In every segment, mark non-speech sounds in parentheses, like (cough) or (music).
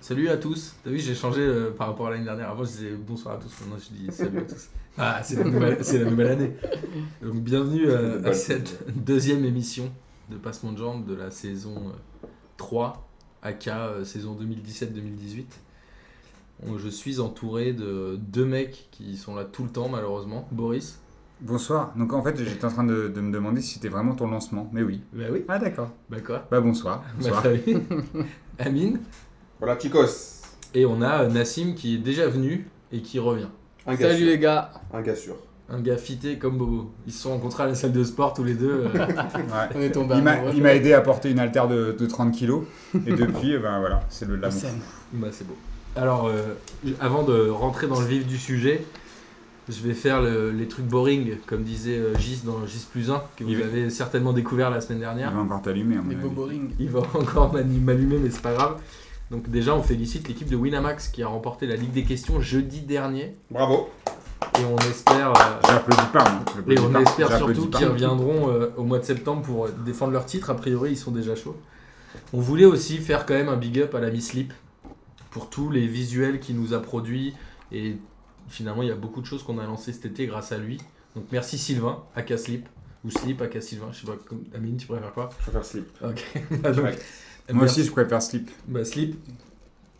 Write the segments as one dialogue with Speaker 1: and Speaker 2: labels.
Speaker 1: Salut à tous. T'as vu, j'ai changé euh, par rapport à l'année dernière. Avant, je disais bonsoir à tous. Maintenant, je dis salut à tous. (laughs) Ah, c'est la nouvelle, c'est la nouvelle année. Donc, bienvenue euh,
Speaker 2: C'est une
Speaker 1: à
Speaker 3: Bah,
Speaker 2: bonne
Speaker 1: cette deuxième émission de Passement de Jambes de la saison euh, 3, aka euh, saison 2017-2018. On- Je suis entouré de deux mecs qui sont là tout le temps, malheureusement. Boris.
Speaker 2: Bonsoir. Donc en fait, j'étais en train de, de me demander si c'était vraiment ton lancement, mais oui.
Speaker 1: Bah oui.
Speaker 2: Ah d'accord.
Speaker 1: Bah quoi
Speaker 2: Bah bonsoir.
Speaker 1: Bah, (laughs)
Speaker 2: Bonsoir.
Speaker 1: salut. Amine.
Speaker 3: Voilà, chicos.
Speaker 1: Et on a euh, Nassim qui est déjà venu et qui revient.
Speaker 3: Un gars
Speaker 4: Salut
Speaker 3: sûr.
Speaker 4: les gars.
Speaker 3: Un gars sûr.
Speaker 1: Un gars fité comme Bobo. Ils se sont rencontrés à la salle de sport tous les deux. euh,
Speaker 2: Ouais.
Speaker 4: (laughs) On est tombé
Speaker 2: Il m'a-
Speaker 1: bah,
Speaker 4: amoureux.
Speaker 2: il m'a aidé à porter une haltère de, de 30 kilos
Speaker 1: (laughs)
Speaker 2: et depuis, eh ben voilà, c'est le de l'amour.
Speaker 4: Sam.
Speaker 1: Bah c'est beau. Alors, euh, j- avant de rentrer dans le vif du sujet, je vais faire le- les trucs boring, comme disait euh, Gis dans Gis plus 1, que vous
Speaker 2: Il va-
Speaker 1: avez certainement découvert la semaine
Speaker 2: Il
Speaker 1: dernière.
Speaker 2: va encore t'allumer. à mon
Speaker 4: Des
Speaker 2: avis.
Speaker 4: boborings.
Speaker 1: Il va (laughs) encore m'ani- m'allumer, mais c'est pas grave. Donc déjà, on félicite l'équipe de Winamax qui a remporté la Ligue des questions jeudi dernier.
Speaker 3: Bravo.
Speaker 1: Et on espère... euh,
Speaker 2: J'applaudis pas. moi. J'applaudis
Speaker 1: Et on
Speaker 2: pas.
Speaker 1: espère
Speaker 2: J'applaudis
Speaker 1: surtout
Speaker 2: pas.
Speaker 1: qu'ils reviendront euh, au mois de septembre pour euh, défendre leur titre. A priori, ils sont déjà chauds. On voulait aussi faire quand même un big up à la Miss Sleep pour tous les visuels qu'il nous a produits. Et finalement, il y a beaucoup de choses qu'on a lancées cet été grâce à lui. Donc merci Sylvain, aka Sleep, ou Sleep, aka Sylvain. Je sais pas, comme- Amine, tu préfères quoi
Speaker 3: Je préfère slip.
Speaker 1: Ok. (laughs)
Speaker 2: Ouais. Moi
Speaker 1: merci.
Speaker 2: aussi, je préfère slip.
Speaker 1: Bah, Sleep,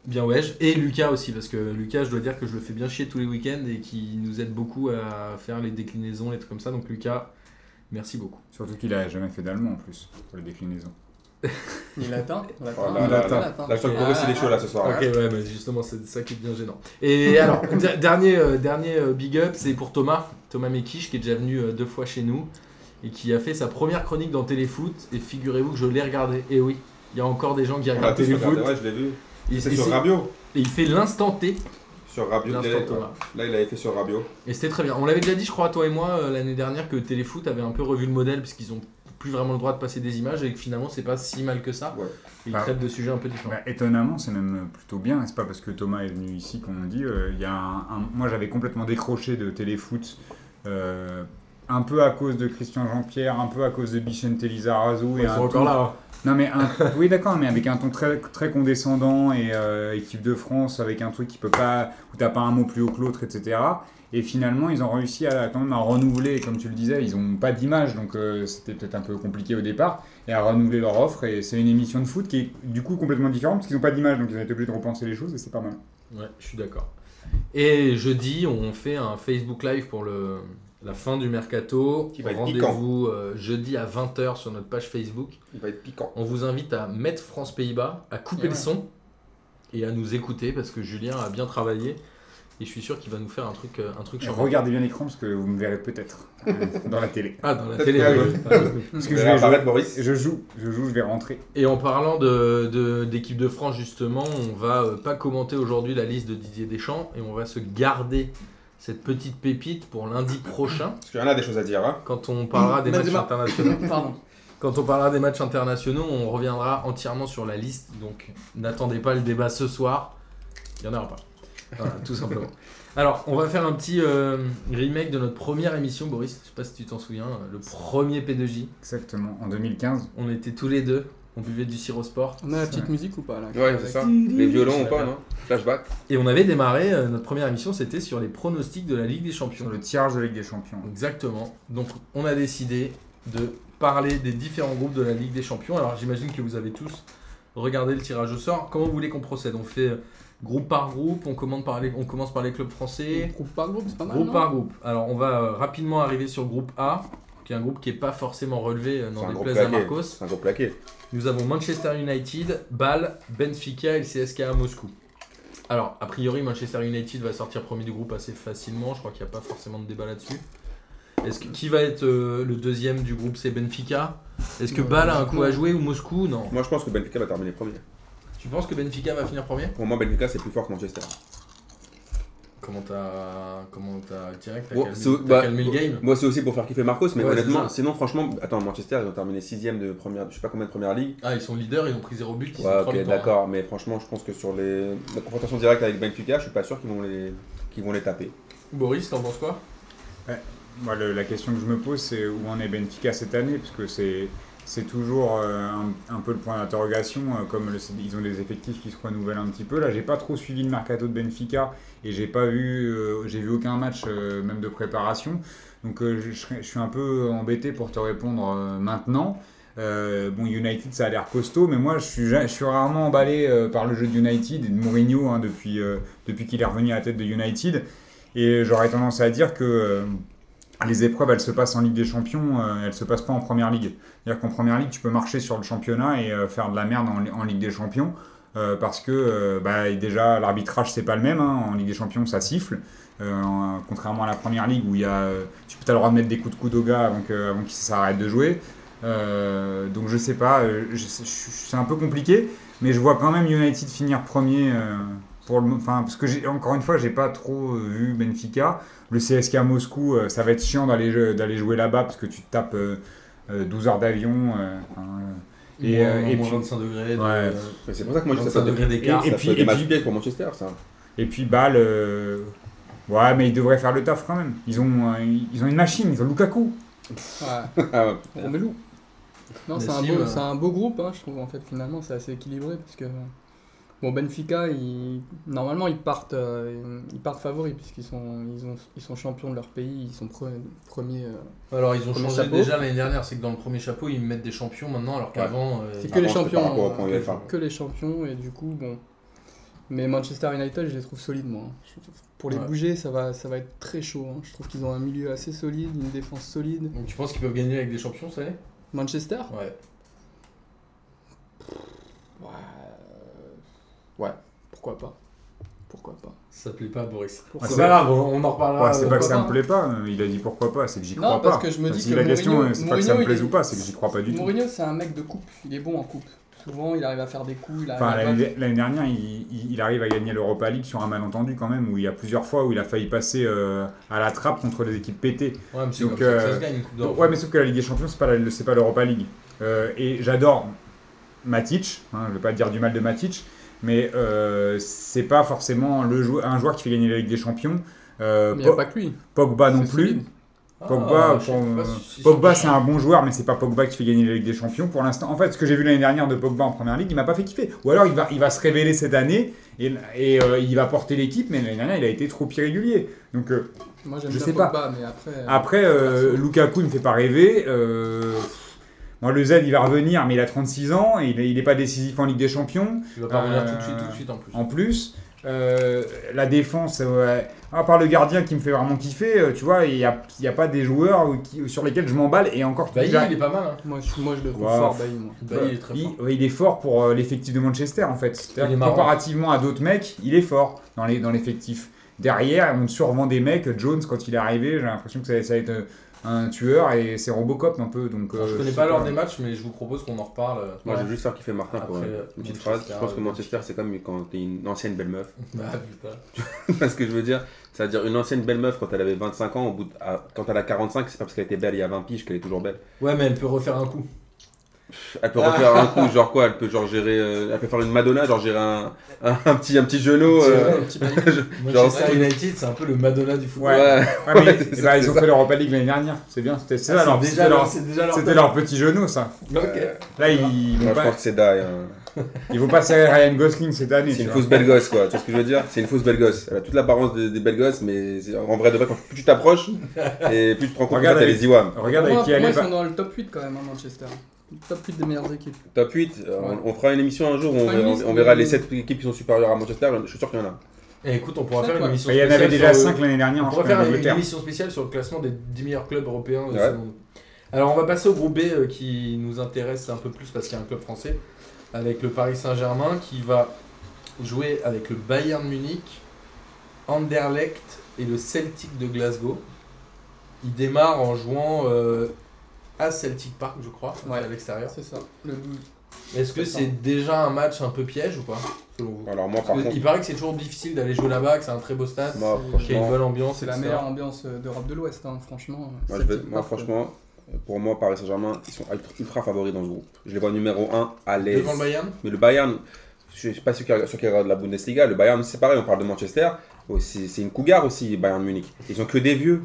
Speaker 1: bien ouais. Et Lucas aussi, parce que Lucas, je dois dire que je le fais bien chier tous les week-ends et qui nous aide beaucoup à faire les déclinaisons, les trucs comme ça. Donc Lucas, merci beaucoup.
Speaker 2: Surtout qu'il a jamais fait d'allemand en plus pour les déclinaisons.
Speaker 4: Ni latin. Latin.
Speaker 3: Oh
Speaker 2: là
Speaker 3: là là
Speaker 2: là là.
Speaker 4: latin.
Speaker 3: Là, je sens que Boris, il est chaud là ce soir.
Speaker 1: Ok, Ah, ouais, mais justement, c'est ça qui devient gênant. Et alors, (laughs) d- dernier, euh, dernier euh, big up, c'est pour Thomas, Thomas Mekish, qui est déjà venu euh, deux fois chez nous et qui a fait sa première chronique dans Téléfoot. Et figurez-vous que je l'ai regardé. Et oui, il y a encore des gens qui
Speaker 3: On
Speaker 1: regardent
Speaker 3: l'a tous
Speaker 1: Téléfoot.
Speaker 3: regardé, ouais, je l'ai vu.
Speaker 1: Il-
Speaker 3: C'est
Speaker 1: il-
Speaker 3: sur
Speaker 1: il-
Speaker 3: Rabio.
Speaker 1: et il fait l'instant T,
Speaker 3: Sur Rabio,
Speaker 1: l'instant
Speaker 3: direct,
Speaker 1: Thomas.
Speaker 3: quoi. Là, il avait fait sur Rabio.
Speaker 1: Et c'était très bien. On l'avait déjà dit, je crois, toi et moi, euh, l'année dernière, que Téléfoot avait un peu revu le modèle parce qu'ils ont plus vraiment le droit de passer des images et que finalement, c'est pas si mal que ça.
Speaker 3: Ouais.
Speaker 1: Ils
Speaker 2: Bah.
Speaker 1: traitent de sujets un peu différents.
Speaker 2: Bah, étonnamment, c'est même plutôt bien. et C'est pas parce que Thomas est venu ici qu'on me dit. euh, il y a un- un- moi, j'avais complètement décroché de téléfoot. euh, un peu à cause de Christian Jean-Pierre, un peu à cause de Bichente Lizarazu. et
Speaker 1: Ils
Speaker 2: un
Speaker 1: sont
Speaker 2: ton-
Speaker 1: encore là. hein.
Speaker 2: Non, mais un- (laughs) oui, d'accord, mais avec un ton très, très condescendant et euh, équipe de France, avec un truc qui peut pas. où t'as pas un mot plus haut que l'autre, etc. Et finalement, ils ont réussi à, quand même à renouveler, comme tu le disais, ils ont pas d'image, donc euh, c'était peut-être un peu compliqué au départ, et à renouveler leur offre. Et c'est une émission de foot qui est du coup complètement différente, parce qu'ils ont pas d'image, donc ils ont été obligés de repenser les choses, et c'est pas mal.
Speaker 1: Ouais, je suis d'accord. Et jeudi, on fait un Facebook Live pour le, la fin du mercato.
Speaker 3: Qui va être
Speaker 1: Rendez-vous euh, jeudi à 20h sur notre page Facebook.
Speaker 3: Il va être piquant.
Speaker 1: On vous invite à mettre France Pays-Bas, à
Speaker 3: Eh
Speaker 1: couper
Speaker 4: Et
Speaker 1: le
Speaker 4: ouais.
Speaker 1: son et à nous écouter parce que Julien a bien travaillé et je suis sûr qu'il va nous faire un truc, euh, un truc
Speaker 3: Eh,
Speaker 2: Et
Speaker 1: charmant.
Speaker 2: Regardez bien l'écran, parce que vous me verrez peut-être euh, dans la télé.
Speaker 1: Ah, dans la
Speaker 3: Peut-être
Speaker 1: télé.
Speaker 3: pas,
Speaker 1: oui. Ah, oui.
Speaker 2: (laughs) Parce
Speaker 3: Il
Speaker 2: que je,
Speaker 3: va
Speaker 2: vais jouer-
Speaker 3: apparaître, Boris.
Speaker 2: je joue, je joue, je vais rentrer.
Speaker 1: Et en parlant de, de- d'équipe de France, justement, on va euh, pas commenter aujourd'hui la liste de Didier Deschamps et on va se garder cette petite pépite pour lundi prochain
Speaker 3: Parce qu'il y en a des choses à dire. Hein.
Speaker 1: quand on parlera des matchs
Speaker 4: Benzema.
Speaker 1: internationaux.
Speaker 4: Pardon.
Speaker 1: Quand on parlera des matchs internationaux, on reviendra entièrement sur la liste. Donc n'attendez pas le débat ce soir. Il n'y en aura pas. Voilà, tout simplement. Alors, on va faire un petit euh, remake de notre première émission, Boris. Je sais pas si tu t'en souviens. euh, Le premier P2J.
Speaker 2: Exactement, en 2015.
Speaker 1: On était tous les deux. On buvait du sirop sport.
Speaker 4: On a la petite musique ou pas là
Speaker 3: Les
Speaker 1: violons ou pas,
Speaker 3: non Flashback.
Speaker 1: Et on avait démarré, euh, notre première émission, c'était sur les pronostics de la Ligue des Champions.
Speaker 2: Sur le tirage de Ligue des Champions.
Speaker 1: Exactement. Donc on a décidé de parler des différents groupes de la Ligue des Champions. Alors j'imagine que vous avez tous regardé le tirage au sort. Comment vous voulez qu'on procède On fait euh, groupe par groupe, on, commande par les- on commence par les clubs français.
Speaker 4: Groupe par groupe, c'est pas mal.
Speaker 1: groupe
Speaker 4: Ah, non
Speaker 1: par groupe. Alors on va euh, rapidement arriver sur le groupe A, qui est un groupe qui n'est pas forcément relevé, euh,
Speaker 3: C'est
Speaker 1: n'en
Speaker 3: un gros
Speaker 1: déplaise à
Speaker 3: plaqué.
Speaker 1: Marcos.
Speaker 3: C'est un gros plaqué.
Speaker 1: Nous avons Manchester United, Bâle, Benfica et le CSKA Moscou. Alors, a priori, Manchester United va sortir premier du groupe assez facilement. Je crois qu'il n'y a pas forcément de débat là-dessus. Est-ce que, qui va être euh, le deuxième du groupe C'est Benfica. Est-ce que
Speaker 4: Ouais,
Speaker 1: Bâle a un
Speaker 4: Moscou.
Speaker 1: coup à jouer ou Moscou Non.
Speaker 3: Moi, je pense que Benfica va terminer premier.
Speaker 1: Tu penses que Benfica va finir premier
Speaker 3: Pour moi, Benfica, c'est plus fort que Manchester.
Speaker 1: Comment t'as. Comment t'as. Direct, t'as
Speaker 3: Bon,
Speaker 1: calmé,
Speaker 3: c'est-
Speaker 1: t'as
Speaker 3: bah,
Speaker 1: calmé le game
Speaker 3: Moi, c'est aussi pour faire kiffer Marcos, mais
Speaker 1: Ouais, c'est
Speaker 3: honnêtement,
Speaker 1: ça.
Speaker 3: sinon, franchement, attends, Manchester, ils ont terminé 6ème de première, je sais pas combien de première ligue.
Speaker 1: Ah, ils sont leaders, ils ont pris 0 but, ils
Speaker 3: Ouais,
Speaker 1: ont 3
Speaker 3: ok, d'accord, mais franchement, je pense que sur les... la confrontation directe avec Benfica, je suis pas sûr qu'ils vont les, qu'ils vont les taper.
Speaker 1: Boris, t'en penses quoi
Speaker 2: Moi, le- la question que je me pose, c'est où en est Benfica cette année Parce que c'est c'est toujours euh, un, un peu le point d'interrogation, euh, comme le- ils ont des effectifs qui se renouvellent un petit peu. Là, j'ai pas trop suivi le mercato de Benfica et j'ai pas vu, euh, j'ai vu aucun match, euh, même de préparation. Donc, euh, je, je serais- je suis un peu embêté pour te répondre euh, maintenant. Euh, bon, United, ça a l'air costaud, mais moi, je suis, ja- je suis rarement emballé euh, par le jeu de United et de Mourinho hein, depuis, euh, depuis qu'il est revenu à la tête de United. Et j'aurais tendance à dire que euh, les épreuves, elles se passent en Ligue des Champions, euh, elles se passent pas en Première Ligue. C'est-à-dire qu'en première ligue, tu peux marcher sur le championnat et euh, faire de la merde en, en Ligue des Champions. euh, parce que euh, bah, déjà l'arbitrage c'est pas le même hein. en Ligue des Champions ça siffle Euh, en- contrairement à la première ligue où il y a euh, tu as le droit de mettre des coups de coude au gars avant que- avant qu'il s'arrête de jouer Euh, donc je sais pas euh, je sais- je- je- c'est un peu compliqué mais je vois quand même United finir premier euh, pour le mo- enfin parce que j'ai encore une fois j'ai pas trop euh, vu Benfica le CSK Moscou euh, ça va être chiant d'aller jeu- d'aller jouer là-bas parce que tu te tapes euh, euh, 12 heures d'avion. euh, enfin, Et,
Speaker 1: Moins-
Speaker 2: euh, et
Speaker 1: moins
Speaker 2: puis-
Speaker 1: 25 degrés. de-
Speaker 2: Ouais.
Speaker 3: Mais c'est pour ça que moi je dis que
Speaker 1: 25
Speaker 3: ça peut
Speaker 1: degrés d'écart.
Speaker 2: Et
Speaker 3: ça
Speaker 2: puis-
Speaker 3: peut être des
Speaker 2: et
Speaker 3: matchs
Speaker 2: puis-
Speaker 3: pièges pour Manchester, ça.
Speaker 2: euh, et puis Bâle, euh, ouais, mais ils devraient faire le taf quand même. Ils ont, euh, ils ont une machine, ils ont Lukaku.
Speaker 4: Ouais,
Speaker 3: Ah ouais.
Speaker 4: Romelu. Non,
Speaker 1: Mais
Speaker 4: c'est un,
Speaker 1: si,
Speaker 4: beau-
Speaker 1: ouais.
Speaker 4: c'est un beau groupe, hein, je trouve. En fait, finalement, c'est assez équilibré parce que bon, Benfica, ils- normalement, ils partent, euh, ils partent favoris puisqu'ils sont, ils ont, ils sont champions de leur pays, ils sont pre- premiers. euh,
Speaker 1: Alors, ils ont
Speaker 4: Premier
Speaker 1: changé
Speaker 4: chapeau.
Speaker 1: déjà l'année dernière, c'est que dans le premier chapeau, ils mettent des champions maintenant, alors qu'avant. euh,
Speaker 4: C'est que
Speaker 3: Avant,
Speaker 4: les
Speaker 3: c'était
Speaker 4: champions,
Speaker 3: Par rapport au
Speaker 4: euh,
Speaker 3: point UEFA.
Speaker 4: que les champions et du coup bon mais Manchester United je les trouve solides moi hein. Je- pour les
Speaker 1: Ouais.
Speaker 4: bouger ça va ça va être très chaud hein. je trouve qu'ils ont un milieu assez solide une défense solide
Speaker 1: Donc, tu penses qu'ils peuvent gagner avec des champions, ça y est
Speaker 4: Manchester
Speaker 1: Ouais.
Speaker 4: ouais euh, ouais pourquoi pas pourquoi pas
Speaker 2: Ah,
Speaker 1: Ça plaît pas à Boris.
Speaker 4: Pourquoi
Speaker 1: c'est
Speaker 2: pas.
Speaker 1: pas grave, on on en reparlera.
Speaker 2: Ouais, c'est pas que ça
Speaker 4: Ah, pourquoi
Speaker 2: me plaît pas, euh, il a dit pourquoi pas, c'est que j'y
Speaker 4: Non,
Speaker 2: crois
Speaker 4: parce
Speaker 2: pas.
Speaker 4: que je me dis
Speaker 2: si
Speaker 4: que
Speaker 2: la question,
Speaker 4: Mourinho-
Speaker 2: euh, c'est pas que ça me
Speaker 4: Mourinho,
Speaker 2: plaise
Speaker 4: il-
Speaker 2: ou pas, c'est que j'y crois pas du tout.
Speaker 4: Mourinho c'est un mec de coupe il est bon en coupe souvent il arrive à faire des coups il arrive
Speaker 2: Enfin,
Speaker 4: à battre.
Speaker 2: l'année l'année dernière, il, il- il arrive à gagner l'Europa League sur un malentendu quand même, où il y a plusieurs fois où il a failli passer euh, à la trappe contre les équipes pétées.
Speaker 1: Ouais, mais c'est comme
Speaker 2: Donc,
Speaker 1: ça que ça
Speaker 2: euh,
Speaker 1: se gagne, une Coupe d'Europe.
Speaker 2: Ouais, mais sauf que la Ligue des Champions, c'est pas, la- c'est pas l'Europa League. Euh, et j'adore Matic, hein, je vais pas dire du mal de Matic, mais euh, c'est pas forcément le jou- un joueur qui fait gagner la Ligue des Champions. Euh,
Speaker 4: mais il n'y a
Speaker 2: Po-
Speaker 4: pas que lui
Speaker 2: Pogba non
Speaker 4: C'est
Speaker 2: plus.
Speaker 4: solide.
Speaker 1: Ah,
Speaker 2: Pogba,
Speaker 1: je sais
Speaker 2: pour-
Speaker 1: pas si- si-
Speaker 2: Pogba, c'est un bon joueur, mais c'est pas Pogba qui fait gagner la Ligue des Champions pour l'instant. En fait, ce que j'ai vu l'année dernière de Pogba en première ligue, il m'a pas fait kiffer. Ou alors il va, il va se révéler cette année et, et, euh, il va porter l'équipe, mais l'année dernière, il a été trop irrégulier. Donc euh,
Speaker 4: moi j'aime
Speaker 2: Je
Speaker 4: bien
Speaker 2: sais
Speaker 4: Pogba mais après
Speaker 2: après, euh,
Speaker 4: Perso.
Speaker 2: Lukaku il me fait pas rêver. euh, moi, le Z, il va revenir, mais il a 36 ans et il est- il est pas décisif en Ligue des Champions.
Speaker 1: Il va pas revenir tout de
Speaker 2: Euh,
Speaker 1: suite, tout de suite en plus.
Speaker 2: En plus, euh, la défense, ouais. à part le gardien qui me fait vraiment kiffer, euh, tu vois, il n'y a, il y a pas des joueurs où- qui- sur lesquels je m'emballe et encore.
Speaker 1: Bailly,
Speaker 2: déjà-
Speaker 1: il est pas mal. Hein.
Speaker 4: moi je, moi, je le trouve
Speaker 2: Waouh.
Speaker 4: fort Bailly, moi.
Speaker 1: Bailly, Bah, il est très fort.
Speaker 2: ouais, il est fort pour euh, l'effectif de Manchester en fait. C'est-à-dire
Speaker 1: Il est
Speaker 2: que
Speaker 1: marrant.
Speaker 2: comparativement à d'autres mecs, il est fort dans les dans l'effectif. Derrière, on survend des mecs. Jones, quand il est arrivé, j'ai l'impression que ça, ça va être euh, un tueur et c'est Robocop un peu. Donc,
Speaker 1: Alors, je
Speaker 2: euh,
Speaker 1: connais
Speaker 2: sais
Speaker 1: pas l'ordre des matchs, mais je vous propose qu'on en reparle. euh,
Speaker 3: Moi, je
Speaker 4: Ouais.
Speaker 3: vais juste faire kiffer Martin pour
Speaker 1: Après,
Speaker 3: euh, une petite
Speaker 1: Manchester,
Speaker 3: phrase. Je pense que
Speaker 1: euh,
Speaker 3: Manchester, c'est comme quand t'es une ancienne belle meuf.
Speaker 1: (laughs) Bah putain.
Speaker 3: (laughs) Parce que je veux dire, c'est-à-dire une ancienne belle meuf quand elle avait 25 ans, au bout de- à- quand elle a 45, c'est pas parce qu'elle était belle il y a 20 piges qu'elle est toujours belle.
Speaker 1: Ouais, mais elle peut refaire un coup.
Speaker 3: Elle peut refaire un coup, genre quoi, elle peut genre gérer, euh, elle peut faire une Madonna, genre gérer un, un, un petit, un petit genou. euh,
Speaker 1: Un petit
Speaker 2: (laughs)
Speaker 1: Bailly.
Speaker 3: je- genre,
Speaker 1: Manchester United, c'est un peu le Madonna du football.
Speaker 2: Ouais.
Speaker 3: ouais.
Speaker 2: Ouais,
Speaker 1: (laughs)
Speaker 2: mais
Speaker 3: Ouais, c'est
Speaker 2: eh ben,
Speaker 3: ça,
Speaker 2: ils
Speaker 3: c'est
Speaker 2: ont
Speaker 3: ça.
Speaker 2: fait l'Europa League l'année dernière. C'est bien, c'était ça.
Speaker 1: Ah,
Speaker 2: leur-
Speaker 1: c'est
Speaker 2: C'était
Speaker 1: déjà
Speaker 2: leur,
Speaker 1: leur, c'est déjà leur.
Speaker 2: c'était leur petit genou ça.
Speaker 1: Ok.
Speaker 2: Là, ils,
Speaker 3: Moi,
Speaker 2: vont
Speaker 3: je
Speaker 2: pas,
Speaker 3: pense que c'est die. hein.
Speaker 2: ils vont pas serrer Ryan Gosling cette année.
Speaker 3: C'est
Speaker 2: tu
Speaker 3: une
Speaker 2: vois.
Speaker 3: fausse belle gosse, quoi. Tu vois ce que je veux dire C'est une fausse belle gosse. Elle a toute l'apparence des, des belles gosses, mais c'est- en vrai, de vrai, quand plus tu t'approches, et plus tu te rends compte que
Speaker 2: Regarde
Speaker 3: t'as
Speaker 2: avec-
Speaker 3: les Iwam.
Speaker 2: Regarde avec
Speaker 4: Pour moi,
Speaker 2: qui
Speaker 4: pour
Speaker 2: elle
Speaker 4: moi,
Speaker 2: est.
Speaker 4: ils
Speaker 2: pas-
Speaker 4: sont dans le top 8 quand même hein, Manchester Le top 8 des meilleures équipes
Speaker 3: Top 8, euh,
Speaker 4: Ouais.
Speaker 3: on, on fera une émission un jour où on,
Speaker 4: On fera une
Speaker 3: on-
Speaker 4: liste,
Speaker 3: on verra
Speaker 4: mais-
Speaker 3: les 7 équipes qui sont supérieures à Manchester. Je suis sûr qu'il y en a.
Speaker 1: Et Eh, écoute, on pourra
Speaker 4: Ça,
Speaker 1: faire une
Speaker 4: quoi.
Speaker 1: émission
Speaker 2: Il y en
Speaker 1: spéciale
Speaker 2: avait déjà
Speaker 1: sur le-
Speaker 2: 5 l'année dernière.
Speaker 1: On
Speaker 2: en
Speaker 1: pourrait faire une,
Speaker 2: Angleterre.
Speaker 1: émission spéciale sur le classement des 10 meilleurs clubs européens. euh,
Speaker 3: Ouais.
Speaker 1: selon- Alors on va passer au groupe B euh, qui nous intéresse un peu plus parce qu'il y a un club français avec le Paris Saint-Germain qui va jouer avec le Bayern Munich, Anderlecht et le Celtic de Glasgow. Il démarre en jouant euh, à Celtic Park, je crois,
Speaker 4: Ouais.
Speaker 1: à l'extérieur.
Speaker 4: c'est ça le 12
Speaker 1: Est-ce que c'est déjà un match un peu piège ou pas selon vous
Speaker 3: Alors, moi, par
Speaker 1: Parce que
Speaker 3: contre,
Speaker 1: Il paraît que c'est toujours difficile d'aller jouer là-bas, que c'est un très beau stade,
Speaker 3: moi,
Speaker 4: c'est-
Speaker 1: qu'il y a une
Speaker 3: Ah, franchement,
Speaker 1: bonne ambiance,
Speaker 4: C'est la
Speaker 1: etc.
Speaker 4: meilleure ambiance euh, d'Europe de l'Ouest, hein, franchement.
Speaker 3: moi, je
Speaker 4: Ça
Speaker 3: vais-
Speaker 4: te
Speaker 3: moi,
Speaker 4: marque.
Speaker 3: franchement, pour moi, Paris Saint-Germain, ils sont ultra- ultra favoris dans ce groupe. Je les vois numéro 1 à l'aise.
Speaker 1: Devant le Bayern
Speaker 3: Mais le Bayern, je ne sais pas sûr qu'il y a- sûr qu'il y aura de la Bundesliga. Le Bayern, c'est pareil, on parle de Manchester. Oh, C'est c'est une cougar aussi, Bayern Munich. Ils ont que des vieux.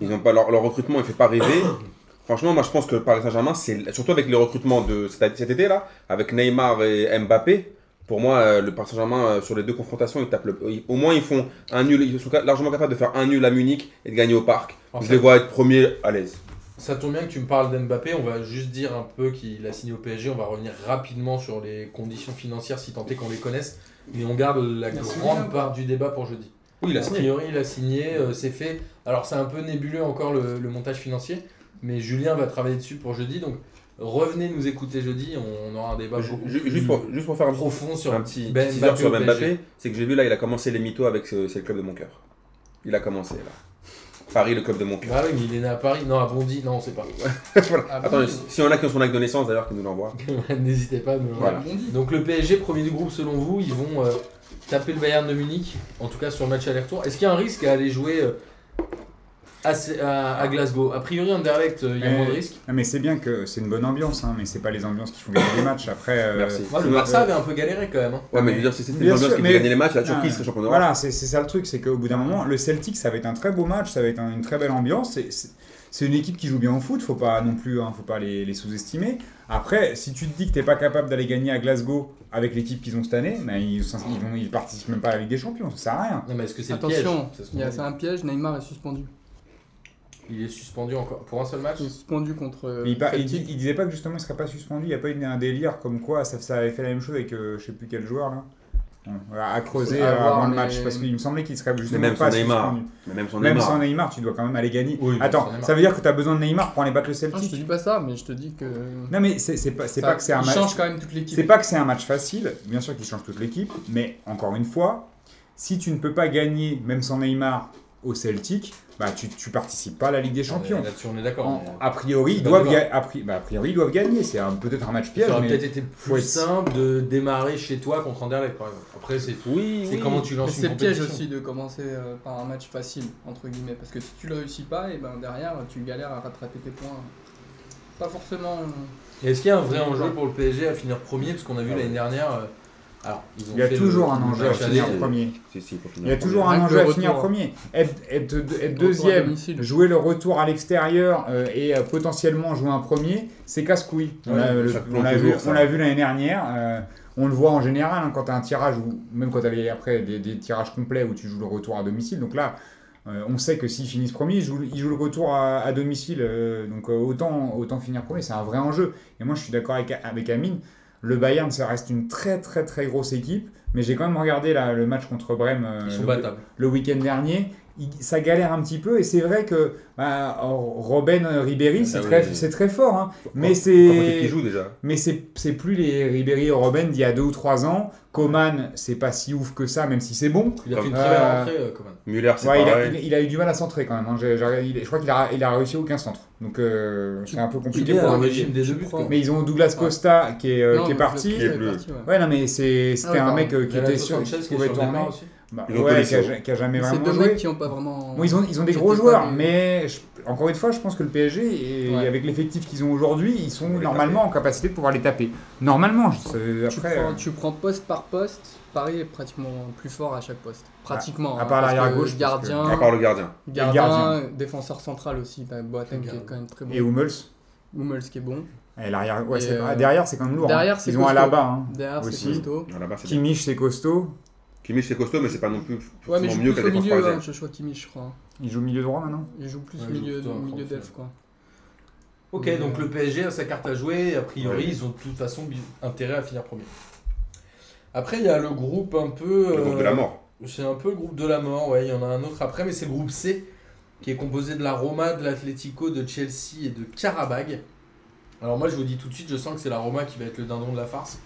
Speaker 3: Ils ont pas, leur, leur recrutement, il ne fait pas rêver. (coughs) Franchement, moi je pense que le Paris Saint-Germain, c'est surtout avec les recrutements de cet, cet été-là, avec Neymar et Mbappé. Pour moi, euh, le Paris Saint-Germain, euh, sur les deux confrontations, ils tapent le- ils- au moins, ils font un nul. Ils sont ca- largement capables de faire un nul à Munich et de gagner au parc.
Speaker 1: Enfin.
Speaker 3: Je les vois être premiers à l'aise.
Speaker 1: Ça tombe bien que tu me parles d'Mbappé. On va juste dire un peu qu'il a signé au PSG. On va revenir rapidement sur les conditions financières, si tant est qu'on les connaisse. Mais on garde la
Speaker 4: Il a signé ou
Speaker 1: grande
Speaker 4: pas
Speaker 1: part du débat pour jeudi.
Speaker 3: Oui, il a signé.
Speaker 1: priori, il a signé, euh, c'est fait. Alors, c'est un peu nébuleux encore le, le montage financier. Mais Julien va travailler dessus pour jeudi. Donc, revenez nous écouter jeudi. On, on aura un débat
Speaker 3: Ju-
Speaker 1: beaucoup
Speaker 3: ju-
Speaker 1: plus
Speaker 3: juste, pour, juste pour faire un petit,
Speaker 1: profond sur
Speaker 3: un petit
Speaker 1: Ben
Speaker 3: teaser
Speaker 1: Mbappé
Speaker 3: sur
Speaker 1: au
Speaker 3: Ben
Speaker 1: PSG.
Speaker 3: Mbappé, c'est que j'ai vu là, il a commencé les mythos avec ce- c'est le club de mon cœur. Il a commencé là. Paris, le club de mon cœur.
Speaker 1: Bah oui, mais il est né à Paris. Non, à Bondy. Non, on sait pas. (laughs)
Speaker 3: Voilà.
Speaker 4: Ah,
Speaker 3: Attends,
Speaker 4: bon
Speaker 3: si- si on a qui ont son acte de naissance d'ailleurs, qui nous l'envoie.
Speaker 1: N'hésitez pas. mais
Speaker 3: Voilà.
Speaker 1: Donc le PSG, premier du groupe selon vous, ils vont euh, taper le Bayern de Munich, en tout cas sur le match aller-retour. Est-ce qu'il y a un risque à aller jouer euh, à, à- à Glasgow A priori, Anderlecht, euh, il y a
Speaker 2: Euh,
Speaker 1: moins de risque.
Speaker 2: Ah, mais c'est bien que c'est une bonne ambiance, hein, mais c'est pas les ambiances qui font gagner les matchs. Après, euh,
Speaker 3: Merci.
Speaker 1: Moi, le
Speaker 3: Sinon-
Speaker 1: Barça avait un peu galéré quand même. hein.
Speaker 3: Ouais, mais je veux dire, si c'était une
Speaker 2: Bien
Speaker 3: ambiance
Speaker 2: sûr,
Speaker 3: qui
Speaker 2: mais-
Speaker 3: fait gagner les matchs, la Turquie
Speaker 2: Ah,
Speaker 3: serait champion d'Europe.
Speaker 2: Voilà, c'est c'est ça le truc, c'est qu'au bout d'un moment, le Celtic, ça va être un très beau match, ça va être un- une très belle ambiance. c'est- c'est- C'est une équipe qui joue bien au foot, faut pas non plus, hein, faut pas les, les sous-estimer. Après, si tu te dis que t'es pas capable d'aller gagner à Glasgow avec l'équipe qu'ils ont cette année, ben, ils, s'ins- ils, vont- ils participent même pas à la Ligue des Champions, ça sert à rien.
Speaker 1: Non, mais est-ce que c'est le piège
Speaker 4: Attention,
Speaker 1: C'est ce qu'on
Speaker 4: il y a-
Speaker 1: a
Speaker 4: c'est
Speaker 1: dit.
Speaker 4: un piège, Neymar est suspendu.
Speaker 1: Il est suspendu encore pour un seul match
Speaker 4: Il est suspendu contre euh,
Speaker 2: Mais Il, par- il
Speaker 4: Celtic.
Speaker 2: dit- il disait pas que justement il serait pas suspendu, il y a pas eu un délire comme quoi ça, ça avait fait la même chose avec euh, je sais plus quel joueur là. Bon, voilà, à creuser
Speaker 4: À
Speaker 2: euh,
Speaker 4: Ah, voir,
Speaker 2: avant le
Speaker 4: mais-
Speaker 2: match, parce qu'il me semblait qu'il serait justement
Speaker 3: même
Speaker 2: pas
Speaker 3: sans Neymar.
Speaker 2: suspendu.
Speaker 3: Mais même son
Speaker 2: Même
Speaker 3: Neymar.
Speaker 2: sans Neymar, tu dois quand même aller gagner.
Speaker 1: Oui, même sans
Speaker 2: Attends,
Speaker 1: Neymar.
Speaker 2: ça veut dire que tu as besoin de Neymar pour aller battre le
Speaker 4: Non, Ah, je te
Speaker 2: Celtic
Speaker 4: dis pas ça, mais je te dis que.
Speaker 2: Non, mais c'est c'est pas, c'est
Speaker 4: ça-
Speaker 2: pas que c'est un
Speaker 4: il
Speaker 2: match.
Speaker 4: change quand même toute
Speaker 2: C'est
Speaker 4: l'équipe.
Speaker 2: pas que c'est un match facile. Bien sûr qu'il change toute l'équipe, mais encore une fois, si tu ne peux pas gagner, même sans Neymar, au Celtic, bah tu, tu participes pas à la Ligue des
Speaker 4: Ah,
Speaker 2: Champions.
Speaker 1: Ouais, Euh, Là-dessus, on est d'accord.
Speaker 2: En-
Speaker 1: mais-
Speaker 2: a priori,
Speaker 1: C'est
Speaker 2: ils
Speaker 1: pas
Speaker 2: doivent,
Speaker 1: débat.
Speaker 2: ga- a, pri- bah, a priori, ils doivent gagner. C'est un- peut-être un match piège,
Speaker 1: Ça aurait
Speaker 2: mais
Speaker 1: peut-être été plus
Speaker 2: Ouais.
Speaker 1: simple de démarrer chez toi contre Anderlecht, par exemple. Après, c'est
Speaker 3: Oui,
Speaker 1: c'est comment tu
Speaker 4: Mais
Speaker 1: lances
Speaker 4: C'est
Speaker 1: une
Speaker 4: le piège
Speaker 1: compétition.
Speaker 4: aussi de commencer euh, par un match facile, entre guillemets, parce que si tu le réussis pas, et ben derrière tu galères à rattraper tes points. Pas forcément. euh,
Speaker 1: Et Est-ce qu'il y a un vrai enjeu pour le PSG à finir premier Parce qu'on a vu l'année dernière. euh, Alors, ils ont
Speaker 2: Ah il y a
Speaker 1: fait le-
Speaker 2: toujours un
Speaker 1: le
Speaker 2: enjeu à
Speaker 1: match
Speaker 2: finir
Speaker 1: aller.
Speaker 2: premier.
Speaker 3: Si, si, faut
Speaker 2: Il
Speaker 3: finir
Speaker 2: y a
Speaker 3: premier.
Speaker 2: toujours un
Speaker 4: Rien que
Speaker 2: enjeu
Speaker 4: le
Speaker 2: à finir
Speaker 4: retour.
Speaker 2: premier. Être, être- être
Speaker 4: Retour à
Speaker 2: deuxième,
Speaker 4: domicile.
Speaker 2: jouer le retour à l'extérieur euh, et euh, potentiellement jouer un premier, c'est casse-couille. On
Speaker 1: Ouais,
Speaker 2: l'a- le-
Speaker 3: ça te
Speaker 2: on l'a
Speaker 3: plombe
Speaker 2: vu,
Speaker 3: toujours, ça.
Speaker 2: on l'a vu l'année dernière. euh, on le voit en général hein, quand tu as un tirage ou même quand tu avais après des, des tirages complets où tu joues le retour à domicile. Donc là, euh, on sait que s'ils finissent premier, ils jouent, ils jouent le retour à, à domicile. euh, donc euh, autant, autant finir premier, c'est un vrai enjeu. Et moi, je suis d'accord avec, avec Amine. Le Bayern, ça reste une très très très grosse équipe, mais j'ai quand même regardé là, le match contre Brême. euh,
Speaker 1: Ils sont
Speaker 2: le-
Speaker 1: battables.
Speaker 2: le week-end dernier. Il- ça galère un petit peu et c'est vrai que bah, Robben euh, Ribéry, c'est
Speaker 3: Ah
Speaker 2: très,
Speaker 3: oui.
Speaker 2: c'est très fort, hein. mais
Speaker 3: Par contre, qui
Speaker 2: c'est
Speaker 3: joue déjà
Speaker 2: mais c'est c'est plus les Ribéry et Robben d'il y a deux ou trois ans. Coman, c'est pas si ouf que ça, même si c'est bon.
Speaker 1: Il a fait une
Speaker 2: Euh,
Speaker 1: très belle rentrée, euh, Coman.
Speaker 3: Muller, c'est
Speaker 2: Ouais, il, a,
Speaker 3: pareil.
Speaker 2: il- il a eu du mal à centrer quand même. hein. J'ai- j'ai- il- je crois qu'il a, il a réussi aucun centre, donc euh, c'est un peu
Speaker 1: Il
Speaker 2: compliqué.
Speaker 1: est
Speaker 2: pour
Speaker 1: un
Speaker 2: lui.
Speaker 1: régime des deux buts.
Speaker 4: crois.
Speaker 2: Mais ils ont Douglas Costa qui est, euh,
Speaker 4: Non,
Speaker 2: qui est
Speaker 4: mais
Speaker 2: parti.
Speaker 4: Zlatan
Speaker 3: Qui est
Speaker 4: est
Speaker 3: bleu.
Speaker 4: parti, ouais.
Speaker 2: Ouais, non, mais c'est- c'était
Speaker 4: Ouais,
Speaker 2: un
Speaker 4: pardon.
Speaker 2: mec euh, qui était sûr, qui pouvait tourner. Bah,
Speaker 3: Ils ont
Speaker 2: ouais,
Speaker 3: collé
Speaker 2: qui a,
Speaker 3: sur-
Speaker 2: ja- qui a jamais
Speaker 4: Mais C'est
Speaker 2: vraiment
Speaker 4: deux
Speaker 2: joué.
Speaker 4: mecs qui n'ont pas vraiment.
Speaker 2: Bon, ils ont, ils ont des
Speaker 4: qui
Speaker 2: gros
Speaker 4: étaient
Speaker 2: joueurs,
Speaker 4: pas des-
Speaker 2: mais je- encore une fois, je pense que le PSG, et
Speaker 4: Ouais.
Speaker 2: avec l'effectif qu'ils ont aujourd'hui, ils sont
Speaker 3: Ils vont les
Speaker 2: normalement en capacité de pouvoir les taper. Normalement, je- euh,
Speaker 4: Tu,
Speaker 2: après,
Speaker 4: prends,
Speaker 2: euh,
Speaker 4: tu prends poste par poste, Paris est pratiquement plus fort à chaque poste. Pratiquement.
Speaker 2: à
Speaker 4: hein,
Speaker 2: part
Speaker 4: parce que
Speaker 2: l'arrière-gauche, parce
Speaker 4: Gardien,
Speaker 3: À part le gardien.
Speaker 4: gardien,
Speaker 2: gardien.
Speaker 4: défenseur central aussi. T'as Boateng qui est quand même très bon.
Speaker 2: et Hummels,
Speaker 4: Hummels qui est bon.
Speaker 2: et l'arrière, ouais,
Speaker 4: Et,
Speaker 2: c'est-
Speaker 4: euh,
Speaker 2: ah, derrière, c'est quand même lourd.
Speaker 4: derrière,
Speaker 2: hein.
Speaker 4: c'est
Speaker 2: Ils ont
Speaker 4: costaud.
Speaker 2: Alaba, hein.
Speaker 4: Derrière, c'est
Speaker 2: Aussi.
Speaker 4: costaud.
Speaker 3: Non, Là-bas, c'est bien.
Speaker 2: Kimmich, c'est costaud.
Speaker 3: Kimmich, c'est costaud, mais c'est pas non plus
Speaker 4: Ouais, mais
Speaker 3: forcément
Speaker 4: il joue
Speaker 3: mieux
Speaker 4: plus
Speaker 3: qu'à
Speaker 4: au
Speaker 3: défense
Speaker 4: milieu, hein,
Speaker 3: parisienne.
Speaker 4: Joshua Kimmich, je crois. hein.
Speaker 2: Il joue milieu droit maintenant.
Speaker 4: Il joue plus
Speaker 1: Ouais,
Speaker 4: au
Speaker 1: il joue
Speaker 4: milieu,
Speaker 1: plutôt en
Speaker 4: milieu
Speaker 1: France,
Speaker 4: d'elfe,
Speaker 1: ouais.
Speaker 4: quoi.
Speaker 1: Ok, donc le PSG a sa carte à jouer. A priori,
Speaker 3: Ouais.
Speaker 1: ils ont de toute façon bi- intérêt à finir premier. Après, il y a le groupe un peu.
Speaker 3: Le groupe de la
Speaker 1: euh,
Speaker 3: mort.
Speaker 1: C'est un peu le groupe de la mort, ouais. Il y en a un autre après, mais c'est le groupe C, qui est composé de la Roma, de l'Atlético, de Chelsea et de Karabag. Alors moi, je vous dis tout de suite, je sens que c'est la Roma qui va être le dindon de la farce.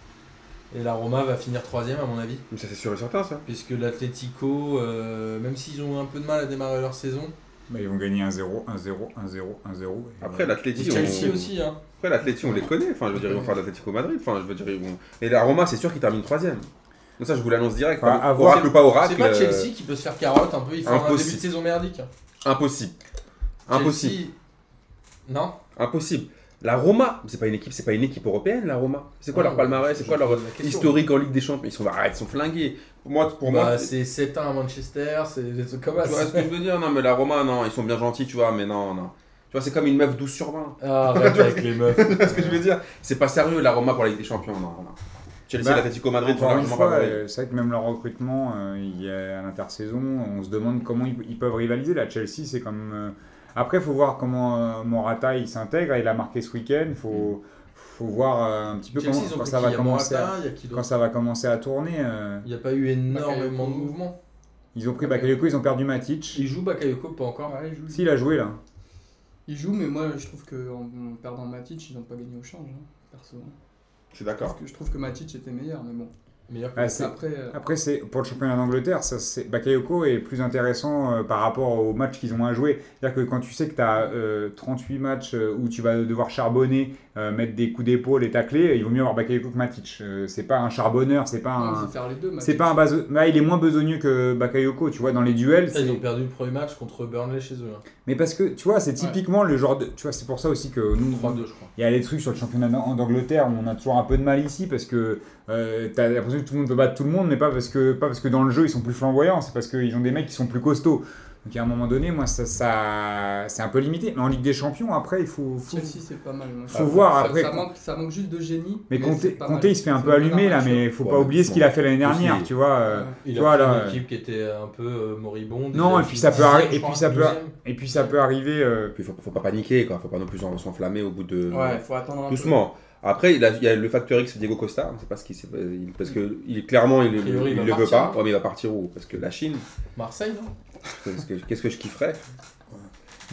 Speaker 1: Et la Roma va finir troisième, à mon avis.
Speaker 3: Mais ça, c'est sûr et certain, ça.
Speaker 1: Puisque l'Atlético, euh, même s'ils ont eu un peu de mal à démarrer leur saison,
Speaker 2: Bah, ils vont gagner 1-0, 1-0, 1-0, 1-0. et
Speaker 3: Après,
Speaker 2: voilà.
Speaker 1: et
Speaker 3: l'Atleti,
Speaker 1: Chelsea
Speaker 3: on...
Speaker 1: aussi, hein.
Speaker 3: Après, l'Atleti, on les connaît. Enfin, je veux dire, ils vont faire de l'Atlético Madrid. Enfin, je veux dire, ils vont... Et la Roma, c'est sûr qu'ils terminent troisième. Donc ça, je vous l'annonce direct.
Speaker 2: Enfin, Bah, à
Speaker 3: Oracle
Speaker 2: voir.
Speaker 3: ou pas oracle.
Speaker 1: C'est pas
Speaker 3: euh,
Speaker 1: Chelsea qui peut se faire carotte un peu, ils font un
Speaker 3: Impossible.
Speaker 1: début de saison merdique. hein.
Speaker 3: euh, Impossible. Impossible.
Speaker 1: Chelsea- Non
Speaker 3: Impossible. La Roma, c'est pas une équipe, c'est pas une équipe européenne, la Roma. C'est quoi
Speaker 1: Ah,
Speaker 3: leur palmarès C'est
Speaker 1: je
Speaker 3: quoi leur
Speaker 1: pose la question.
Speaker 3: historique en Ligue des Champions Ils sont arrête, ils sont flingués. Pour moi, pour
Speaker 1: Bah,
Speaker 3: moi, tu
Speaker 1: c'est 7-1 à Manchester, c'est des trucs comme ça.
Speaker 3: vois ce que je veux dire Non, mais la Roma, non, ils sont bien gentils, tu vois, mais non, non. Tu vois, c'est comme une meuf 12 sur
Speaker 2: (laughs)
Speaker 3: 20.
Speaker 1: Ah, arrête avec les meufs.
Speaker 3: Tu vois ce que je veux dire C'est pas sérieux la Roma pour la Ligue des Champions. Non, non. Chelsea,
Speaker 2: Bah,
Speaker 3: l'Atlético Madrid, sont
Speaker 2: Encore une
Speaker 3: largement
Speaker 2: fois,
Speaker 3: favoris.
Speaker 2: euh, c'est vrai que même leur recrutement, euh, il y a à l'intersaison, on se demande comment ils, ils peuvent rivaliser. La Chelsea, c'est comme. euh, Après, il faut voir comment euh, Morata il s'intègre. Il a marqué ce week-end. Il faut, faut voir euh, un petit peu
Speaker 1: Chelsea,
Speaker 2: comment
Speaker 1: ils ont
Speaker 2: quand
Speaker 1: pris
Speaker 2: ça
Speaker 1: qui
Speaker 2: va
Speaker 1: Il y a
Speaker 2: commencer. à-
Speaker 1: Morata, il y a qui
Speaker 2: Quand
Speaker 1: d'autre
Speaker 2: ça va commencer à tourner, euh,
Speaker 1: Il n'y a pas eu énormément de mouvements.
Speaker 2: ils ont pris Bakayoko, ils ont perdu Matic.
Speaker 1: Il joue Bakayoko, pas encore.
Speaker 4: Ouais, il joue.
Speaker 2: S'il a joué là,
Speaker 4: Il joue, mais moi je trouve qu'en en perdant Matic, ils n'ont pas gagné au change, hein, perso. hein.
Speaker 3: Je suis
Speaker 4: Parce
Speaker 3: d'accord.
Speaker 4: que je trouve que Matic était meilleur, mais bon.
Speaker 1: Meilleur que
Speaker 2: Ah, c'est-
Speaker 4: Après, euh,
Speaker 2: Après, c'est pour le championnat d'Angleterre, ça, c'est- Bakayoko est plus intéressant euh, par rapport aux matchs qu'ils ont à jouer. C'est-à-dire que quand tu sais que tu as 38 matchs euh, où tu vas devoir charbonner, euh, mettre des coups d'épaule et tacler, il vaut mieux avoir Bakayoko que Matic. Euh, c'est pas un charbonneur, c'est pas
Speaker 4: on
Speaker 2: un.
Speaker 4: sait faire les deux.
Speaker 2: C'est
Speaker 4: Matic.
Speaker 2: pas un baso- bah, il est moins besogneux que Bakayoko, tu vois, dans les duels.
Speaker 1: Ça, ils
Speaker 2: c'est-
Speaker 1: ont perdu le premier match contre Burnley chez eux. hein.
Speaker 2: Mais parce que, tu vois, c'est typiquement le genre de. Tu vois, c'est pour ça aussi que nous,
Speaker 1: 3-2, je crois.
Speaker 2: il y a les trucs sur le championnat d'An- d'Angleterre où on a toujours un peu de mal ici parce que euh, t'as l'impression que tout le monde peut battre tout le monde, mais pas parce que, pas parce que dans le jeu ils sont plus flamboyants, c'est parce qu'ils ont des mecs qui sont plus costauds. Donc à un moment donné, moi, ça, ça- c'est un peu limité. Mais en Ligue des Champions, après, il faut. faut-
Speaker 4: Chelsea, c'est pas mal. moi, je
Speaker 2: Faut
Speaker 4: trouve.
Speaker 2: voir
Speaker 4: Ça-
Speaker 2: après.
Speaker 4: Ça manque, ça manque juste de génie.
Speaker 2: Mais
Speaker 4: c'est
Speaker 2: Conté,
Speaker 4: pas
Speaker 2: Conté,
Speaker 4: mal.
Speaker 2: il se fait un
Speaker 4: C'est
Speaker 2: peu
Speaker 4: vraiment
Speaker 2: allumer là,
Speaker 4: un
Speaker 2: mais faut
Speaker 3: Ouais,
Speaker 2: pas
Speaker 3: mais
Speaker 2: oublier ce
Speaker 3: bon,
Speaker 2: qu'il a fait l'année
Speaker 3: aussi,
Speaker 2: dernière, tu vois. euh,
Speaker 4: match.
Speaker 1: Il
Speaker 2: Tu
Speaker 1: a
Speaker 2: vois,
Speaker 1: pris
Speaker 2: là,
Speaker 1: une équipe qui était un peu euh, moribonde.
Speaker 2: Non,
Speaker 1: Il a
Speaker 2: et puis
Speaker 1: fini
Speaker 2: ça peut
Speaker 1: dixième,
Speaker 2: arri- et
Speaker 1: je crois,
Speaker 2: puis ça peut-
Speaker 1: deuxième.
Speaker 2: Et puis ça peut arriver. euh,
Speaker 3: Puis faut, faut pas paniquer, quoi. Faut pas non plus en- s'enflammer au bout de.
Speaker 4: Ouais, faut attendre un peu.
Speaker 3: Doucement. Après, il a- il y a le facteur X Diego Costa, on ne sait pas ce qu'il s'est- il- parce que il, clairement il,
Speaker 1: A priori,
Speaker 3: il
Speaker 1: il va
Speaker 3: le veut
Speaker 1: partir.
Speaker 3: pas. Ouais, mais il va partir où Parce que la Chine,
Speaker 1: Marseille, non
Speaker 3: parce que- qu'est-ce que je kifferais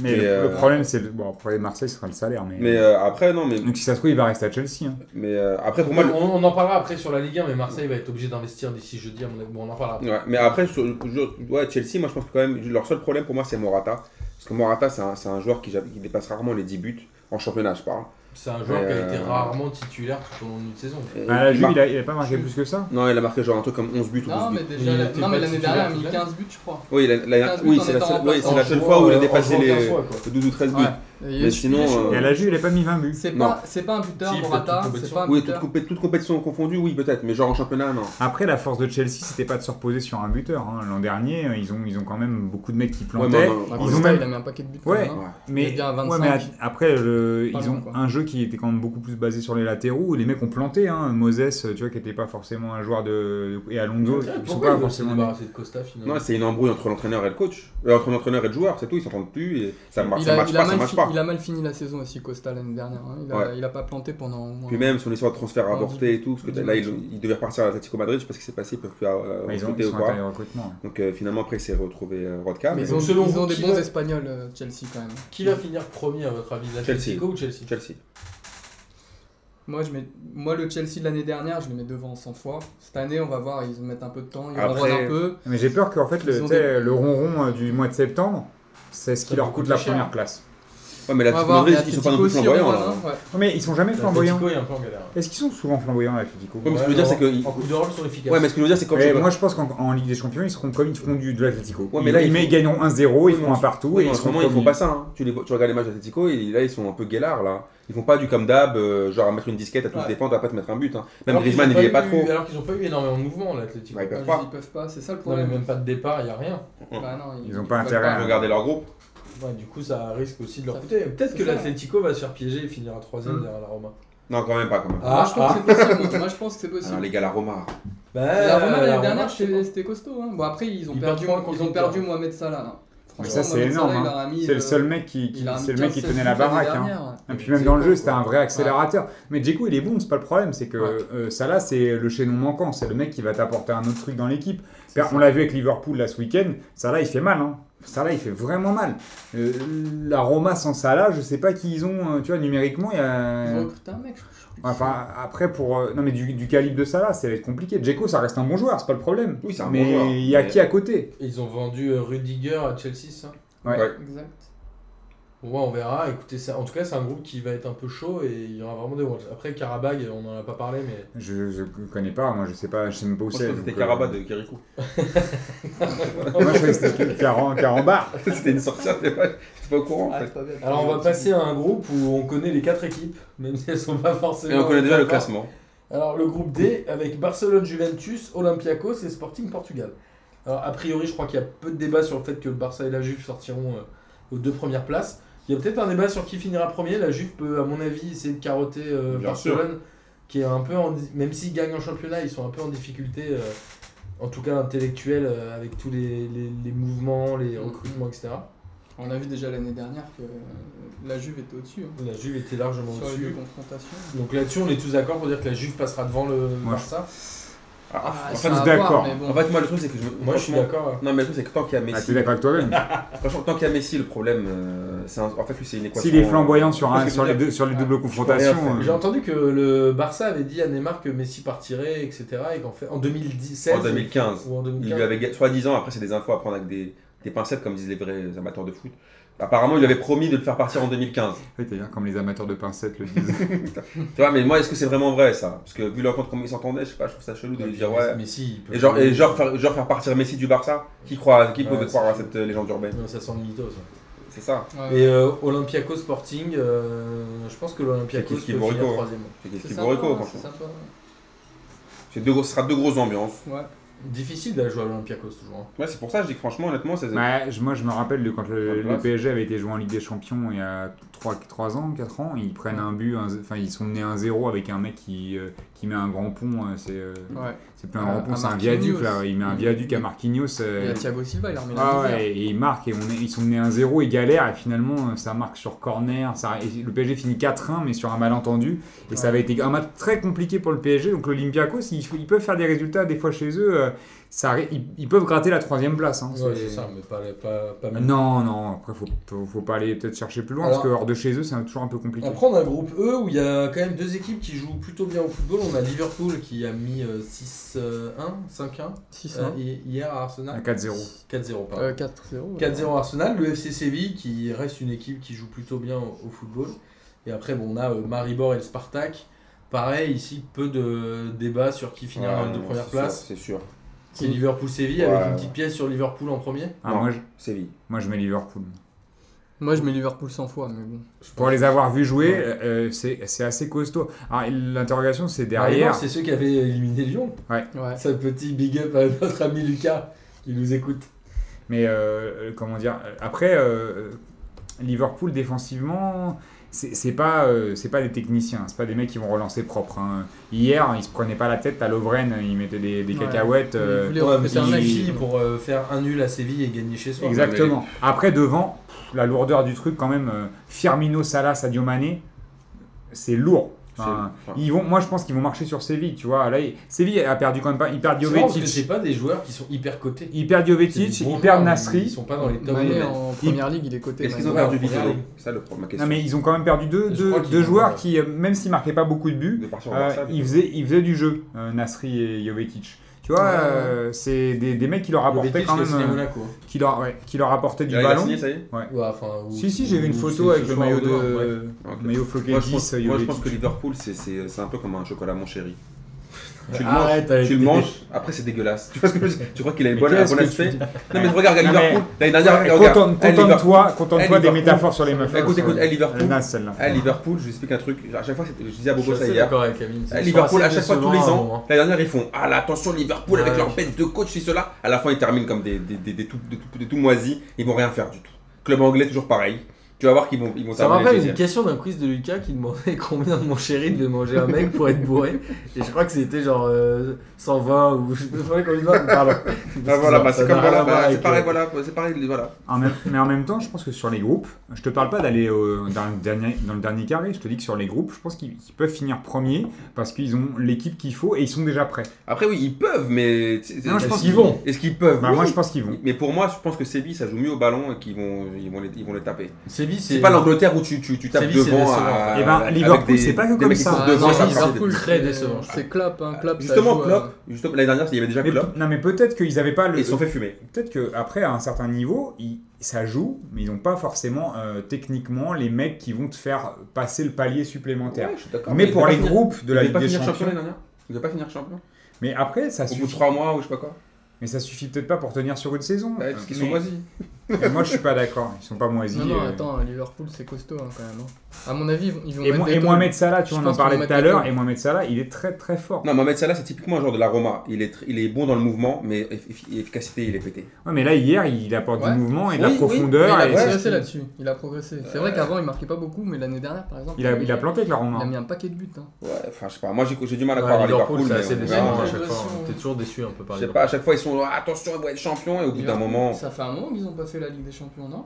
Speaker 2: Mais
Speaker 3: Et,
Speaker 2: le,
Speaker 3: euh,
Speaker 2: le problème, c'est. le- Bon, pour les Marseille, ce sera le salaire. Mais,
Speaker 3: Mais euh, après, non, mais,
Speaker 2: Donc si ça se trouve, il va rester à Chelsea. hein.
Speaker 3: mais euh, après pour moi, le-
Speaker 1: on, on en parlera après sur la Ligue 1, mais Marseille va être obligé d'investir d'ici jeudi. à mon avis. Bon, on en parlera après.
Speaker 3: Ouais, mais après, sur, sur- ouais, Chelsea, moi je pense que quand même, leur seul problème pour moi c'est Morata. Parce que Morata, c'est un, c'est un joueur qui, ja- qui dépasse rarement les 10 buts, en championnat je parle.
Speaker 1: C'est un joueur
Speaker 3: Mais,
Speaker 1: qui a
Speaker 3: euh,
Speaker 1: été rarement titulaire tout au long d'une saison.
Speaker 3: Et-
Speaker 2: À Ah, la
Speaker 3: il
Speaker 2: Juve,
Speaker 3: marque-
Speaker 2: il a, il a pas marqué plus que ça.
Speaker 3: Non, il a marqué genre un truc comme 11 buts ou 12
Speaker 4: Non,
Speaker 3: buts.
Speaker 4: mais déjà,
Speaker 1: Mais
Speaker 4: la-
Speaker 1: t'es
Speaker 4: non,
Speaker 1: pas
Speaker 4: mais l'année dernière, il a mis
Speaker 1: titulaire,
Speaker 4: 15 buts, je crois.
Speaker 3: Oui, la- la-
Speaker 4: 15 buts
Speaker 3: oui,
Speaker 4: en
Speaker 3: c'est la,
Speaker 4: étant
Speaker 3: seule- oui, c'est
Speaker 4: remplaçant.
Speaker 3: la seule fois où il a
Speaker 1: En
Speaker 3: dépassé
Speaker 1: jouant
Speaker 3: les
Speaker 1: 15 fois, quoi.
Speaker 3: 12 ou 13 buts.
Speaker 4: Ouais. Et il est-
Speaker 3: sinon,
Speaker 4: il est chaud.
Speaker 3: euh,
Speaker 2: Et à la Juve, il a pas mis 20 buts.
Speaker 4: C'est
Speaker 3: non.
Speaker 4: pas, c'est pas un buteur,
Speaker 1: Si, il peut
Speaker 4: Morata,
Speaker 1: tout compétition.
Speaker 4: c'est pas un
Speaker 3: Oui, toute,
Speaker 4: buteur.
Speaker 3: compé- toute compétition confondue, oui, peut-être, mais genre en championnat, non.
Speaker 2: Après, la force de Chelsea, c'était pas de se reposer sur un buteur. hein. L'an dernier, euh, ils ont, ils ont quand même beaucoup de mecs qui
Speaker 3: Ouais,
Speaker 2: plantaient.
Speaker 3: mais-
Speaker 4: Bah,
Speaker 2: Ils
Speaker 4: Costa,
Speaker 2: ont même-
Speaker 4: il a mis un paquet de buts.
Speaker 2: Ouais.
Speaker 4: quand même, hein.
Speaker 2: mais
Speaker 4: il y a bien
Speaker 2: ouais, mais
Speaker 4: 25.
Speaker 2: a- après, le-
Speaker 4: Pas
Speaker 2: ils
Speaker 4: loin,
Speaker 2: ont
Speaker 4: quoi.
Speaker 2: un jeu qui était quand même beaucoup plus basé sur les latéraux. où Les mecs ont planté. Hein. Moses, euh, tu vois, qui était pas forcément un joueur de. Et Alonso,
Speaker 1: Ouais,
Speaker 2: qui sont
Speaker 1: Pourquoi
Speaker 2: pas
Speaker 1: ils veulent se
Speaker 2: forcément. des-
Speaker 1: débarrasser de Costa finalement
Speaker 3: Non, c'est une embrouille entre l'entraîneur et le coach. Euh, entre l'entraîneur et le joueur, c'est tout, ils s'entendent plus, et ça ne
Speaker 4: Il a,
Speaker 3: marche
Speaker 4: il a
Speaker 3: pas, ça
Speaker 4: mal
Speaker 3: marche
Speaker 4: fi-
Speaker 3: pas.
Speaker 4: il a mal fini la saison aussi, Costa, l'année dernière. hein. Il, a,
Speaker 3: Ouais.
Speaker 4: il a pas planté pendant au moins.
Speaker 3: Puis même son histoire de transfert
Speaker 4: Ouais,
Speaker 3: avorté et tout, parce que
Speaker 4: dis-
Speaker 3: là,
Speaker 4: dis-
Speaker 3: il, il devait repartir à l'Atlético Madrid, je sais pas ce qui s'est passé, ils peuvent plus euh,
Speaker 2: Bah, ils ont
Speaker 3: recruter
Speaker 2: ils
Speaker 3: ou
Speaker 2: sont
Speaker 3: pas.
Speaker 2: attardés au recrutement. hein.
Speaker 3: Donc euh, finalement, après, il s'est retrouvé euh, Rodka.
Speaker 4: Mais
Speaker 3: Mais
Speaker 4: ils ont,
Speaker 1: Donc, selon
Speaker 4: ils
Speaker 1: vous,
Speaker 4: ont des
Speaker 1: qui
Speaker 4: bons
Speaker 1: va-
Speaker 4: Espagnols, euh, Chelsea, quand même.
Speaker 1: Qui va finir premier à votre avis la
Speaker 3: Chelsea.
Speaker 1: Atlético ou Chelsea
Speaker 3: Chelsea.
Speaker 4: Moi, je mets... Moi, le Chelsea de l'année dernière, je le mets devant 100 fois. Cette année, on va voir, ils mettent un peu de temps, ils
Speaker 2: Après-
Speaker 4: ronronnent un peu.
Speaker 2: Mais j'ai peur qu'en fait, le,
Speaker 4: Ils ont
Speaker 2: tu sais, le ronron euh, du mois de septembre, c'est ce
Speaker 1: Ça
Speaker 2: qui
Speaker 1: va
Speaker 2: leur coûte
Speaker 1: coûter
Speaker 2: la
Speaker 1: cher.
Speaker 2: première place.
Speaker 3: Ouais, mais
Speaker 4: On va
Speaker 3: l'Atlético
Speaker 4: voir,
Speaker 3: Madrid,
Speaker 4: mais
Speaker 3: ils sont pas non
Speaker 4: Atletico
Speaker 3: plus
Speaker 4: aussi,
Speaker 3: flamboyants là.
Speaker 4: ronronne, hein, ouais.
Speaker 2: Non, mais ils sont jamais flamboyants.
Speaker 1: L'Atlético est un peu en galère. hein.
Speaker 2: Est-ce qu'ils sont souvent flamboyants, l'Atlético
Speaker 3: Ouais, mais ce que je veux dire, c'est que.
Speaker 1: En coup de rôle, ils sont efficaces.
Speaker 3: Ouais, mais ce que je veux dire, c'est quand
Speaker 2: Eh,
Speaker 3: tu.
Speaker 2: moi je pense qu'en en Ligue des Champions ils seront comme ils feront du, de l'Atletico.
Speaker 3: Ouais, mais
Speaker 2: mais
Speaker 3: là,
Speaker 2: ils,
Speaker 3: ils
Speaker 2: mais
Speaker 3: font-
Speaker 2: ils gagneront 1-0,
Speaker 3: Oui,
Speaker 2: ils
Speaker 3: mais
Speaker 2: feront un partout
Speaker 3: Oui,
Speaker 2: et
Speaker 3: en
Speaker 2: ils
Speaker 3: ce
Speaker 2: seront
Speaker 3: moment, ils font
Speaker 2: premiers.
Speaker 3: pas ça. hein. Tu, les vois- tu regardes les matchs d'Atletico, et là, ils sont un peu guélards là. Ils font pas du comme d'hab, euh, genre à mettre une disquette, à tous
Speaker 1: Ouais.
Speaker 3: défendre, à pas te mettre un but. hein. Même
Speaker 1: Alors qu'ils
Speaker 3: Griezmann,
Speaker 1: ont
Speaker 3: il y est pas
Speaker 1: eu-
Speaker 3: trop.
Speaker 1: Alors qu'ils n'ont pas eu énormément de mouvements, l'Atlético.
Speaker 3: Bah, ils
Speaker 1: Non,
Speaker 3: peuvent
Speaker 4: Ouais,
Speaker 3: pas.
Speaker 4: Ils peuvent pas, c'est ça le
Speaker 1: mais
Speaker 4: problème.
Speaker 1: même pas de départ, il n'y a rien.
Speaker 4: Bah, non,
Speaker 2: Ils ont pas
Speaker 4: peuvent
Speaker 2: intérêt à-
Speaker 3: Ils vont garder leur groupe.
Speaker 1: Ouais, du coup, ça risque aussi de leur
Speaker 4: Ça-
Speaker 1: coûter. Mmh. Peut-être
Speaker 4: c'est
Speaker 1: que
Speaker 4: ça.
Speaker 1: l'Atlético va se faire piéger et finira troisième
Speaker 2: Mm.
Speaker 1: derrière la Roma.
Speaker 3: Non, quand même pas, quand même.
Speaker 1: Ah,
Speaker 4: Moi, je pense que c'est possible. Moi, je pense que c'est
Speaker 3: Alors, les
Speaker 4: possible.
Speaker 3: gars, la Roma.
Speaker 1: Bah,
Speaker 4: La Roma, l'année
Speaker 1: Roma,
Speaker 4: dernière,
Speaker 1: je sais
Speaker 4: c'était c'était costaud. hein. Bon, après, ils ont
Speaker 1: Ils
Speaker 4: perdu
Speaker 1: perdent contre
Speaker 4: ils ont
Speaker 1: l'Inter.
Speaker 4: perdu Mohamed Salah. là.
Speaker 2: Mais
Speaker 4: Franchement,
Speaker 2: ça c'est
Speaker 4: Mohamed
Speaker 2: énorme.
Speaker 4: Salah, il
Speaker 2: hein.
Speaker 4: leur a mis,
Speaker 2: C'est le
Speaker 4: euh,
Speaker 2: seul mec qui, qui-
Speaker 4: il a mis
Speaker 2: c'est le mec qui
Speaker 4: 15,
Speaker 2: tenait la
Speaker 4: 16 buts l'année
Speaker 2: baraque. hein.
Speaker 4: dernière, ouais.
Speaker 2: Et puis
Speaker 1: Mais
Speaker 2: même
Speaker 1: c'est
Speaker 2: dans le
Speaker 1: quoi,
Speaker 2: jeu c'était
Speaker 1: quoi.
Speaker 2: un vrai accélérateur. Mais Djekou il est bon, c'est pas le problème, c'est que euh, Salah c'est le chaînon manquant, c'est le mec qui va t'apporter un autre truc dans l'équipe. On l'a vu avec Liverpool là ce week-end, Salah il fait mal. Hein. Salah il fait vraiment mal. Euh, la Roma sans Salah, je sais pas qui ils ont, euh, tu vois, numériquement il y a...
Speaker 4: Ils ont recruté un mec, je je sais plus.
Speaker 2: Enfin, après, pour. euh, non, mais du, du calibre de Salah, ça va être compliqué. Dzeko, ça reste un bon joueur, c'est pas le problème.
Speaker 3: Oui, c'est un
Speaker 2: mais
Speaker 3: bon joueur.
Speaker 2: il y a
Speaker 3: Mais-
Speaker 2: qui à côté
Speaker 1: pas. Ils ont vendu euh, Rudiger à Chelsea, ça
Speaker 2: Ouais.
Speaker 3: Ouais.
Speaker 4: Exact.
Speaker 1: Ouais, on verra. Écoutez, ça, en tout cas, c'est un groupe qui va être un peu chaud et il y aura vraiment des watch. Après, Karabag, on n'en a pas parlé, mais
Speaker 2: je, je connais pas, moi je sais pas, je sais même pas où
Speaker 3: Je pense
Speaker 2: c'est.
Speaker 3: que c'était
Speaker 2: donc, euh,
Speaker 3: Caraba de Kirikou.
Speaker 2: Moi je croyais que c'était Caran- Carambar.
Speaker 3: (laughs) c'était une sorcière, t'es pas, t'es pas au courant.
Speaker 4: Ah,
Speaker 3: en fait.
Speaker 1: alors on va passer à un groupe où on connaît les quatre équipes, même si elles sont pas forcément.
Speaker 3: Et on connaît déjà le
Speaker 1: d'accord.
Speaker 3: classement.
Speaker 1: Alors le groupe D avec Barcelone, Juventus, Olympiakos et Sporting Portugal. Alors a priori, je crois qu'il y a peu de débat sur le fait que le Barça et la Juve sortiront euh, aux deux premières places. Il y a peut-être un débat sur qui finira premier. La Juve peut, à mon avis, essayer de carotter euh,
Speaker 3: Bien sûr.
Speaker 1: Barcelone, qui est un peu en di- même s'ils gagnent en championnat, ils sont un peu en difficulté, euh, en tout cas intellectuelle, euh, avec tous les, les- les mouvements, les recrutements, etc.
Speaker 4: On a vu déjà l'année dernière que euh, la Juve était au-dessus. hein,
Speaker 1: La Juve était largement
Speaker 4: sur les deux
Speaker 1: au-dessus.
Speaker 4: confrontations.
Speaker 1: Donc là-dessus, on est tous d'accord pour dire que la Juve passera devant le Barça.
Speaker 3: Ah,
Speaker 4: Ah,
Speaker 3: en, fait,
Speaker 4: ça
Speaker 2: je
Speaker 4: à
Speaker 2: suis
Speaker 4: voir,
Speaker 2: d'accord.
Speaker 4: mais bon.
Speaker 3: en fait, moi, le truc, c'est que je.
Speaker 1: Moi, je suis
Speaker 3: franchement-
Speaker 1: d'accord.
Speaker 3: Non, mais le truc, c'est que tant qu'il y a
Speaker 2: Ah,
Speaker 3: Messi.
Speaker 2: t'es d'accord avec toi-même
Speaker 3: Franchement, tant qu'il y a Messi, le problème, euh, c'est un- en fait, lui, c'est une équation. euh,
Speaker 2: S'il est flamboyant sur, un,
Speaker 3: Parce que Ah,
Speaker 2: sur, les,
Speaker 3: peut-être-
Speaker 2: deux, sur les
Speaker 4: Ouais.
Speaker 2: doubles confrontations.
Speaker 1: J'ai
Speaker 2: euh,
Speaker 1: entendu que le Barça avait dit à Neymar que Messi partirait, etc. Et qu'en fait, en 2016
Speaker 3: En 2015.
Speaker 1: ou en
Speaker 3: Il
Speaker 1: 2015,
Speaker 3: lui avait, ga- soi-disant, après c'est des infos à prendre avec des, des pincettes comme disent les vrais amateurs de foot. Apparemment, il lui avait promis de le faire partir en 2015.
Speaker 2: ouais, t'es bien, comme les amateurs de pincettes
Speaker 3: (laughs)
Speaker 2: le disent.
Speaker 3: Tu vois, mais moi, est-ce que c'est vraiment vrai ça Parce que vu leur compte, comment ils s'entendaient, je sais pas, je trouve ça chelou de lui dire ouais.
Speaker 1: Messi, il peut
Speaker 3: Et genre, et genre, faire, genre faire partir Messi du Barça Qui, croit, qui
Speaker 1: Ouais,
Speaker 3: pouvait
Speaker 1: c'est
Speaker 3: croire à
Speaker 1: chelou.
Speaker 3: cette euh, légende urbaine
Speaker 1: Non, ça sent le mytho, ça.
Speaker 3: C'est ça.
Speaker 4: Ouais.
Speaker 1: Et euh, Olympiaco Sporting, euh, je pense que l'Olympiaco
Speaker 3: C'est hein. qui,
Speaker 1: peut
Speaker 3: qui,
Speaker 1: finir
Speaker 3: Borico
Speaker 1: troisième.
Speaker 3: C'est
Speaker 4: C'est
Speaker 3: qu'est-ce qu'il
Speaker 4: sympa,
Speaker 3: vaut Rico,
Speaker 4: hein, c'est
Speaker 3: franchement.
Speaker 4: sympa.
Speaker 3: C'est deux grosses- Ce sera deux grosses ambiances.
Speaker 4: Ouais.
Speaker 1: Difficile d'aller jouer à l'Olympiakos toujours. hein.
Speaker 3: Ouais, c'est pour ça que je dis que franchement, honnêtement, c'est.
Speaker 2: Ouais, je- moi, je me rappelle de quand le,
Speaker 3: Bonne
Speaker 2: le
Speaker 3: place.
Speaker 2: PSG avait été joué en Ligue des Champions il y a 3, ans, 4 ans. Ils prennent un but, un- enfin, ils sont menés 1-0 avec un mec qui, euh, qui met un grand pont. euh, C'est euh,
Speaker 4: Ouais.
Speaker 2: c'est plus un
Speaker 4: À-
Speaker 2: grand pont,
Speaker 4: à
Speaker 2: c'est un
Speaker 4: Marquinhos.
Speaker 2: viaduc là. Il met un viaduc à Marquinhos. euh,
Speaker 4: Et à Thiago Silva, il a remis la
Speaker 2: Ah
Speaker 4: misère.
Speaker 2: ouais, et ils marquent et on est- ils sont menés 1-0, ils galèrent et finalement euh, ça marque sur corner. Ça, et le PSG finit 4-1 mais sur un malentendu et ça
Speaker 4: Ouais.
Speaker 2: avait été un match très compliqué pour le PSG. Donc l'Olympiakos, ils, f- ils peuvent faire des résultats des fois chez eux. euh, Ça, ré- ils, ils peuvent gratter la troisième place. hein,
Speaker 1: Ouais,
Speaker 2: c'est-
Speaker 1: c'est ça, mais pas, pas, pas
Speaker 3: Ah
Speaker 1: mal.
Speaker 2: Non, non, après faut, faut, faut pas aller peut-être chercher plus loin
Speaker 1: Alors-
Speaker 2: parce que hors de chez eux c'est toujours un peu compliqué.
Speaker 1: On prend un groupe E où il y a quand même deux équipes qui jouent plutôt bien au football. On a Liverpool qui a mis euh, 6-1, 5-1
Speaker 4: 6-1.
Speaker 1: euh, hi- hier à
Speaker 2: À
Speaker 1: Arsenal.
Speaker 2: 4-0.
Speaker 1: 4-0, pardon.
Speaker 4: hein. Euh, 4-0.
Speaker 1: 4-0 Arsenal, le FC Séville qui reste une équipe qui joue plutôt bien au, au football. Et après, bon, on a euh, Maribor et le Spartak. Pareil, ici, peu de débats sur qui
Speaker 3: Ouais,
Speaker 1: finira en de
Speaker 3: Ah, non,
Speaker 1: première
Speaker 3: c'est sûr,
Speaker 1: place.
Speaker 3: C'est sûr.
Speaker 1: C'est Liverpool-Séville
Speaker 3: Ouais.
Speaker 1: avec une petite pièce sur Liverpool en premier.
Speaker 2: Ah,
Speaker 3: Non.
Speaker 2: moi, je,
Speaker 3: Séville.
Speaker 2: moi je mets Liverpool.
Speaker 4: Moi, je mets Liverpool 100 fois, mais bon.
Speaker 2: Pour les avoir vus jouer, euh, c'est c'est assez costaud. Alors l'interrogation c'est derrière.
Speaker 1: Maribor, c'est ceux qui avaient éliminé Lyon. (laughs)
Speaker 4: Ouais.
Speaker 1: Ce petit big up à notre ami Lucas. Il nous écoute.
Speaker 2: Mais euh, euh, comment dire euh, Après, euh, Liverpool défensivement, c'est c'est pas euh, c'est pas des techniciens, c'est pas des mecs qui vont relancer propre. hein. Hier, ils se prenaient pas la tête à Lovren, ils mettaient des, des
Speaker 4: Ouais.
Speaker 2: cacahuètes. euh,
Speaker 4: Il voulait
Speaker 1: Ouais, mais
Speaker 4: recruter
Speaker 1: c'est
Speaker 4: un
Speaker 1: un
Speaker 4: mec
Speaker 1: défi
Speaker 4: qui-
Speaker 1: pour euh, faire un nul à Séville et gagner chez soi.
Speaker 2: exactement. Après, devant, pff, la lourdeur du truc quand même. euh, Firmino, Salah, Sadio Mané, c'est lourd.
Speaker 3: C'est-
Speaker 2: Enfin,
Speaker 3: enfin,
Speaker 2: ils vont, moi, je pense qu'ils vont marcher sur Séville, tu vois. Là, ils- Séville a perdu quand même pas. Ils perdent
Speaker 1: C'est marrant parce que
Speaker 2: Jovetic,
Speaker 1: c'est pas des joueurs qui sont hyper cotés.
Speaker 2: ils perdent
Speaker 1: C'est
Speaker 2: Jovetic,
Speaker 1: des bons
Speaker 2: ils perdent
Speaker 1: joueurs, mais
Speaker 2: Nasri.
Speaker 1: Ils sont pas dans les top
Speaker 4: Mané
Speaker 1: de-
Speaker 4: en première ligue, il est coté.
Speaker 3: Est-ce qu'ils ont
Speaker 1: Ouais,
Speaker 3: perdu
Speaker 1: on
Speaker 3: Vitolo
Speaker 1: regarde.
Speaker 3: C'est ça le problème. Ma
Speaker 2: Non
Speaker 3: question.
Speaker 2: mais ils ont quand même perdu deux,
Speaker 1: Je
Speaker 2: deux-
Speaker 1: crois qu'ils
Speaker 2: deux
Speaker 1: ont-
Speaker 2: joueurs qui, euh, même s'ils marquaient pas beaucoup de buts,
Speaker 3: De partir au
Speaker 2: euh,
Speaker 3: Barça,
Speaker 2: ils,
Speaker 3: mais-
Speaker 2: faisaient, ils faisaient du jeu, euh, Nasri et Jovetic. Tu vois,
Speaker 4: Ouais, ouais,
Speaker 2: euh, c'est des, des mecs qui leur apportaient
Speaker 1: Jovetic,
Speaker 2: quand
Speaker 1: il a
Speaker 2: même,
Speaker 1: signé à
Speaker 2: euh,
Speaker 1: Monaco.
Speaker 2: qui leur, ouais, qui leur apportaient du
Speaker 3: Il a
Speaker 2: ballon.
Speaker 3: signé, ça y est
Speaker 1: Ouais, enfin, ou-
Speaker 2: Si si, j'ai vu une
Speaker 1: ou c'est
Speaker 2: photo avec
Speaker 1: ce
Speaker 2: le
Speaker 1: soir
Speaker 2: maillot
Speaker 1: ou demain, ouais.
Speaker 2: de euh,
Speaker 3: Ok.
Speaker 2: maillot floqué
Speaker 3: Moi, je
Speaker 2: 10
Speaker 3: pense,
Speaker 2: euh,
Speaker 3: moi, je pense
Speaker 2: Jovetic.
Speaker 3: que Liverpool, c'est- c'est c'est un peu comme un chocolat, mon chéri. Tu
Speaker 1: Ah
Speaker 3: le manges,
Speaker 1: Arrête avec
Speaker 3: tu le
Speaker 1: tes-
Speaker 3: manges, après c'est dégueulasse. Tu vois ce que je veux dire Tu crois qu'il a une
Speaker 2: Mais
Speaker 3: bonne, un
Speaker 2: qu'est-ce
Speaker 3: bon
Speaker 2: que
Speaker 3: aspect
Speaker 2: tu dis
Speaker 3: Non mais regarde, à
Speaker 2: Non,
Speaker 3: Liverpool, l'année dernière,
Speaker 2: Ouais,
Speaker 3: regarde,
Speaker 2: contente-
Speaker 3: à Liverpool-
Speaker 2: Contente-toi contente-toi
Speaker 3: Elle,
Speaker 2: des
Speaker 3: Liverpool.
Speaker 2: métaphores sur les meufs.
Speaker 3: Écoute, écoute, elle,
Speaker 2: Elle est
Speaker 3: Liverpool,
Speaker 2: naze, celle-là.
Speaker 3: à Liverpool, je vous explique un truc. À chaque fois, c'est- je disais à
Speaker 1: Je suis
Speaker 3: Bobo ça
Speaker 1: assez
Speaker 3: hier.
Speaker 1: d'accord avec Amine.
Speaker 3: À
Speaker 1: Ils sont
Speaker 3: Eh, Liverpool, à
Speaker 1: assez
Speaker 3: chaque fois, tous les
Speaker 1: décevants à un
Speaker 3: ans,
Speaker 2: hein.
Speaker 1: moment.
Speaker 3: l'année dernière, ils font Ah, l'attention, Liverpool avec
Speaker 1: Ouais.
Speaker 3: leur bête de coach, c'est cela. À la fin, ils terminent comme des, des, des, des tout, des tout- des tout moisis, ils vont rien faire du tout. Club anglais, toujours pareil. Tu vas voir qu'ils vont, ils vont
Speaker 1: Ça me
Speaker 3: terminer
Speaker 1: rappelle une
Speaker 3: deuxième.
Speaker 1: question d'un quiz de Lucas qui demandait (laughs) combien de mon chéri devait manger un mec pour être bourré. Et je crois que c'était genre euh, 120 ou je me souviens combien de fois, pardon.
Speaker 3: Ah, voilà, bah, c'est
Speaker 1: Ça n'a
Speaker 3: comme
Speaker 1: rien
Speaker 3: voilà,
Speaker 1: à voir
Speaker 3: bah,
Speaker 1: avec,
Speaker 3: c'est pareil,
Speaker 1: euh,
Speaker 3: voilà, c'est pareil, voilà.
Speaker 2: En même- mais en même temps, je pense que sur les groupes, je te parle pas d'aller euh, dans, le dernier- dans le dernier carré, je te dis que sur les groupes, je pense qu'ils qu'ils peuvent finir premier parce qu'ils ont l'équipe qu'il faut et ils sont déjà prêts.
Speaker 3: Après, oui, ils peuvent, mais. tu sais,
Speaker 2: Non, je
Speaker 3: est-ce
Speaker 2: pense
Speaker 1: qu'ils
Speaker 3: qu'ils-
Speaker 1: vont.
Speaker 3: Est-ce qu'ils peuvent
Speaker 2: Bah,
Speaker 3: Oui.
Speaker 2: Moi, je pense qu'ils vont.
Speaker 3: Mais pour moi, je pense que Séville, ça joue mieux au ballon et qu'ils vont, ils vont, les, ils vont les taper.
Speaker 1: Séville,
Speaker 3: C'est pas l'Angleterre où tu, tu, tu tapes
Speaker 1: Séville, c'est
Speaker 3: devant.
Speaker 1: décevant.
Speaker 3: À,
Speaker 2: Eh ben,
Speaker 3: avec
Speaker 2: Liverpool,
Speaker 3: des-
Speaker 2: c'est pas que
Speaker 3: des
Speaker 2: comme
Speaker 3: mecs qui
Speaker 2: ça.
Speaker 3: courent devant,
Speaker 1: Ah,
Speaker 3: ça
Speaker 1: non,
Speaker 3: part.
Speaker 1: Liverpool, très décevant, je
Speaker 4: C'est Klopp, hein. Klopp, ça
Speaker 3: Justement,
Speaker 4: joue,
Speaker 3: Klopp, justement, l'année dernière, il y avait déjà
Speaker 2: Mais
Speaker 3: Klopp.
Speaker 2: pe- non, mais peut-être qu'ils avaient pas
Speaker 3: Et
Speaker 2: le.
Speaker 3: Ils se sont fait fumer.
Speaker 2: Peut-être qu'après, à un certain niveau, ils- ça joue, mais ils n'ont pas forcément euh, techniquement les mecs qui vont te faire passer le palier supplémentaire.
Speaker 3: Ouais, je suis d'accord,
Speaker 2: mais
Speaker 3: ils
Speaker 2: pour
Speaker 3: devaient
Speaker 2: les
Speaker 3: pas finir-
Speaker 2: groupes
Speaker 3: ils
Speaker 2: de la
Speaker 3: devaient
Speaker 2: Ligue
Speaker 3: pas
Speaker 2: des
Speaker 3: finir
Speaker 2: Champions.
Speaker 3: champion l'année dernière. Ils devaient pas finir champion.
Speaker 2: Mais après, ça
Speaker 3: Au bout de
Speaker 2: suffit.
Speaker 3: 3 mois ou je sais pas quoi.
Speaker 2: Mais ça suffit peut-être pas pour tenir sur une saison.
Speaker 3: Ouais, parce qu'ils
Speaker 2: Euh,
Speaker 3: sont
Speaker 2: mais-
Speaker 3: moisis.
Speaker 2: Et moi, je suis pas d'accord. Ils sont pas moisis.
Speaker 4: Non, non,
Speaker 2: euh.
Speaker 4: attends, Liverpool, c'est costaud hein, quand même. hein. À mon avis, ils vont- ils vont
Speaker 2: Et,
Speaker 4: mettre
Speaker 2: Mo-
Speaker 4: des
Speaker 2: et
Speaker 4: taux.
Speaker 2: Mohamed Salah, tu
Speaker 4: Je
Speaker 2: vois, on en
Speaker 4: pense
Speaker 2: parlait
Speaker 4: qu'ils vont
Speaker 2: tout à
Speaker 4: mettre
Speaker 2: l'heure.
Speaker 4: des
Speaker 2: Et Mohamed Salah, il est très très fort.
Speaker 3: Non, Mohamed Salah, c'est typiquement un joueur de la Roma. Il est, tr- il est bon dans le mouvement, mais eff- efficacité, il est pété.
Speaker 2: Ouais, mais là, hier, il apporte
Speaker 4: Ouais.
Speaker 2: du mouvement et de
Speaker 4: Oui,
Speaker 2: la
Speaker 4: oui,
Speaker 2: profondeur.
Speaker 4: mais
Speaker 2: et
Speaker 4: il a
Speaker 2: c'est-
Speaker 4: progressé là-dessus. Il a progressé. C'est vrai qu'avant, il marquait pas beaucoup, mais l'année dernière, par exemple,
Speaker 2: il, a, il a planté avec la
Speaker 4: il a
Speaker 2: Roma.
Speaker 4: mis un paquet de buts. hein.
Speaker 3: Ouais, enfin, je sais pas. Moi, j'ai j'ai du mal à
Speaker 1: Ouais,
Speaker 3: croire à
Speaker 1: Liverpool,
Speaker 3: Liverpool.
Speaker 1: c'est assez
Speaker 3: mais on
Speaker 1: décevant
Speaker 3: verra.
Speaker 1: à
Speaker 4: Ouais,
Speaker 1: chaque fois. hein.
Speaker 4: progression.
Speaker 1: T'es toujours déçu un peu par
Speaker 3: Je sais
Speaker 1: Liverpool.
Speaker 3: pas, à chaque fois, ils sont ah, attention, on va être champion, et au bout d'un
Speaker 4: Liverpool,
Speaker 3: moment.
Speaker 4: Ça fait un moment qu'ils n'ont pas fait la Ligue des Champions, non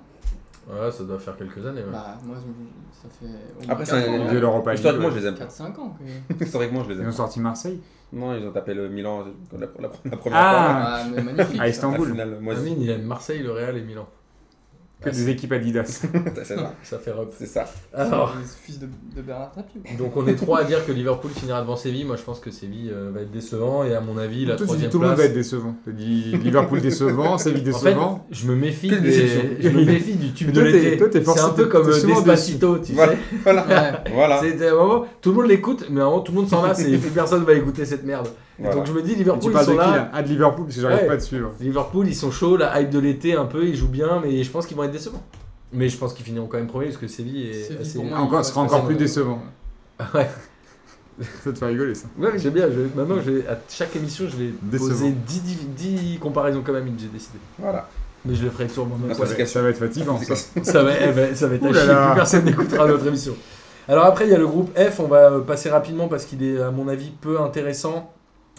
Speaker 1: Ouais, ça doit faire quelques années. ouais.
Speaker 4: Bah, moi, je- ça fait. au moins
Speaker 3: Après, c'est
Speaker 4: quatre ans,
Speaker 3: un-
Speaker 2: De
Speaker 4: hein.
Speaker 2: l'Europa League.
Speaker 3: Historiquement,
Speaker 2: ouais.
Speaker 3: je les aime pas.
Speaker 4: 4-5 ans. quoi.
Speaker 3: (laughs) Historiquement, je les
Speaker 2: Ils
Speaker 3: aime
Speaker 2: ont sorti Marseille.
Speaker 3: pas. Non, ils ont tapé le Milan euh, la, la- la première
Speaker 2: (laughs) Ah,
Speaker 4: Ah, mais magnifique.
Speaker 2: à
Speaker 4: ça.
Speaker 3: fois. La
Speaker 2: Istanbul.
Speaker 3: finale, moi,
Speaker 1: Amine, il aime Marseille, le Real et Milan.
Speaker 2: Que des
Speaker 1: (laughs)
Speaker 2: équipes Adidas.
Speaker 3: c'est ça.
Speaker 1: Ça fait rep.
Speaker 3: C'est ça. (laughs) Oh.
Speaker 1: Alors,
Speaker 4: Le fils de, de Bernard Tapie.
Speaker 1: donc on est trois à dire que Liverpool finira devant Séville. Moi, je pense que Séville euh, va être décevant et à mon avis, la
Speaker 2: Toi, tu dis
Speaker 1: troisième
Speaker 2: tout le monde
Speaker 1: place.
Speaker 2: va être décevant. Tu dis
Speaker 4: (laughs)
Speaker 2: Liverpool décevant, Séville
Speaker 1: En fait,
Speaker 2: décevant.
Speaker 1: je me méfie
Speaker 3: Quelle déception.
Speaker 1: des, je me méfie du tube
Speaker 2: Mais
Speaker 1: de
Speaker 2: toi, t'es-
Speaker 1: l'été.
Speaker 2: toi, t'es
Speaker 1: C'est
Speaker 2: forcé-
Speaker 1: un peu
Speaker 2: t'es-
Speaker 1: comme
Speaker 2: t'es
Speaker 1: euh,
Speaker 2: souvent
Speaker 1: Despacito, tu
Speaker 3: Voilà.
Speaker 1: sais.
Speaker 3: Voilà.
Speaker 4: Ouais.
Speaker 3: Voilà.
Speaker 1: C'est à un moment, tout le monde l'écoute, mais à un moment, tout le monde s'en lasse
Speaker 2: (laughs)
Speaker 1: et plus personne va écouter cette merde. Et
Speaker 3: Voilà.
Speaker 1: Donc je me dis,
Speaker 2: Et tu
Speaker 1: Liverpool, ils
Speaker 2: parles de
Speaker 1: sont
Speaker 2: qui
Speaker 1: là.
Speaker 2: là Ah, de Liverpool, parce que j'arrive
Speaker 1: Ouais.
Speaker 2: pas à te suivre.
Speaker 1: Liverpool, ils sont chauds, la hype de l'été un peu, ils jouent bien, mais je pense qu'ils vont être décevants. Mais je pense qu'ils finiront quand même premier parce que Séville est
Speaker 4: Séville,
Speaker 1: assez.
Speaker 4: pour moi,
Speaker 2: Encore-
Speaker 4: il
Speaker 2: ce sera
Speaker 4: va
Speaker 2: encore
Speaker 4: passer
Speaker 2: plus
Speaker 4: le-
Speaker 2: décevant.
Speaker 1: Ouais.
Speaker 2: Ça te fait rigoler ça.
Speaker 1: Ouais, mais j'aime bien. je- Maintenant, je vais- à chaque émission, je vais
Speaker 2: Décevant.
Speaker 1: poser 10, dix comparaisons comme Amine, j'ai décidé.
Speaker 3: Voilà.
Speaker 1: Mais je le ferai sur moi-même.
Speaker 3: Ah,
Speaker 2: Ça
Speaker 1: Ouais.
Speaker 3: c'est
Speaker 2: va, ça va être fatigant ça.
Speaker 1: (laughs) Ça va, eh ben, ça va être à
Speaker 2: Ouh là
Speaker 1: chier,
Speaker 2: là.
Speaker 1: plus personne n'écoutera notre émission. Alors après, il y a le groupe F, on va euh, passer rapidement parce qu'il est, à mon avis, peu intéressant,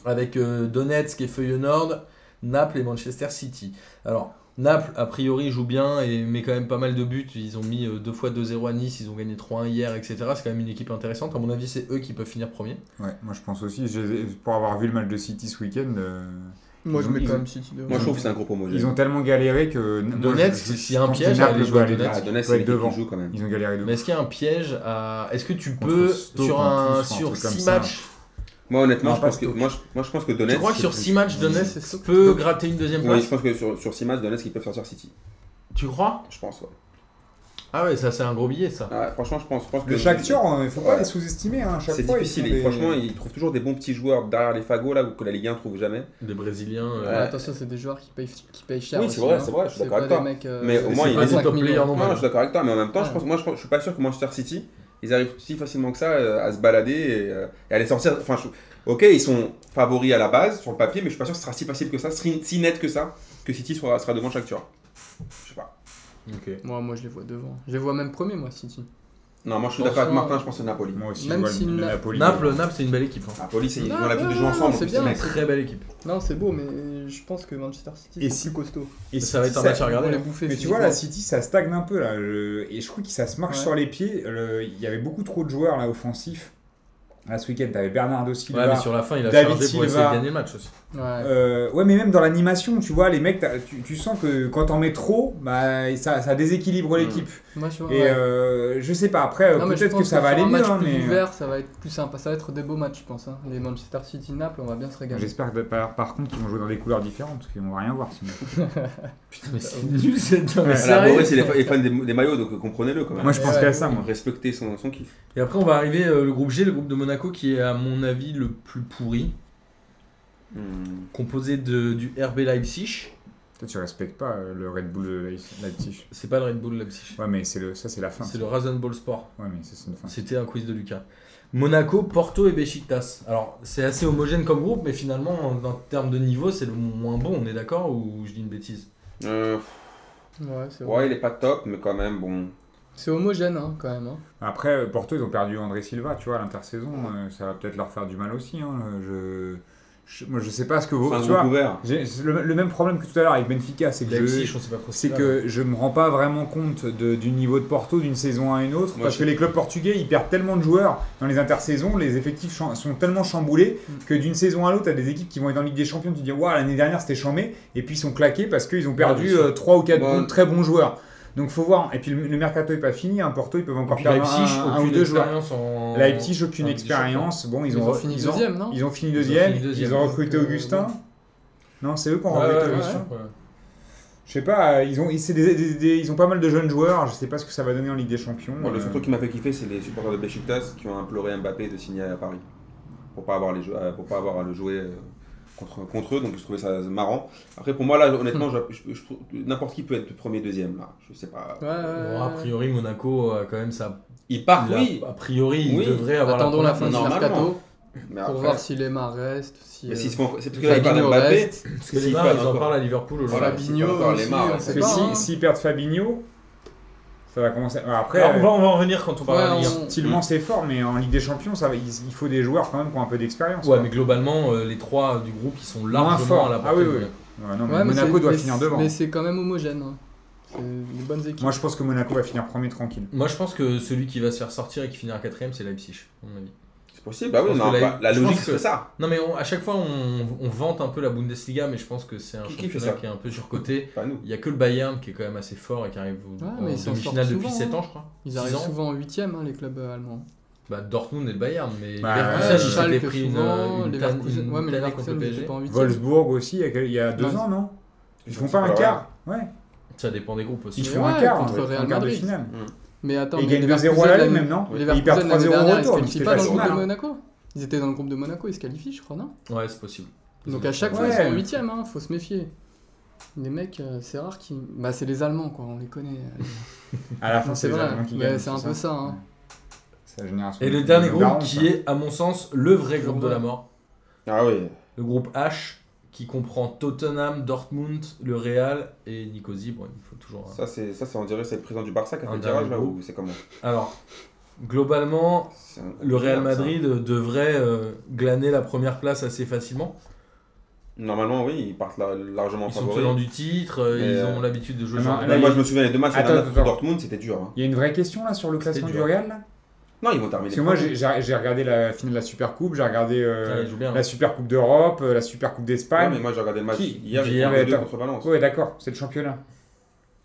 Speaker 1: avec euh, Donetsk et Feuillenord, Naples et Manchester City. Alors, Naples, a priori, joue bien et met quand même pas mal de buts. Ils ont mis euh, deux fois 2-0 à Nice, ils ont gagné 3-1 hier, etc. C'est quand même une équipe intéressante. À mon avis, c'est eux qui peuvent finir premier.
Speaker 2: Ouais, moi je pense aussi, j'ai- pour avoir vu le match de City ce week-end, euh,
Speaker 4: Moi, je
Speaker 2: Ils
Speaker 4: mets
Speaker 2: ont-
Speaker 4: quand même City devant.
Speaker 3: Moi, je trouve que c'est un groupe homogène.
Speaker 2: ils ont tellement galéré que. moi,
Speaker 1: Donetsk,
Speaker 2: je- je
Speaker 1: s'il y a un
Speaker 2: pense que
Speaker 1: piège,
Speaker 2: Naples
Speaker 1: allez
Speaker 2: doit
Speaker 1: jouer à
Speaker 2: aller-
Speaker 1: Donetsk.
Speaker 3: Ah, Donetsk,
Speaker 2: doit
Speaker 3: c'est
Speaker 2: être
Speaker 3: l'équipe
Speaker 2: devant.
Speaker 3: qui joue quand même.
Speaker 2: Ils ont galéré de
Speaker 1: Mais est-ce qu'il y a un piège à... Est-ce que tu
Speaker 2: Contre
Speaker 1: peux,
Speaker 2: Stoke,
Speaker 1: sur,
Speaker 2: en plus,
Speaker 1: un,
Speaker 2: enfin, un
Speaker 1: sur
Speaker 2: truc comme
Speaker 1: 6
Speaker 2: ça.
Speaker 1: matchs,
Speaker 3: Moi, honnêtement,
Speaker 2: Non,
Speaker 3: je
Speaker 2: pas
Speaker 3: pense, que,
Speaker 2: Stoke.
Speaker 3: moi, je, moi, je pense que
Speaker 1: tu
Speaker 3: Donetsk.
Speaker 1: crois que sur
Speaker 2: c'est-
Speaker 1: 6 matchs,
Speaker 4: c'est-
Speaker 1: Donetsk
Speaker 4: c'est-
Speaker 1: peut gratter une deuxième
Speaker 3: Ouais,
Speaker 1: place
Speaker 3: je pense que sur, sur 6 matchs, Donetsk, ils peuvent sortir City.
Speaker 1: Tu crois
Speaker 3: Je pense, ouais.
Speaker 1: Ah ouais, ça c'est un gros billet ça.
Speaker 3: Ah, franchement, je pense, je pense que.
Speaker 2: Le Shakhtar, hein, il faut pas
Speaker 3: Ouais.
Speaker 2: les sous-estimer. Hein. à chaque
Speaker 3: C'est
Speaker 2: fois, ils
Speaker 3: difficile.
Speaker 2: font
Speaker 3: et
Speaker 2: des-
Speaker 3: Franchement, ils trouvent toujours des bons petits joueurs derrière les fagots là que la Ligue 1 trouve jamais.
Speaker 1: Des Brésiliens.
Speaker 4: Ouais,
Speaker 1: euh,
Speaker 3: Ouais.
Speaker 4: Attention, c'est des joueurs qui payent, qui payent cher.
Speaker 3: Oui, c'est
Speaker 4: aussi,
Speaker 3: vrai,
Speaker 4: hein.
Speaker 3: c'est vrai, je suis
Speaker 4: C'est
Speaker 3: d'accord
Speaker 4: pas
Speaker 3: avec
Speaker 4: des mecs, euh,
Speaker 3: Mais au
Speaker 4: c'est
Speaker 3: moins, ils-
Speaker 4: pas
Speaker 3: ils
Speaker 1: sont
Speaker 4: 5
Speaker 1: top
Speaker 4: millions.
Speaker 1: players, non
Speaker 3: Non, je suis d'accord avec toi, mais en même temps, je,
Speaker 4: Ouais.
Speaker 3: pense, moi, je, pense- je suis pas sûr que Manchester City, ils arrivent si facilement que ça euh, à se balader et, euh, et à les sortir. Enfin, je- ok, ils sont favoris à la base sur le papier, mais je suis pas sûr que ce sera si facile que ça, si, si net que ça, que City sera, sera devant chaque tueur. Je sais pas.
Speaker 1: Ok.
Speaker 4: Moi, moi, je les vois devant. Je les vois même premier, moi, City.
Speaker 3: Non, moi, je suis d'accord avec
Speaker 4: Franchement,
Speaker 3: Martin, je pense que c'est Napoli.
Speaker 2: Moi aussi,
Speaker 4: Même
Speaker 2: je vois
Speaker 4: si
Speaker 2: le- le
Speaker 4: Na-
Speaker 2: Napoli.
Speaker 1: Naples, Naples c'est une belle équipe. hein.
Speaker 3: Napoli, c'est- ils
Speaker 4: Non,
Speaker 3: ont l'habitude de
Speaker 4: non,
Speaker 3: jouer
Speaker 4: non,
Speaker 3: ensemble. en
Speaker 4: c'est
Speaker 3: plus,
Speaker 4: bien,
Speaker 3: les
Speaker 1: C'est
Speaker 3: mecs.
Speaker 1: une très belle équipe.
Speaker 4: Non, c'est beau, mais je pense que Manchester City,
Speaker 2: Et
Speaker 4: c'est
Speaker 2: si-
Speaker 4: plus costaud.
Speaker 2: Et
Speaker 1: Ça va
Speaker 2: City,
Speaker 1: être un match à regarder.
Speaker 4: On les bouffer
Speaker 2: Mais tu vois, la
Speaker 4: physiquement.
Speaker 2: City, ça stagne un peu là. Je- Et je trouve que ça se marche
Speaker 4: Ouais.
Speaker 2: sur les pieds. Le- Il y avait beaucoup trop de joueurs là offensifs. Là, ce week-end, t'avais Bernardo Silva.
Speaker 1: hein. Ouais, mais sur la fin il a
Speaker 2: hein. David
Speaker 1: chargé pour
Speaker 2: Silva.
Speaker 1: essayer de gagner le match aussi.
Speaker 4: Ouais.
Speaker 2: Euh, ouais, mais même dans l'animation, tu vois, les mecs, t'as- tu, tu sens que quand t'en mets trop, bah, ça, ça déséquilibre l'équipe.
Speaker 4: Moi, je vois.
Speaker 2: Et
Speaker 4: ouais.
Speaker 2: euh, je sais pas, après, euh,
Speaker 4: Non, mais je
Speaker 2: peut-être
Speaker 4: pense
Speaker 2: que ça va
Speaker 4: sur
Speaker 2: aller
Speaker 4: un
Speaker 2: mieux.
Speaker 4: match
Speaker 2: hein,
Speaker 4: plus
Speaker 2: mais...
Speaker 4: ouvert, ça va être plus sympa. Ça va être des beaux matchs, je pense. hein. Les Manchester City, Naples, on va bien se régaler.
Speaker 2: J'espère que par, par contre qu'ils vont jouer dans des couleurs différentes parce qu'ils vont rien voir. sinon.
Speaker 1: Putain, mais c'est nul cette non, mais
Speaker 3: Voilà,
Speaker 1: sérieux.
Speaker 3: Boris, il est fa- il est fan des, des maillots, donc euh, comprenez-le quand même.
Speaker 2: moi je pense
Speaker 4: ouais,
Speaker 2: qu'à ça, moi.
Speaker 3: Respectez son, son kiff.
Speaker 1: Et après on va arriver euh, le groupe G, le groupe de Monaco qui est à mon avis le plus pourri,
Speaker 3: Hmm.
Speaker 1: composé de, du RB Leipzig.
Speaker 2: Toi, tu respectes pas euh, le Red Bull de Leip- Leipzig.
Speaker 1: C'est pas le Red Bull Leipzig.
Speaker 2: Ouais, mais c'est le, ça, c'est la fin.
Speaker 1: C'est le Rasenball Sport.
Speaker 2: Ouais, mais ça, c'est une fin.
Speaker 1: C'était un quiz de Lucas. Monaco, Porto et Besiktas. Alors, c'est assez homogène comme groupe, mais finalement, en, en termes de niveau, c'est le moins bon, on est d'accord Ou je dis une bêtise
Speaker 3: Euh,
Speaker 4: Ouais, c'est vrai.
Speaker 3: ouais, il est pas top, mais quand même, bon.
Speaker 4: C'est homogène, hein, quand même. hein.
Speaker 2: Après, euh, Porto, ils ont perdu André Silva, tu vois, à l'intersaison. euh, Ça va peut-être leur faire du mal aussi. hein, euh, Je... je- Moi, je sais pas ce que vous.
Speaker 3: C'est un
Speaker 2: tu
Speaker 3: groupe
Speaker 2: vois,
Speaker 3: ouvert.
Speaker 2: j'ai- c'est le, le même problème que tout à l'heure avec Benfica, c'est que je-
Speaker 1: Leipzig, on sait pas trop ce
Speaker 2: c'est
Speaker 1: qu'il y a,
Speaker 2: que je me rends pas vraiment compte de- du niveau de Porto d'une saison à une autre
Speaker 3: Moi,
Speaker 2: parce
Speaker 3: je-
Speaker 2: que les clubs portugais ils perdent tellement de joueurs dans les intersaisons, les effectifs chan- sont tellement chamboulés
Speaker 4: Mm.
Speaker 2: que d'une saison à l'autre, t'as des équipes qui vont être en Ligue des Champions, tu te dis waouh l'année dernière c'était chambé et puis ils sont claqués parce qu'ils ont
Speaker 1: bien
Speaker 2: perdu
Speaker 1: sûr. Bah,
Speaker 2: 3 ou 4
Speaker 3: Bon.
Speaker 2: très bons joueurs. Donc faut voir et puis le, le mercato est pas fini, hein, Porto ils peuvent
Speaker 1: là. Et
Speaker 2: encore
Speaker 1: puis
Speaker 2: perdre
Speaker 1: Leipzig,
Speaker 2: un, un ou
Speaker 1: aucune
Speaker 2: deux joueurs.
Speaker 1: expérience en-
Speaker 2: Leipzig aucune
Speaker 1: en Ligue des
Speaker 2: expérience, bon ils,
Speaker 4: Ils, ont, fini deuxième, non
Speaker 2: ils ont fini
Speaker 1: Ils ont
Speaker 2: deuxième,
Speaker 1: fini deuxième,
Speaker 2: ils ont
Speaker 1: donc,
Speaker 2: recruté
Speaker 4: euh,
Speaker 2: Augustin. Non, c'est eux qui ont
Speaker 1: Champions. Ouais,
Speaker 2: recruté
Speaker 1: ouais,
Speaker 2: Augustin.
Speaker 1: ouais, ouais.
Speaker 2: Je sais pas, euh, ils ont, ils, c'est des- des- des- ils ont pas mal de jeunes joueurs, je sais pas ce que ça va donner en Ligue des Champions.
Speaker 1: Hmm.
Speaker 3: Moi, le
Speaker 2: euh,
Speaker 3: surtout qui m'a fait kiffer, c'est les supporters de Besiktas qui ont imploré Mbappé de signer à Paris pour pas avoir les jeux- euh, pour pas avoir à le jouer euh, contre, contre eux, donc je trouvais ça marrant. Après, pour moi, là,
Speaker 1: (laughs)
Speaker 3: honnêtement, je- je- je- n'importe qui peut être premier, deuxième, là. Je sais pas.
Speaker 4: Ouais, ouais,
Speaker 1: Bon, a
Speaker 4: ouais.
Speaker 1: priori, Monaco, euh, quand même, ça.
Speaker 3: Ils partent,
Speaker 1: il a-
Speaker 3: Ah, oui,
Speaker 1: A priori, il
Speaker 3: Oui.
Speaker 1: devrait avoir
Speaker 4: Attendons la fin
Speaker 1: première
Speaker 4: du
Speaker 3: normalement.
Speaker 4: mercato
Speaker 3: mais
Speaker 4: pour
Speaker 3: après-
Speaker 4: voir si Neymar reste, si
Speaker 3: mais
Speaker 4: euh,
Speaker 3: s'ils se font- C'est parce que là, ils parlent
Speaker 4: Fabinho
Speaker 3: d'Mbappé.
Speaker 4: reste.
Speaker 1: Parce que les
Speaker 3: S'il
Speaker 1: Barres,
Speaker 3: parle
Speaker 1: ils en
Speaker 3: encore.
Speaker 1: parlent à Liverpool
Speaker 3: Voilà,
Speaker 1: aujourd'hui.
Speaker 3: c'est
Speaker 4: Fabinho
Speaker 3: pas encore
Speaker 4: aussi,
Speaker 3: Neymar,
Speaker 4: on
Speaker 3: ouais.
Speaker 2: Parce
Speaker 4: sait
Speaker 2: que
Speaker 4: pas,
Speaker 2: si-
Speaker 4: hein.
Speaker 2: s'ils perdent Fabinho, ça va commencer. Alors après,
Speaker 1: Alors, on,
Speaker 2: euh,
Speaker 1: va, on va en revenir quand on parlera
Speaker 4: Ouais,
Speaker 1: de Ligue
Speaker 4: on-
Speaker 2: Tillman, c'est fort, mais en Ligue des Champions, ça, va- il, il faut des joueurs quand même qui ont un peu d'expérience.
Speaker 1: 1. Ouais,
Speaker 2: quoi.
Speaker 1: mais globalement, euh, les trois du groupe, ils sont
Speaker 2: Moins
Speaker 1: largement
Speaker 2: forts.
Speaker 1: à la
Speaker 2: Ah
Speaker 1: portée
Speaker 2: oui,
Speaker 1: de
Speaker 2: oui.
Speaker 1: Monaco.
Speaker 2: Ouais, non, mais
Speaker 4: Ouais, mais
Speaker 2: Monaco
Speaker 4: c'est-
Speaker 2: doit
Speaker 4: mais
Speaker 2: finir
Speaker 4: c'est-
Speaker 2: devant.
Speaker 4: Mais c'est quand même homogène. hein. C'est des bonnes équipes.
Speaker 2: Moi, je pense que Monaco va finir premier tranquille.
Speaker 1: Moi, je pense que celui qui va se faire sortir et qui finira quatrième, c'est Leipzig, à mon avis.
Speaker 3: C'est possible, bah oui,
Speaker 1: Je pense
Speaker 3: non,
Speaker 1: que la-
Speaker 3: bah, la
Speaker 1: je pense
Speaker 3: logique,
Speaker 1: que-
Speaker 3: c'est ça.
Speaker 1: Non, mais on- à chaque fois, on, on vante un peu la Bundesliga, mais je pense que c'est un
Speaker 3: Qui- qui fait
Speaker 1: championnat
Speaker 3: ça
Speaker 1: qui est un peu surcoté.
Speaker 3: Pas nous.
Speaker 1: Il y a que le Bayern qui est quand même assez fort et qui arrive au-
Speaker 4: Ouais,
Speaker 1: en
Speaker 4: mais ils s'en
Speaker 1: demi-finale
Speaker 4: sortent
Speaker 1: depuis
Speaker 4: souvent,
Speaker 1: 7
Speaker 4: hein.
Speaker 1: ans, je crois.
Speaker 4: Ils
Speaker 1: 6
Speaker 4: arrivent
Speaker 1: ans.
Speaker 4: souvent en huitième, hein, les clubs euh, allemands.
Speaker 1: Bah, Dortmund et le Bayern, mais
Speaker 2: Bah,
Speaker 1: Leverkusen,
Speaker 2: ouais,
Speaker 1: ils
Speaker 4: Schalke
Speaker 1: s'étaient pris une,
Speaker 2: euh,
Speaker 4: souvent,
Speaker 1: une, tarte-
Speaker 4: Leverkusen-
Speaker 1: une
Speaker 4: ouais, mais
Speaker 1: tannée
Speaker 4: Leverkusen
Speaker 1: contre le
Speaker 4: n'était
Speaker 1: PSG.
Speaker 4: pas en huitième.
Speaker 2: Wolfsburg aussi, il y a, quel- il y a deux
Speaker 4: Ouais.
Speaker 2: ans, non Ils font
Speaker 3: C'est
Speaker 2: pas un
Speaker 3: vrai.
Speaker 2: quart Ouais,
Speaker 1: Ça dépend des groupes aussi.
Speaker 2: ils
Speaker 4: Mais
Speaker 2: font un
Speaker 4: ouais,
Speaker 2: quart
Speaker 4: contre
Speaker 2: en fait,
Speaker 4: Real
Speaker 2: un quart de
Speaker 4: Madrid.
Speaker 2: finale.
Speaker 4: Mais attends,
Speaker 2: Et ils
Speaker 4: mais
Speaker 2: gagnent 2-0 à
Speaker 4: Leverkusen,
Speaker 2: l'aller
Speaker 4: l'année-
Speaker 2: même, non
Speaker 3: Oui.
Speaker 2: Ils perdent 3-0
Speaker 4: Leverkusen, l'année
Speaker 2: au
Speaker 4: dernière,
Speaker 2: retour,
Speaker 4: Ils
Speaker 2: donc
Speaker 4: se qualifient
Speaker 2: c'était
Speaker 4: pas
Speaker 2: pas
Speaker 4: dans
Speaker 2: si
Speaker 4: le
Speaker 2: mal.
Speaker 4: groupe de
Speaker 2: hein.
Speaker 4: Monaco. Ils étaient dans le groupe de Monaco, ils se qualifient, je crois, non
Speaker 1: Ouais, c'est possible.
Speaker 4: Donc à chaque fois,
Speaker 2: Ouais.
Speaker 4: ils sont en huitième, hein, faut se méfier. Les mecs, euh, c'est rare qui. Bah, c'est les Allemands, quoi, on les connaît.
Speaker 2: À la fin, Ah, c'est les
Speaker 4: vrai,
Speaker 2: Allemands qui
Speaker 4: mais
Speaker 2: gagnent.
Speaker 4: c'est un peu ça. hein.
Speaker 2: C'est la génération.
Speaker 1: Et le
Speaker 2: de-
Speaker 1: dernier
Speaker 2: de
Speaker 1: groupe
Speaker 2: Daron, ça.
Speaker 1: qui est, à mon sens, le vrai groupe de la mort.
Speaker 3: Ah oui.
Speaker 1: Le groupe H qui comprend Tottenham, Dortmund, le Real et Nicosie. Bon, il faut toujours. hein.
Speaker 3: Ça, c'est, ça, c'est, on dirait, c'est le président du Barça qui a
Speaker 1: Un
Speaker 3: fait le tirage,
Speaker 1: dernier
Speaker 3: là,
Speaker 1: groupe.
Speaker 3: ou c'est comment
Speaker 1: Alors, globalement,
Speaker 3: C'est un-
Speaker 1: le Real
Speaker 3: ça.
Speaker 1: Madrid devrait euh, glaner la première place assez facilement.
Speaker 3: Normalement, oui, ils partent la- largement
Speaker 1: Ils sont
Speaker 3: favoris.
Speaker 1: tenants du titre, euh,
Speaker 3: Mais,
Speaker 1: ils
Speaker 3: euh,
Speaker 1: ont l'habitude de jouer
Speaker 2: Ah, non,
Speaker 1: sur
Speaker 2: là,
Speaker 1: le
Speaker 3: Là,
Speaker 1: ballon.
Speaker 3: moi, je me souviens, les deux matchs
Speaker 2: Attends,
Speaker 3: à la-
Speaker 2: attends,
Speaker 3: contre
Speaker 2: attends.
Speaker 3: Dortmund, c'était dur. hein.
Speaker 2: Il y a une vraie question là sur le classement
Speaker 1: C'était
Speaker 2: du
Speaker 1: dur.
Speaker 2: Real là
Speaker 3: Non, ils vont terminer.
Speaker 2: Parce que moi j'ai j'ai- j'ai regardé la finale de la Super Coupe, j'ai regardé
Speaker 1: Ah,
Speaker 2: euh,
Speaker 1: ils jouent bien.
Speaker 2: la Super Coupe d'Europe, euh, la Super Coupe
Speaker 3: Ouais, mais
Speaker 2: d'Espagne.
Speaker 3: moi, j'ai regardé le match
Speaker 2: Qui
Speaker 3: hier, ils
Speaker 1: Hier,
Speaker 3: ont perdu
Speaker 2: mais attends.
Speaker 3: contre Valence.
Speaker 2: Ouais, d'accord, c'est le championnat.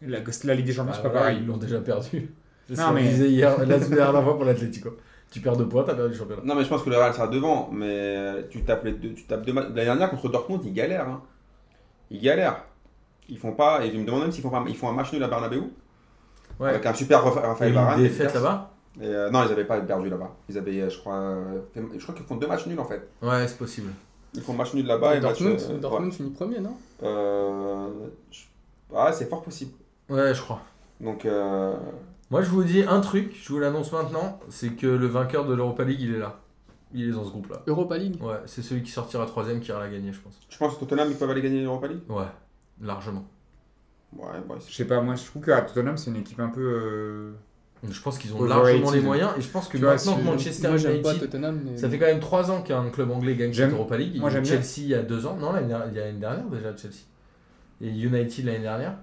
Speaker 2: La, la Ligue des
Speaker 1: Bah,
Speaker 2: Champions,
Speaker 3: Ah,
Speaker 2: c'est pas
Speaker 1: voilà,
Speaker 2: pareil.
Speaker 1: Ils l'ont déjà perdu. C'est
Speaker 2: (laughs) Non,
Speaker 1: ce qu'on
Speaker 2: mais-
Speaker 1: disait hier, la
Speaker 2: (laughs)
Speaker 1: dernière fois pour l'Atlético. Tu perds deux points, t'as perdu le championnat.
Speaker 3: Non, mais je pense que le Real sera devant, mais euh, tu tapes les deux, tu tapes deux matchs. La dernière contre Dortmund, ils galèrent. hein. Ils galèrent. Ils font pas, et je me demande même s'ils font, pas- ils font un match nul à Bernabeu.
Speaker 1: Ouais.
Speaker 3: Avec un super Rafa-
Speaker 1: Il y a
Speaker 3: Raphaël
Speaker 1: eu
Speaker 3: Varane.
Speaker 1: une défaite
Speaker 3: efficace.
Speaker 1: là-bas
Speaker 3: Et, euh, non, ils n'avaient pas perdu là-bas. Ils avaient, euh, je crois, euh, fait- je crois qu'ils font deux matchs nuls en fait.
Speaker 1: Ouais, c'est possible.
Speaker 3: Ils font match nul là-bas et match.
Speaker 4: Dortmund,
Speaker 3: euh,
Speaker 4: Dortmund finit premier, non
Speaker 3: ouais. Euh, je- ah, c'est fort possible.
Speaker 1: Ouais, je crois.
Speaker 3: Donc, euh,
Speaker 1: Moi, je vous dis un truc, je vous l'annonce maintenant, c'est que le vainqueur de l'Europa League, il est là. Il est dans ce groupe-là.
Speaker 4: Europa League.
Speaker 1: Ouais, c'est celui qui sortira troisième qui ira la gagner, je pense.
Speaker 3: je pense que Tottenham ils peuvent aller gagner l'Europa League.
Speaker 1: Ouais, largement.
Speaker 3: Ouais, ouais,
Speaker 2: Je
Speaker 3: c'est-
Speaker 2: sais pas, moi je trouve que à Tottenham c'est une équipe un peu. euh,
Speaker 1: Je pense qu'ils ont
Speaker 2: Overrated.
Speaker 1: largement les moyens et je pense que
Speaker 2: Tu vois,
Speaker 1: maintenant que
Speaker 2: c'est-
Speaker 1: Manchester
Speaker 4: Moi, j'aime pas
Speaker 1: United,
Speaker 4: Tottenham. mais-
Speaker 1: ça fait quand même trois ans qu'un club anglais gagne cette
Speaker 2: J'aime-
Speaker 1: Europa League. Ils
Speaker 2: moi,
Speaker 1: ont
Speaker 2: j'aime bien.
Speaker 1: Chelsea il y a deux ans, non, l'année dernière- il y a l'année dernière déjà Chelsea. Et United l'année dernière.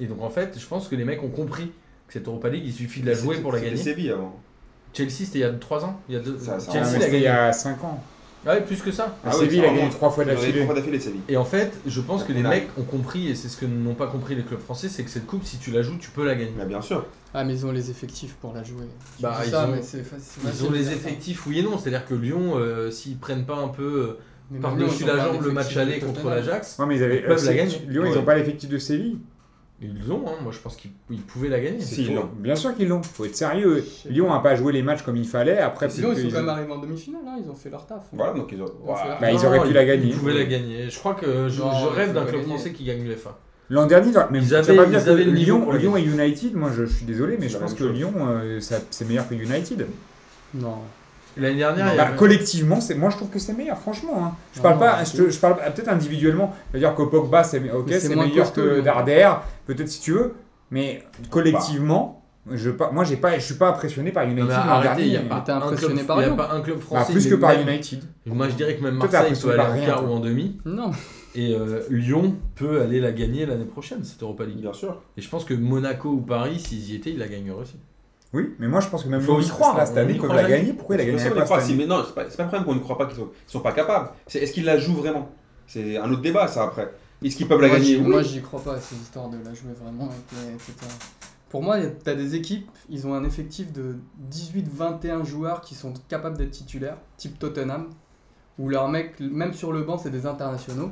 Speaker 1: Et donc en fait, je pense que les mecs ont compris que cette Europa League, il suffit de la jouer pour la
Speaker 3: c'était
Speaker 1: gagner.
Speaker 3: Séville avant.
Speaker 1: Chelsea, c'était il y a trois ans, il y a deux.
Speaker 3: Ça, ça
Speaker 2: ah, mais
Speaker 1: Chelsea
Speaker 3: remonte.
Speaker 1: l'a
Speaker 2: c'était il y
Speaker 1: gagné.
Speaker 2: a 5 ans.
Speaker 1: Ah ouais, plus que ça.
Speaker 2: À
Speaker 3: Ah oui,
Speaker 2: Séville,
Speaker 3: ça
Speaker 2: il a gagné
Speaker 3: remonte.
Speaker 2: 3 fois
Speaker 3: Ils avaient
Speaker 2: d'affilée.
Speaker 3: trois fois d'affilée Séville.
Speaker 1: Et en fait, je pense que les
Speaker 3: Ouais.
Speaker 1: mecs ont compris, et c'est ce que n'ont pas compris les clubs français, c'est que cette coupe, si tu la joues, tu peux la gagner.
Speaker 3: Mais bien sûr.
Speaker 4: Ah, mais ils ont les effectifs pour la jouer. Je
Speaker 1: Bah,
Speaker 4: dis
Speaker 1: ils
Speaker 4: ça,
Speaker 1: ont-
Speaker 4: mais c'est fa- c'est
Speaker 1: Ils
Speaker 4: facile
Speaker 1: ont
Speaker 4: de
Speaker 1: les
Speaker 4: dire ça.
Speaker 1: effectifs, oui et non. C'est-à-dire que Lyon, euh, s'ils prennent pas un peu euh,
Speaker 4: Mais maintenant,
Speaker 1: par-dessus
Speaker 4: ils ont
Speaker 1: la
Speaker 4: pas
Speaker 1: jambe le
Speaker 4: l'effectif
Speaker 1: match
Speaker 4: de
Speaker 1: aller contre
Speaker 4: Tottenham.
Speaker 1: l'Ajax,
Speaker 2: Ouais, mais ils avaient.
Speaker 1: Ils peuvent la
Speaker 2: euh,
Speaker 1: gagner.
Speaker 2: Lyon, ils
Speaker 1: Ouais.
Speaker 2: ont pas l'effectif de Séville.
Speaker 1: ils l'ont, hein. moi je pense qu'ils ils pouvaient la gagner.
Speaker 3: Si, ils l'ont.
Speaker 2: Bien sûr qu'ils l'ont. Faut être sérieux.
Speaker 4: Je sais
Speaker 2: Lyon a pas joué les matchs comme il fallait. Après,
Speaker 4: Sinon, ils
Speaker 2: peut-être
Speaker 4: sont quand
Speaker 2: qu'ils-
Speaker 4: même arrivés en demi-finale, hein, ils ont fait leur taf.
Speaker 3: Voilà, donc ils ont. Voilà.
Speaker 2: Bah, ils
Speaker 1: Non,
Speaker 2: auraient pu la gagner.
Speaker 1: Ils pouvaient la gagner. Je crois que je,
Speaker 4: Non,
Speaker 1: je
Speaker 4: ils
Speaker 1: rêve d'un
Speaker 4: pouvaient
Speaker 1: club
Speaker 4: gagner.
Speaker 1: français qui gagne l'UEFA.
Speaker 2: L'an dernier, dans- mais
Speaker 1: Ils
Speaker 2: c'est
Speaker 1: avaient-
Speaker 2: pas bien
Speaker 1: ils
Speaker 2: que
Speaker 1: avaient le niveau
Speaker 2: Lyon,
Speaker 1: pour le
Speaker 2: Lyon et United. Moi, je, je suis désolé, mais
Speaker 3: C'est
Speaker 2: je
Speaker 3: la
Speaker 2: pense
Speaker 3: même
Speaker 2: que
Speaker 3: chose.
Speaker 2: Lyon, euh, ça- c'est meilleur que United.
Speaker 4: Non.
Speaker 1: L'année dernière,
Speaker 4: Ah,
Speaker 1: il y
Speaker 2: Bah,
Speaker 1: avait-
Speaker 2: collectivement, c'est, moi, je trouve que c'est meilleur, franchement. hein. Je parle
Speaker 4: Non,
Speaker 2: pas,
Speaker 4: c'est-
Speaker 2: je, te- je parle ah, peut-être individuellement. C'est-à-dire que Pogba, c'est, me- ok,
Speaker 4: Mais c'est
Speaker 2: c'est
Speaker 4: moins
Speaker 2: meilleur
Speaker 4: costaud,
Speaker 2: que
Speaker 4: Lyon.
Speaker 2: Darder, peut-être si tu veux, mais collectivement, je, pas- moi, j'ai pas, je suis pas impressionné par
Speaker 1: Non,
Speaker 2: United.
Speaker 1: mais
Speaker 2: l'an
Speaker 1: arrêtez, il
Speaker 2: dernier.
Speaker 1: n'y a, pas
Speaker 4: t'es
Speaker 1: un club-
Speaker 4: impressionné par
Speaker 1: il y a
Speaker 4: Lyon.
Speaker 1: pas un club
Speaker 2: Bah,
Speaker 1: français.
Speaker 2: plus
Speaker 1: mais
Speaker 2: que par
Speaker 1: même-
Speaker 2: United.
Speaker 1: Moi je dirais que même
Speaker 2: Toi, t'es
Speaker 1: Marseille peut
Speaker 2: impressionné
Speaker 1: aller
Speaker 2: par
Speaker 1: en
Speaker 2: rien,
Speaker 1: quart
Speaker 2: toi.
Speaker 1: ou en demi,
Speaker 4: Non.
Speaker 1: et euh, Lyon peut aller la gagner l'année prochaine, cette Europa League.
Speaker 3: Bien sûr.
Speaker 1: Et je pense que Monaco ou Paris, s'ils y étaient, ils la gagneraient aussi.
Speaker 2: Oui, mais moi, je pense que même
Speaker 1: Faut
Speaker 2: Lyon,
Speaker 1: y croire,
Speaker 2: là, cette
Speaker 1: on
Speaker 2: année,
Speaker 1: y
Speaker 2: peuvent
Speaker 1: croit
Speaker 2: la
Speaker 1: jamais.
Speaker 2: gagner. Pourquoi
Speaker 3: Mais
Speaker 2: ils la
Speaker 3: si on
Speaker 2: gagneraient
Speaker 3: y
Speaker 2: pas
Speaker 3: croit,
Speaker 2: cette
Speaker 3: si-
Speaker 2: année
Speaker 3: mais non, c'est pas, c'est pas le problème qu'on ne croit pas qu'ils sont, ils sont pas capables. C'est est-ce qu'ils la jouent vraiment C'est un autre débat ça après. Est-ce qu'ils peuvent la
Speaker 4: Moi,
Speaker 3: gagner
Speaker 4: j'y-
Speaker 3: Oui.
Speaker 4: Moi, j'y crois pas à cette histoire de la jouer vraiment, et- etc. Pour moi, y a- t'as des équipes, ils ont un effectif de 18-21 joueurs qui sont capables d'être titulaires, type Tottenham, où leurs mecs, même sur le banc, c'est des internationaux.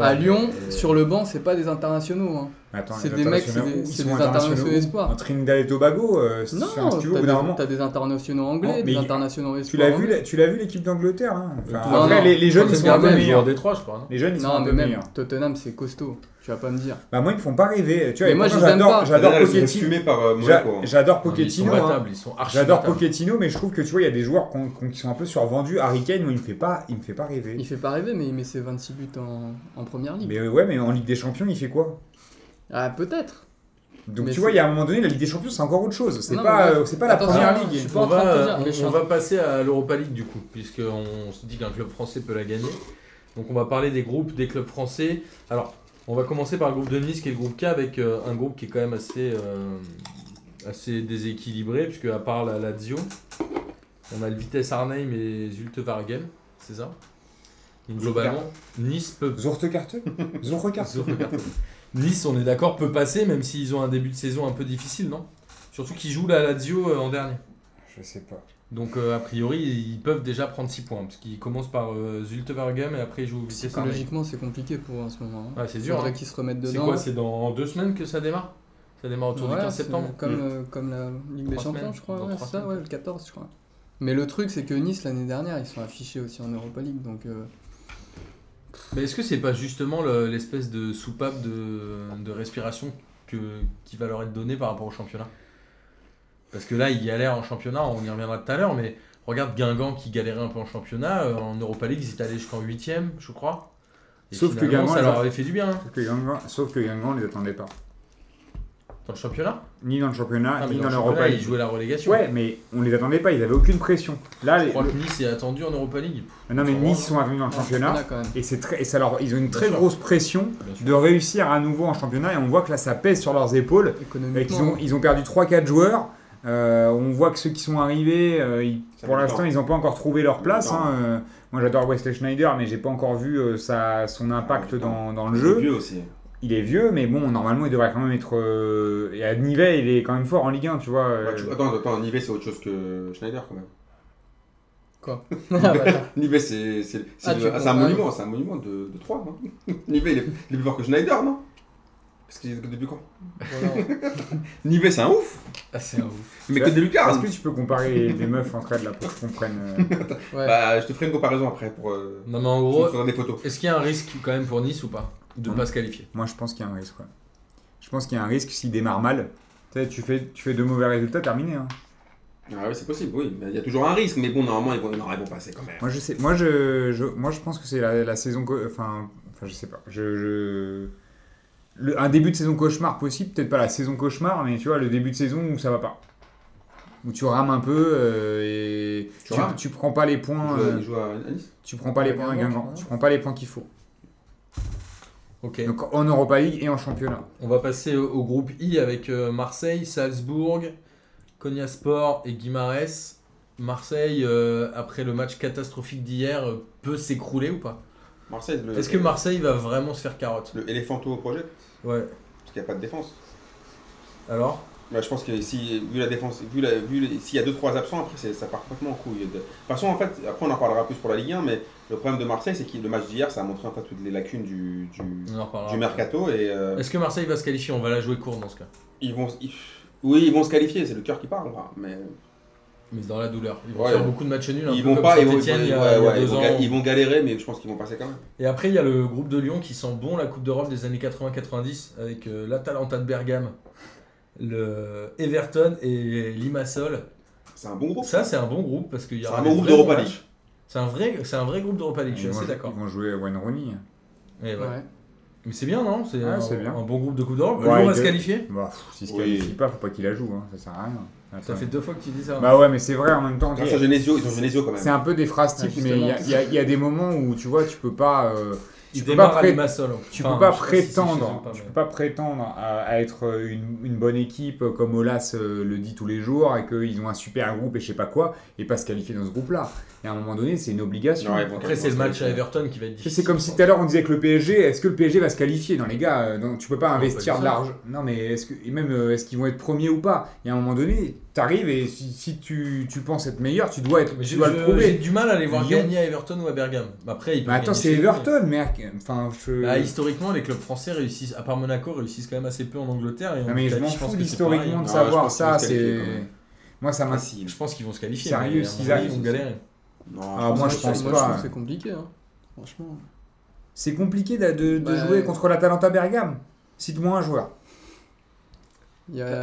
Speaker 4: à Lyon,
Speaker 1: mais-
Speaker 2: euh,
Speaker 4: sur le banc, c'est pas des internationaux. hein.
Speaker 2: Mais attends, les
Speaker 4: C'est des mecs, c'est
Speaker 2: internationaux,
Speaker 4: des-
Speaker 2: ils
Speaker 4: c'est
Speaker 2: sont
Speaker 4: des internationaux
Speaker 2: où
Speaker 4: espoirs.
Speaker 2: En Trinidad et Tobago, euh, c'est c'est un
Speaker 4: Non,
Speaker 2: petit peu au
Speaker 4: t'as
Speaker 2: bout d'un moment.
Speaker 4: des, t'as des internationaux
Speaker 2: Non, mais
Speaker 4: anglais, des
Speaker 2: il-
Speaker 4: internationaux
Speaker 2: Tu l'as
Speaker 4: espoirs. hein.
Speaker 2: vu, la- tu l'as vu l'équipe d'Angleterre hein Enfin,
Speaker 1: Non,
Speaker 2: Après,
Speaker 4: non,
Speaker 2: les, les jeunes ils sont un peu
Speaker 1: Gargamel,
Speaker 2: meilleurs.
Speaker 1: joueur des trois, je crois. non
Speaker 2: Les jeunes ils sont
Speaker 4: Non,
Speaker 2: un
Speaker 4: mais
Speaker 2: peu
Speaker 4: même
Speaker 2: meilleurs.
Speaker 4: Tottenham, c'est costaud. Tu vas pas me dire.
Speaker 2: Bah moi ils me font pas rêver. Tu vois,
Speaker 4: Mais
Speaker 2: et
Speaker 4: moi, je
Speaker 2: pourtant,
Speaker 4: les aime
Speaker 2: j'adore,
Speaker 4: pas.
Speaker 2: j'adore
Speaker 3: D'ailleurs, ils se font
Speaker 2: Pochettino.
Speaker 3: fumer par euh,
Speaker 2: J'a-
Speaker 3: Monaco. hein.
Speaker 2: J'adore
Speaker 1: Non, Ils sont
Speaker 2: Pochettino. hein.
Speaker 1: battables, ils sont archi
Speaker 2: J'adore
Speaker 1: battables.
Speaker 2: Pochettino, mais je trouve que tu vois, il y a des joueurs qu'on- qu'on- qui sont un peu survendus. Harry Kane, moi, il me fait pas, il me fait pas rêver.
Speaker 4: Il fait pas rêver, mais il met ses 26 buts en, en première ligue.
Speaker 2: Mais euh, ouais, mais en Ligue des Champions, il fait quoi
Speaker 4: Ah, peut-être.
Speaker 2: Donc
Speaker 4: Mais
Speaker 2: tu vois,
Speaker 4: c'est-
Speaker 2: il y a un moment donné, la Ligue des Champions, c'est encore autre chose. C'est
Speaker 4: Non,
Speaker 2: pas,
Speaker 4: mais moi,
Speaker 2: euh, c'est pas la
Speaker 4: attention,
Speaker 2: première
Speaker 4: hein,
Speaker 2: ligue.
Speaker 4: je suis pas
Speaker 1: On
Speaker 4: en train de te
Speaker 1: va,
Speaker 4: dire, mais je suis
Speaker 1: euh, on, on
Speaker 4: en-
Speaker 1: va passer à l'Europa League du coup, puisqu'on se dit qu'un club français peut la gagner. Donc on va parler des groupes, des clubs français. Alors, on va commencer par le groupe de Nice qui est le groupe K avec euh, un groupe qui est quand même assez, euh, assez déséquilibré, puisque à part la Lazio, on a le Vitesse Arnhem et Zulte Vargem, c'est ça Donc globalement, Nice peut
Speaker 2: Zorte Carteux Zorte Carteux
Speaker 1: Nice, on est d'accord, peut passer, même s'ils ont un début de saison un peu difficile, non Surtout qu'ils jouent la Lazio euh, en dernier.
Speaker 2: Je sais pas.
Speaker 1: Donc, euh, a priori, ils peuvent déjà prendre 6 points, parce qu'ils commencent par euh, Zulte Waregem et après ils jouent au Vitesse Arnhem.
Speaker 4: Psychologiquement, c'est compliqué pour eux en ce moment. hein.
Speaker 1: Ouais, c'est
Speaker 4: Il
Speaker 1: dur.
Speaker 4: faudrait
Speaker 1: hein.
Speaker 4: qu'ils se remettent
Speaker 1: C'est
Speaker 4: dedans.
Speaker 1: quoi C'est dans 2 semaines que ça démarre Ça démarre autour du
Speaker 4: Ouais,
Speaker 1: 15
Speaker 4: c'est
Speaker 1: septembre
Speaker 4: Comme, euh, comme la Ligue des
Speaker 1: Trois
Speaker 4: Champions,
Speaker 1: semaines,
Speaker 4: je crois.
Speaker 1: dans
Speaker 4: Ouais,
Speaker 1: trois
Speaker 4: c'est ça,
Speaker 1: semaines.
Speaker 4: ouais, le 14, je crois. Mais le truc, c'est que Nice, l'année dernière, ils sont affichés aussi en Europa League. Donc, euh,
Speaker 1: Mais est-ce que c'est pas justement le- l'espèce de soupape de, de respiration que, qui va leur être donnée par rapport au championnat Parce que là, ils galèrent en championnat, on y reviendra tout à l'heure, mais regarde Guingamp qui galérait un peu en championnat, euh, en Europa League, ils étaient allés jusqu'en 8ème, je crois. Et
Speaker 2: Sauf que
Speaker 1: finalement,
Speaker 2: Guingamp,
Speaker 1: ça
Speaker 2: les
Speaker 1: leur
Speaker 2: a-
Speaker 1: avait fait du bien hein,
Speaker 2: Sauf que Guingamp- Sauf que Guingamp, on les attendait pas.
Speaker 1: dans le championnat.
Speaker 2: Ni dans le championnat,
Speaker 1: Ah, mais
Speaker 2: ni
Speaker 1: dans
Speaker 2: dans
Speaker 1: le
Speaker 2: l'Europa
Speaker 1: championnat, ils
Speaker 2: League.
Speaker 1: jouaient la relégation.
Speaker 2: Ouais, mais on les attendait pas, ils avaient aucune pression. Là,
Speaker 1: Je
Speaker 2: les...
Speaker 1: crois que Nice est attendu en Europa League. Pff,
Speaker 2: non mais
Speaker 1: Faut
Speaker 2: Nice
Speaker 1: voir.
Speaker 2: sont arrivés dans le
Speaker 4: en
Speaker 2: championnat
Speaker 4: ah, quand même.
Speaker 2: et c'est très, et ça leur, ils ont une
Speaker 1: Bien
Speaker 2: très
Speaker 1: sûr.
Speaker 2: grosse pression
Speaker 1: bien sûr.
Speaker 2: de réussir à nouveau en championnat et on voit que là ça pèse sur leurs épaules et qu'ils
Speaker 4: Économiquement.
Speaker 2: ont, ils ont perdu 3-4 joueurs. Euh, on voit que ceux qui sont arrivés, euh, ils-
Speaker 3: Ça
Speaker 2: pour
Speaker 3: met du
Speaker 2: l'instant,
Speaker 3: temps.
Speaker 2: ils n'ont pas encore trouvé leur
Speaker 3: met
Speaker 2: place.
Speaker 3: du temps.
Speaker 2: hein, euh, moi, j'adore Wesley Schneider, mais j'ai pas encore vu euh, sa, son impact
Speaker 3: met du
Speaker 2: dans, dans le
Speaker 3: C'est
Speaker 2: jeu.
Speaker 3: vieux aussi. hein.
Speaker 2: Il est vieux, mais bon, normalement, il devrait quand même être. euh, et à Nivet, il est quand même fort en Ligue 1, tu vois. euh,
Speaker 3: Ouais, tu- Attends, attends, Nivet c'est autre chose que Schneider quand même.
Speaker 4: Quoi Ah, (laughs) voilà.
Speaker 3: Nivet c'est c'est- c'est
Speaker 4: Ah,
Speaker 3: le-
Speaker 4: tu
Speaker 3: ah, c'est un
Speaker 4: compares.
Speaker 3: monument, c'est un monument de, de 3. Non (laughs) Nivet il est, il est plus fort que Schneider, non Parce qu'il est que des quand
Speaker 4: Voilà.
Speaker 3: Nivet c'est un ouf,
Speaker 1: Ah, c'est un ouf.
Speaker 3: mais que des
Speaker 2: Est-ce
Speaker 3: lucarnes.
Speaker 2: que tu peux comparer les meufs entre elles là pour qu'on comprenne euh,
Speaker 4: Ouais.
Speaker 3: Bah, je te ferai une comparaison après pour. Euh,
Speaker 1: Non, mais en
Speaker 3: je te
Speaker 1: gros,
Speaker 3: ferai des photos.
Speaker 1: est-ce qu'il y a un risque quand même pour Nice ou pas De
Speaker 2: Non.
Speaker 1: pas se qualifier
Speaker 2: Moi, je pense qu'il y a un risque. ouais. Je pense qu'il y a un risque s'il démarre mal. Tu sais, tu fais, tu fais deux mauvais résultats, terminé. hein.
Speaker 3: Ah oui, c'est possible, oui. mais Il y a toujours un risque, mais bon, normalement, ils vont, non, ils vont passer quand même.
Speaker 2: Moi je sais, moi je, je- moi je pense que c'est la, la saison, co- enfin, enfin je sais pas, je, je- le- un début de saison cauchemar possible, peut-être pas la saison cauchemar, mais tu vois le début de saison où ça va pas, où tu rames un peu euh, et
Speaker 3: Tu
Speaker 2: tu,
Speaker 3: rames
Speaker 2: tu prends pas les points,
Speaker 3: Ils jouent à- Ils
Speaker 2: euh,
Speaker 3: jouent à à Nice
Speaker 2: tu prends pas les points à Guingamp, tu prends pas les points qu'il faut.
Speaker 1: Ok.
Speaker 2: Donc en Europa League et en championnat.
Speaker 1: On va passer au, au groupe I avec euh, Marseille, Salzbourg, Cognasport et Guimarães. Marseille, euh, après le match catastrophique d'hier, euh, peut s'écrouler ou pas
Speaker 3: Marseille, le,
Speaker 1: Est-ce que Marseille va vraiment se faire carotte
Speaker 3: le Elefanto au projet
Speaker 1: Ouais.
Speaker 3: Parce qu'il n'y a pas de défense.
Speaker 1: Alors
Speaker 3: Bah, je pense que si, vu la défense, vu la, vu les- s'il y a 2-3 absents, après c'est- ça part complètement en couille. De toute façon, en fait, après on en parlera plus pour la Ligue 1, mais le problème de Marseille, c'est que le match d'hier, ça a montré en fait toutes les lacunes du, du,
Speaker 1: On en reparlera.
Speaker 3: du mercato et euh,
Speaker 1: Ah. Est-ce que Marseille va se qualifier On va la jouer court dans ce cas.
Speaker 3: ils vont. ils- oui, ils vont se qualifier, c'est le cœur qui parle, enfin, mais euh,
Speaker 1: Mais dans la douleur. Ils vont
Speaker 3: Ouais.
Speaker 1: faire beaucoup de matchs nuls. Un
Speaker 3: ils
Speaker 1: peu
Speaker 3: vont
Speaker 1: comme
Speaker 3: pas, ils vont,
Speaker 1: Saint-Étienne
Speaker 3: ils vont-
Speaker 1: il y a-
Speaker 3: ouais,
Speaker 1: il y a
Speaker 3: ouais, ils
Speaker 1: deux
Speaker 3: vont
Speaker 1: ans.
Speaker 3: ga- ils vont galérer, mais je pense qu'ils vont passer quand même.
Speaker 1: Et après, il y a le groupe de Lyon qui sent bon la Coupe d'Europe des années 80-90 avec euh, l'Atalanta de Bergame, le Everton et Limassol.
Speaker 3: C'est un bon groupe.
Speaker 1: Ça, c'est un bon groupe parce qu'il y
Speaker 3: C'est
Speaker 1: a
Speaker 3: un bon groupe d'Europa League.
Speaker 1: C'est un vrai, c'est un vrai groupe d'Europa League. Je suis
Speaker 2: Ils vont
Speaker 1: assez
Speaker 2: jouer-
Speaker 1: d'accord.
Speaker 2: Ils vont jouer à Wayne Rooney.
Speaker 1: Et ouais.
Speaker 4: Ouais.
Speaker 1: Mais c'est bien, non C'est
Speaker 2: Ouais,
Speaker 1: un,
Speaker 2: c'est bien.
Speaker 1: un bon groupe de Coupe d'Europe.
Speaker 2: Ouais,
Speaker 1: Lyon va
Speaker 2: et
Speaker 1: se
Speaker 2: deux.
Speaker 1: qualifier.
Speaker 2: Bah, pff, s'ils se
Speaker 3: Oui.
Speaker 2: qualifient pas, faut pas qu'il la joue, hein, ça sert à rien.
Speaker 1: Ça
Speaker 2: Attends.
Speaker 1: fait deux fois que tu dis ça. hein.
Speaker 2: Bah ouais, mais c'est vrai en même temps.
Speaker 3: Grâce
Speaker 2: tu-
Speaker 3: à Genesio, ils ont Genesio quand
Speaker 2: C'est
Speaker 3: même.
Speaker 2: un peu des phrases
Speaker 4: Ah,
Speaker 2: types, mais il y, a- il y a- il y a des moments où tu vois, tu peux pas, euh,
Speaker 1: il
Speaker 2: tu peux
Speaker 1: démarre
Speaker 2: pas
Speaker 1: à
Speaker 2: pré-
Speaker 1: Limassol.
Speaker 2: tu
Speaker 1: Enfin,
Speaker 2: peux
Speaker 1: je
Speaker 2: pas
Speaker 1: sais si c'est chez eux ou
Speaker 2: prétendre,
Speaker 1: pas,
Speaker 2: tu
Speaker 1: mais-
Speaker 2: peux pas prétendre à, à être euh, une, une bonne équipe euh, comme Olas euh, le dit tous les jours et qu'ils ont un super groupe et je sais pas quoi et pas se qualifier dans ce groupe-là. Et à un moment donné, c'est une obligation.
Speaker 3: Non, ils vont
Speaker 1: Après, c'est le
Speaker 3: quasiment se
Speaker 1: match à
Speaker 3: qualifier.
Speaker 1: Everton qui va être
Speaker 2: Tu sais,
Speaker 1: difficile.
Speaker 2: C'est comme si tout à l'heure on disait que le PSG, est-ce que le PSG va se qualifier Non les gars, euh, non, tu peux pas
Speaker 1: Non, pas
Speaker 4: bah,
Speaker 2: investir
Speaker 1: du
Speaker 2: de
Speaker 1: tout.
Speaker 2: l'argent. Non mais est-ce que et même euh, est-ce qu'ils vont être premiers ou pas Et à un moment donné, t'arrives et si, si tu, tu penses être meilleur, tu dois être,
Speaker 1: Mais
Speaker 2: tu
Speaker 1: J'ai
Speaker 2: dois le
Speaker 1: je-
Speaker 2: prouver.
Speaker 1: j'ai du mal à les voir
Speaker 2: Lyon.
Speaker 1: gagner à Everton ou à Bergame. Après, ils
Speaker 2: Mais
Speaker 1: peuvent
Speaker 2: attends,
Speaker 1: gagner
Speaker 2: c'est
Speaker 1: chez eux, mais-
Speaker 2: Everton, mec. Enfin, je.
Speaker 1: Bah, historiquement, les clubs français réussissent, à part Monaco, réussissent quand même assez peu en Angleterre. Et en
Speaker 2: Non, mais je
Speaker 1: Italie,
Speaker 2: m'en
Speaker 1: pense
Speaker 2: fous
Speaker 1: que c'est
Speaker 2: historiquement
Speaker 1: pareil.
Speaker 2: de
Speaker 3: Non, hein. je
Speaker 2: savoir
Speaker 3: pense qu'ils vont
Speaker 2: ça.
Speaker 3: se qualifier,
Speaker 2: C'est
Speaker 3: quand même. Bah,
Speaker 2: moi ça m'a.
Speaker 1: Je pense qu'ils vont se qualifier.
Speaker 2: Sérieux,
Speaker 1: mais à mon
Speaker 2: s'ils
Speaker 1: avis,
Speaker 2: arrivent,
Speaker 1: ils vont galérer.
Speaker 3: Non,
Speaker 2: Ah, moi, je pense
Speaker 4: moi,
Speaker 2: pas.
Speaker 4: trouve que c'est compliqué. hein. Franchement.
Speaker 2: C'est compliqué de, de- de
Speaker 4: Bah,
Speaker 2: jouer
Speaker 4: ouais.
Speaker 2: contre l'Atalanta Bergame. Cite-moi un joueur.
Speaker 4: Il
Speaker 1: (laughs)
Speaker 4: y a,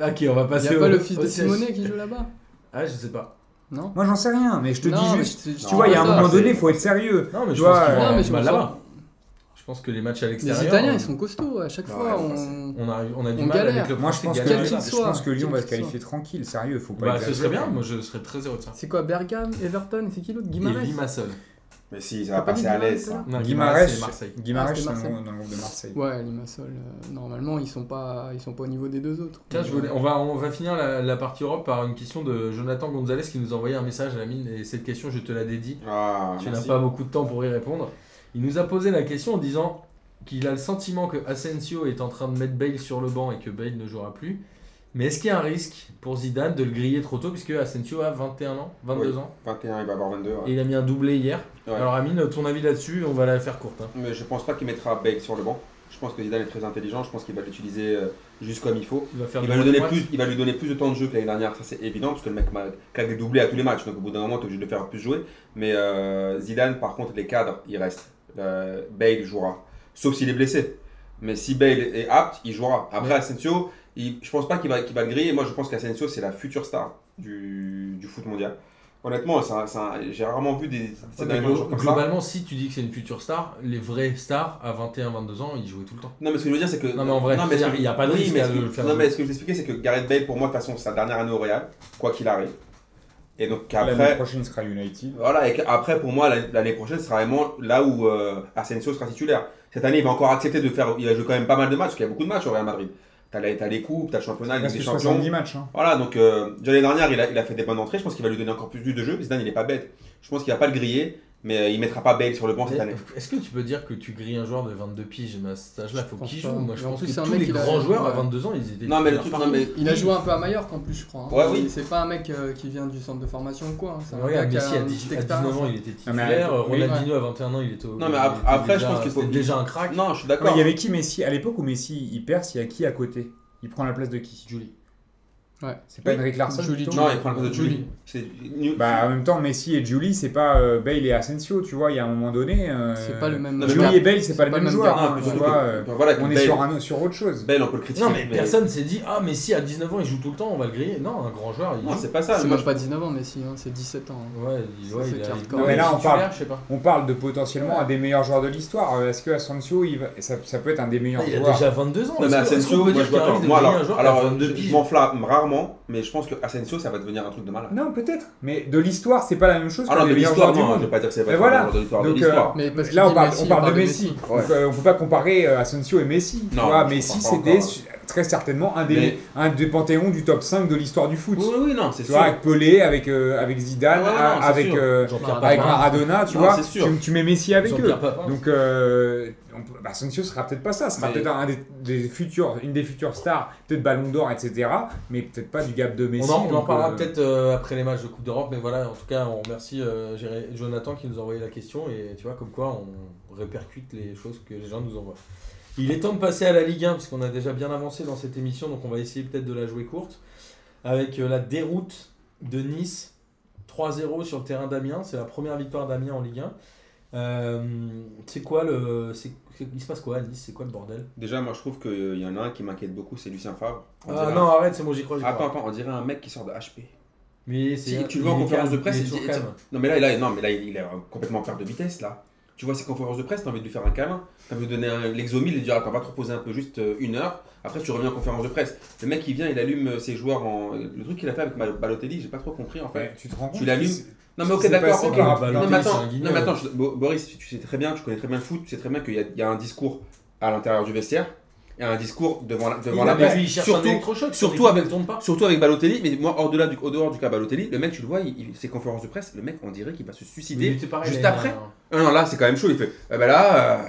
Speaker 1: Ah, Ok, on va
Speaker 4: il y
Speaker 1: passer.
Speaker 4: a
Speaker 1: au-
Speaker 4: pas le fils
Speaker 1: au
Speaker 4: de
Speaker 1: siège.
Speaker 4: Simonet qui joue là-bas
Speaker 1: Ah, je sais pas.
Speaker 4: Non
Speaker 2: Moi j'en sais rien, mais je te
Speaker 4: Non,
Speaker 2: dis
Speaker 4: mais
Speaker 2: juste.
Speaker 4: je te- je te
Speaker 2: Tu vois, il y a un
Speaker 4: ça.
Speaker 2: moment
Speaker 3: c'est-
Speaker 2: donné, il faut être sérieux.
Speaker 1: Non, mais je
Speaker 2: Tu vois,
Speaker 1: pense qu'ils vont
Speaker 4: Non, mais
Speaker 1: avoir
Speaker 4: je
Speaker 1: du mal
Speaker 4: pense
Speaker 1: là-bas. Je pense que les matchs à
Speaker 4: Les
Speaker 1: l'extérieur.
Speaker 4: Italiens,
Speaker 1: on-
Speaker 4: ils sont costauds à chaque
Speaker 3: Ouais,
Speaker 4: fois.
Speaker 3: ouais,
Speaker 4: on-
Speaker 1: On a, on a du
Speaker 4: on
Speaker 1: mal
Speaker 4: galère.
Speaker 1: avec le
Speaker 2: Moi je
Speaker 1: français
Speaker 2: pense, que,
Speaker 1: de galérer
Speaker 4: quel
Speaker 1: là-bas.
Speaker 4: qu'il
Speaker 2: je
Speaker 4: soit,
Speaker 2: pense que Lyon
Speaker 4: quel
Speaker 2: va se
Speaker 4: qu'il
Speaker 2: qualifier tranquille, sérieux, faut pas
Speaker 1: Bah, ce
Speaker 2: exagérer.
Speaker 1: serait bien, moi je serais très heureux de ça.
Speaker 4: C'est quoi Bergame, Everton, c'est qui l'autre
Speaker 1: Et
Speaker 4: Guimarães
Speaker 1: Limassol.
Speaker 3: Mais si, ça
Speaker 4: T'as
Speaker 3: va
Speaker 4: pas dit
Speaker 3: passer à
Speaker 4: Guimarães,
Speaker 3: l'aise.
Speaker 4: là
Speaker 3: ça.
Speaker 1: Non,
Speaker 2: Guimarães,
Speaker 1: c'est Marseille.
Speaker 2: Guimarães,
Speaker 4: Ah, c'est
Speaker 2: c'est dans
Speaker 4: Marseille.
Speaker 2: le dans le groupe de Marseille.
Speaker 4: Ouais, Limassol, euh, normalement, ils sont pas ils sont pas au niveau des deux autres.
Speaker 1: Tiens, je voulais- on, va, on va finir la, la partie Europe par une question de Jonathan Gonzalez qui nous a envoyé un message à la mine. Et cette question, je te la dédie.
Speaker 3: Ah,
Speaker 1: tu n'as
Speaker 3: merci.
Speaker 1: pas beaucoup de temps pour y répondre. Il nous a posé la question en disant qu'il a le sentiment que Asensio est en train de mettre Bale sur le banc et que Bale ne jouera plus. Mais est-ce qu'il y a un risque pour Zidane de le griller trop tôt puisque Asensio a 21 ans, 22 ans
Speaker 3: 21, il va avoir 22. ouais.
Speaker 1: et il a mis un doublé hier
Speaker 3: Ouais.
Speaker 1: Alors Amine, ton avis là-dessus, on va la faire courte. hein.
Speaker 3: Mais je pense pas qu'il mettra Bale sur le banc. Je pense que Zidane est très intelligent. Je pense qu'il va l'utiliser euh, juste comme il faut.
Speaker 1: Il va faire
Speaker 3: Il
Speaker 1: du
Speaker 3: va, lui donner
Speaker 1: one-to-one.
Speaker 3: plus, il va lui donner plus de temps de jeu que l'année dernière, ça c'est évident, parce que le mec m'a- claque des doublés à tous les matchs, donc au bout d'un moment, tu es obligé de le faire plus jouer. Mais euh, Zidane, par contre, les cadres, il reste. Euh, Bale jouera, sauf s'il est blessé. Mais si Bale est apte, il jouera. Après,
Speaker 1: Ouais.
Speaker 3: Asensio, il- je pense pas qu'il va, qu'il va le griller. Moi, je pense qu'Asensio, c'est la future star du, du foot mondial. Honnêtement, c'est un- c'est un- j'ai rarement vu des, ces
Speaker 1: Ouais, mais
Speaker 3: derniers
Speaker 1: glo-
Speaker 3: joueurs comme ça.
Speaker 1: globalement, si tu dis que c'est une future star, les vraies stars à 21-22 ans, ils jouaient tout le temps.
Speaker 3: Non, mais ce que je veux dire, c'est que.
Speaker 1: Non, mais en vrai,
Speaker 3: ce
Speaker 1: c'est-à-dire,
Speaker 3: que-
Speaker 1: il y a pas de
Speaker 3: Oui,
Speaker 1: risque
Speaker 3: mais
Speaker 1: à
Speaker 3: ce que-
Speaker 1: le faire
Speaker 3: Non,
Speaker 1: jouer.
Speaker 3: mais ce que je t'expliquais, c'est que Gareth Bale, pour moi, de toute façon, c'est sa dernière année au Real, quoi qu'il arrive. Et donc,
Speaker 2: L'année
Speaker 3: après.
Speaker 2: prochaine, il sera United.
Speaker 3: Voilà, et que- après, pour moi, l'année- l'année prochaine sera vraiment là où euh, Asensio sera titulaire. Cette année, il va encore accepter de faire. Il va jouer quand même pas mal de matchs, parce qu'il y a beaucoup de matchs au Real Madrid. T'as les, t'as les coupes, t'as le championnat,
Speaker 2: Il
Speaker 3: Ligue
Speaker 2: reste
Speaker 3: des
Speaker 2: que
Speaker 3: champions.
Speaker 2: 70 matchs. hein.
Speaker 3: Voilà, donc euh, déjà l'année dernière, il a, il a fait des bonnes entrées. Je pense qu'il va lui donner encore plus de jeu. Zidane, il est pas bête. Je pense qu'il va pas le griller, mais euh, il mettra pas Bale sur le banc cette année.
Speaker 1: Est-ce que tu peux dire que tu grilles un joueur de 22 piges mais à cet âge-là
Speaker 4: Je
Speaker 1: Faut
Speaker 4: pense
Speaker 1: qu'il
Speaker 4: pas.
Speaker 1: joue. Moi, je
Speaker 4: Mais en
Speaker 1: pense
Speaker 4: plus,
Speaker 1: que
Speaker 4: c'est un
Speaker 1: tous
Speaker 4: mec,
Speaker 1: les
Speaker 4: il a-
Speaker 1: grands joueurs à
Speaker 4: ouais.
Speaker 1: 22 ans, ils étaient.
Speaker 3: Non, mais le truc, non, mais.
Speaker 4: Il a joué un peu à Majorque en plus, je crois. hein.
Speaker 3: Ouais, oui.
Speaker 4: C'est pas un mec euh, qui vient du centre de formation ou quoi. hein. C'est un
Speaker 1: Regarde,
Speaker 4: gars qui
Speaker 1: Messi
Speaker 4: a
Speaker 1: à
Speaker 4: un
Speaker 1: 18
Speaker 4: petit
Speaker 1: à
Speaker 4: hectare.
Speaker 1: 19 ans, il était
Speaker 2: mais-
Speaker 1: titulaire. euh,
Speaker 2: mais-
Speaker 1: Ronaldinho à 21 ans, il était. au-
Speaker 3: Non, mais
Speaker 1: il
Speaker 3: ap-
Speaker 1: était
Speaker 3: après,
Speaker 1: déjà-
Speaker 3: je pense qu'il faut-
Speaker 1: c'était déjà un crack.
Speaker 3: Non, je suis
Speaker 2: Mais
Speaker 3: d'accord.
Speaker 2: il y avait qui Messi À l'époque où Messi il perce, il y a qui à côté Il prend la place de qui
Speaker 1: Julie.
Speaker 2: C'est pas
Speaker 4: Oui.
Speaker 2: Henrik Larsson
Speaker 4: Julie,
Speaker 2: plutôt
Speaker 4: Julie.
Speaker 3: Non, il prend le place de Julie. C'est New-
Speaker 2: Bah, en même temps, Messi et Julie, c'est pas euh, Bale et Asensio, tu vois, il y a un moment donné. euh,
Speaker 4: C'est pas le même.
Speaker 3: Non, mais
Speaker 2: Julie
Speaker 3: Bale-
Speaker 2: et Bale, c'est pas le même joueur.
Speaker 4: gars.
Speaker 2: hein,
Speaker 3: Non,
Speaker 2: tu
Speaker 3: Ah, surtout
Speaker 2: vois,
Speaker 3: que-
Speaker 2: euh,
Speaker 3: enfin, voilà, que
Speaker 2: On est
Speaker 3: Bale-
Speaker 2: sur un- sur autre chose.
Speaker 3: Bale, on peut le critiquer.
Speaker 1: Non, mais personne s'est dit Ah, Messi à 19 ans, il joue tout le temps, on va le griller. Non, un grand joueur, il
Speaker 3: Non,
Speaker 1: joue.
Speaker 3: c'est pas ça.
Speaker 4: C'est
Speaker 3: Moi,
Speaker 4: même pas 19 ans, mais si, hein, c'est 17 ans. hein.
Speaker 1: Ouais, il- ouais,
Speaker 4: Ça,
Speaker 1: il
Speaker 4: c'est
Speaker 1: a-
Speaker 4: clair.
Speaker 1: il-
Speaker 4: Non,
Speaker 1: non,
Speaker 2: mais là, on
Speaker 1: titulaire,
Speaker 2: parle-
Speaker 1: Je sais pas.
Speaker 2: On parle de potentiellement un des meilleurs joueurs de l'histoire. Euh, Est-ce que Asensio, il va- ça, ça peut être un des meilleurs
Speaker 1: Il a
Speaker 2: joueurs
Speaker 1: déjà 22 ans.
Speaker 3: Non,
Speaker 1: Est-ce
Speaker 3: mais
Speaker 1: qu'on- est-ce qu'on peut
Speaker 3: Asensio, moi,
Speaker 1: dire
Speaker 3: je
Speaker 1: qu'il y a un
Speaker 3: m'attends.
Speaker 1: risque de
Speaker 3: Moi,
Speaker 1: griller un
Speaker 3: alors,
Speaker 1: joueur qui a
Speaker 3: alors,
Speaker 1: 22
Speaker 3: je
Speaker 1: piges
Speaker 3: m'enflamme rarement, mais je pense que Asensio, ça va devenir un truc de malade.
Speaker 2: Non, peut-être. Mais de l'histoire, c'est pas la même chose
Speaker 3: Ah
Speaker 2: que
Speaker 3: non, de
Speaker 2: les meilleurs joueurs
Speaker 3: l'histoire,
Speaker 2: du
Speaker 3: non, je
Speaker 2: monde.
Speaker 3: vais pas dire que c'est
Speaker 2: Mais
Speaker 3: pas
Speaker 2: voilà.
Speaker 3: de l'histoire, de
Speaker 2: Donc,
Speaker 3: l'histoire.
Speaker 4: Mais parce
Speaker 2: Là,
Speaker 4: qu'il
Speaker 2: on
Speaker 4: dit
Speaker 2: parle,
Speaker 4: Messi,
Speaker 2: on
Speaker 4: il
Speaker 2: parle de Messi.
Speaker 3: Ouais.
Speaker 2: Donc, euh, on peut pas comparer euh, Asensio et Messi. tu
Speaker 3: Non,
Speaker 2: vois,
Speaker 3: je
Speaker 2: Messi,
Speaker 3: comprends pas
Speaker 2: c'était
Speaker 3: encore,
Speaker 2: su- très certainement un des,
Speaker 3: Mais-
Speaker 2: un des panthéons du top 5 de l'histoire du foot.
Speaker 3: Oui, oui, non, c'est
Speaker 2: Tu
Speaker 3: sûr.
Speaker 2: vois, avec Pelé, avec, euh, avec Zidane,
Speaker 3: Ouais, ouais, non,
Speaker 2: a-
Speaker 3: c'est
Speaker 2: avec,
Speaker 3: sûr.
Speaker 2: euh,
Speaker 1: Jean-Pierre
Speaker 2: avec
Speaker 1: Papin.
Speaker 2: Maradona, tu
Speaker 3: Non,
Speaker 2: vois.
Speaker 3: c'est sûr.
Speaker 2: Tu, tu mets Messi avec eux.
Speaker 1: Jean-Pierre Papin.
Speaker 2: Donc, euh, on peut- bah, Asensio sera peut-être pas ça, sera
Speaker 3: Mais-
Speaker 2: peut-être un des, des futurs, une des futures stars, peut-être Ballon d'Or, etc. Mais peut-être pas du gap de Messi.
Speaker 1: on en, on en
Speaker 2: donc,
Speaker 1: parlera
Speaker 2: euh,
Speaker 1: peut-être euh, après les matchs de Coupe d'Europe, mais voilà, en tout cas, on remercie euh, Jéré- Jonathan qui nous a envoyé la question et tu vois, comme quoi on répercute les choses que les gens nous envoient. Il est temps de passer à la Ligue 1 parce qu'on a déjà bien avancé dans cette émission, donc on va essayer peut-être de la jouer courte avec euh, la déroute de Nice 3-0 sur le terrain d'Amiens. C'est la première victoire d'Amiens en Ligue 1. Euh, c'est quoi le. c'est- c'est- il se passe quoi à Nice C'est quoi le bordel
Speaker 3: Déjà, moi, je trouve qu'il y en a un qui m'inquiète beaucoup, c'est Lucien Favre. On
Speaker 1: Ah
Speaker 3: dirait-
Speaker 1: non, arrête, c'est moi j'y crois. j'y crois.
Speaker 3: Attends, attends, on dirait un mec qui sort de HP.
Speaker 1: Mais
Speaker 3: Si
Speaker 1: c'est.
Speaker 3: tu le vois en
Speaker 1: il est
Speaker 3: conférence de
Speaker 1: calme,
Speaker 3: presse,
Speaker 1: il est
Speaker 3: il
Speaker 1: toujours
Speaker 3: dit-
Speaker 1: calme.
Speaker 3: Non, mais là, il a, non, mais là, il est complètement en perte de vitesse, là. Tu vois ses conférences de presse, t'as envie de lui faire un câlin, t'as envie de donner un- l'exomile et de dire attends, va te reposer un peu juste euh, une heure, après tu reviens en conférence de presse. Le mec il vient, il allume euh, ses joueurs en. Le truc qu'il a fait avec Mal- Balotelli, j'ai pas trop compris en fait.
Speaker 2: Ouais, tu te rends
Speaker 3: Tu
Speaker 2: compte
Speaker 3: l'as
Speaker 2: que
Speaker 3: lu
Speaker 2: c'est-
Speaker 3: Non mais
Speaker 2: Ce
Speaker 3: ok
Speaker 2: qui s'est
Speaker 3: d'accord,
Speaker 2: passé
Speaker 3: ok.
Speaker 1: par Balotelli,
Speaker 3: Non mais
Speaker 1: c'est
Speaker 3: attends,
Speaker 1: un guignol.
Speaker 3: non, mais attends, je- Bo- Boris, tu, tu sais très bien, tu connais très bien le foot, tu sais très bien qu'il y a, il y a un discours à l'intérieur du vestiaire et un discours devant la, devant la
Speaker 1: Il a-
Speaker 3: presse.
Speaker 1: lui, il cherche un
Speaker 3: surtout,
Speaker 1: électrochoc,
Speaker 3: surtout
Speaker 1: il
Speaker 3: avec-
Speaker 1: ne tombe pas.
Speaker 3: surtout avec Balotelli, mais moi hors de là du, au dehors du cas Balotelli, le mec tu le vois, il- il- ses conférences de presse, le mec on dirait qu'il va se suicider.
Speaker 1: était pareil
Speaker 3: juste
Speaker 1: l'année
Speaker 3: après.
Speaker 1: dernière.
Speaker 3: Ah non là c'est quand même chaud, il fait, bah, bah là, euh,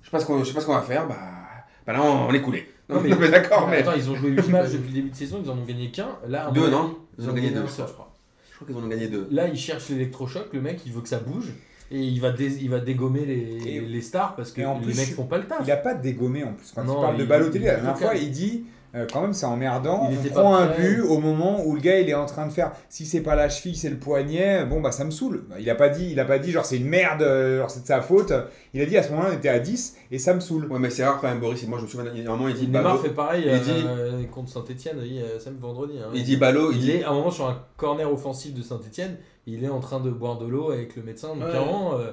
Speaker 3: je sais pas ce qu'on je sais pas ce qu'on va faire, bah, bah là on, on est coulé. (laughs) Non, mais, d'accord, mais.
Speaker 1: Attends, ils ont joué 8 matchs depuis le début de saison, ils en ont gagné qu'un. Là, à mon
Speaker 3: Deux,
Speaker 1: avis,
Speaker 3: non Ils ont gagné deux.
Speaker 1: un seul, je crois.
Speaker 3: Je crois qu'ils en ont gagné deux.
Speaker 1: Là, il cherche l'électrochoc, le mec, il veut que ça bouge. Et il va, dé- il va dégommer les,
Speaker 2: Et-
Speaker 1: les stars parce que
Speaker 2: et en
Speaker 1: les
Speaker 2: plus,
Speaker 1: mecs font pas le taf.
Speaker 2: Il a pas dégommé en plus. Quand
Speaker 1: Non,
Speaker 2: il parle de
Speaker 1: il-
Speaker 2: Balotelli, la
Speaker 1: il-
Speaker 2: dernière
Speaker 1: il-
Speaker 2: fois, il dit euh, quand même c'est emmerdant.
Speaker 1: Il était
Speaker 2: on
Speaker 1: pas
Speaker 2: prend un
Speaker 1: prêt.
Speaker 2: but au moment où le gars il est en train de faire. Si c'est pas la cheville, c'est le poignet. Bon bah ça me saoule. Bah, Il a pas dit, il a pas dit genre c'est une merde, euh, genre c'est de sa faute. Il a dit à ce moment-là on était à 10 et ça me saoule.
Speaker 3: Ouais, mais c'est rare quand même, Boris. Moi, je me souviens, il y a un moment, il dit
Speaker 1: Neymar
Speaker 3: Balo.
Speaker 1: fait pareil
Speaker 3: Bah, il dit-
Speaker 1: euh, contre Saint-Etienne, oui, euh, samedi vendredi. hein.
Speaker 3: Il dit Balo, il
Speaker 1: Il
Speaker 3: dit.
Speaker 1: est à un moment sur un corner offensif de Saint-Etienne, il est en train de boire de l'eau avec le médecin. Donc
Speaker 3: Ouais.
Speaker 1: clairement, euh,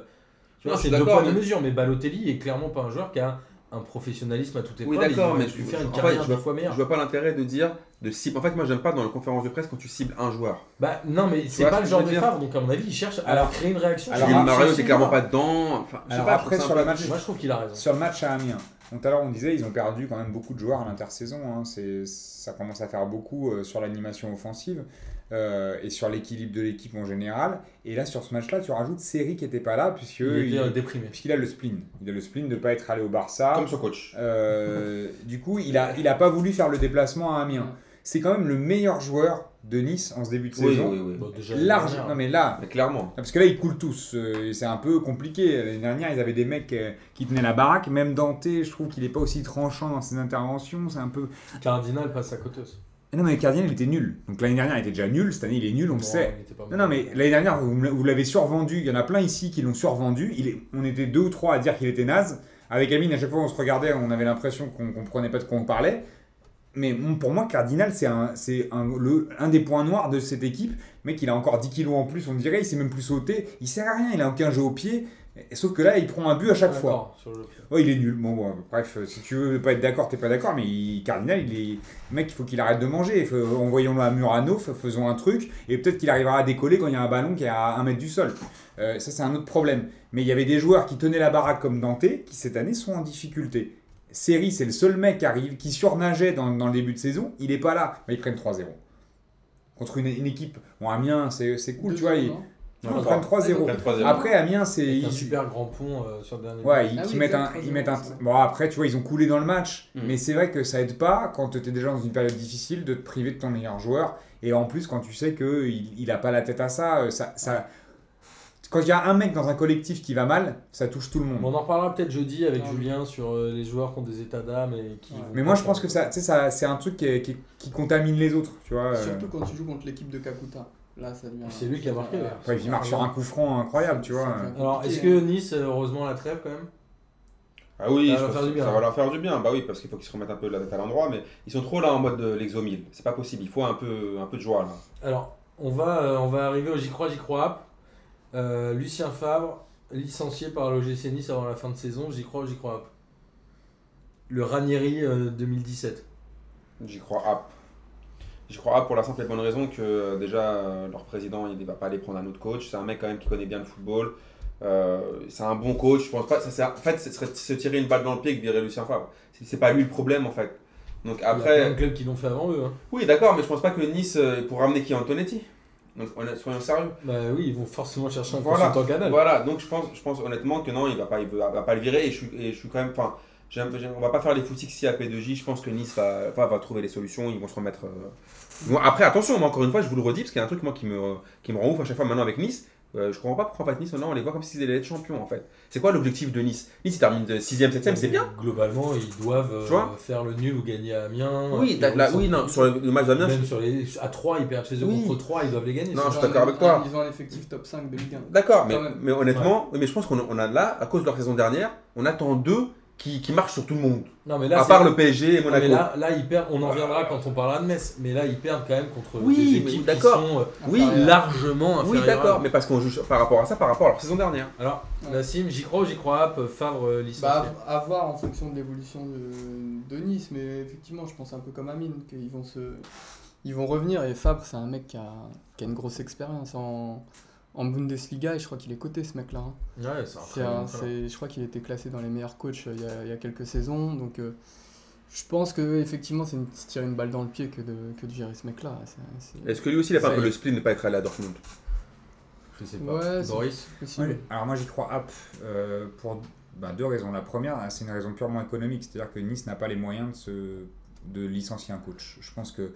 Speaker 1: tu vois,
Speaker 3: Non, je
Speaker 1: c'est
Speaker 3: suis
Speaker 1: deux
Speaker 3: d'accord,
Speaker 1: poids, deux
Speaker 3: mais-
Speaker 1: mesures. Mais Balotelli est clairement pas un joueur qui a un professionnalisme à toute épreuve.
Speaker 3: Oui,
Speaker 1: il
Speaker 3: d'accord,
Speaker 1: aurait
Speaker 3: mais
Speaker 1: pu
Speaker 3: je-
Speaker 1: faire une
Speaker 3: en fait,
Speaker 1: carrière
Speaker 3: je vois-
Speaker 1: deux fois
Speaker 3: Je
Speaker 1: meilleure.
Speaker 3: vois pas l'intérêt de dire, de cible. En fait, moi, j'aime pas dans les conférences de presse quand tu cibles un joueur.
Speaker 1: Bah non, mais c'est
Speaker 3: vois
Speaker 1: pas
Speaker 3: ce
Speaker 1: le
Speaker 3: que
Speaker 1: genre
Speaker 3: je veux
Speaker 1: de
Speaker 3: dire
Speaker 1: Favre. Donc à mon avis, il cherche à
Speaker 2: Alors-
Speaker 1: créer une réaction.
Speaker 2: Alors,
Speaker 3: Parce que
Speaker 2: ah,
Speaker 3: Mario,
Speaker 2: c'est
Speaker 3: t'es
Speaker 2: sûr.
Speaker 3: clairement pas dedans. Enfin, je sais
Speaker 2: Alors
Speaker 3: pas, je
Speaker 2: après,
Speaker 3: trouve ça un
Speaker 2: sur le
Speaker 3: peu-
Speaker 2: match,
Speaker 1: Moi, je trouve qu'il a raison.
Speaker 2: Sur le match à Amiens, tout à l'heure on disait ils ont perdu quand même beaucoup de joueurs à l'intersaison, hein. C'est- ça commence à faire beaucoup euh, sur l'animation offensive euh, et sur l'équilibre de l'équipe en général. Et là sur ce match-là tu rajoutes Série qui était pas là puisque
Speaker 1: Il était
Speaker 2: il-
Speaker 1: euh, déprimé.
Speaker 2: puisqu'il a le spleen. Il a le spleen de ne pas être allé au Barça.
Speaker 3: Comme son coach.
Speaker 2: Euh, du coup il a, il a pas voulu faire le déplacement à Amiens. C'est quand même le meilleur joueur de Nice en ce début de
Speaker 3: Oui,
Speaker 2: saison.
Speaker 3: oui, oui.
Speaker 1: Bon, déjà,
Speaker 2: Large,
Speaker 1: l'année
Speaker 2: non
Speaker 1: dernière,
Speaker 2: mais là,
Speaker 3: Mais clairement.
Speaker 2: Ah, parce que là, ils coulent tous. euh, et c'est un peu compliqué. L'année dernière, ils avaient des mecs euh, qui tenaient la baraque. Même Dante, je trouve qu'il n'est pas aussi tranchant dans ses interventions. C'est un peu.
Speaker 1: Cardinal passe à Coteuse.
Speaker 2: Ah non, mais Cardinal, il était nul. Donc l'année dernière, il était déjà nul. Cette année, il est nul, on le sait. Non, non, mais l'année dernière, vous, me- vous l'avez survendu. Il y en a plein ici qui l'ont survendu. Il est, on était deux ou trois à dire qu'il était naze. Avec Amine, à chaque fois, on se regardait, on avait l'impression qu'on comprenait pas de quoi on parlait. Mais mon- pour moi, Cardinal, c'est un, c'est un, le- un des points noirs de cette équipe. Le Mec, il a encore 10 kilos en plus, on dirait. Il s'est même plus sauté. Il sert à rien, il a aucun jeu au pied. Et- Sauf que là, il prend un but à chaque
Speaker 1: Ah,
Speaker 2: fois. Ouais, il est nul. Bon, ouais, bref, euh, si tu veux pas être d'accord, t'es pas d'accord, mais il- Cardinal, il est. Mec, il faut qu'il arrête de manger. Faut- Envoyons-le à Murano, fa- faisons un truc, et peut-être qu'il arrivera à décoller quand il y a un ballon qui est à un mètre du sol. Euh, ça, c'est un autre problème. Mais il y avait des joueurs qui tenaient la baraque comme Dante, qui cette année sont en difficulté. Série, c'est le seul mec qui arrive, qui surnageait dans, dans le début de saison, il est pas là. Mais ils prennent 3-0. Contre une, une équipe. Bon, Amiens, c'est c'est
Speaker 4: hein.
Speaker 2: cool, tu vois. Ils, ils
Speaker 1: Non,
Speaker 2: prennent 3-0.
Speaker 3: 4-3-0.
Speaker 2: Après, Amiens, c'est.
Speaker 1: Il un
Speaker 2: ils-
Speaker 1: super grand pont euh, sur le dernier.
Speaker 2: Ouais, ils,
Speaker 4: Ah
Speaker 2: qui
Speaker 4: oui,
Speaker 2: mettent un,
Speaker 4: exact,
Speaker 2: ils mettent un.
Speaker 4: c'est vrai.
Speaker 2: Bon, après, tu vois, ils ont coulé dans le match.
Speaker 3: Mm.
Speaker 2: Mais c'est vrai que ça aide pas quand tu es déjà dans une période difficile de te priver de ton meilleur joueur. Et en plus, quand tu sais qu'il il a pas la tête à ça, euh, ça. ça... Quand il y a un mec dans un collectif qui va mal, ça touche tout le monde.
Speaker 1: Bon, on en reparlera peut-être jeudi avec
Speaker 4: Ah oui.
Speaker 1: Julien sur euh, les joueurs qui ont des états d'âme et qui.
Speaker 4: Ouais.
Speaker 1: vont
Speaker 2: Mais
Speaker 1: pas
Speaker 2: moi, je
Speaker 1: faire
Speaker 2: pense
Speaker 1: le-
Speaker 2: que ça, tu sais, ça, c'est un truc qui, est- qui est- qui contamine les autres, tu vois. euh.
Speaker 4: Surtout quand tu joues contre l'équipe de Kakuta. Là, ça devient.
Speaker 1: C'est lui qui a marqué.
Speaker 4: Ouais.
Speaker 1: ouais.
Speaker 2: Après, il marque sur un coup franc incroyable, tu vois.
Speaker 4: C'est- hein.
Speaker 1: Alors, est-ce que Nice, euh, heureusement, la trêve quand même
Speaker 3: Ah oui,
Speaker 1: Ça
Speaker 3: je
Speaker 1: va leur
Speaker 3: pense
Speaker 1: faire
Speaker 3: que
Speaker 1: du bien.
Speaker 3: ça va leur faire du bien. Bah oui, parce qu'il faut qu'ils se remettent un peu la tête à l'endroit, mais ils sont trop là en mode de l'exomile. C'est pas possible, il faut un peu, un peu de joie là.
Speaker 1: Alors, on va, euh, on va arriver au J'y crois, J'y crois app. Euh, Lucien Favre, licencié par l'OGC Nice avant la fin de saison, J'y crois, J'y crois app. Le Ranieri euh, 2017.
Speaker 3: J'y crois app. J'y crois app pour la simple et bonne raison que euh, déjà euh, leur président il va pas aller prendre un autre coach. C'est un mec quand même qui connaît bien le football. Euh, c'est un bon coach. Je pense pas. ça, c'est- en fait, ce serait se tirer une balle dans le pied que virer Lucien Favre. C'est c'est pas lui le problème en fait. Donc
Speaker 1: Il y a plein
Speaker 3: après,
Speaker 1: de clubs qui l'ont fait avant eux. hein.
Speaker 3: oui d'accord, mais je pense pas que Nice euh, pour ramener qui Antonetti. Donc on est- soyons sérieux.
Speaker 1: Bah oui, ils vont forcément chercher un
Speaker 3: Voilà.
Speaker 1: consultant canal.
Speaker 3: Voilà, donc je pense, je pense honnêtement que non, il va pas, il va, va pas le virer et je, suis- et je suis quand même, enfin, j'aime- j'aime- on va pas faire les footix si à P2J, je pense que Nice va, enfin, va trouver les solutions, ils vont se remettre. euh. Bon, après, attention, moi encore une fois, je vous le redis parce qu'il y a un truc moi qui me, qui me rend ouf à chaque fois maintenant avec Nice. Euh, je comprends pas pourquoi en fait Nice maintenant on les voit comme s'ils allaient être champions en fait. C'est quoi l'objectif de Nice Nice ils terminent de 6ème, 7ème, c'est bien.
Speaker 1: Globalement, ils doivent euh,
Speaker 3: Tu vois
Speaker 1: faire le nul ou gagner à Amiens.
Speaker 3: Oui,
Speaker 1: Ils
Speaker 3: t'as-
Speaker 1: vont
Speaker 3: là,
Speaker 1: s'en-
Speaker 3: oui, non, sur le, le match d'Amiens,
Speaker 1: Même
Speaker 3: je-
Speaker 1: sur les... À 3, ils perdent chez eux
Speaker 3: Oui.
Speaker 1: contre 3, ils doivent les gagner.
Speaker 3: Non,
Speaker 1: c'est
Speaker 3: je suis
Speaker 1: pas-
Speaker 3: d'accord avec toi.
Speaker 4: Ils ont un effectif top 5 de Ligue 1.
Speaker 3: D'accord, mais,
Speaker 4: Quand même.
Speaker 3: mais honnêtement, mais je pense qu'on on a là, à cause de leur saison dernière, on attend deux qui, qui marchent sur tout le monde.
Speaker 1: Non, mais là,
Speaker 3: à
Speaker 1: c'est-
Speaker 3: part le PSG et
Speaker 1: Non,
Speaker 3: Monaco.
Speaker 1: mais là, là, ils perdent. On en reviendra quand on parlera de Metz. Mais là, ils perdent quand même contre
Speaker 3: Oui,
Speaker 1: des
Speaker 3: mais
Speaker 1: équipes qui
Speaker 3: d'accord.
Speaker 1: sont euh,
Speaker 3: oui,
Speaker 4: Inférieur.
Speaker 1: largement
Speaker 3: Oui,
Speaker 1: inférieures.
Speaker 3: d'accord, mais parce qu'on juge par rapport à ça, par rapport à leur saison dernière.
Speaker 1: Alors, la sim, j'y crois ou j'y crois pas Favre euh, licencié.
Speaker 4: Bah, à à voir en fonction de l'évolution de, de Nice, mais effectivement, je pense un peu comme Amine, qu'ils vont se. Ils vont revenir et Fabre, c'est un mec qui a, qui a une grosse expérience en, en Bundesliga et je crois qu'il est coté ce mec-là. hein.
Speaker 1: ouais, c'est un
Speaker 4: C'est
Speaker 1: très
Speaker 4: un-
Speaker 1: bon talent.
Speaker 4: c'est- je crois qu'il était classé dans les meilleurs coachs euh, il y a, il y a quelques saisons. Donc euh, je pense que effectivement c'est une- se tirer une balle dans le pied que de, que de virer ce mec-là. hein, C'est- c'est-
Speaker 3: Est-ce que lui aussi, il a pas un
Speaker 4: Ça
Speaker 3: peu
Speaker 4: y est.
Speaker 3: le spleen de ne pas être allé à Dortmund
Speaker 1: Je sais
Speaker 4: Ouais,
Speaker 1: pas.
Speaker 4: c'est-
Speaker 1: Boris
Speaker 4: possible.
Speaker 2: Alors moi j'y crois app euh, pour Bah, deux raisons. La première, c'est une raison purement économique, c'est-à-dire que Nice n'a pas les moyens de, se, de licencier un coach. Je pense que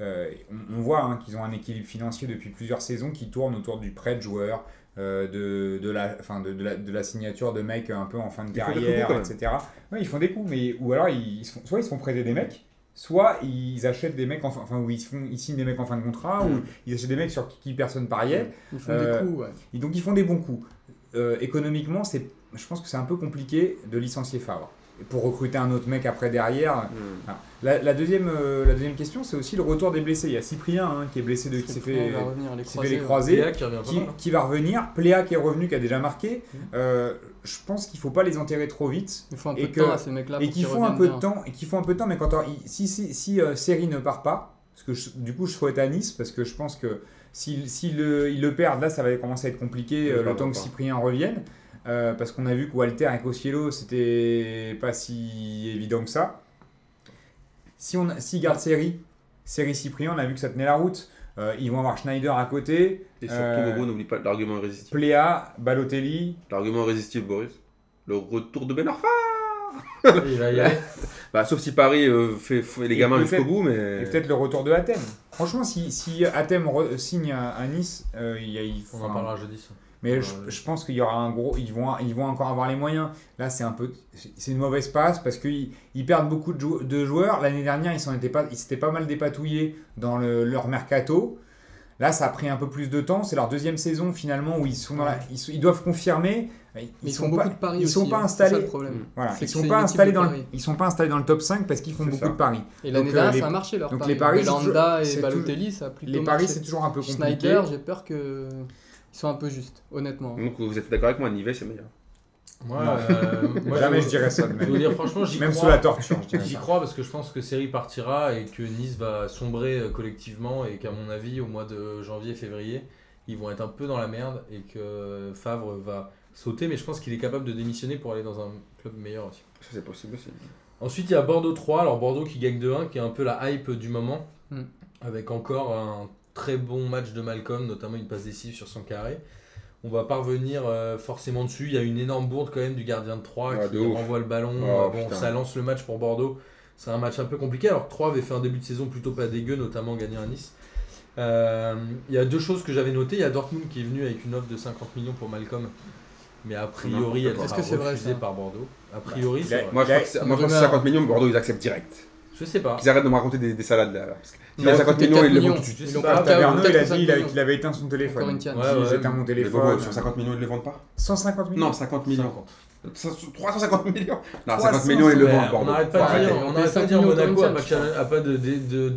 Speaker 2: euh, on, on, voit hein, qu'ils ont un équilibre financier depuis plusieurs saisons qui tourne autour du prêt de joueurs, euh, de, de, la, fin de, de, la, de la signature de mecs un peu en fin de
Speaker 3: Ils font des
Speaker 2: carrière,
Speaker 3: coups, quand même.
Speaker 2: etc. Ouais, ils font des coups, mais ou alors ils, ils se font- soit ils se font prêter des mecs. Soit ils achètent des mecs, en fin, enfin, ou ils, se font, ils signent des mecs en fin de contrat,
Speaker 3: Hmm.
Speaker 2: ou ils achètent des mecs sur qui, qui personne pariait.
Speaker 4: Ils font
Speaker 2: Euh,
Speaker 4: des coups, ouais.
Speaker 2: Et donc ils font des bons coups. Euh, économiquement, c'est, je pense que c'est un peu compliqué de licencier Favre. Et pour recruter un autre mec après derrière. La, la deuxième, euh, la deuxième question, c'est aussi le retour des blessés. Il y a Cyprien hein, qui est blessé, de, qui s'est fait,
Speaker 4: On va revenir, les
Speaker 2: qui s'est fait les
Speaker 4: croisés,
Speaker 1: C'est
Speaker 2: croisés,
Speaker 1: qui revient pas
Speaker 2: qui, (laughs)
Speaker 1: mal, hein.
Speaker 2: qui va revenir. Pléa qui est revenu, qui a déjà marqué.
Speaker 1: Mhm.
Speaker 2: Euh, je pense qu'il ne faut pas les enterrer trop vite.
Speaker 4: Il faut un peu
Speaker 2: et
Speaker 4: de
Speaker 2: que-
Speaker 4: temps à ces mecs-là.
Speaker 2: Et qu'il
Speaker 4: pour qu'ils
Speaker 2: faut un
Speaker 4: reviennent
Speaker 2: peu de
Speaker 4: bien.
Speaker 2: temps. Et qu'il faut un peu de temps. Mais quand on- si, si, si euh, Seri ne part pas, parce que je- du coup je souhaite à Nice, parce que je pense que s'ils si le, ils le perdent, là ça va commencer à être compliqué
Speaker 3: Ils le
Speaker 2: euh, le
Speaker 3: perdent
Speaker 2: temps que
Speaker 3: pas.
Speaker 2: Cyprien revienne. Euh, parce qu'on a vu que Walter et Cosiello, c'était pas si évident que ça. Si on si garde Seri, Seri Cyprien, on a vu que ça tenait la route. Euh, ils vont avoir Schneider à côté,
Speaker 3: Et surtout,
Speaker 2: Euh,
Speaker 3: Bobo, n'oublie pas l'argument irrésistible.
Speaker 2: Pléa, Balotelli.
Speaker 3: L'argument irrésistible, Boris. Le retour de Ben Arfa.
Speaker 1: Il va y aller.
Speaker 3: Bah, sauf si Paris euh, fait, fait les
Speaker 2: Et
Speaker 3: gamins
Speaker 2: peut-être-
Speaker 3: jusqu'au bout,
Speaker 2: Et
Speaker 3: mais.
Speaker 2: peut-être le retour de Hatem. Franchement, si, si Hatem re- signe à, à Nice, euh, il y a- il faut.
Speaker 1: On en parlera jeudi. ça.
Speaker 2: Mais
Speaker 1: Ouais.
Speaker 2: je, je pense qu'il y aura un gros. Ils vont, ils vont encore avoir les moyens. Là, c'est un peu. C'est une mauvaise passe parce qu'ils ils perdent beaucoup de, jou- de joueurs. L'année dernière, ils s'en étaient pas, ils s'étaient pas mal dépatouillés dans le- leur mercato. Là, ça a pris un peu plus de temps. C'est leur deuxième saison finalement où ils sont dans la- ils, sont- ils doivent confirmer. Ils,
Speaker 4: Mais Ils,
Speaker 2: sont
Speaker 4: font
Speaker 2: pas-
Speaker 4: beaucoup de paris
Speaker 2: Ils
Speaker 4: aussi,
Speaker 2: sont pas
Speaker 4: hein. C'est ça
Speaker 2: installés.
Speaker 4: le problème.
Speaker 2: Voilà,
Speaker 4: C'est
Speaker 2: ils
Speaker 4: que
Speaker 2: sont
Speaker 4: c'est
Speaker 2: pas
Speaker 4: une équipe
Speaker 2: installés
Speaker 4: de
Speaker 2: dans le,
Speaker 4: paris.
Speaker 2: ils sont pas installés dans le top 5 parce qu'ils font
Speaker 3: C'est
Speaker 2: beaucoup
Speaker 3: ça.
Speaker 2: de paris.
Speaker 4: Et l'année
Speaker 2: euh,
Speaker 4: dernière,
Speaker 2: les-
Speaker 4: ça a marché leur
Speaker 2: donc
Speaker 4: pari.
Speaker 2: les paris, c'est
Speaker 4: Belanda
Speaker 2: toujours-
Speaker 4: et
Speaker 2: c'est
Speaker 4: Balotelli, ça a plutôt
Speaker 2: Les
Speaker 4: marché.
Speaker 2: paris, c'est toujours un peu compliqué.
Speaker 4: Schneider, j'ai peur que ils soient un peu justes, honnêtement.
Speaker 3: Donc, vous êtes d'accord avec moi, Nivet, c'est meilleur.
Speaker 1: Moi,
Speaker 2: Non.
Speaker 1: euh, moi,
Speaker 2: Jamais
Speaker 1: je,
Speaker 2: je dirais ça
Speaker 1: je
Speaker 2: de même.
Speaker 1: veux dire, franchement, j'y
Speaker 2: Même
Speaker 1: crois.
Speaker 2: sous la torture, je
Speaker 4: (laughs)
Speaker 2: dirais
Speaker 1: J'y
Speaker 2: ça.
Speaker 1: crois parce que je pense que Série partira et que Nice va sombrer euh, collectivement et qu'à mon avis, au mois de janvier-février, ils vont être un peu dans la merde et que Favre va sauter, mais je pense qu'il est capable de démissionner pour aller dans un club meilleur aussi.
Speaker 3: Ça, c'est possible aussi.
Speaker 1: Ensuite, il y a Bordeaux 3, alors Bordeaux qui gagne 2-1, qui est un peu la hype du moment,
Speaker 4: Mm.
Speaker 1: avec encore un très bon match de Malcolm, notamment une passe décisive sur son carré. On va pas revenir euh, forcément dessus, il y a une énorme bourde quand même du gardien de 3
Speaker 3: Ah,
Speaker 1: qui
Speaker 3: de ouf.
Speaker 1: renvoie le ballon,
Speaker 3: Oh,
Speaker 1: Euh, bon,
Speaker 3: putain.
Speaker 1: ça lance le match pour Bordeaux, c'est un match un peu compliqué, alors que 3 avait fait un début de saison plutôt pas dégueu, notamment gagné à Nice. Euh, Il y a deux choses que j'avais notées, il y a Dortmund qui est venu avec une offre de 50 millions pour Malcolm, mais a priori elle sera
Speaker 3: N'importe quoi.
Speaker 4: Est-ce que c'est vrai,
Speaker 1: refusée
Speaker 4: ça
Speaker 1: par Bordeaux.
Speaker 3: Bah,
Speaker 1: A priori,
Speaker 2: il
Speaker 1: c'est
Speaker 2: a-
Speaker 1: vrai.
Speaker 3: Moi, je
Speaker 2: Il y a-
Speaker 3: crois que c'est- moi, je
Speaker 4: une
Speaker 3: pense que
Speaker 4: rumeur.
Speaker 3: 50 millions, Bordeaux, ils acceptent direct.
Speaker 1: Je sais pas.
Speaker 3: Ils arrêtent de me raconter des, des salades là. là, Parce que
Speaker 4: Ils
Speaker 3: s'il y a
Speaker 4: ont
Speaker 3: 50
Speaker 4: coûté
Speaker 3: millions, ils le
Speaker 4: 4
Speaker 3: vendent tout de suite.
Speaker 1: Je
Speaker 4: Ils
Speaker 1: sais
Speaker 4: l'ont
Speaker 1: pas.
Speaker 4: pas
Speaker 1: Taverneau,
Speaker 2: Bah, Taverneau, il a dit
Speaker 4: 4,5
Speaker 2: il avait-
Speaker 4: millions.
Speaker 2: qu'il avait éteint son téléphone.
Speaker 4: Encore une canne.
Speaker 1: Ouais,
Speaker 2: Si
Speaker 1: ouais.
Speaker 2: j'éteins mon
Speaker 3: Les
Speaker 2: téléphone.
Speaker 3: Bobos, sur 50 millions, ils ne les vendent pas
Speaker 2: 150 millions
Speaker 3: Non, 50 millions.
Speaker 1: 50.
Speaker 3: 350 millions Non, 50
Speaker 2: 300,
Speaker 3: millions, ils le
Speaker 1: Ouais,
Speaker 3: vendent à
Speaker 1: on
Speaker 3: Bordeaux.
Speaker 1: n'arrête pas,
Speaker 3: Faut
Speaker 1: de dire-
Speaker 3: arrêter.
Speaker 1: on
Speaker 4: On
Speaker 1: n'arrête
Speaker 4: fait
Speaker 1: pas de dire
Speaker 4: 5 millions
Speaker 1: Monaco
Speaker 4: comme
Speaker 1: a
Speaker 4: ça,
Speaker 1: pas,
Speaker 4: je
Speaker 1: de- a pas de, de- de- de-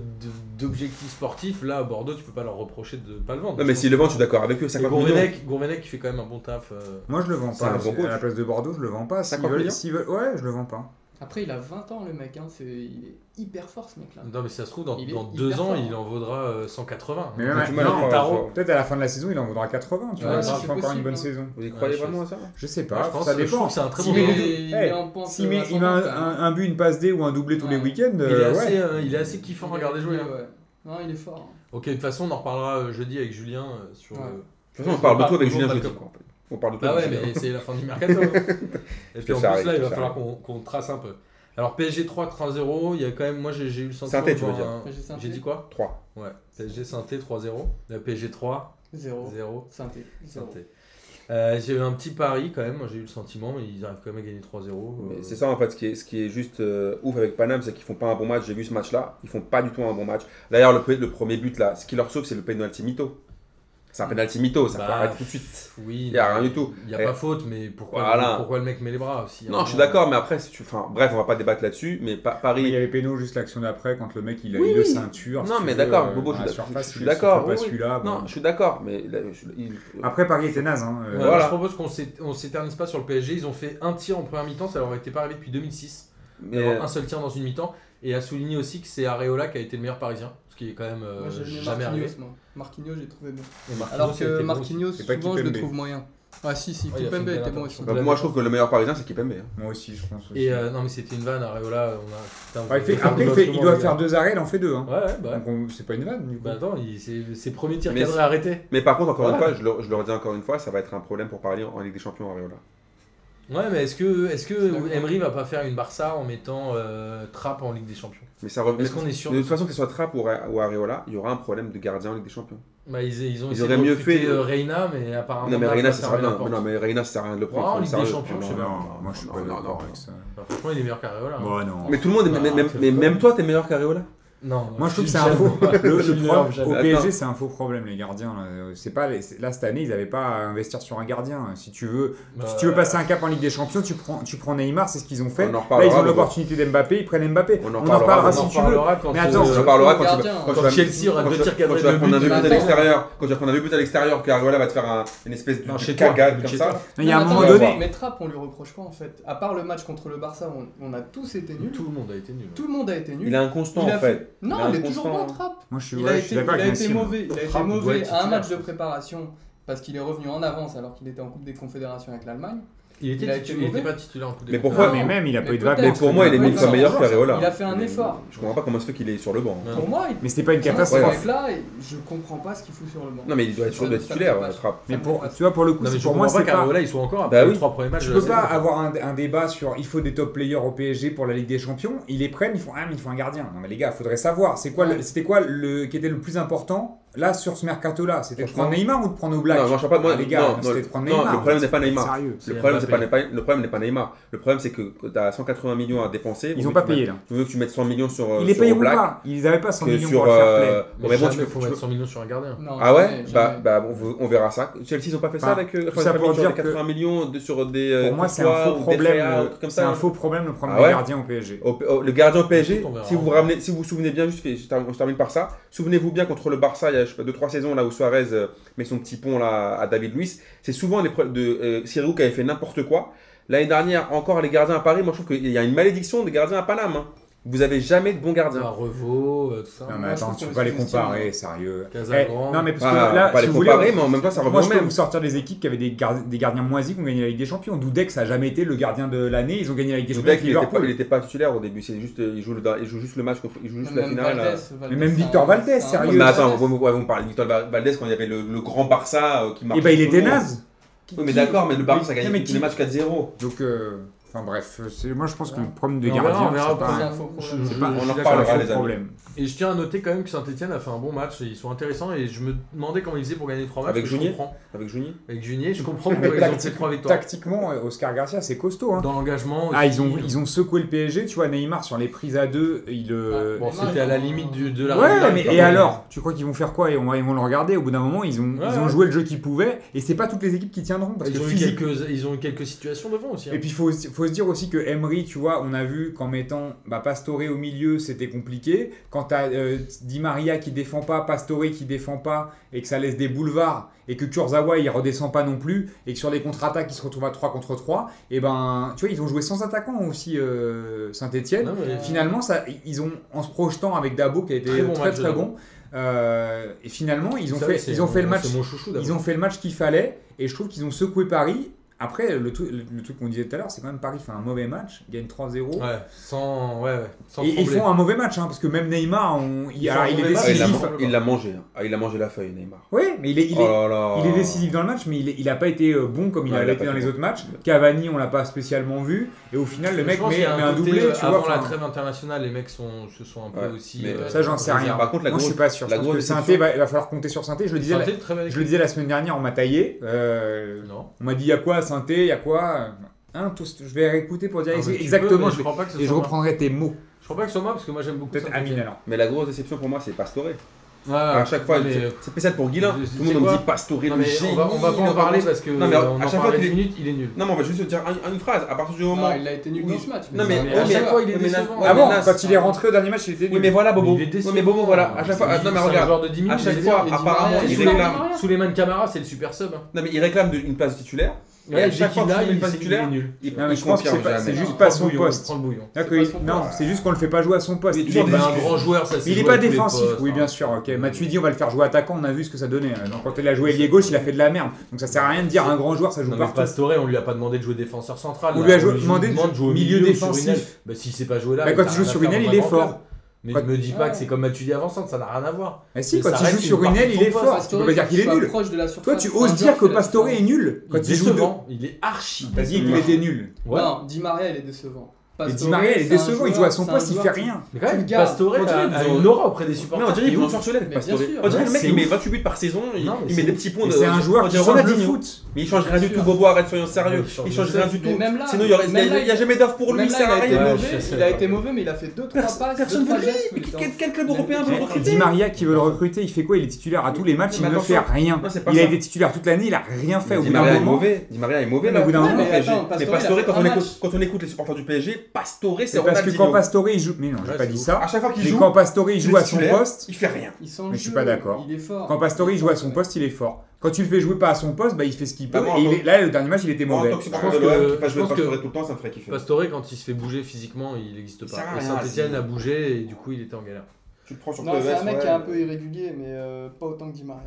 Speaker 1: d'objectif sportif. Là, à Bordeaux, tu peux pas leur reprocher de pas le vendre.
Speaker 3: Non, mais s'ils le vendent, je suis d'accord avec eux.
Speaker 1: Et
Speaker 3: 50 millions.
Speaker 1: Gourvenec, Gourvenec qui fait quand même un bon taf. euh,
Speaker 2: Moi je le vends
Speaker 3: C'est
Speaker 2: pas.
Speaker 3: un gros
Speaker 2: À la
Speaker 3: coach.
Speaker 2: place de Bordeaux, je le vends pas. S'ils
Speaker 3: 50
Speaker 2: veulent,
Speaker 3: millions
Speaker 2: s'ils veulent- ouais, je le vends pas.
Speaker 4: Après, il a 20 ans le mec, hein. c'est- il est hyper fort ce mec-là.
Speaker 1: Non, mais si ça se trouve, dans,
Speaker 4: Il est
Speaker 1: dans
Speaker 4: hyper
Speaker 1: deux ans,
Speaker 4: fort.
Speaker 1: il en vaudra euh, 180.
Speaker 2: Mais
Speaker 1: hein.
Speaker 2: même
Speaker 3: J'ai du mal à
Speaker 2: non,
Speaker 3: croire,
Speaker 1: Tarot.
Speaker 3: genre.
Speaker 2: Peut-être à la fin de la saison, il en vaudra 80. Tu
Speaker 1: Ouais,
Speaker 2: vois,
Speaker 1: c'est
Speaker 2: s'il fait encore
Speaker 4: possible,
Speaker 2: une bonne
Speaker 4: hein.
Speaker 2: saison.
Speaker 3: Vous y croyez
Speaker 1: Ouais, je
Speaker 3: vraiment à ça
Speaker 2: Je sais
Speaker 1: Ouais,
Speaker 2: pas.
Speaker 1: je pense-
Speaker 2: ça
Speaker 1: je
Speaker 2: dépend.
Speaker 1: trouve que c'est un très
Speaker 2: Si
Speaker 1: bon
Speaker 2: met-
Speaker 1: joueur.
Speaker 4: Il est- il
Speaker 2: Hey,
Speaker 4: est en pente,
Speaker 2: s'il met,
Speaker 4: euh,
Speaker 2: il met un,
Speaker 4: 150,
Speaker 2: un- un but, une passe D ou un doublé tous les
Speaker 4: Ouais.
Speaker 2: week-ends.
Speaker 1: Il est
Speaker 2: euh,
Speaker 1: assez,
Speaker 2: ouais.
Speaker 1: euh, il est assez kiffant à regarder jouer. hein.
Speaker 4: ouais. Non, il est fort. hein.
Speaker 1: Ok, de toute façon, on en reparlera euh, jeudi avec Julien euh, sur.
Speaker 4: Ouais.
Speaker 1: euh,
Speaker 3: De toute façon, on parle de tout avec
Speaker 1: toujours
Speaker 3: Julien
Speaker 1: de
Speaker 3: jeudi.
Speaker 1: Malcolm.
Speaker 3: quoi. On parle de tout
Speaker 1: Bah ouais,
Speaker 3: avec Julien.
Speaker 1: mais c'est la fin du
Speaker 3: (laughs)
Speaker 1: mercato. Et puis en plus,
Speaker 3: Ça arrive,
Speaker 1: là, il va
Speaker 3: ça
Speaker 1: falloir
Speaker 3: arrive.
Speaker 1: qu'on qu'on trace un peu. Alors, PSG 3, 3-0, il y a quand même. Moi, j'ai j'ai eu le sentiment.
Speaker 3: Synthé,
Speaker 1: de
Speaker 3: tu veux
Speaker 1: voir
Speaker 3: dire.
Speaker 1: un-
Speaker 4: PSG synthé.
Speaker 1: J'ai dit quoi
Speaker 3: 3.
Speaker 1: Ouais, PSG synthé Euh, 3-0. La PSG 3,
Speaker 4: 0.
Speaker 1: 0,
Speaker 4: Synthé. Zéro.
Speaker 1: synthé. Euh, j'ai eu un petit pari quand même, moi j'ai eu le sentiment, mais ils arrivent quand même à gagner 3-0. euh,
Speaker 3: Mais C'est ça en fait, ce qui est, ce qui est juste euh, ouf avec Paname, c'est qu'ils font pas un bon match. J'ai vu ce match-là, ils font pas du tout un bon match. D'ailleurs, le, pe- le premier but là, ce qui leur sauve, c'est le penalty mytho. C'est un penalty mytho, ça
Speaker 1: Bah,
Speaker 3: peut arrêter tout de suite.
Speaker 1: Oui,
Speaker 3: Y a rien
Speaker 1: mais
Speaker 3: du tout.
Speaker 1: Il n'y a
Speaker 3: Et-
Speaker 1: pas faute, mais pourquoi,
Speaker 3: Voilà.
Speaker 1: pourquoi le mec met les bras aussi hein.
Speaker 3: Non, je suis d'accord, mais après, si tu... enfin, bref, on va pas débattre là-dessus, mais Pa-
Speaker 2: Il y
Speaker 3: Paris.
Speaker 2: avait Péno juste l'action d'après quand le mec il a
Speaker 3: Oui,
Speaker 2: eu le
Speaker 3: oui.
Speaker 2: ceinture.
Speaker 3: Non,
Speaker 2: si
Speaker 3: mais
Speaker 2: tu veux,
Speaker 3: d'accord,
Speaker 2: euh,
Speaker 3: Bobo,
Speaker 2: dans
Speaker 3: je
Speaker 2: la
Speaker 3: suis-
Speaker 2: surface,
Speaker 3: je
Speaker 2: il
Speaker 3: suis
Speaker 2: le souffle
Speaker 3: d'accord,
Speaker 2: Pas
Speaker 3: oui, oui.
Speaker 2: celui-là. bon.
Speaker 3: Non, je suis d'accord, mais là, je- il-
Speaker 2: Après Paris était naze. hein, euh,
Speaker 1: Ouais,
Speaker 3: Voilà.
Speaker 1: Je propose qu'on s'é- on s'éternise pas sur le PSG. Ils ont fait un tir en première mi-temps, ça leur était pas arrivé depuis 2006.
Speaker 3: mais- euh,
Speaker 1: d'avoir un seul tir dans une mi-temps. Et à souligner aussi que c'est Areola qui a été le meilleur parisien, ce qui est quand même euh,
Speaker 4: Moi, j'ai aimé
Speaker 1: jamais arrivé.
Speaker 4: Marquinhos, moi. Marquinhos, j'ai trouvé bon.
Speaker 1: Et Marquinhos
Speaker 4: Alors
Speaker 1: a été
Speaker 4: que
Speaker 1: bon.
Speaker 4: Marquinhos,
Speaker 2: C'est pas
Speaker 4: souvent, je
Speaker 2: Kipembe.
Speaker 4: le trouve moyen. Ah, si, si,
Speaker 1: Ouais, il a fait une
Speaker 4: Kipembe
Speaker 1: belle
Speaker 4: était bon
Speaker 1: intervention.
Speaker 4: aussi.
Speaker 3: Donc, bah, moi, je trouve que le meilleur parisien, c'est Kipembe. hein.
Speaker 2: Moi aussi, je pense. aussi.
Speaker 1: Et euh, non, mais c'était une vanne, Areola. On a... putain,
Speaker 2: Ouais, il fait-
Speaker 1: on-
Speaker 2: Après,
Speaker 1: on
Speaker 2: il
Speaker 1: doit
Speaker 2: fait-
Speaker 1: souvent
Speaker 2: il doit
Speaker 1: le
Speaker 2: faire deux arrêts, il en fait deux. hein.
Speaker 1: dire. Ouais, ouais, bah.
Speaker 2: Donc on- c'est pas une vanne du coup.
Speaker 1: Bah attends, il- c'est ses premiers tirs
Speaker 3: Mais
Speaker 1: cadrés
Speaker 3: c'est-
Speaker 1: arrêtés.
Speaker 3: Mais par contre, encore
Speaker 1: Voilà.
Speaker 3: une fois, je le, je le redis encore une fois, ça va être un problème pour Paris en Ligue des Champions, Areola.
Speaker 1: Ouais, mais est-ce que, est
Speaker 4: D'accord.
Speaker 1: que Emery va pas faire une Barça en mettant euh, Trapp en Ligue des Champions
Speaker 3: Mais ça revenait.
Speaker 1: Est-ce qu'on est sûr
Speaker 3: De
Speaker 1: de
Speaker 3: toute façon, que ce soit Trapp ou, Ra- ou Areola, il y aura un problème de gardien en Ligue des Champions.
Speaker 1: bah, ils, ils ont
Speaker 3: Ils
Speaker 1: essayé
Speaker 3: auraient
Speaker 1: de
Speaker 3: mieux
Speaker 1: recruter,
Speaker 3: fait-
Speaker 1: euh, Reina, mais apparemment.
Speaker 3: Non, mais
Speaker 1: Naples
Speaker 3: Reina,
Speaker 1: a
Speaker 3: ça sert à
Speaker 1: fermé la
Speaker 3: rien.
Speaker 1: porte.
Speaker 3: Non, mais Reina, ça sert à rien de le prendre.
Speaker 1: Ouais, en
Speaker 3: faut être
Speaker 1: Ligue des
Speaker 3: sérieux.
Speaker 1: Champions, je sais
Speaker 2: Non,
Speaker 1: pas.
Speaker 2: moi je suis pas
Speaker 3: non, non,
Speaker 2: d'accord avec
Speaker 3: non.
Speaker 2: ça.
Speaker 1: Bah, franchement, il est meilleur qu'Areola. hein.
Speaker 2: Bon, non.
Speaker 3: Mais tout le monde, est-
Speaker 1: Bah,
Speaker 3: mais, mais-
Speaker 1: c'est
Speaker 3: mais
Speaker 1: pas-
Speaker 3: même toi, t'es meilleur qu'Areola
Speaker 1: Non,
Speaker 2: Moi, je trouve que c'est
Speaker 1: jamais-
Speaker 2: un
Speaker 1: (laughs)
Speaker 2: faux. Le, oh, le
Speaker 1: Jamais,
Speaker 2: problème-
Speaker 1: jamais.
Speaker 2: au
Speaker 3: Attends.
Speaker 2: PSG, c'est un faux problème, les gardiens. là. Euh, C'est pas, les- c'est- là, cette année, ils n'avaient pas à investir sur un gardien. Si tu veux, si tu veux
Speaker 1: Bah,
Speaker 2: passer un cap en Ligue des Champions, tu prends, tu prends Neymar, c'est ce qu'ils ont fait.
Speaker 3: On en
Speaker 2: Là, ils
Speaker 3: reparlera,
Speaker 2: ont
Speaker 3: mais
Speaker 2: l'opportunité d'Mbappé, ils prennent Mbappé.
Speaker 3: On en
Speaker 2: On en
Speaker 3: parlera,
Speaker 2: reparlera
Speaker 3: Ah,
Speaker 1: on en
Speaker 2: si tu veux.
Speaker 1: parlera quand,
Speaker 2: Mais attends,
Speaker 3: On
Speaker 2: Euh,
Speaker 3: en parlera quand, tu
Speaker 4: gardien,
Speaker 3: vas-
Speaker 4: hein.
Speaker 3: quand tu
Speaker 1: quand
Speaker 3: vas-
Speaker 1: Chelsea aura
Speaker 3: quand
Speaker 1: deux
Speaker 3: tu vas-
Speaker 1: tirs cadrés
Speaker 3: quand tu vas
Speaker 1: de
Speaker 3: prendre un
Speaker 1: but.
Speaker 3: but à
Speaker 4: Attends.
Speaker 3: l'extérieur, quand tu vas prendre un but à l'extérieur, que Areola va te faire un- une espèce de
Speaker 1: Non, chez
Speaker 3: de
Speaker 1: toi,
Speaker 3: cagade
Speaker 1: chez
Speaker 3: comme
Speaker 1: toi.
Speaker 3: ça.
Speaker 2: Il y a
Speaker 4: Mais
Speaker 2: un
Speaker 4: attends,
Speaker 2: moment
Speaker 4: mais-
Speaker 2: donné.
Speaker 4: Mais Trapp, on lui reproche quoi en fait À part le match contre le Barça, on, on a tous été nuls.
Speaker 1: Tout le monde a été nul.
Speaker 4: Tout le monde a été nul.
Speaker 3: Il est inconstant
Speaker 4: Il a
Speaker 3: en fait.
Speaker 4: Non,
Speaker 3: il a
Speaker 4: il
Speaker 3: un
Speaker 4: est toujours
Speaker 3: constant,
Speaker 4: bon
Speaker 3: hein.
Speaker 4: Trapp.
Speaker 2: Moi, je suis
Speaker 4: Il
Speaker 2: ouais,
Speaker 4: a
Speaker 2: je suis
Speaker 4: été,
Speaker 2: d'accord
Speaker 4: il a
Speaker 2: avec
Speaker 4: été
Speaker 2: Nassim.
Speaker 4: mauvais. Il a été
Speaker 1: Trapp doit être
Speaker 4: mauvais à un
Speaker 1: titulaire, je
Speaker 4: match de préparation parce qu'il est revenu en avance alors qu'il était en Coupe des Confédérations avec l'Allemagne.
Speaker 1: Il
Speaker 4: Il a
Speaker 1: était,
Speaker 4: été
Speaker 1: titu- il était
Speaker 4: mauvais.
Speaker 1: pas titulaire en coup de
Speaker 3: Mais
Speaker 1: poing.
Speaker 3: pourquoi
Speaker 2: Non, mais même, il a
Speaker 4: Mais
Speaker 2: pas eu de
Speaker 4: peut-être.
Speaker 2: vagues.
Speaker 3: Mais pour moi, il est
Speaker 4: Ouais,
Speaker 3: mille fois
Speaker 4: non,
Speaker 3: meilleur
Speaker 4: non,
Speaker 3: qu'Areola.
Speaker 4: il a fait un effort.
Speaker 3: Je comprends pas comment ça se fait qu'il est sur le banc. hein.
Speaker 4: Pour moi, il-
Speaker 2: Mais c'était pas une
Speaker 4: Ce
Speaker 2: catastrophe.
Speaker 4: mec-là, je comprends pas ce qu'il fout sur le banc.
Speaker 3: Non, mais il doit être sûr
Speaker 4: Ça-
Speaker 3: de
Speaker 4: ça
Speaker 3: titulaire,
Speaker 4: me dépasse.
Speaker 3: Trapp.
Speaker 2: Mais
Speaker 4: Ça me
Speaker 2: pour,
Speaker 4: dépasse.
Speaker 2: tu vois, pour le coup,
Speaker 1: Non, mais
Speaker 2: c'est-
Speaker 1: je
Speaker 2: pour moi,
Speaker 1: comprends
Speaker 2: c'est
Speaker 1: pas
Speaker 2: pas.
Speaker 1: qu'Areola, ils sont encore
Speaker 3: Bah
Speaker 1: après les
Speaker 3: oui.
Speaker 1: trois premiers matchs.
Speaker 2: Je
Speaker 1: de
Speaker 2: peux
Speaker 1: la
Speaker 3: hein.
Speaker 2: pas
Speaker 1: saison.
Speaker 2: avoir un, un débat sur il faut des top players au PSG pour la Ligue des Champions. Ils les prennent, ils font ah mais il faut un gardien. Non mais les gars, faudrait savoir c'est quoi le- c'était quoi le qui était le plus important là sur ce mercato là, c'était de
Speaker 3: Franchement.
Speaker 2: prendre Neymar ou de prendre Oblak
Speaker 3: Non, moi, je parle pas. Moi,
Speaker 2: Ah, les gars,
Speaker 3: non, non,
Speaker 2: c'était de prendre
Speaker 3: non,
Speaker 2: Neymar.
Speaker 3: le problème n'est pas Neymar.
Speaker 2: Sérieux.
Speaker 1: C'est
Speaker 3: Le problème, c'est pas,
Speaker 1: Mbappé.
Speaker 3: Neymar- le problème n'est pas Neymar. Le problème, c'est que tu as 180 millions à dépenser.
Speaker 2: Ils
Speaker 3: Vaut
Speaker 2: ont
Speaker 3: mieux
Speaker 2: pas
Speaker 3: que tu
Speaker 2: payé
Speaker 3: mettes-
Speaker 2: là.
Speaker 3: vaut mieux que tu mettes 100 millions sur. euh,
Speaker 2: Ils les
Speaker 3: sur
Speaker 2: payaient ou
Speaker 3: Black
Speaker 2: pas Ils avaient pas 100
Speaker 3: que
Speaker 2: millions
Speaker 3: sur.
Speaker 2: pour le fair play.
Speaker 3: euh,
Speaker 1: Mais,
Speaker 3: mais bon, tu
Speaker 1: jamais
Speaker 3: peux-
Speaker 1: faut
Speaker 3: tu
Speaker 1: mettre
Speaker 3: peux-
Speaker 1: 100 millions sur un gardien.
Speaker 4: Non,
Speaker 3: Ah ouais
Speaker 4: jamais,
Speaker 3: bah,
Speaker 4: jamais.
Speaker 3: bah, on, veut- on verra ça. Chelsea, ils ont pas fait ça
Speaker 2: Enfin,
Speaker 3: avec euh,
Speaker 2: tout ça
Speaker 3: enfin,
Speaker 2: pour
Speaker 3: sur
Speaker 2: dire
Speaker 3: des 80
Speaker 2: que-
Speaker 3: millions de- sur des. euh,
Speaker 2: Pour moi, c'est un
Speaker 3: Courtois
Speaker 2: faux
Speaker 3: ou des
Speaker 2: problème.
Speaker 3: Gea,
Speaker 2: le-
Speaker 3: ou des trucs comme
Speaker 2: C'est
Speaker 3: ça,
Speaker 2: un
Speaker 3: hein.
Speaker 2: faux problème le problème
Speaker 3: Ah ouais
Speaker 2: des gardiens au PSG.
Speaker 3: Au- au- le gardien au PSG,
Speaker 1: Écoute, on verra.
Speaker 3: si vous vous, ramenez, si vous vous souvenez bien, juste, que- je termine, je termine par ça, souvenez-vous bien contre le Barça, il y a 2-3 saisons là où Suarez euh, met son petit pont là à David Luiz, c'est souvent les pro- de euh, Sirigu qui avait fait n'importe quoi. L'année dernière, encore les gardiens à Paris, moi je trouve qu'il y a une malédiction des gardiens à Paname. hein. Vous avez jamais de bons
Speaker 1: Un
Speaker 3: gardiens.
Speaker 1: Revaux, euh, tout
Speaker 3: Ah,
Speaker 1: ça.
Speaker 2: Non mais
Speaker 4: Moi, je
Speaker 2: attends,
Speaker 4: trouve
Speaker 2: tu
Speaker 4: qu'on
Speaker 2: peux pas les
Speaker 4: sous-estime.
Speaker 2: comparer, sérieux.
Speaker 1: Casagrande.
Speaker 2: Eh, non mais parce
Speaker 3: Enfin,
Speaker 2: que
Speaker 3: on
Speaker 2: là,
Speaker 3: peut pas
Speaker 2: si
Speaker 3: les
Speaker 2: vous voulez,
Speaker 3: comparer, mais en même temps, ça
Speaker 2: Moi,
Speaker 3: revient
Speaker 2: je
Speaker 3: au
Speaker 2: peux
Speaker 3: même.
Speaker 2: vous sortir des équipes qui avaient des, gar- des gardiens moisis qui ont gagné la Ligue des Champions. Doudek, ça n'a jamais été le gardien de l'année. Ils ont gagné la Ligue des Champions
Speaker 3: Dudek,
Speaker 2: avec
Speaker 3: il n'était pas, il
Speaker 2: Liverpool.
Speaker 3: était pas titulaire au début, c'est juste, euh, il joue, le, il joue juste le match, contre- il joue juste la
Speaker 4: Même
Speaker 3: finale.
Speaker 4: Valdez,
Speaker 3: euh.
Speaker 4: Valdez,
Speaker 2: même
Speaker 4: c'est
Speaker 2: Victor
Speaker 4: un-
Speaker 2: Valdez,
Speaker 4: c'est un-
Speaker 2: sérieux.
Speaker 3: Mais attends,
Speaker 4: Valdez.
Speaker 3: vous, ouais, vous me parlez de Victor Valdez quand il y avait le, le grand Barça euh, qui
Speaker 2: Et
Speaker 3: marquait.
Speaker 2: bah, il
Speaker 3: tout le
Speaker 2: était
Speaker 3: monde.
Speaker 2: naze.
Speaker 3: Oui, mais d'accord, mais le Barça a
Speaker 2: Non, mais
Speaker 3: gagné tous
Speaker 2: qui-
Speaker 3: les matchs 4-0.
Speaker 2: Donc, euh, enfin bref, c'est- moi je pense que le problème des
Speaker 1: Mais on verra,
Speaker 2: gardiens,
Speaker 1: on verra
Speaker 2: c'est
Speaker 1: après.
Speaker 2: pas,
Speaker 4: C'est
Speaker 2: un-
Speaker 4: un faux
Speaker 1: Je-
Speaker 4: problème.
Speaker 1: je-
Speaker 2: c'est pas-
Speaker 1: je
Speaker 3: on en
Speaker 1: suis
Speaker 2: c'est un
Speaker 3: reparlera,
Speaker 1: d'accord.
Speaker 2: faux
Speaker 3: les amis.
Speaker 2: problème.
Speaker 1: Et je tiens à noter quand même que Saint-Etienne a fait un bon match. et Ils sont intéressants et je me demandais comment ils faisaient pour gagner trois matchs.
Speaker 3: Avec
Speaker 1: mais je
Speaker 3: Junier
Speaker 1: comprends.
Speaker 3: Avec Junier
Speaker 1: Avec Junier, je
Speaker 2: (laughs)
Speaker 1: comprends pourquoi ils ont fait trois victoires.
Speaker 2: Tactiquement, euh, Oscar Garcia, c'est costaud. hein.
Speaker 1: Dans l'engagement.
Speaker 2: Ah,
Speaker 1: aussi.
Speaker 2: ils ont, ils ont secoué le PSG. Tu vois, Neymar sur les prises à deux, il. euh,
Speaker 1: Bon, c'était à la limite du- de la
Speaker 2: Ouais,
Speaker 1: régularité.
Speaker 2: mais et alors Tu crois qu'ils vont faire quoi et on va- Ils vont le regarder. Au bout d'un moment, ils ont,
Speaker 1: Ouais,
Speaker 2: ils ont
Speaker 1: ouais.
Speaker 2: joué le jeu qu'ils pouvaient. Et c'est pas toutes les équipes qui tiendront. Parce
Speaker 1: ils
Speaker 2: que
Speaker 1: ont, eu
Speaker 2: physiquement,
Speaker 1: quelques, ils ont eu quelques situations devant aussi. hein.
Speaker 2: Et puis faut, aussi- faut se dire aussi que Emery, tu vois, on a vu qu'en mettant bah, Pastore au milieu, c'était compliqué. Quand t'as euh, Di Maria qui défend pas, Pastore qui défend pas, et que ça laisse des boulevards, et que Kurzawa il redescend pas non plus, et que sur les contre-attaques ils se retrouvent à 3 contre 3, et ben tu vois, ils ont joué sans attaquant aussi Saint-Etienne.
Speaker 1: Non, mais-
Speaker 4: Ouais.
Speaker 2: Finalement, ça, ils ont, en se projetant avec Dabo qui a été
Speaker 1: Très
Speaker 2: très
Speaker 1: bon
Speaker 2: très,
Speaker 1: match de Dabo.
Speaker 2: bon, euh, et finalement ils ont
Speaker 1: Ça,
Speaker 2: fait,
Speaker 1: c'est
Speaker 2: ils ont
Speaker 1: mon-
Speaker 2: fait le match
Speaker 1: C'est mon chouchou d'abord.
Speaker 2: ils ont fait le match qu'il fallait et je trouve qu'ils ont secoué Paris. Après, le, tru- le- le truc qu'on disait tout à l'heure, c'est quand même Paris fait un mauvais match, gagne 3-0.
Speaker 1: Ouais, sans. Ouais, ouais. Sans
Speaker 2: Et ils
Speaker 1: trembler.
Speaker 2: font un mauvais match, hein, parce que même Neymar, on- il,
Speaker 1: Ils
Speaker 2: alors,
Speaker 1: font un
Speaker 2: il est
Speaker 1: mauvais match,
Speaker 3: Ah, il
Speaker 1: a-
Speaker 3: l'a-
Speaker 2: décisif.
Speaker 1: Gif.
Speaker 3: il l'a mangé. hein. Ah, il a mangé la feuille, Neymar.
Speaker 2: Oui, mais il est, il, est,
Speaker 3: Oh là là.
Speaker 2: il est décisif dans le match, mais il, est- il a pas été euh, bon comme il
Speaker 3: Ouais, il
Speaker 2: avait
Speaker 3: a
Speaker 2: été
Speaker 3: pas
Speaker 2: dans
Speaker 3: été
Speaker 2: les
Speaker 3: bon.
Speaker 2: autres matchs. Cavani, on l'a pas spécialement vu. Et au final, le
Speaker 1: Je
Speaker 2: mec
Speaker 1: pense
Speaker 2: met,
Speaker 1: qu'il y a
Speaker 2: met un
Speaker 1: côté,
Speaker 2: doublé,
Speaker 1: euh,
Speaker 2: tu
Speaker 1: avant
Speaker 2: vois.
Speaker 1: la
Speaker 2: enfin,
Speaker 1: trêve internationale, les mecs sont, se sont un peu
Speaker 3: Ouais,
Speaker 1: aussi.
Speaker 3: mais,
Speaker 1: euh,
Speaker 2: ça, j'en sais rien.
Speaker 3: Ah, Par contre, la
Speaker 2: Moi, je
Speaker 3: grosse.
Speaker 2: suis pas sûr.
Speaker 3: la
Speaker 2: Je pense
Speaker 3: grosse
Speaker 2: que Saint-Etienne,
Speaker 3: déception-
Speaker 2: va, il va falloir compter sur Saint-Etienne. Je le disais, la,
Speaker 1: Saint-Étienne, très belle
Speaker 2: je le disais la semaine dernière, on m'a taillé. Euh,
Speaker 1: équipe. Non.
Speaker 2: On m'a dit, il y a quoi, synthé, il y a quoi Hein, tout ce- Je vais réécouter pour dire
Speaker 1: Ah, mais tu peux,
Speaker 2: exactement.
Speaker 1: mais
Speaker 2: je
Speaker 1: je
Speaker 2: vais-
Speaker 1: crois pas que ce
Speaker 2: et je
Speaker 1: soit moi.
Speaker 2: reprendrai tes mots.
Speaker 1: Je crois pas que ce soit moi parce que moi j'aime beaucoup.
Speaker 2: Peut-être
Speaker 1: Saint-Étienne.
Speaker 2: Amine alors.
Speaker 3: Mais la grosse déception pour moi, c'est Pastore.
Speaker 1: Ouais, ouais.
Speaker 3: à chaque fois,
Speaker 1: Ah, Non, mais, euh,
Speaker 3: c'est- c'est spécial pour Guilin.
Speaker 1: je- je-
Speaker 3: Tout le
Speaker 1: c'est
Speaker 3: monde me
Speaker 1: quoi
Speaker 3: dit Pastore,
Speaker 1: Non,
Speaker 3: le
Speaker 1: mais
Speaker 3: génie.
Speaker 1: on, va, on va pas en parler parce que
Speaker 3: Non, mais
Speaker 1: euh, on
Speaker 3: à
Speaker 1: en
Speaker 3: chaque
Speaker 1: parle
Speaker 3: fois qu'il
Speaker 1: 10 minutes, il est nul.
Speaker 3: Non, mais on va juste se dire un- une phrase. À partir du moment.
Speaker 4: Non, il a été nul
Speaker 3: Oui.
Speaker 4: dans ce match.
Speaker 3: Non, mais,
Speaker 4: c'est
Speaker 1: mais
Speaker 4: un
Speaker 1: à
Speaker 3: oh,
Speaker 1: chaque
Speaker 3: mais-
Speaker 1: fois, il est
Speaker 3: ouais, mais là-
Speaker 1: décevant.
Speaker 3: ouais,
Speaker 2: Ah
Speaker 3: mais
Speaker 2: bon
Speaker 3: là,
Speaker 2: Quand il est rentré au dernier match, il était
Speaker 3: Oui,
Speaker 2: nul.
Speaker 3: mais voilà, Bobo.
Speaker 1: Il est décevant.
Speaker 3: Oui, mais Bobo, voilà. À chaque fois. ah, Non, mais
Speaker 1: C'est un
Speaker 3: regarde.
Speaker 1: joueur de 10 minutes,
Speaker 3: À chaque
Speaker 1: c'est
Speaker 3: fois,
Speaker 1: bien.
Speaker 4: Di
Speaker 3: apparemment,
Speaker 4: Maria,
Speaker 3: il
Speaker 4: il est
Speaker 3: réclame.
Speaker 4: Maria.
Speaker 1: Souleymane Camara, c'est le super sub. hein.
Speaker 3: Non, mais il réclame de- une place titulaire. Et à
Speaker 1: Ouais, dès
Speaker 3: chaque
Speaker 1: qu'il
Speaker 3: fois qu'il
Speaker 1: l'a,
Speaker 3: met une
Speaker 1: il
Speaker 3: passe
Speaker 1: il
Speaker 3: titulaire,
Speaker 1: est nul.
Speaker 3: Il
Speaker 2: Non, mais je
Speaker 3: il
Speaker 2: pense que c'est
Speaker 3: confirme
Speaker 2: pas- c'est
Speaker 3: jamais.
Speaker 2: juste
Speaker 4: Non,
Speaker 2: pas
Speaker 1: Prends le
Speaker 2: son
Speaker 1: bouillon,
Speaker 2: poste.
Speaker 1: Prends le bouillon.
Speaker 2: D'accord,
Speaker 4: C'est
Speaker 2: il-
Speaker 4: pas son
Speaker 2: Non,
Speaker 3: poste.
Speaker 2: c'est juste qu'on le fait pas jouer à son poste.
Speaker 3: Il est
Speaker 1: Il est
Speaker 3: toujours
Speaker 1: pas
Speaker 3: des
Speaker 1: un
Speaker 3: excuses.
Speaker 1: grand joueur, ça
Speaker 2: Mais
Speaker 1: c'est
Speaker 2: Il est
Speaker 1: joué
Speaker 2: pas
Speaker 1: avec tous les
Speaker 2: défensif,
Speaker 1: postes,
Speaker 2: oui
Speaker 1: hein.
Speaker 2: bien sûr. Ok, Matuidi, on va le faire jouer attaquant. On a vu ce que ça donnait. hein. Quand il a joué ailier gauche, il a fait de la merde. Donc ça sert à rien de dire un grand joueur, ça joue
Speaker 1: Non, mais
Speaker 2: partout.
Speaker 1: Pastore, on lui a pas demandé de jouer défenseur central.
Speaker 2: On
Speaker 1: là.
Speaker 2: lui a joué-
Speaker 1: joue-
Speaker 2: demandé de
Speaker 1: demande
Speaker 2: milieu
Speaker 1: ou sur une
Speaker 2: défensif.
Speaker 1: aile. Bah, s'il sait pas jouer là.
Speaker 2: Bah,
Speaker 1: mais
Speaker 2: quand
Speaker 1: t'as
Speaker 2: il joue
Speaker 1: rien à
Speaker 2: sur
Speaker 1: faire
Speaker 2: une aile,
Speaker 1: dans un
Speaker 2: il est
Speaker 1: grand
Speaker 2: fort.
Speaker 1: club. Mais
Speaker 2: Quoi-
Speaker 1: ne me dis pas
Speaker 4: Ouais.
Speaker 1: que c'est comme Matuidi avant centre, ça n'a rien à voir.
Speaker 2: Mais si,
Speaker 1: Mais
Speaker 2: quand
Speaker 1: ça
Speaker 2: il joue
Speaker 1: reste
Speaker 2: sur
Speaker 1: une
Speaker 2: une
Speaker 1: partie
Speaker 2: aile,
Speaker 1: de
Speaker 2: il est
Speaker 1: son
Speaker 2: fort.
Speaker 1: poste.
Speaker 2: Tu peux pas dire qu'il est nul.
Speaker 4: Proche de la surface,
Speaker 2: Toi, tu
Speaker 4: c'est un
Speaker 2: oses
Speaker 4: joueur
Speaker 2: dire
Speaker 4: qui
Speaker 2: que
Speaker 4: fait la
Speaker 2: Pastore est
Speaker 4: différence.
Speaker 2: nul.
Speaker 1: Il
Speaker 2: Quand
Speaker 1: est
Speaker 2: il joue devant.
Speaker 1: décevant, il est archi.
Speaker 2: Vas-y, il
Speaker 1: décevant.
Speaker 2: était nul.
Speaker 1: Ouais.
Speaker 4: Non, Di Maria, il est décevant.
Speaker 2: Et Di
Speaker 4: Pastore,
Speaker 2: Maria, il est
Speaker 4: c'est un
Speaker 2: décevant. Il joue à
Speaker 4: joueur-
Speaker 2: son
Speaker 4: c'est un
Speaker 2: poste, il fait
Speaker 4: joueur-
Speaker 2: rien.
Speaker 1: Mais quand même,
Speaker 4: Tu le gardes.
Speaker 1: Pastore
Speaker 3: On dirait
Speaker 1: a,
Speaker 3: qu'ils
Speaker 1: a
Speaker 3: ont-
Speaker 1: une aura auprès des
Speaker 3: Mais
Speaker 1: supporters.
Speaker 3: on dirait
Speaker 1: qui est
Speaker 3: qu'il
Speaker 1: ouf.
Speaker 3: prend sur l'aile.
Speaker 4: Mais
Speaker 3: Pastore.
Speaker 4: bien sûr.
Speaker 3: On dirait que le
Speaker 1: Ouais,
Speaker 3: mec,
Speaker 1: c'est
Speaker 3: il met
Speaker 1: ouf.
Speaker 3: 28 buts par saison, il,
Speaker 1: Non, mais
Speaker 3: il met
Speaker 1: c'est
Speaker 3: des
Speaker 1: ouf.
Speaker 3: petits points.
Speaker 2: Et
Speaker 3: de-
Speaker 2: c'est un joueur
Speaker 3: on
Speaker 2: qui
Speaker 3: dirait
Speaker 2: change le
Speaker 3: Ronaldinho.
Speaker 2: foot.
Speaker 3: Mais il change rien
Speaker 4: Bien
Speaker 3: du tout,
Speaker 4: sûr.
Speaker 3: Bobo, arrête, soyons sérieux.
Speaker 1: Il change
Speaker 3: Il change
Speaker 1: rien
Speaker 3: rien du
Speaker 4: Mais
Speaker 3: tout.
Speaker 4: même là,
Speaker 3: Sinon, il y aurait- il
Speaker 4: même là,
Speaker 3: y a jamais d'offre pour lui,
Speaker 4: même
Speaker 3: ça
Speaker 4: là, il
Speaker 3: sert à
Speaker 4: a été
Speaker 1: Ouais,
Speaker 3: rien.
Speaker 1: je suis
Speaker 4: mauvais,
Speaker 1: assez
Speaker 4: il a
Speaker 1: d'accord.
Speaker 4: été mauvais, mais il a fait deux trois
Speaker 3: Personne
Speaker 4: passes,
Speaker 3: personne
Speaker 4: deux
Speaker 3: veut lui.
Speaker 4: trois gestes.
Speaker 3: Mais
Speaker 4: où il était en-
Speaker 3: quel, quel club
Speaker 4: Mais-
Speaker 3: européen veut le
Speaker 4: mais-
Speaker 2: Di
Speaker 3: recruter
Speaker 2: Maria qui veut le recruter, il fait quoi Il est titulaire à tous les matchs,
Speaker 3: Mais
Speaker 2: il ne fait
Speaker 3: attention.
Speaker 2: rien.
Speaker 3: Non, c'est pas
Speaker 2: Il a
Speaker 3: ça.
Speaker 2: été titulaire toute l'année, il a rien fait. Au
Speaker 3: Di
Speaker 2: bout d'un
Speaker 3: Maria est
Speaker 2: moment,
Speaker 3: mauvais. Di Maria est mauvais.
Speaker 2: Mais
Speaker 3: là.
Speaker 2: au bout d'un
Speaker 3: Ouais,
Speaker 2: moment,
Speaker 3: mais
Speaker 4: PSG.
Speaker 3: attends,
Speaker 4: Pastore,
Speaker 3: Mais Pastore,
Speaker 4: il a
Speaker 3: quand
Speaker 4: fait
Speaker 3: on
Speaker 4: un
Speaker 3: écoute-
Speaker 4: match.
Speaker 3: quand on écoute les supporters du PSG, Pastore, c'est hein.
Speaker 2: c'est parce que
Speaker 3: Ronaldinho.
Speaker 2: quand Pastore il joue. Mais non, j'ai
Speaker 1: Ouais,
Speaker 2: pas
Speaker 1: c'est
Speaker 2: dit
Speaker 1: ouf.
Speaker 2: ça.
Speaker 3: À chaque fois qu'il
Speaker 2: Mais
Speaker 3: joue,
Speaker 2: quand Pastore il
Speaker 3: il
Speaker 2: joue
Speaker 3: est
Speaker 2: à son
Speaker 3: titulaire,
Speaker 2: poste,
Speaker 3: il fait rien.
Speaker 4: Il sent le
Speaker 2: Mais je suis
Speaker 4: jeu,
Speaker 2: pas d'accord.
Speaker 4: Il est fort.
Speaker 2: quand Pastore il joue à son poste, il est fort. Quand tu le fais jouer pas à son poste, bah il fait ce qu'il peut.
Speaker 3: Bah, moi,
Speaker 2: Et il
Speaker 3: en
Speaker 2: est- Là, le dernier match, il était
Speaker 3: Moi, en
Speaker 2: mauvais.
Speaker 3: tant que supporter
Speaker 1: Je
Speaker 3: de
Speaker 1: pense que-
Speaker 3: l'OM, qui passe
Speaker 1: je
Speaker 3: jouer
Speaker 1: pense que-
Speaker 3: Pastore tout le temps, ça me ferait kiffer.
Speaker 1: Pastore, quand il se fait bouger physiquement, il n'existe
Speaker 3: Ça sert à
Speaker 1: pas. Et
Speaker 3: rien,
Speaker 1: Saint-Etienne
Speaker 3: c'est-
Speaker 1: a bougé et du coup, il était en galère.
Speaker 3: Tu le prends sur
Speaker 4: Non, c'est un
Speaker 3: PES,
Speaker 4: mec
Speaker 3: ouais.
Speaker 4: qui est un peu irrégulier, mais euh, pas autant que Di Maria.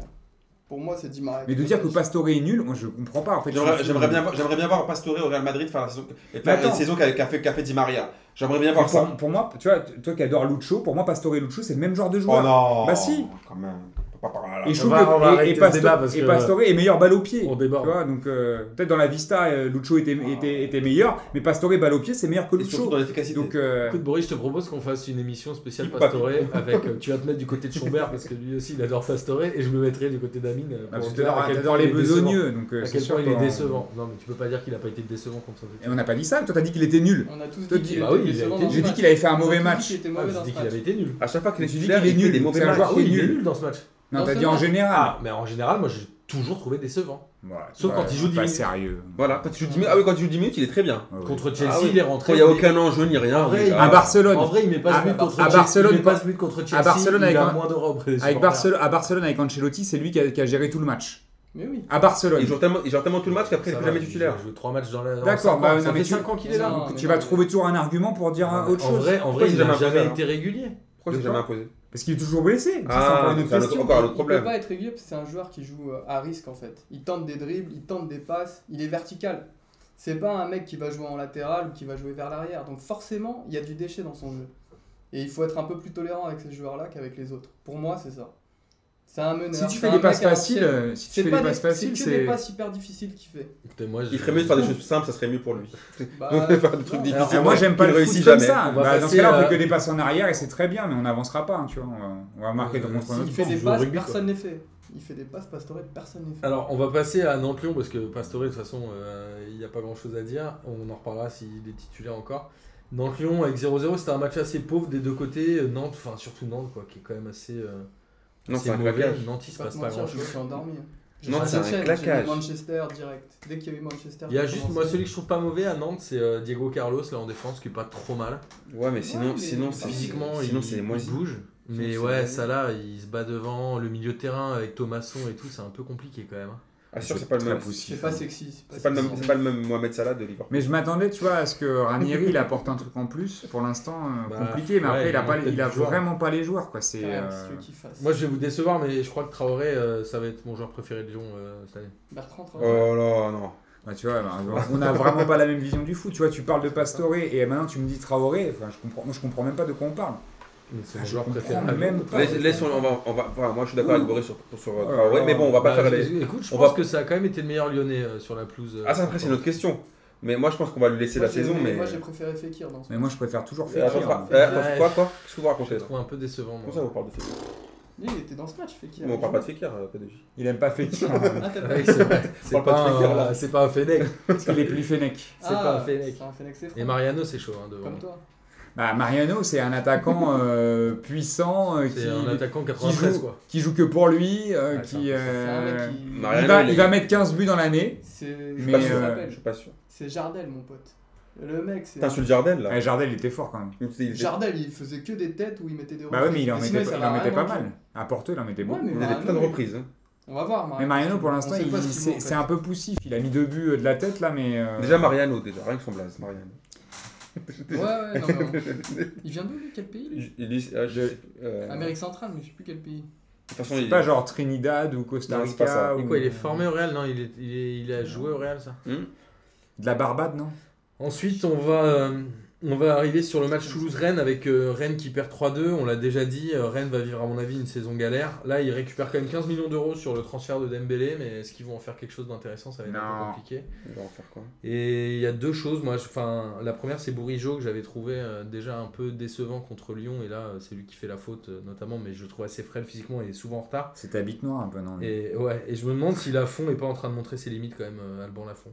Speaker 4: Pour moi, c'est Di Maria.
Speaker 2: Mais de dire que Pastore est nul, moi je comprends pas en fait.
Speaker 3: J'aimerais
Speaker 2: Je-
Speaker 3: j'aimerais bien, voir- j'aimerais bien voir Pastore au Real Madrid faire la saison, faire
Speaker 2: Mais attends.
Speaker 3: la saison qu'a qu'a fait, qu'a fait Di Maria. J'aimerais bien
Speaker 2: Mais
Speaker 3: voir ça.
Speaker 2: Pour, pour moi, tu vois, t- toi qui adore Lucho, pour moi Pastore et Lucho c'est le même genre de
Speaker 3: Oh
Speaker 2: joueur.
Speaker 3: non
Speaker 2: Bah si.
Speaker 3: Quand même. On peut pas parler là.
Speaker 2: Et je
Speaker 1: On
Speaker 2: trouve
Speaker 1: va- on va
Speaker 2: que et-
Speaker 1: arrêter
Speaker 2: et
Speaker 1: ce
Speaker 2: Pasto-
Speaker 1: débat parce
Speaker 2: et
Speaker 1: que-
Speaker 2: Pastore est meilleur balle au pied.
Speaker 1: On Ah.
Speaker 2: Tu
Speaker 1: déborde.
Speaker 2: vois, donc euh, peut-être dans la Vista, euh, Lucho était, était, était meilleur, mais Pastore balle au pied, c'est meilleur que
Speaker 3: Et surtout
Speaker 2: Lucho.
Speaker 3: dans l'efficacité.
Speaker 2: Donc, euh,
Speaker 1: Écoute, Boris, je te propose qu'on fasse une émission spéciale
Speaker 3: Il peut pas
Speaker 1: Pastore avec. euh, tu vas te mettre du côté de Schombert parce que lui aussi, il adore Pastore et je me mettrai du côté d'Amine. euh, pour
Speaker 2: ah, parce que
Speaker 1: dire
Speaker 2: t'adores
Speaker 1: à quel
Speaker 2: t'adores
Speaker 1: point
Speaker 2: les
Speaker 1: il est décevant.
Speaker 2: besogneux, donc euh,
Speaker 1: À
Speaker 2: c'est
Speaker 1: quel
Speaker 2: sûr
Speaker 1: point il est
Speaker 2: qu'on-
Speaker 1: décevant. Non, mais tu peux pas dire qu'il a pas été décevant contre
Speaker 2: Et
Speaker 1: Saint-Etienne.
Speaker 2: on n'a pas dit ça, toi t'as dit qu'il était nul.
Speaker 4: On a tous
Speaker 2: Toi,
Speaker 4: dit
Speaker 2: tu-
Speaker 4: qu'il
Speaker 1: bah
Speaker 4: était
Speaker 1: oui, il a
Speaker 4: décevant
Speaker 1: été-
Speaker 4: dans
Speaker 2: J'ai
Speaker 4: ce
Speaker 2: dit
Speaker 4: match.
Speaker 2: qu'il avait fait un mauvais
Speaker 4: On a tous dit
Speaker 2: match.
Speaker 4: qu'il était
Speaker 1: Ah,
Speaker 4: mauvais
Speaker 1: j'ai
Speaker 4: dans
Speaker 1: dit
Speaker 4: ce
Speaker 1: qu'il
Speaker 4: match.
Speaker 1: avait été nul.
Speaker 3: À chaque fois qu'il est
Speaker 2: Tu dis
Speaker 3: titulaire,
Speaker 2: qu'il est
Speaker 3: il fait
Speaker 2: nul,
Speaker 3: des
Speaker 2: c'est
Speaker 3: mauvais
Speaker 2: un
Speaker 3: matchs.
Speaker 2: joueur qui
Speaker 1: Oui,
Speaker 2: est
Speaker 1: il est
Speaker 2: nul.
Speaker 1: nul dans ce match.
Speaker 2: Non,
Speaker 4: Dans
Speaker 2: t'as
Speaker 4: ce
Speaker 2: dit en
Speaker 4: match-
Speaker 2: général.
Speaker 1: Ah, mais en général, moi, j'ai toujours trouvé décevant.
Speaker 2: Voilà,
Speaker 1: Sauf quand
Speaker 2: ouais,
Speaker 1: il joue dix
Speaker 2: Pas
Speaker 1: minutes.
Speaker 2: sérieux.
Speaker 3: Voilà, quand il joue 10 minutes, ah oui, quand il joue 10 minutes, il est très bien.
Speaker 2: Ouais, ouais.
Speaker 1: Contre Chelsea,
Speaker 3: oui.
Speaker 1: il est
Speaker 3: Quand
Speaker 1: rentré.
Speaker 3: il n'y a
Speaker 1: mais-
Speaker 3: aucun enjeu ni rien. ah,
Speaker 1: En vrai,
Speaker 3: déjà.
Speaker 1: il-
Speaker 2: À Barcelone.
Speaker 1: En vrai, il met pas
Speaker 2: À-
Speaker 1: ce but contre
Speaker 2: à
Speaker 1: Chelsea.
Speaker 2: Barcelone,
Speaker 1: il met pas ce but contre Chelsea.
Speaker 2: Barcelone,
Speaker 1: il a
Speaker 2: avec-
Speaker 1: moins d'aura auprès des
Speaker 2: Avec
Speaker 1: supporters.
Speaker 2: Barcelone, à Barcelone, avec Ancelotti, c'est lui qui a, qui a géré tout le match.
Speaker 4: Mais oui.
Speaker 2: À
Speaker 3: Il
Speaker 2: Barcelone.
Speaker 3: joue tellement, il gère tellement tout le match qu'après, il
Speaker 1: Ça
Speaker 3: n'est plus
Speaker 1: va,
Speaker 3: jamais
Speaker 1: il-
Speaker 3: titulaire.
Speaker 1: Il joue 3 matchs dans la. en
Speaker 2: D'accord,
Speaker 1: cinq ans.
Speaker 2: bah, non,
Speaker 1: ça
Speaker 2: mais
Speaker 1: fait
Speaker 2: tu-
Speaker 1: 5 ans qu'il est
Speaker 4: Non,
Speaker 1: là.
Speaker 4: mais
Speaker 2: Tu
Speaker 4: non,
Speaker 2: vas
Speaker 4: mais-
Speaker 2: trouver toujours un argument pour dire un autre
Speaker 1: En
Speaker 2: chose.
Speaker 1: vrai, en
Speaker 3: Pourquoi
Speaker 1: vrai, il
Speaker 3: il
Speaker 1: n'a
Speaker 3: a jamais
Speaker 1: jamais
Speaker 3: imposé,
Speaker 1: été régulier.
Speaker 3: Pourquoi il s'est jamais imposé
Speaker 2: Parce qu'il est toujours blessé. Ça,
Speaker 3: Ah,
Speaker 2: c'est encore une
Speaker 3: donc
Speaker 2: autre
Speaker 3: c'est un autre-
Speaker 2: question.
Speaker 3: encore un autre
Speaker 4: Il
Speaker 3: problème.
Speaker 4: peut pas être régulier parce que c'est un joueur qui joue euh, à risque en fait. Il tente des dribbles, il tente des passes, il est vertical. C'est pas un mec qui va jouer en latéral ou qui va jouer vers l'arrière. Donc forcément, il y a du déchet dans son jeu. Et il faut être un peu plus tolérant avec ces joueurs-là qu'avec les autres. Pour moi, c'est ça. C'est un meneur.
Speaker 2: Si tu
Speaker 4: c'est
Speaker 2: fais
Speaker 4: un
Speaker 2: des
Speaker 4: mec
Speaker 2: passes
Speaker 4: à
Speaker 2: faciles,
Speaker 4: l'ancienne.
Speaker 2: euh, si tu
Speaker 4: c'est
Speaker 2: fais
Speaker 4: pas
Speaker 2: des passes faciles,
Speaker 4: c'est que des
Speaker 2: c'est.
Speaker 4: passes hyper difficiles qu'il
Speaker 3: (laughs)
Speaker 4: fait.
Speaker 1: Écoutez, moi,
Speaker 3: Il
Speaker 1: je-
Speaker 3: ferait mieux de faire des choses simples, ça serait mieux pour lui.
Speaker 4: Bah,
Speaker 3: Donc, faire des
Speaker 4: non.
Speaker 3: trucs
Speaker 2: Alors,
Speaker 3: difficiles.
Speaker 2: Ah, moi j'aime pas
Speaker 3: il
Speaker 2: le
Speaker 3: réussit
Speaker 2: foot comme
Speaker 3: jamais.
Speaker 2: ça.
Speaker 1: On va
Speaker 2: Bah, dans ce
Speaker 1: passer,
Speaker 2: cas-là, on fait
Speaker 1: euh,
Speaker 2: que des passes en arrière et c'est très bien, mais on n'avancera pas. hein, tu vois, on va, on va marquer
Speaker 1: Euh,
Speaker 3: hein.
Speaker 2: contre
Speaker 1: si,
Speaker 2: notre.
Speaker 4: Il fait
Speaker 1: Faut
Speaker 4: des
Speaker 1: jouer au
Speaker 4: passes,
Speaker 1: rugby, quoi.
Speaker 4: personne ne les fait. Il fait des passes, Pastore, personne ne les fait.
Speaker 1: Alors, on va passer à Nantes-Lyon parce que Pastore, de toute façon, euh, il n'y a pas grand chose à dire. On en reparlera s'il est titulaire encore. Nantes-Lyon avec 0-0, c'était un match assez pauvre des deux côtés. Euh, Nantes, enfin surtout Nantes, quoi, qui est quand même assez, euh,
Speaker 3: Non,
Speaker 1: assez
Speaker 3: c'est un
Speaker 1: mauvais.
Speaker 3: claquage.
Speaker 1: Nantes, il se
Speaker 4: Faut pas
Speaker 1: passe
Speaker 4: te
Speaker 1: pas
Speaker 4: mentir,
Speaker 1: grand
Speaker 4: je
Speaker 1: chose.
Speaker 4: me suis endormi. hein. J'ai
Speaker 3: Non,
Speaker 4: fait
Speaker 3: c'est un
Speaker 4: Manchester,
Speaker 3: claquage.
Speaker 4: j'ai vu Manchester direct. Dès qu'il y avait Manchester.
Speaker 1: Il y a
Speaker 4: j'ai
Speaker 1: juste,
Speaker 4: commencé.
Speaker 1: moi, celui que je trouve pas mauvais à Nantes, c'est euh, Diego Carlos, là, en défense, qui est pas trop mal.
Speaker 3: Ouais, mais
Speaker 4: Ouais,
Speaker 3: sinon,
Speaker 4: mais-
Speaker 3: sinon, c'est.
Speaker 1: Physiquement,
Speaker 3: sinon,
Speaker 1: il,
Speaker 3: c'est
Speaker 1: il
Speaker 3: moisi.
Speaker 1: bouge.
Speaker 3: Sinon,
Speaker 1: Mais
Speaker 3: c'est
Speaker 1: ouais,
Speaker 3: moisi.
Speaker 1: ça là, il se bat devant, le milieu de terrain avec Thomasson et tout, c'est un peu compliqué quand même. hein.
Speaker 3: Ah, c'est sûr que c'est pas le
Speaker 2: Très
Speaker 3: même.
Speaker 2: poussif.
Speaker 4: C'est pas sexy.
Speaker 3: C'est pas le même,
Speaker 4: sexy.
Speaker 3: c'est pas le même Mohamed Salah de Liverpool.
Speaker 2: Mais je m'attendais, tu vois, à ce que Ranieri il apporte un truc en plus. Pour l'instant, euh,
Speaker 1: Bah,
Speaker 2: compliqué, mais
Speaker 1: ouais,
Speaker 2: après, il a,
Speaker 1: il
Speaker 2: pas,
Speaker 1: manque
Speaker 2: il a
Speaker 1: des joueurs.
Speaker 2: vraiment pas les joueurs, quoi. C'est.
Speaker 4: Quand même,
Speaker 2: euh,
Speaker 4: si tu veux qu'il fasse.
Speaker 1: Moi, je vais vous décevoir, mais je crois que Traoré, euh, ça va être mon joueur préféré de Lyon euh, cette année.
Speaker 4: Bertrand
Speaker 3: Oh
Speaker 4: Traoré.
Speaker 3: là, non.
Speaker 2: bah, tu vois, bah, on a vraiment pas la même vision du foot. Tu vois, tu parles de Pastore et maintenant tu me dis Traoré. Enfin, je comprends, moi, je comprends même pas de quoi on parle.
Speaker 1: Mais C'est
Speaker 2: Ah,
Speaker 1: mon
Speaker 2: je
Speaker 1: joueur
Speaker 2: comprends
Speaker 1: préféré.
Speaker 2: même pas.
Speaker 3: Laisse, laisse, on, on va, on va, voilà, moi je suis d'accord
Speaker 2: Ouh.
Speaker 3: avec Boris sur, sur euh,
Speaker 2: Oh là
Speaker 3: Traoré,
Speaker 2: là.
Speaker 3: mais bon, on va pas
Speaker 1: Bah,
Speaker 3: faire
Speaker 1: je-
Speaker 3: les.
Speaker 1: Écoute, je
Speaker 3: on
Speaker 1: pense
Speaker 3: va-
Speaker 1: que ça a quand même été le meilleur lyonnais euh, sur la pelouse. euh,
Speaker 3: Ah, ça après, c'est une autre question. Mais moi je pense qu'on va lui laisser
Speaker 4: Moi,
Speaker 3: la
Speaker 4: j'ai-
Speaker 3: saison, mais.
Speaker 4: Moi, j'ai préféré Fekir dans ce
Speaker 2: Mais moi, je préfère toujours hein.
Speaker 3: Euh,
Speaker 2: faire.
Speaker 3: Attends, quoi,
Speaker 4: Fekir.
Speaker 3: Euh, attends,
Speaker 1: Ouais.
Speaker 3: quoi, quoi Qu'est-ce que vous
Speaker 1: Je
Speaker 3: racontez
Speaker 1: le
Speaker 3: là
Speaker 1: trouve un peu décevant. moi.
Speaker 3: Comment ça vous parle de Fekir
Speaker 4: Lui, Il était dans ce match, Fekir.
Speaker 3: Mais on parle pas de Fekir, euh, PDJ.
Speaker 2: Il aime pas Fekir. hein.
Speaker 4: (laughs) Ah, t'as pas-
Speaker 1: Ouais, (laughs) c'est vrai.
Speaker 3: On
Speaker 1: C'est
Speaker 3: parle pas de Fekir,
Speaker 1: pas,
Speaker 3: là.
Speaker 1: un- c'est pas un (laughs) Fennec.
Speaker 2: parce qu'il est plus Fennec.
Speaker 1: c'est pas un Fennec.
Speaker 4: Ah, C'est un Fennec, c'est
Speaker 1: Et
Speaker 4: franc.
Speaker 1: Mariano, c'est chaud hein, devant.
Speaker 4: Comme toi.
Speaker 2: Bah, Mariano, c'est un attaquant euh, puissant euh, qui,
Speaker 1: C'est un attaquant
Speaker 2: qui,
Speaker 1: 93,
Speaker 2: joue,
Speaker 1: quoi.
Speaker 2: qui joue que pour lui. euh,
Speaker 1: Ouais,
Speaker 2: qui,
Speaker 1: c'est
Speaker 4: C'est un
Speaker 2: euh,
Speaker 4: mec qui.
Speaker 3: Mariano,
Speaker 2: il, va,
Speaker 3: il est-
Speaker 2: il va mettre 15 buts dans l'année.
Speaker 4: C'est.
Speaker 2: Mais,
Speaker 4: je sais pas si tu te
Speaker 2: euh,
Speaker 4: rappelles.
Speaker 3: Je suis pas sûr.
Speaker 4: C'est Jardel, mon pote. Le mec, c'est.
Speaker 3: T'insultes Jardel là
Speaker 2: Ouais, Eh, Jardel, il était fort quand même.
Speaker 3: Il était- il était-
Speaker 4: Jardel, il faisait que des têtes où il mettait des
Speaker 2: Bah oui, mais il en
Speaker 4: reprises. Et
Speaker 2: mettait,
Speaker 4: sinon,
Speaker 2: il
Speaker 4: ça
Speaker 2: en
Speaker 4: va
Speaker 2: mettait
Speaker 4: rien
Speaker 2: pas
Speaker 4: manquer.
Speaker 2: mal. À Porto, il en mettait
Speaker 4: Ouais,
Speaker 2: beaucoup.
Speaker 4: mais
Speaker 3: Il a des
Speaker 4: Mariano,
Speaker 3: putains de
Speaker 4: il-
Speaker 3: reprises. hein.
Speaker 4: On va voir, Mariano.
Speaker 2: Mais Mariano, pour
Speaker 4: On
Speaker 2: l'instant,
Speaker 4: sait
Speaker 2: il-
Speaker 4: pas ce qu'il
Speaker 2: c'est
Speaker 4: vaut, en fait.
Speaker 2: c'est un peu poussif. Il a mis deux buts euh, de la tête là, mais. euh,
Speaker 3: Déjà Mariano, déjà, rien que son blaze, Mariano.
Speaker 4: Ouais, ouais, non,
Speaker 2: (laughs)
Speaker 4: mais on- Il vient d'où, lui Quel pays lui
Speaker 3: Il il dit. euh, je sais- euh, De
Speaker 4: Amérique centrale, mais je sais plus quel pays.
Speaker 3: toute façon,
Speaker 2: C'est
Speaker 3: il.
Speaker 2: pas genre Trinidad ou Costa
Speaker 3: Non, c'est pas ça.
Speaker 2: Rica.
Speaker 1: Et
Speaker 2: ou-
Speaker 1: quoi, il est formé au Real Non, il, est- il, est- il a joué au Real, ça.
Speaker 3: Hmm
Speaker 2: De la Barbade, non
Speaker 1: Ensuite, on va. euh, On va arriver sur le match Toulouse-Rennes avec euh, Rennes qui perd 3-2. On l'a déjà dit, euh, Rennes va vivre à mon avis une saison galère. Là, ils récupèrent quand même 15 millions d'euros sur le transfert de Dembélé, mais est-ce qu'ils vont en faire quelque chose d'intéressant Ça va être un peu
Speaker 2: Non.
Speaker 1: compliqué.
Speaker 3: Ils vont en faire quoi
Speaker 1: Et il y a deux choses. Moi, je- enfin, la première, c'est Bourigeau que j'avais trouvé euh, déjà un peu décevant contre Lyon. Et là, euh, c'est lui qui fait la faute, euh, notamment. Mais je le trouve assez frêle physiquement et souvent en retard.
Speaker 2: C'est ta bite noire un peu, non lui
Speaker 1: Et, ouais, et je me demande si Lafont est pas en train de montrer ses limites quand même, euh, Alban Lafont.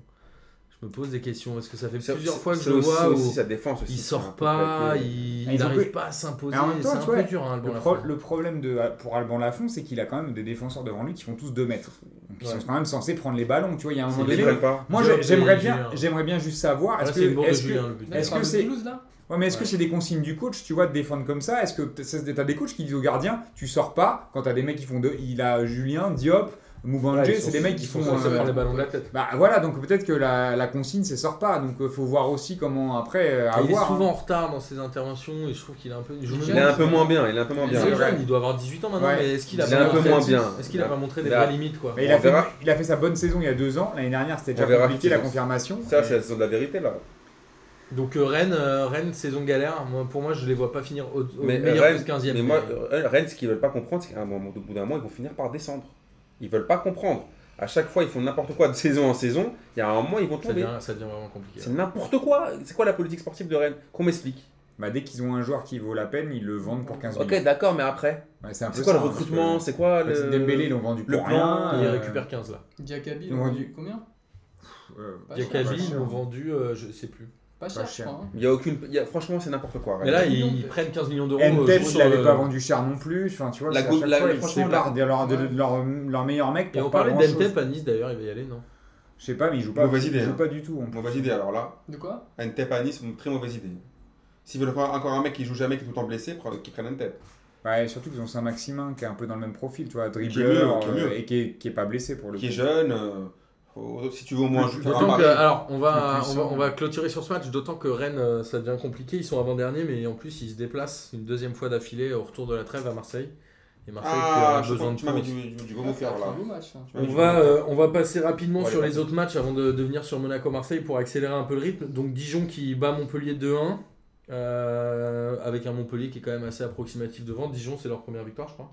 Speaker 1: Je me pose des questions. Est-ce que ça fait
Speaker 3: C'est-
Speaker 1: plusieurs
Speaker 3: c'est-
Speaker 1: fois que
Speaker 3: c'est
Speaker 1: je le
Speaker 3: aussi-
Speaker 1: vois
Speaker 3: aussi
Speaker 1: où
Speaker 3: sa défense aussi.
Speaker 1: il
Speaker 3: c'est un
Speaker 1: sort
Speaker 3: peu
Speaker 1: pas,
Speaker 3: claqué.
Speaker 1: il
Speaker 2: Ah, ils ont
Speaker 1: n'arrive
Speaker 2: plus-
Speaker 1: pas à s'imposer.
Speaker 2: Mais en même
Speaker 1: C'est
Speaker 2: temps,
Speaker 1: un
Speaker 2: tu
Speaker 1: peu
Speaker 2: vois,
Speaker 1: dur, hein, Alban
Speaker 2: Le,
Speaker 1: Lafont.
Speaker 2: pro- le problème de, pour Alban Lafont, c'est qu'il a quand même des défenseurs devant lui qui font tous 2 mètres. Donc ils
Speaker 1: Ouais.
Speaker 2: sont quand même censés prendre les ballons, tu vois. Il y a un
Speaker 1: C'est
Speaker 2: moment
Speaker 3: Ils les
Speaker 2: donné.
Speaker 3: prennent pas.
Speaker 2: Moi,
Speaker 1: Diop
Speaker 2: j'ai- j'aimerais
Speaker 1: et
Speaker 2: bien,
Speaker 1: Julien.
Speaker 2: j'aimerais bien juste savoir.
Speaker 1: Là,
Speaker 2: Est-ce
Speaker 1: c'est une bourde
Speaker 2: que,
Speaker 1: de
Speaker 2: est-ce que-
Speaker 1: Julien, le but.
Speaker 4: Là,
Speaker 2: est-ce
Speaker 4: il parle
Speaker 2: que
Speaker 4: de
Speaker 2: c'est-
Speaker 4: Toulouse, là
Speaker 2: Ouais, mais est-ce
Speaker 1: Ouais.
Speaker 2: que c'est des consignes du coach, tu vois, de défendre comme ça Est-ce que t- c'est- t'as des coachs qui disent aux gardiens, tu sors pas Quand t'as des mecs qui font deux, il a Julien, Diop, Mouvement
Speaker 1: ils
Speaker 2: c'est
Speaker 1: sont-
Speaker 2: des mecs qui
Speaker 1: ils sont
Speaker 2: font.
Speaker 1: censés
Speaker 2: euh,
Speaker 1: prendre les ballons de la tête.
Speaker 2: Bah voilà, donc peut-être que la, la consigne c'est sort pas, donc euh, faut voir aussi comment après euh, à
Speaker 1: il
Speaker 2: voir,
Speaker 1: est souvent en retard dans ses interventions et je trouve qu'il est un peu. je me
Speaker 3: Il est un
Speaker 1: demande-
Speaker 3: peu moins bien, il est un peu moins
Speaker 1: Il est
Speaker 3: bien.
Speaker 1: jeune, il doit avoir 18 ans maintenant,
Speaker 2: Ouais.
Speaker 1: mais est-ce qu'il a,
Speaker 3: Il
Speaker 1: pas
Speaker 3: est un peu
Speaker 1: montré-
Speaker 3: moins bien.
Speaker 1: Est-ce qu'il a pas montré des
Speaker 3: Là.
Speaker 1: vraies limites quoi
Speaker 2: Mais il,
Speaker 3: On
Speaker 2: a fait,
Speaker 3: verra.
Speaker 2: il a fait sa bonne saison il y a deux ans, l'année dernière c'était
Speaker 3: On
Speaker 2: déjà
Speaker 3: verra
Speaker 2: compliqué
Speaker 3: qui
Speaker 2: la
Speaker 3: pense.
Speaker 2: confirmation.
Speaker 3: Ça, c'est la saison de la vérité là.
Speaker 1: Donc euh, Rennes, euh, Rennes, saison galère. Moi, pour moi, je les vois pas finir au, au
Speaker 3: Mais
Speaker 1: meilleur
Speaker 3: Rennes-
Speaker 1: que 15 e
Speaker 3: Mais moi, euh, Rennes, ce qu'ils veulent pas comprendre, c'est qu'à un moment, au bout d'un moment, ils vont finir par descendre. Ils veulent pas comprendre. À chaque fois, ils font n'importe quoi de (laughs) saison en saison. Il y a un moment, ils vont
Speaker 1: ça
Speaker 3: tomber.
Speaker 1: devient, ça devient vraiment compliqué.
Speaker 3: euh, C'est n'importe quoi. C'est quoi la politique sportive de Rennes Qu'on m'explique.
Speaker 2: Bah, dès qu'ils ont un joueur qui vaut la peine, ils le vendent pour 15 millions.
Speaker 3: Ok, d'accord, mais après.
Speaker 2: Ouais, c'est un peu
Speaker 3: C'est quoi le
Speaker 2: ça, hein, parce
Speaker 3: recrutement C'est quoi
Speaker 2: que, euh,
Speaker 3: le.
Speaker 2: Dembélé ils l'ont vendu
Speaker 3: le
Speaker 2: pour
Speaker 3: plan,
Speaker 2: rien,
Speaker 1: Il
Speaker 2: euh,
Speaker 1: récupère 15 là.
Speaker 4: Diakabi,
Speaker 2: Ils ont
Speaker 4: vendu
Speaker 2: vendu-
Speaker 4: combien
Speaker 2: euh,
Speaker 4: Pas cher,
Speaker 1: Diakabi,
Speaker 4: pas
Speaker 1: ils
Speaker 2: cher.
Speaker 3: hein.
Speaker 1: l'ont vendu, euh, je sais plus.
Speaker 4: Pas
Speaker 2: Pas
Speaker 4: cher, je
Speaker 2: cher.
Speaker 4: crois. hein.
Speaker 3: Il y a aucune. il y a- Franchement, c'est n'importe quoi. Rennes.
Speaker 1: Mais là,
Speaker 4: 15 millions,
Speaker 1: ils ils
Speaker 4: peut-être.
Speaker 1: prennent 15 millions d'euros. euh,
Speaker 2: N-Tech,
Speaker 1: sur
Speaker 2: il l'avait
Speaker 1: le-
Speaker 2: pas vendu cher non plus. Enfin, tu vois,
Speaker 3: La
Speaker 2: c'est à
Speaker 3: coupe-
Speaker 2: chaque
Speaker 3: la-
Speaker 2: fois, ils
Speaker 3: franchement,
Speaker 2: séparent de leur, de, de leur, leur meilleur mec
Speaker 1: Et
Speaker 2: pour
Speaker 1: on
Speaker 2: pas
Speaker 1: parlait
Speaker 2: grand-chose.
Speaker 1: d'Entep à Nice d'ailleurs, il va y aller, non
Speaker 2: Je sais pas, mais ils jouent pas,
Speaker 3: Mauvaise idée,
Speaker 2: ils jouent
Speaker 3: hein.
Speaker 2: pas du tout. en plus.
Speaker 3: Mauvaise idée alors là.
Speaker 4: De quoi
Speaker 3: Entep à Nice, une très mauvaise idée. S'ils veulent prendre encore un mec qui joue jamais, qui est tout le temps blessé, pre- qu'ils prennent Entep.
Speaker 2: Ouais, surtout qu'ils ont Saint-Maximin qui est un peu dans le même profil, tu vois,
Speaker 3: mieux,
Speaker 2: dribbleur
Speaker 3: qui est
Speaker 2: euh,
Speaker 3: mieux.
Speaker 2: et qui est, qui est pas blessé pour le
Speaker 3: Qui est
Speaker 2: coup.
Speaker 3: jeune. euh, faut- si tu veux au moins jouer-
Speaker 2: euh,
Speaker 3: faire un
Speaker 1: D'autant que,
Speaker 3: pari.
Speaker 1: alors, on va,
Speaker 2: Plus
Speaker 1: on,
Speaker 2: puissant.
Speaker 1: va, on va clôturer sur ce match, d'autant que Rennes, euh, ça devient compliqué. Ils sont avant-derniers, mais en plus, ils se déplacent une deuxième fois d'affilée au retour de la trêve à Marseille. Et Marseille
Speaker 3: Ah,
Speaker 1: qui
Speaker 3: je
Speaker 1: a besoin
Speaker 3: crois
Speaker 1: de
Speaker 3: que tu m'avais
Speaker 1: points.
Speaker 3: du, du, du gros mot faire
Speaker 4: C'est
Speaker 3: là.
Speaker 4: un beau match. hein.
Speaker 3: Tu m'avais
Speaker 1: On
Speaker 3: dit-
Speaker 1: va, euh, on va passer rapidement
Speaker 3: Ouais,
Speaker 1: sur
Speaker 3: allez,
Speaker 1: les autres matchs avant de, de venir sur Monaco-Marseille pour accélérer un peu le rythme. Donc Dijon qui bat Montpellier 2-1, euh, avec un Montpellier qui est quand même assez approximatif devant. Dijon, c'est leur première victoire, je crois,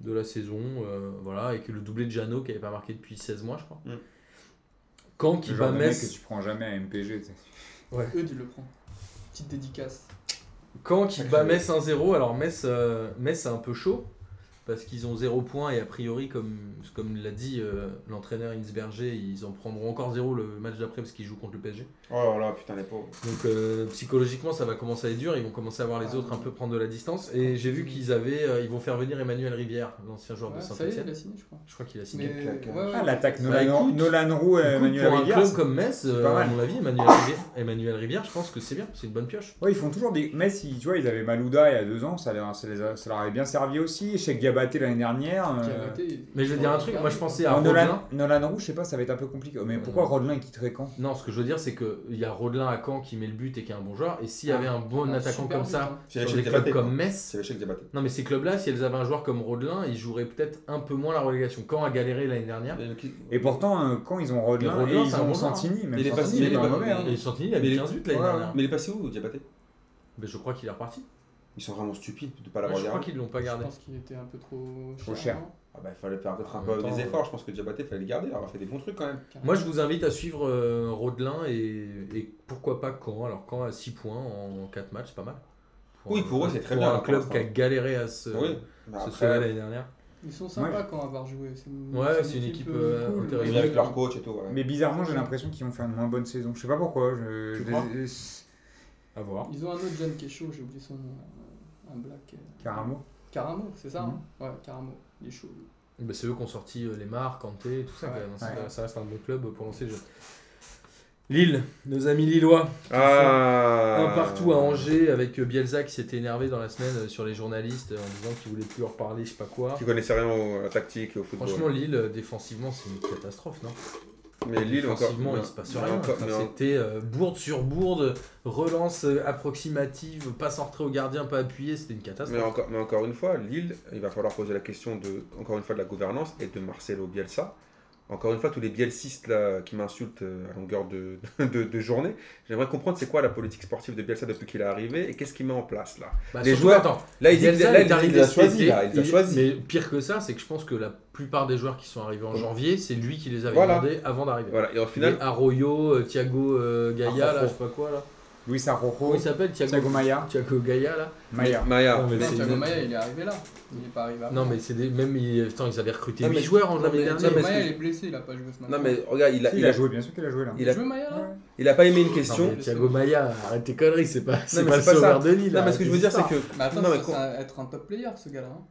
Speaker 1: de la saison. euh, voilà, et que le doublé de Jano qui n'avait pas marqué depuis 16 mois, je crois.
Speaker 3: Mm.
Speaker 1: Caen
Speaker 2: Le
Speaker 1: qui
Speaker 2: genre
Speaker 1: bat
Speaker 2: de mec que
Speaker 1: Metz.
Speaker 2: tu prends jamais à MPG. tu sais.
Speaker 4: Eux, tu le prends. Petite dédicace.
Speaker 1: Caen
Speaker 2: Ah,
Speaker 1: qui bat Metz 1-0. Alors Metz, euh, Metz c'est un peu chaud parce qu'ils ont 0 points et a priori, comme, comme l'a dit euh, l'entraîneur Insberger, ils en prendront encore 0 le match d'après parce qu'ils jouent contre le PSG.
Speaker 3: Oh là là, putain, les pauvres.
Speaker 1: Donc euh, psychologiquement, ça va commencer à être dur. Ils vont commencer à voir
Speaker 2: Ah,
Speaker 1: les autres un peu prendre de la distance. Et j'ai
Speaker 2: Mm.
Speaker 1: vu qu'ils avaient, euh, ils vont faire venir Emmanuel Rivière, l'ancien joueur
Speaker 4: Ouais,
Speaker 1: de
Speaker 4: ça y est, il
Speaker 1: Saint-Etienne.
Speaker 4: a signé, je crois.
Speaker 1: Je crois qu'il a signé.
Speaker 4: Mais
Speaker 3: claque, hein.
Speaker 4: ouais, ouais.
Speaker 2: Ah, l'attaque
Speaker 1: Bah,
Speaker 2: Nolan,
Speaker 1: écoute,
Speaker 2: Nolan Roux et
Speaker 1: Du coup,
Speaker 2: Emmanuel
Speaker 1: pour
Speaker 2: Rivière.
Speaker 1: un club
Speaker 2: c'est-
Speaker 1: comme Metz,
Speaker 2: pas
Speaker 1: euh, à
Speaker 2: mal.
Speaker 1: mon avis, Emmanuel Rivière, Emmanuel Rivière, je pense que c'est bien, c'est une bonne pioche.
Speaker 2: Ouais, ils font toujours des. Metz, ils- tu vois, ils avaient Malouda il y a deux ans, ça, leur- ça les a- ça leur avait bien servi aussi. Chez Gabaté l'année dernière.
Speaker 4: Qui a
Speaker 2: euh,
Speaker 4: raté.
Speaker 1: Mais je vais dire un truc, moi je pensais à
Speaker 2: non,
Speaker 1: Rodelin.
Speaker 2: Nolan, Nolan Roux, je sais pas, ça va être un peu compliqué. Mais pourquoi
Speaker 1: non.
Speaker 2: Rodelin quitterait quand
Speaker 1: Non, ce que je veux dire, c'est qu'il y a Rodelin à Caen qui met le but et qui est un bon joueur. Et s'il y avait un bon
Speaker 4: Ah. Un
Speaker 1: attaquant
Speaker 4: super
Speaker 1: comme
Speaker 4: but,
Speaker 1: ça
Speaker 4: hein.
Speaker 3: C'est
Speaker 1: sur
Speaker 3: l'échec
Speaker 1: des
Speaker 3: qui a
Speaker 1: clubs
Speaker 3: batté,
Speaker 1: comme
Speaker 3: quoi.
Speaker 1: Metz,
Speaker 3: C'est l'échec qui a batté.
Speaker 1: non mais ces clubs-là, si elles avaient un joueur comme Rodelin, ils joueraient peut-être un peu moins la relégation. Caen a galéré l'année dernière.
Speaker 2: Et pourtant, euh, quand ils ont
Speaker 1: Mais
Speaker 2: Rodelin,
Speaker 1: Rodelin,
Speaker 2: et
Speaker 1: c'est
Speaker 2: ils
Speaker 1: un
Speaker 2: ont
Speaker 1: bon joueur, hein.
Speaker 2: Santini, même
Speaker 3: Mais il est
Speaker 2: Santini,
Speaker 3: facile,
Speaker 2: il est
Speaker 3: il
Speaker 2: pas
Speaker 3: est pas-
Speaker 2: mauvais. hein.
Speaker 1: Et Santini, il avait
Speaker 3: Mais-
Speaker 1: 15 buts l'année
Speaker 3: Ouais, ouais.
Speaker 1: dernière.
Speaker 3: Mais il est passé où, Diabaté
Speaker 1: Mais je crois qu'il est reparti.
Speaker 3: Ils sont vraiment stupides de ne pas
Speaker 1: Ouais,
Speaker 3: hein. l'avoir
Speaker 1: je crois
Speaker 3: gardé.
Speaker 1: qu'ils l'ont pas
Speaker 4: Je
Speaker 1: gardé.
Speaker 4: pense qu'il était un peu trop cher.
Speaker 2: Trop cher.
Speaker 4: non
Speaker 3: Ah bah, il fallait faire peut-être un
Speaker 1: En
Speaker 3: peu
Speaker 1: même temps, euh.
Speaker 3: des efforts. Je pense que Diabaté, il fallait le garder. Il a fait des bons trucs quand même.
Speaker 1: Moi, je vous invite à suivre euh, Rodelin et, et pourquoi pas Caen. Alors, Caen a 6 points en 4 matchs, c'est pas mal.
Speaker 3: Oui,
Speaker 1: un-
Speaker 3: pour eux, c'est très bien, hein,
Speaker 1: Pour un
Speaker 3: pour
Speaker 1: club
Speaker 3: l'instant.
Speaker 1: qui a galéré à se,
Speaker 3: Oui. Mais
Speaker 1: se
Speaker 3: après,
Speaker 1: sauver l'année dernière.
Speaker 4: Ils sont sympas quand à avoir joué. C'est une,
Speaker 1: Ouais, c'est une équipe, euh,
Speaker 4: cool.
Speaker 3: ils sont
Speaker 1: intéressante.
Speaker 3: bien avec leur coach et tout. ouais.
Speaker 2: Mais bizarrement, j'ai l'impression qu'ils vont faire une moins bonne saison. Je sais pas pourquoi. Je,
Speaker 1: Tu
Speaker 2: je-
Speaker 1: crois
Speaker 2: je-
Speaker 1: À voir.
Speaker 4: Ils ont un autre jeune qui est chaud, j'ai oublié son nom. euh, Un black. euh,
Speaker 2: Caramo.
Speaker 4: Caramo, c'est ça
Speaker 2: Mhm.
Speaker 1: Mmh.
Speaker 4: hein Ouais, Caramo. Il est chaud. lui.
Speaker 1: Bah, c'est eux qui ont sorti euh, Lemar, Kanté, tout ça
Speaker 4: Ouais.
Speaker 1: quand même. Ça-
Speaker 2: Ouais.
Speaker 1: Ça reste un bon club pour lancer le jeu. Lille, nos amis lillois.
Speaker 3: Ah
Speaker 1: Un partout à Angers avec euh, Bielsa qui s'était énervé dans la semaine euh, sur les journalistes euh, en disant qu'il voulait plus leur parler, je sais pas quoi.
Speaker 3: Qui connaissait rien au- à la tactique et au football.
Speaker 1: Franchement, Lille, euh, défensivement, c'est une catastrophe, non
Speaker 3: mais Lille encore.
Speaker 1: Offensivement, il se passe rien.
Speaker 3: encore-
Speaker 1: Enfin,
Speaker 3: mais en-
Speaker 1: C'était euh, bourde sur bourde, relance euh, approximative, passe en retrait au gardien, pas appuyé, c'était une catastrophe.
Speaker 3: Mais encore, mais encore une fois, Lille, il va falloir poser la question de, encore une fois, de la gouvernance et de Marcelo Bielsa. Encore une fois, tous les bielcistes là, qui m'insultent euh, à longueur de, (laughs) de, de journée, j'aimerais comprendre c'est quoi la politique sportive de Bielsa depuis qu'il est arrivé et qu'est-ce qu'il met en place là.
Speaker 1: Bah,
Speaker 3: Les
Speaker 1: surtout,
Speaker 3: joueurs-
Speaker 1: attends,
Speaker 3: Là, il, dit-
Speaker 1: Bielsa
Speaker 3: là,
Speaker 1: est
Speaker 3: il dit-
Speaker 1: arrivé
Speaker 3: il a
Speaker 1: cet
Speaker 3: choisi.
Speaker 1: été,
Speaker 3: Là, il a
Speaker 1: il-
Speaker 3: choisi.
Speaker 1: Mais pire que ça, c'est que je pense que la plupart des joueurs qui sont arrivés en janvier, c'est lui qui les avait
Speaker 3: Voilà.
Speaker 1: demandés avant d'arriver.
Speaker 3: Voilà, et au
Speaker 1: Les
Speaker 3: final, Ah,
Speaker 1: Arroyo, euh, Thiago euh, Gaia,
Speaker 2: Arrojo.
Speaker 1: là, je sais pas quoi là.
Speaker 2: Luis Arrojo,
Speaker 1: Comment il s'appelle Thiago,
Speaker 2: Thiago Maia.
Speaker 1: Thiago Gaia là
Speaker 2: Maia.
Speaker 3: Maya.
Speaker 1: Non, mais
Speaker 4: Non,
Speaker 1: c'est
Speaker 4: Thiago
Speaker 1: une-
Speaker 4: Maia, il est arrivé là. Il est pas arrivé avant.
Speaker 1: Non mais c'est des... même ils... Attends, ils avaient recruté
Speaker 3: Ah. Non,
Speaker 1: 8
Speaker 3: mais-
Speaker 1: joueurs en
Speaker 3: non,
Speaker 1: janvier
Speaker 3: mais-
Speaker 1: dernier.
Speaker 3: non,
Speaker 4: Thiago
Speaker 3: mais-
Speaker 4: Maia, il est blessé, il a pas joué ce match.
Speaker 3: Non, mais regarde, il a,
Speaker 2: Si,
Speaker 3: il
Speaker 2: il a
Speaker 3: a,
Speaker 2: joué, bien sûr qu'il a joué là.
Speaker 3: il
Speaker 4: Il
Speaker 3: a-
Speaker 4: a joué Maia là
Speaker 2: Ouais.
Speaker 3: il a pas aimé une
Speaker 1: Non,
Speaker 3: question.
Speaker 1: mais Thiago Maia, arrête tes conneries, c'est pas, c'est
Speaker 3: mais
Speaker 1: pas le
Speaker 3: c'est pas ça.
Speaker 1: sauveur de l'île.
Speaker 3: Non, mais ce que je veux dire, c'est que.
Speaker 4: Mais attends,
Speaker 3: non, mais
Speaker 4: ça,
Speaker 3: con-
Speaker 4: c'est un- être un top player ce gars-là. hein.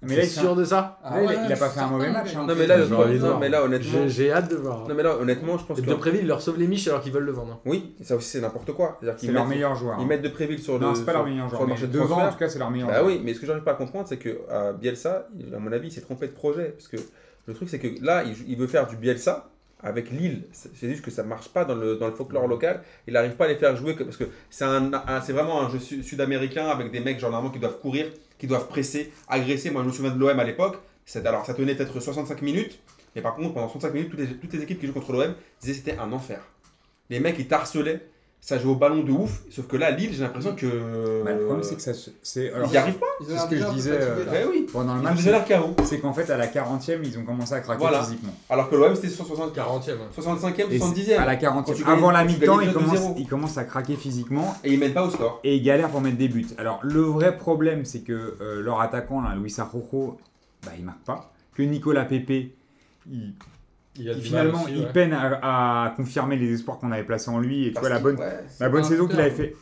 Speaker 2: Mais
Speaker 1: T'es
Speaker 2: là, il s'est-
Speaker 1: sûr de ça
Speaker 4: Ah
Speaker 2: Là, il a-
Speaker 4: ouais,
Speaker 2: il a
Speaker 4: je suis
Speaker 2: pas fait un
Speaker 4: certain,
Speaker 2: mauvais
Speaker 4: mon
Speaker 2: match,
Speaker 4: gars.
Speaker 2: hein.
Speaker 3: Non, mais là,
Speaker 1: J'ai
Speaker 3: je-
Speaker 1: envie de
Speaker 3: non,
Speaker 1: voir.
Speaker 3: mais là, honnêtement.
Speaker 1: J'ai j'ai hâte de voir.
Speaker 3: Non, mais là, honnêtement, je pense
Speaker 1: Et
Speaker 3: que.
Speaker 1: de Préville leur sauve les miches alors qu'ils veulent le vendre.
Speaker 3: Oui, ça aussi, c'est n'importe quoi. C'est-à-dire qu'ils
Speaker 2: C'est leur
Speaker 3: mettent-
Speaker 2: meilleur joueur. hein.
Speaker 3: Ils mettent de Préville sur le.
Speaker 2: Non, c'est pas
Speaker 3: sur-
Speaker 2: leur meilleur
Speaker 3: sur
Speaker 2: joueur.
Speaker 3: le
Speaker 2: mais
Speaker 3: marché de
Speaker 2: Deux ans, en
Speaker 3: transfert.
Speaker 2: tout cas, c'est leur meilleur
Speaker 3: Bah
Speaker 2: joueur.
Speaker 3: oui, mais ce que j'arrive pas à comprendre, c'est que à Bielsa, il- à mon avis, il s'est trompé de projet. Parce que le truc, c'est que là, il, il veut faire du Bielsa avec Lille. C'est c'est juste que ça marche pas dans le, dans le folklore local. Il n'arrive pas à les faire jouer. que- Parce que c'est un, un- c'est vraiment un jeu su- sud-américain avec des mecs, généralement, qui doivent courir, qui doivent presser, agresser. Moi, je me souviens de l'OM à l'époque. C'est- Alors, ça tenait peut-être 65 minutes. Mais par contre, pendant 65 minutes, toutes les, toutes les équipes qui jouent contre l'OM disaient que c'était un enfer. Les mecs, ils t'harcelaient. Ça joue au ballon de ouf. Sauf que là, Lille, j'ai l'impression que. euh,
Speaker 2: Bah, le problème, c'est que ça. se- c'est- alors,
Speaker 3: Ils y arrivent pas.
Speaker 4: Ils ont
Speaker 2: C'est
Speaker 4: l'air
Speaker 2: ce que
Speaker 4: déjà
Speaker 2: je
Speaker 4: un peu
Speaker 2: disais, euh.
Speaker 4: fatigués, là.
Speaker 3: Ben oui.
Speaker 2: Pendant
Speaker 3: Ils
Speaker 2: le
Speaker 3: ont
Speaker 2: match,
Speaker 3: déjà l'air KO.
Speaker 2: c'est qu'en fait, à la 40e, ils ont commencé à craquer
Speaker 3: Voilà.
Speaker 2: physiquement.
Speaker 3: Alors que l'OM c'était 160 40.
Speaker 1: 40ème.
Speaker 3: 65e,
Speaker 2: Et
Speaker 3: 70e.
Speaker 2: à la
Speaker 3: Quand tu
Speaker 2: 40e,
Speaker 3: gagnes-
Speaker 2: avant la
Speaker 3: tu gagnes
Speaker 2: mi-temps,
Speaker 3: déjà
Speaker 2: ils commencent,
Speaker 3: 2-0.
Speaker 2: ils commencent à craquer physiquement
Speaker 3: Et ils mènent pas au score.
Speaker 2: et ils galèrent pour mettre des buts. Alors, le vrai problème, c'est que euh, leur attaquant, là, Luis Arrojo, bah, il marque pas. Que Nicolas Pepe, il-
Speaker 1: Il a du mal
Speaker 2: finalement,
Speaker 1: aussi,
Speaker 2: il
Speaker 1: ouais.
Speaker 2: peine à, à confirmer les espoirs qu'on avait placés en lui. Et tu
Speaker 3: Parce
Speaker 2: vois, la
Speaker 3: que-
Speaker 2: bonne,
Speaker 3: ouais, c'est-
Speaker 2: la bonne
Speaker 4: pas un
Speaker 2: saison qu'il avait
Speaker 4: buteur,
Speaker 2: fait.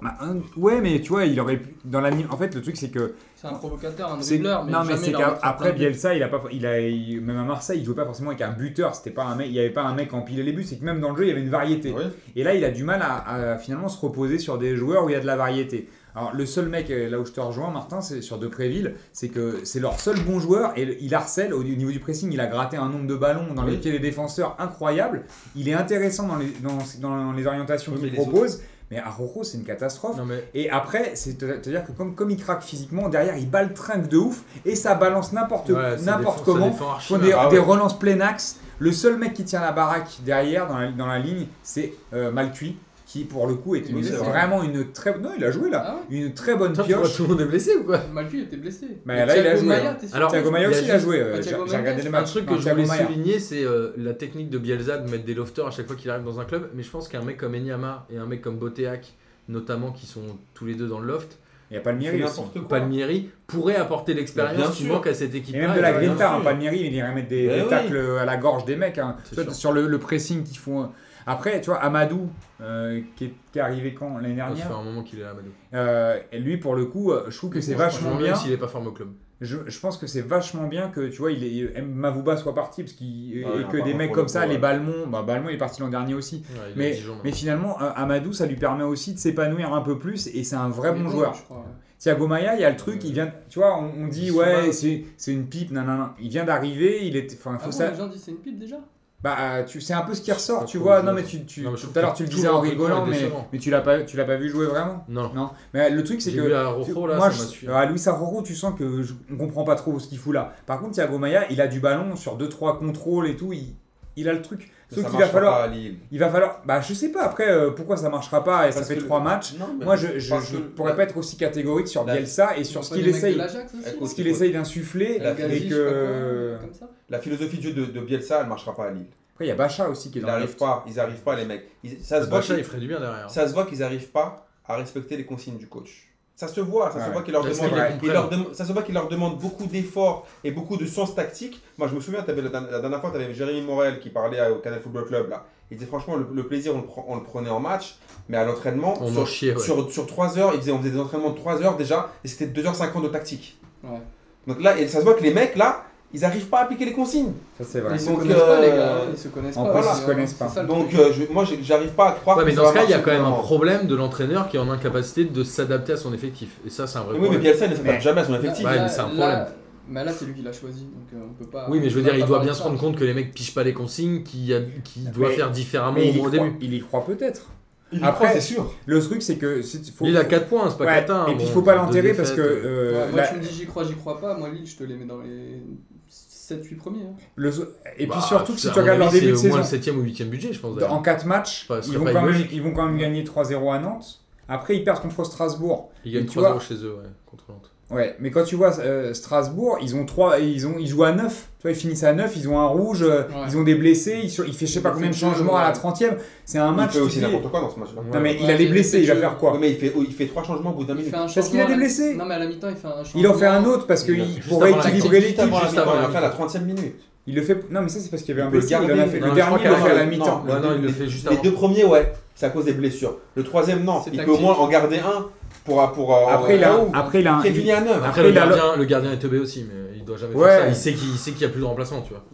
Speaker 2: Bah, un- ouais, mais tu vois, il aurait pu. Dans la, mi- en fait, le truc, c'est que
Speaker 4: C'est un provocateur, un
Speaker 2: C'est-
Speaker 4: dribbleur. Mais
Speaker 2: non, mais
Speaker 4: jamais
Speaker 2: c'est
Speaker 4: il en mettra
Speaker 2: qu'après
Speaker 4: plein de-
Speaker 2: Bielsa, il a pas, il a, il- même à Marseille, il jouait pas forcément avec un buteur. C'était pas un mec, il y avait pas un mec qui empilait les buts. C'est que même dans le jeu, il y avait une variété.
Speaker 3: Oui.
Speaker 2: Et là, il a du mal à, à finalement se reposer sur des joueurs où il y a de la variété. Alors le seul mec euh, là où je te rejoins, Martin, c'est sur Depréville, c'est que c'est leur seul bon joueur et le- il harcèle au niveau du pressing. Il a gratté un nombre de ballons dans les
Speaker 3: Oui.
Speaker 2: pieds des défenseurs incroyable. Il est intéressant dans les, dans, dans les orientations
Speaker 3: Oui, mais
Speaker 2: qu'il
Speaker 3: les autres-
Speaker 2: propose, mais Arrojo, c'est une catastrophe.
Speaker 1: Non mais
Speaker 2: Et après, c'est-à-dire que comme, comme il craque physiquement, derrière il baltringue de ouf et ça balance n'importe
Speaker 1: ouais, ça défend- ça
Speaker 2: n'importe comment.
Speaker 1: défend
Speaker 2: Ils
Speaker 1: archi
Speaker 2: font
Speaker 1: mal.
Speaker 2: des,
Speaker 3: Ah ouais.
Speaker 2: des relances plein axe. Le seul mec qui tient la baraque derrière dans la, dans la ligne, c'est euh, Malcuit, qui pour le coup est, une-
Speaker 3: Oui, c'est
Speaker 2: c'est
Speaker 3: vrai.
Speaker 2: vraiment une très non il a joué là,
Speaker 4: Ah
Speaker 2: une très bonne
Speaker 1: Putain, tu vois,
Speaker 2: pioche.
Speaker 1: tout le monde est blessé ou quoi
Speaker 4: ouais Malcu était blessé.
Speaker 2: Bah,
Speaker 4: Mais
Speaker 2: là, il a
Speaker 4: Thiago
Speaker 2: joué,
Speaker 4: Maia,
Speaker 2: hein.
Speaker 4: t'es sûr
Speaker 1: Alors,
Speaker 2: Thiago
Speaker 1: il y
Speaker 2: Maia
Speaker 1: a
Speaker 2: aussi il a
Speaker 1: juste-
Speaker 2: joué.
Speaker 4: Ah,
Speaker 2: euh, J'ai
Speaker 4: Thiago
Speaker 2: j'ai regardé
Speaker 4: Mendes,
Speaker 2: les
Speaker 1: Un
Speaker 2: matchs.
Speaker 1: truc que
Speaker 2: Non,
Speaker 1: je
Speaker 2: Thiago
Speaker 1: voulais
Speaker 2: Maia.
Speaker 1: souligner, c'est euh, la technique de Bielsa de mettre des lofters à chaque fois qu'il arrive dans un club. Mais je pense qu'un mec comme Enyama et un mec comme Boteac, notamment, qui sont tous les deux dans le loft,
Speaker 2: Il y a pas le
Speaker 3: c'est
Speaker 2: mérite.
Speaker 3: n'importe quoi.
Speaker 1: Palmieri, pourraient apporter
Speaker 3: Mais bien
Speaker 1: l'expérience qui
Speaker 3: sûr.
Speaker 1: manque à cette équipe.
Speaker 2: Et même de la
Speaker 3: bien
Speaker 2: grinta,
Speaker 3: sûr.
Speaker 2: hein, Palmieri, il irait mettre des,
Speaker 3: Eh
Speaker 2: des
Speaker 3: oui.
Speaker 2: tacles euh, à la gorge des mecs. hein.
Speaker 1: Ben C'est
Speaker 2: Sur,
Speaker 1: sûr.
Speaker 2: sur le, le pressing qu'ils font. euh. Après, tu vois, Amadou, euh, qui, est, qui est arrivé quand L'année
Speaker 1: Ah, Ça fait
Speaker 2: dernière
Speaker 1: un moment qu'il est là, Manu.
Speaker 2: Euh, et lui, pour le coup, euh, je trouve que c'est vachement
Speaker 1: Même
Speaker 2: bien.
Speaker 1: S'il est pas formé au club.
Speaker 2: Je, je pense que c'est vachement bien que tu vois, il est, Mavouba soit parti parce qu'il,
Speaker 3: Ouais,
Speaker 2: et
Speaker 3: non,
Speaker 2: que
Speaker 3: par
Speaker 2: des
Speaker 3: contre,
Speaker 2: mecs
Speaker 3: pour
Speaker 2: comme
Speaker 3: le
Speaker 2: ça,
Speaker 3: coup,
Speaker 2: les
Speaker 3: ouais.
Speaker 2: Balmont, bah, Balmont est parti l'an dernier aussi.
Speaker 1: Ouais, il est à
Speaker 2: Mais,
Speaker 1: Dijon, hein. maintenant.
Speaker 2: mais finalement, euh, Amadou, ça lui permet aussi de s'épanouir un peu plus et c'est un vrai
Speaker 4: Il est
Speaker 2: bon joueur.
Speaker 4: je crois, ouais.
Speaker 2: Thiago Maia, il y a le
Speaker 1: Euh,
Speaker 2: truc, il vient, tu vois, on, on dit
Speaker 1: Il se
Speaker 2: ouais,
Speaker 1: bat.
Speaker 2: c'est, c'est une pipe, nan, nan, nan. Il vient d'arriver, il est, enfin,
Speaker 4: Ah
Speaker 2: faut
Speaker 4: bon,
Speaker 2: ça.
Speaker 4: les gens disent c'est une pipe déjà
Speaker 2: Bah, euh, tu, c'est un peu ce qui ressort,
Speaker 1: pas
Speaker 2: tu
Speaker 1: trop
Speaker 2: vois.
Speaker 1: le
Speaker 2: Non,
Speaker 1: joueur.
Speaker 2: mais tu, tu,
Speaker 1: Non, mais je
Speaker 2: tout
Speaker 1: trouve
Speaker 2: à l'heure
Speaker 1: que
Speaker 2: tu le
Speaker 1: tout
Speaker 2: disais
Speaker 1: le
Speaker 2: en
Speaker 1: recrutement
Speaker 2: rigolant,
Speaker 1: est
Speaker 2: mais,
Speaker 1: décevant.
Speaker 2: mais tu l'as pas, tu l'as pas vu jouer vraiment.
Speaker 1: Non.
Speaker 2: Non, mais le truc c'est
Speaker 1: J'ai
Speaker 2: que
Speaker 1: vu la Rojo, là,
Speaker 2: moi,
Speaker 1: ça m'a
Speaker 2: je,
Speaker 1: suivi.
Speaker 2: à Luis Arrojo, tu sens que je, on comprend pas trop ce qu'il fout là. Par contre, Thiago Maia, il a du ballon sur 2-3 contrôles et tout. Il, il a le truc.
Speaker 3: Ça
Speaker 2: Sauf qu'il va
Speaker 3: marchera
Speaker 2: falloir,
Speaker 3: pas à Lille.
Speaker 2: il va falloir. Bah, je sais pas après euh, pourquoi ça marchera pas et
Speaker 3: Parce
Speaker 2: ça fait
Speaker 3: que-
Speaker 2: 3 matchs.
Speaker 3: Non, mais-
Speaker 2: Moi, je, je,
Speaker 3: parce
Speaker 2: je
Speaker 3: que-
Speaker 2: pourrais pas être aussi catégorique sur
Speaker 3: la-
Speaker 2: Bielsa et
Speaker 4: Ils ont
Speaker 2: sur ce
Speaker 4: pas
Speaker 2: qu'il
Speaker 4: des mecs de
Speaker 2: essaye,
Speaker 4: l'Ajax aussi
Speaker 3: Écoute,
Speaker 2: ce qu'il essaye d'insuffler
Speaker 3: La
Speaker 2: et
Speaker 4: Gazi, je sais pas
Speaker 2: que.
Speaker 4: quoi, comme ça.
Speaker 3: La philosophie de jeu de, de Bielsa, elle marchera pas à Lille.
Speaker 2: Après, il y a Bacha aussi qui est
Speaker 3: Ils
Speaker 2: dans le
Speaker 3: n'arrivent
Speaker 2: lift.
Speaker 3: pas, ils arrivent pas les mecs. Ils- ça, se voit
Speaker 1: Bacha, il
Speaker 3: qu'ils,
Speaker 1: ferait du bien derrière.
Speaker 3: ça se voit qu'ils arrivent pas à respecter les consignes du coach. Ça se voit, ça se
Speaker 2: Ouais.
Speaker 3: voit qu'il leur
Speaker 1: Parce
Speaker 3: demande,
Speaker 1: qu'ils les
Speaker 3: il
Speaker 1: comprennent.
Speaker 3: leur dem- ça se voit qu'il leur demande beaucoup d'efforts et beaucoup de sens tactique. Moi, je me souviens, t'avais la, la dernière fois, tu avais Jérémy Morel qui parlait à- au Canal Football Club là. Il disait franchement, le, le plaisir, on le, pre- on le prenait en match, mais à l'entraînement,
Speaker 1: On
Speaker 3: sur-
Speaker 1: en chier, ouais.
Speaker 3: Sur, sur 3 heures, ils faisaient- on faisait des entraînements de 3 heures déjà, et c'était 2h50 de tactique.
Speaker 4: Ouais.
Speaker 3: Donc là, et ça se voit que les mecs, là, ils arrivent pas à appliquer les consignes.
Speaker 2: Ça, c'est vrai.
Speaker 4: Ils se
Speaker 3: Donc,
Speaker 4: connaissent pas, les gars.
Speaker 3: euh,
Speaker 4: Ils se connaissent
Speaker 2: en
Speaker 4: pas.
Speaker 2: plus,
Speaker 4: voilà.
Speaker 2: ils se connaissent pas.
Speaker 4: C'est ça, le
Speaker 3: Donc
Speaker 4: truc.
Speaker 3: euh, je- moi, j'ai- j'arrive pas à croire
Speaker 1: Ouais, mais
Speaker 3: que
Speaker 1: dans
Speaker 3: ça
Speaker 1: ce cas,
Speaker 3: va
Speaker 1: il y a
Speaker 3: marcher
Speaker 1: quand même un
Speaker 3: vraiment.
Speaker 1: problème de l'entraîneur qui est en incapacité de s'adapter à son effectif. Et ça, c'est un vrai
Speaker 3: Oui, mais
Speaker 1: problème.
Speaker 3: Bielsa, il ne s'adapte
Speaker 2: Bah, Mais-
Speaker 3: jamais à son
Speaker 4: Là,
Speaker 3: effectif.
Speaker 1: Ouais,
Speaker 4: là-
Speaker 1: mais c'est un
Speaker 4: là-
Speaker 1: problème.
Speaker 4: Mais là, c'est lui qui l'a choisi, donc euh, on peut pas.
Speaker 1: Oui, mais je veux
Speaker 4: on peut
Speaker 1: dire, il
Speaker 4: pas
Speaker 1: doit
Speaker 4: parler
Speaker 1: bien
Speaker 4: de
Speaker 1: se
Speaker 4: ça.
Speaker 1: rendre compte que les mecs pichent pas les consignes, qu'ils qu'il doit
Speaker 2: Mais-
Speaker 1: faire différemment
Speaker 2: Mais
Speaker 1: au
Speaker 2: il y,
Speaker 1: moins au
Speaker 2: croit,
Speaker 1: début.
Speaker 2: il y croit peut-être.
Speaker 3: Il y
Speaker 2: Après-
Speaker 3: croit, c'est sûr.
Speaker 2: Le truc, c'est que. c'est- faut-
Speaker 1: Il a 4 points, c'est pas
Speaker 2: Ouais,
Speaker 1: Catin.
Speaker 2: Et puis, il
Speaker 1: hein, bon,
Speaker 2: faut pas
Speaker 1: deux
Speaker 2: l'enterrer parce
Speaker 1: défaites.
Speaker 2: que. euh,
Speaker 4: Ouais, moi,
Speaker 2: la-
Speaker 4: tu me dis j'y crois, j'y crois pas. Moi, Lille, je te les mets dans les. 7-8 premiers. hein.
Speaker 2: Le so- et
Speaker 1: Bah,
Speaker 2: puis surtout que si
Speaker 1: à
Speaker 2: tu
Speaker 1: mon
Speaker 2: regardes leur
Speaker 1: avis,
Speaker 2: début de
Speaker 1: C'est au moins
Speaker 2: saison,
Speaker 1: le 7 ou 8 budget, je pense.
Speaker 2: en 4 matchs,
Speaker 1: Enfin, ce
Speaker 2: ils
Speaker 1: serait
Speaker 2: vont,
Speaker 1: pas
Speaker 2: quand même,
Speaker 1: illogique.
Speaker 2: ils vont quand même gagner 3-0 à Nantes. Après, ils perdent contre Strasbourg.
Speaker 1: Il
Speaker 2: mais
Speaker 1: gagne
Speaker 2: tu
Speaker 1: 3
Speaker 2: vois-
Speaker 1: euros chez eux, ouais, contre Nantes.
Speaker 2: Ouais, mais quand tu vois euh, Strasbourg, ils ont trois, ils ont, ils jouent à 9. Tu vois, ils finissent à 9, ils ont un rouge, euh,
Speaker 4: Ouais.
Speaker 2: ils ont des blessés, ils, sur- il fait je sais pas
Speaker 4: Il
Speaker 2: combien de
Speaker 4: fait toujours,
Speaker 2: changements à la
Speaker 4: ouais.
Speaker 2: 30e. C'est un
Speaker 3: Il
Speaker 2: match.
Speaker 3: fait
Speaker 2: tu
Speaker 3: aussi
Speaker 2: dis-
Speaker 3: n'importe quoi dans ce match-là.
Speaker 2: Non mais il
Speaker 4: Ouais,
Speaker 2: a des
Speaker 4: il
Speaker 2: blessés,
Speaker 4: fait
Speaker 2: il va
Speaker 4: que-
Speaker 2: faire quoi
Speaker 3: Ouais, mais il fait, il fait trois changements au bout d'un
Speaker 4: Il
Speaker 3: minute.
Speaker 4: fait un
Speaker 2: Parce qu'il a
Speaker 4: changement
Speaker 2: des
Speaker 4: à la-
Speaker 2: blessés.
Speaker 4: Non, mais à la mi-temps, il fait un changement.
Speaker 2: Il en fait un autre parce qu'il
Speaker 1: Juste
Speaker 2: pourrait
Speaker 1: avant la
Speaker 2: équilibrer
Speaker 1: mi-temps.
Speaker 3: Juste avant
Speaker 2: l'équipe.
Speaker 3: la
Speaker 1: Juste
Speaker 3: mi-temps,
Speaker 1: avant
Speaker 3: il
Speaker 1: la
Speaker 3: l'a fait à la
Speaker 1: mi-temps.
Speaker 3: 30ème minute.
Speaker 2: Il le fait. Non mais ça c'est parce qu'il y avait un
Speaker 3: Il peut
Speaker 2: blessé. Il en a
Speaker 3: garder-
Speaker 2: fait
Speaker 1: non,
Speaker 2: le
Speaker 1: je
Speaker 2: dernier,
Speaker 1: crois
Speaker 2: il l'a
Speaker 1: qu'à
Speaker 2: fait à la
Speaker 1: non,
Speaker 2: mi-temps.
Speaker 1: Ouais, non, il le fait juste
Speaker 3: Les
Speaker 1: avant.
Speaker 3: deux premiers, ouais, c'est à cause des blessures. Le troisième, non.
Speaker 4: C'est
Speaker 3: Il peut
Speaker 4: tactique.
Speaker 3: au moins en garder un pour. pour euh,
Speaker 2: Après
Speaker 3: en-
Speaker 2: il a,
Speaker 3: en haut.
Speaker 2: après il a, un-
Speaker 3: Prévenu à neuf.
Speaker 2: Après,
Speaker 1: Après, le
Speaker 2: il a le-
Speaker 1: gardien, le gardien est teubé aussi, mais il doit jamais
Speaker 2: Ouais.
Speaker 1: faire ça. Il sait qu'il il sait qu'il y a plus de remplacement, tu vois.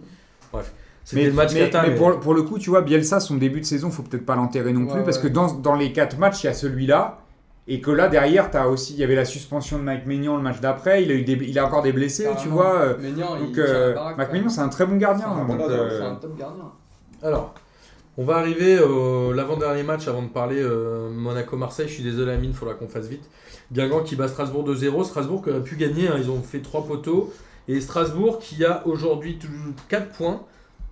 Speaker 1: Bref, c'était
Speaker 2: Mais,
Speaker 1: le match
Speaker 2: mais-
Speaker 1: Qatar.
Speaker 2: mais
Speaker 1: mais-
Speaker 2: pour, pour le coup, tu vois, Bielsa, son début de saison, faut peut-être pas l'enterrer non
Speaker 4: Ouais,
Speaker 2: plus, parce
Speaker 4: ouais.
Speaker 2: que dans, dans les quatre matchs, il y a celui-là, et que là, derrière, t'as aussi, il y avait la suspension de Mike Maignan le match d'après, il a eu des, il a encore des blessés,
Speaker 4: Ah,
Speaker 2: tu
Speaker 4: non.
Speaker 2: vois. euh,
Speaker 4: Maignan, il
Speaker 2: donc,
Speaker 4: tient la
Speaker 2: euh,
Speaker 4: baraque,
Speaker 2: Mike
Speaker 4: quoi.
Speaker 2: Maignan, c'est un très bon gardien.
Speaker 4: C'est un
Speaker 2: hein,
Speaker 3: bon
Speaker 2: donc,
Speaker 3: gardien,
Speaker 2: euh,
Speaker 4: C'est un top gardien.
Speaker 1: Alors, on va arriver au l'avant-dernier match avant de parler euh, Monaco-Marseille. Je suis désolé, Amine, il faudra qu'on fasse vite. Guingamp qui bat Strasbourg 2-0. Strasbourg qui a pu gagner, hein, ils ont fait 3 poteaux. Et Strasbourg qui a aujourd'hui 4 points,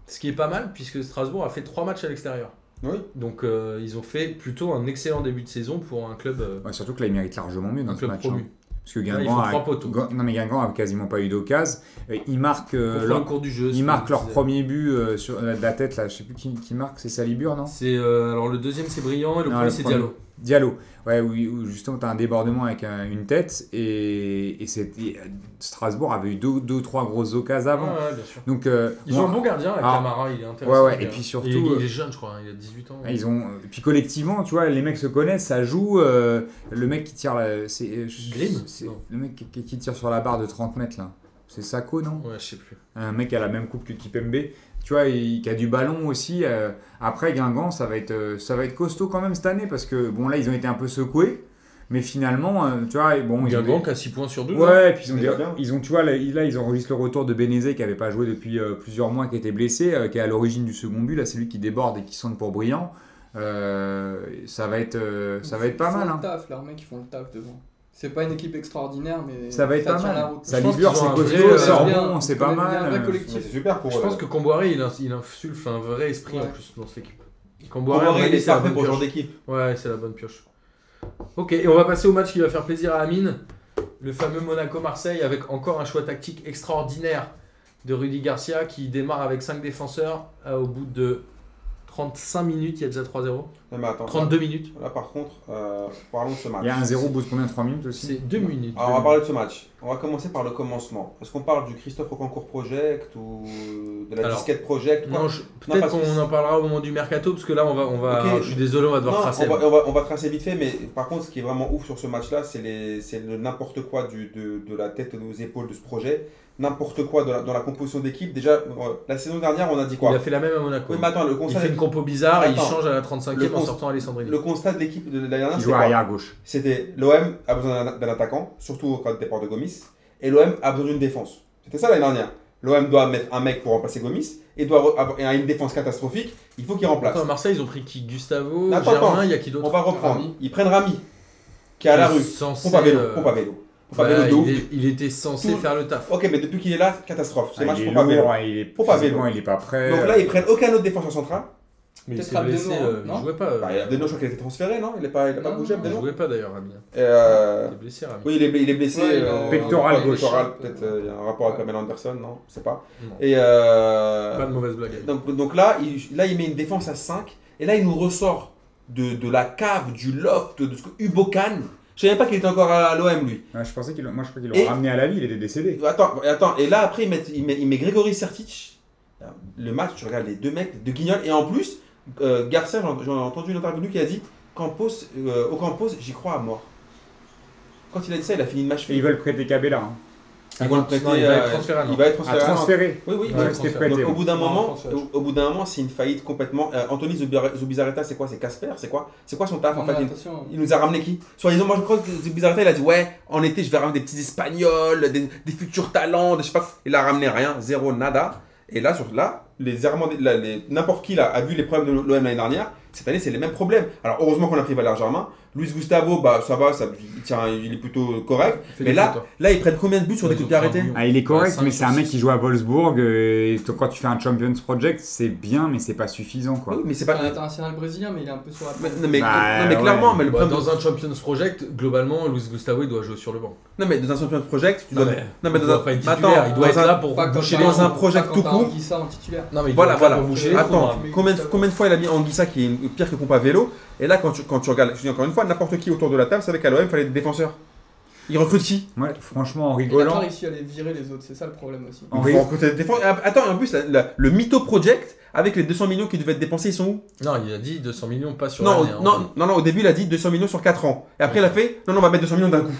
Speaker 1: ce qui est pas mal puisque Strasbourg a fait 3 matchs à l'extérieur.
Speaker 3: Oui.
Speaker 1: Donc, euh, ils ont fait plutôt un excellent début de saison pour un club, euh,
Speaker 2: ouais, bah, surtout que là, il mérite largement mieux
Speaker 1: un
Speaker 2: dans ce
Speaker 1: club
Speaker 2: match.
Speaker 1: promu.
Speaker 2: hein. parce que
Speaker 1: ils
Speaker 2: Guingamp
Speaker 1: font
Speaker 2: a,
Speaker 1: trois poteaux.
Speaker 2: Ga- non, mais Guingamp a quasiment pas eu d'occasion. Euh, Ils marquent, euh,
Speaker 1: Pour faire
Speaker 2: leur-
Speaker 1: le cours du jeu. c'est-
Speaker 2: ils marquent leur
Speaker 1: c'est-
Speaker 2: premier but euh, sur euh, de la tête, là, je sais plus qui, qui marque, c'est Salibur, non
Speaker 1: C'est euh, alors le deuxième c'est brillant et le
Speaker 2: Non,
Speaker 1: premier
Speaker 2: le
Speaker 1: c'est
Speaker 2: premier.
Speaker 1: Diallo.
Speaker 2: Diallo, ouais, où, où justement tu as un débordement avec un- une tête et, et c'était- Strasbourg avait eu deux, deux trois grosses occasions avant.
Speaker 1: Ouais, ouais, bien sûr.
Speaker 2: Donc euh,
Speaker 1: Ils
Speaker 2: moi-
Speaker 1: ont un bon gardien, avec
Speaker 2: Ah.
Speaker 1: Camara, il est intéressant.
Speaker 2: Ouais, ouais,
Speaker 1: le
Speaker 2: et
Speaker 1: gars.
Speaker 2: puis surtout,
Speaker 1: il, est- il
Speaker 2: euh,
Speaker 1: est jeune, je crois, hein, il a 18 ans.
Speaker 2: Ouais, Ils ont et puis collectivement, tu vois, les mecs se connaissent, ça joue. euh, le mec qui tire, la- c'est euh, je-
Speaker 1: Grimm
Speaker 2: c'est-
Speaker 1: Non.
Speaker 2: le mec qui, qui tire sur la barre de 30 mètres là. C'est Sako, non
Speaker 1: Ouais, je sais plus.
Speaker 2: Un mec à la même coupe que Kipembe, tu vois, il, qui a du ballon aussi. euh, après Guingamp, ça va être, euh, ça va être costaud quand même cette année parce que bon là, ils ont été un peu secoués, mais finalement, euh, tu vois, bon, ils ont
Speaker 1: Guingamp qui a 6 points sur 12. hein.
Speaker 2: Ouais, et puis ils ont,
Speaker 3: C'est
Speaker 2: des-
Speaker 3: bien.
Speaker 2: ils ont, tu vois, là, ils- là, ils enregistrent le retour de Benezé qui n'avait pas joué depuis euh, plusieurs mois, qui était blessé, euh, qui est à l'origine du second but. Là, c'est lui qui déborde et qui sonne pour Brillant. Euh, ça va être, euh, ça va être pas
Speaker 4: Ils font
Speaker 2: mal.
Speaker 4: le
Speaker 2: hein.
Speaker 4: taf, leurs mecs, ils font le taf devant. C'est pas une équipe extraordinaire, mais
Speaker 2: Ça va être pas
Speaker 4: tient la
Speaker 2: mal.
Speaker 4: route.
Speaker 1: Je pense
Speaker 2: Salibur,
Speaker 1: qu'ils ont
Speaker 2: c'est
Speaker 1: un
Speaker 2: costaud,
Speaker 1: vrai, euh,
Speaker 2: Sorbon, c'est pas
Speaker 4: Il y a un vrai
Speaker 2: mal.
Speaker 3: Mais
Speaker 4: collectif.
Speaker 3: C'est super pour. euh,
Speaker 1: Je
Speaker 3: eux.
Speaker 1: pense que Camboire il, ins- il insuffle un vrai esprit en
Speaker 4: Ouais.
Speaker 1: plus dans cette équipe.
Speaker 3: Pour
Speaker 1: Camboire,
Speaker 3: moi, il est
Speaker 1: c'est la
Speaker 3: parfait
Speaker 1: bonne
Speaker 3: pour ce genre
Speaker 1: pioche.
Speaker 3: d'équipe.
Speaker 1: Ouais, c'est la bonne pioche. Ok, et on va passer au match qui va faire plaisir à Amine. Le fameux Monaco-Marseille avec encore un choix tactique extraordinaire de Rudy Garcia qui démarre avec 5 défenseurs. Euh, au bout de 35 minutes, il y a déjà 3-0.
Speaker 3: Non, mais attends.
Speaker 1: 32 minutes.
Speaker 3: Là, par contre, euh, parlons de ce match.
Speaker 2: Il y a un zéro au bout de combien 3 minutes aussi
Speaker 1: C'est 2 minutes.
Speaker 3: Alors, on va parler de ce match. On va commencer par le commencement. Est-ce qu'on parle du Christophe Rocancourt Project ou de la
Speaker 1: Alors,
Speaker 3: Disquette Project
Speaker 1: Non,
Speaker 3: Quoi
Speaker 1: je-
Speaker 3: Non,
Speaker 1: peut-être
Speaker 3: parce que
Speaker 1: qu'on en parlera au moment du mercato, parce que là, on va, on va.
Speaker 3: Ok.
Speaker 1: Je suis désolé, on va
Speaker 3: Non,
Speaker 1: devoir tracer.
Speaker 3: on, va, euh, on va- on va tracer vite fait, mais par contre, ce qui est vraiment ouf sur ce match-là, c'est les- c'est le n'importe quoi du- de, de la tête aux épaules de ce projet. N'importe quoi dans la, dans la composition d'équipe. Déjà, euh, la saison dernière, on a dit
Speaker 1: Il
Speaker 3: quoi
Speaker 1: a fait la même à Monaco.
Speaker 3: Oui, mais attends, le
Speaker 1: il
Speaker 3: constat,
Speaker 1: fait une compo bizarre et il
Speaker 3: Attends.
Speaker 1: change à la 35e
Speaker 3: Le
Speaker 1: en
Speaker 3: cons-
Speaker 1: sortant Alessandrini.
Speaker 3: le constat de l'équipe de l'année dernière,
Speaker 2: Il
Speaker 3: c'est
Speaker 2: joue
Speaker 3: quoi
Speaker 2: arrière gauche.
Speaker 3: C'était l'OM a besoin d'un- d'un attaquant, surtout au cas de départ de Gomis, et l'OM a besoin d'une défense. C'était ça l'année dernière. L'OM doit mettre un mec pour remplacer Gomis et doit re- avoir- et a une défense catastrophique, il faut qu'il remplace.
Speaker 1: Attends, à Marseille, ils ont pris qui Gustavo,
Speaker 3: Attends,
Speaker 1: Germain,
Speaker 3: attends.
Speaker 1: il y a qui
Speaker 3: On
Speaker 1: d'autre
Speaker 3: va reprendre.
Speaker 4: Rami.
Speaker 3: Ils prennent Rami, qui est à la rue.
Speaker 1: Censé,
Speaker 3: Pompe à vélo,
Speaker 1: euh,
Speaker 3: pompe à vélo. Pompe à
Speaker 1: voilà,
Speaker 3: vélo de ouf.
Speaker 1: il, est- il était censé
Speaker 3: Tout- Oh,
Speaker 1: faire le taf.
Speaker 3: Ok, mais depuis qu'il est là, catastrophe. C'est
Speaker 2: Ah,
Speaker 3: match
Speaker 2: il est
Speaker 3: pompe à vélo.
Speaker 2: lourd, ouais, il est
Speaker 3: Pompe à vélo.
Speaker 2: physiquement, il est pas prêt.
Speaker 3: Donc là, ils prennent aucun autre défenseur central.
Speaker 1: Mais il
Speaker 4: Peut-être
Speaker 1: s'est blessé,
Speaker 4: Abdenour,
Speaker 1: euh, il
Speaker 4: non
Speaker 1: jouait pas. euh,
Speaker 3: Bah, il y a Abdeno, je crois qu'il a été transféré, non Il n'a pas, il a pas
Speaker 4: Non,
Speaker 3: bougé,
Speaker 4: non,
Speaker 1: il
Speaker 3: Abdeno
Speaker 1: jouait pas d'ailleurs, Rami.
Speaker 3: Et, euh,
Speaker 1: Il est blessé, Rami.
Speaker 3: Oui, il est, il est blessé.
Speaker 4: Ouais, il est
Speaker 3: euh,
Speaker 4: en-
Speaker 2: Pectoral
Speaker 3: ouais,
Speaker 2: gauche.
Speaker 3: Pectoral, peut-être. euh, Il y a un rapport avec Pamela Anderson, non Je sais pas.
Speaker 1: Non.
Speaker 3: Et euh,
Speaker 1: Pas de mauvaise blague.
Speaker 3: donc, donc là, il, là, il met une défense à 5. Et là, il nous ressort de, de la cave, du loft, de ce que Ubokan. Je savais pas qu'il était encore à l'OM, lui.
Speaker 2: Ouais, je pensais qu'il, moi je crois qu'ils
Speaker 3: Et-
Speaker 2: l'ont ramené à la vie, il était décédé.
Speaker 3: Attends, et attends. Et là, après, il met, il met, il met Grégory Sertic. Le match, tu regardes les deux mecs de Guignol. Et en plus, euh, Garcia, j'en- j'ai entendu une interview de lui qui a dit Campos, euh, au Campos, j'y crois à mort. Quand il a dit ça, il a fini le match.
Speaker 2: Et ils veulent prêter Cabella, hein.
Speaker 3: Ils vont le prêter,
Speaker 1: Non, il va être
Speaker 3: euh,
Speaker 1: transféré à
Speaker 3: Il
Speaker 1: Nantes.
Speaker 3: va être
Speaker 2: à
Speaker 3: transféré. à Nantes.
Speaker 2: transférer.
Speaker 3: Oui, oui.
Speaker 1: Ouais,
Speaker 2: Ouais,
Speaker 1: transfert.
Speaker 2: c'était
Speaker 3: Donc,
Speaker 2: prêté.
Speaker 3: au bout d'un
Speaker 4: Non,
Speaker 3: moment,
Speaker 4: transfert.
Speaker 3: au, au bout d'un moment, c'est une faillite complètement. Euh, Anthony Zubir- Zubizarreta, c'est quoi C'est Casper, c'est quoi C'est quoi son taf en
Speaker 4: Non, mais
Speaker 3: fait il,
Speaker 4: attention,
Speaker 3: il nous a ramené qui Soit ils ont, moi je crois que Zubizarreta, il a dit ouais, en été, je vais ramener des petits Espagnols, des, des futurs talents, des, je sais pas. Il a ramené rien, zéro nada. Et là, sur là, les, errements des- là, les- n'importe qui là, a vu les problèmes de l'OM l'année dernière. Cette année, c'est les mêmes problèmes. Alors, heureusement qu'on a pris Valère Germain. Luis Gustavo, bah, ça va, ça, il, tient, il est plutôt correct.
Speaker 1: Fais
Speaker 3: Mais
Speaker 1: des
Speaker 3: là,
Speaker 1: fautes, hein.
Speaker 3: là, ils prennent combien de buts sur des
Speaker 1: Ils
Speaker 3: coups
Speaker 1: ont
Speaker 3: de pied
Speaker 1: pris un
Speaker 3: arrêtés
Speaker 1: million.
Speaker 2: Ah, il est correct,
Speaker 1: Ouais,
Speaker 2: mais c'est un mec
Speaker 1: cinq sur
Speaker 2: qui joue à Wolfsburg. euh, Et t- quand tu fais un Champions Project, c'est bien, mais c'est pas suffisant. quoi.
Speaker 3: Oui, Mais c'est
Speaker 4: C'est
Speaker 3: pas.
Speaker 4: un international brésilien, mais il est un peu sur la
Speaker 3: Mais-
Speaker 4: place.
Speaker 3: Non mais,
Speaker 2: Bah,
Speaker 3: non, mais
Speaker 2: ouais.
Speaker 3: clairement, mais le
Speaker 1: Bah,
Speaker 3: problème
Speaker 1: dans un Champions Project, globalement, Luis Gustavo il doit jouer sur le banc.
Speaker 3: Non mais dans un championnat de project, tu dois.
Speaker 1: Non, mais-
Speaker 3: Non, mais
Speaker 1: il
Speaker 3: dans
Speaker 1: doit
Speaker 3: un-
Speaker 1: pas être
Speaker 3: mais
Speaker 1: titulaire,
Speaker 3: attends,
Speaker 1: il doit
Speaker 3: dans
Speaker 1: être
Speaker 3: un-
Speaker 1: là pour
Speaker 4: Pas quand
Speaker 1: boucher
Speaker 4: t'as
Speaker 1: les
Speaker 3: dans un
Speaker 1: trous.
Speaker 3: projet
Speaker 4: pas
Speaker 3: tout
Speaker 4: quand t'as
Speaker 3: court.
Speaker 4: Anguissa en titulaire.
Speaker 1: Non, mais il doit
Speaker 3: Voilà,
Speaker 1: être là
Speaker 3: voilà.
Speaker 1: pour boucher les trous,
Speaker 3: Attends,
Speaker 1: hein.
Speaker 3: combien, de- combien de fois il a mis Anguissa qui est une- pire que pompe à vélo Et là, quand tu, quand tu regardes, je dis encore une fois, n'importe qui autour de la table savait qu'à l'OM, il fallait des défenseurs. Il recrute qui
Speaker 2: Ouais, franchement, en
Speaker 4: Il a pas
Speaker 2: rigolant.
Speaker 4: réussi à les virer les autres, c'est ça le problème aussi.
Speaker 2: en
Speaker 3: Il
Speaker 2: ri-
Speaker 3: faut recruter des défenseurs. Et Attends, en plus, la- la- le mytho project, avec les 200 millions qui devaient être dépensés, ils sont où
Speaker 1: Non, il a dit 200 millions, pas sur
Speaker 3: non,
Speaker 1: l'année, hein.
Speaker 3: non, non, non, au début, il a dit 200 millions sur 4 ans. Et après, il a fait, non, non, on va mettre 200 millions d'un coup.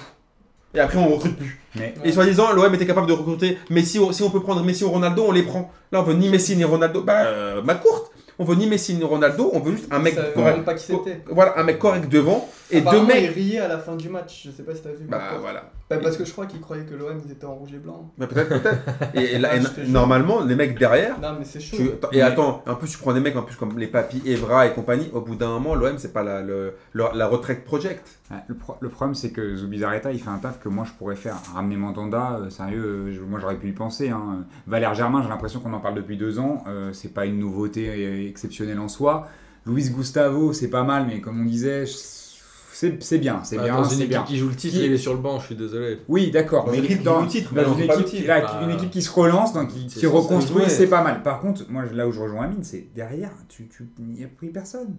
Speaker 3: Et après, on recrute plus.
Speaker 2: Mais
Speaker 3: Et soi-disant, l'OM était capable de recruter Messi. Si on peut prendre Messi ou Ronaldo, on les prend. Là, on veut ni Messi ni Ronaldo. Bah, euh, ma courte. On veut ni Messi ni Ronaldo. On veut juste un mec
Speaker 4: Ça savait
Speaker 3: correct.
Speaker 4: même pas qui c'était.
Speaker 3: Voilà, un mec correct devant et deux
Speaker 4: Apparemment, Il
Speaker 3: mecs.
Speaker 4: riait à la fin du match, je sais pas si t'as vu.
Speaker 3: Bah
Speaker 4: Bah,
Speaker 3: voilà.
Speaker 4: parce que je crois qu'il croyait que l'OM ils étaient en rouge et blanc.
Speaker 3: Bah, peut-être, peut-être. et, et là,
Speaker 4: Ouais,
Speaker 3: et
Speaker 4: je te jure.
Speaker 3: normalement, les mecs derrière.
Speaker 4: Non mais c'est chaud.
Speaker 3: tu- et attends, en plus tu prends des mecs en plus comme les papis Evra et compagnie. Au bout d'un moment, l'OM c'est pas la, le- leur- la retraite project.
Speaker 2: ouais, euh, le, pro- le problème, c'est que Zubizarreta, il fait un taf que moi je pourrais faire. Ramener Mandanda, euh, sérieux, euh, je- moi j'aurais pu y penser. hein. Valère Germain, j'ai l'impression qu'on en parle depuis deux ans. euh, c'est pas une nouveauté euh, exceptionnelle en soi. Luis Gustavo, c'est pas mal, mais comme on disait, je- c'est c'est bien, c'est
Speaker 1: Bah,
Speaker 2: bien,
Speaker 1: dans une
Speaker 2: c'est
Speaker 1: équipe
Speaker 2: bien.
Speaker 1: qui joue le titre,
Speaker 2: Qui-
Speaker 1: il est sur le banc, je suis désolé.
Speaker 2: Oui, d'accord.
Speaker 3: Dans
Speaker 2: Mais
Speaker 3: une équipe qui
Speaker 2: dans,
Speaker 3: joue le titre, mais
Speaker 2: dans une,
Speaker 3: non, pas
Speaker 2: équipe,
Speaker 3: le titre.
Speaker 2: là,
Speaker 1: Bah,
Speaker 2: une équipe qui se relance, donc qui,
Speaker 1: c'est
Speaker 2: qui
Speaker 1: ça, ça
Speaker 2: reconstruit,
Speaker 3: jouait.
Speaker 2: c'est pas mal. Par contre, moi, je- là où je rejoins Amine, c'est derrière, tu, tu, il n'y a pris personne.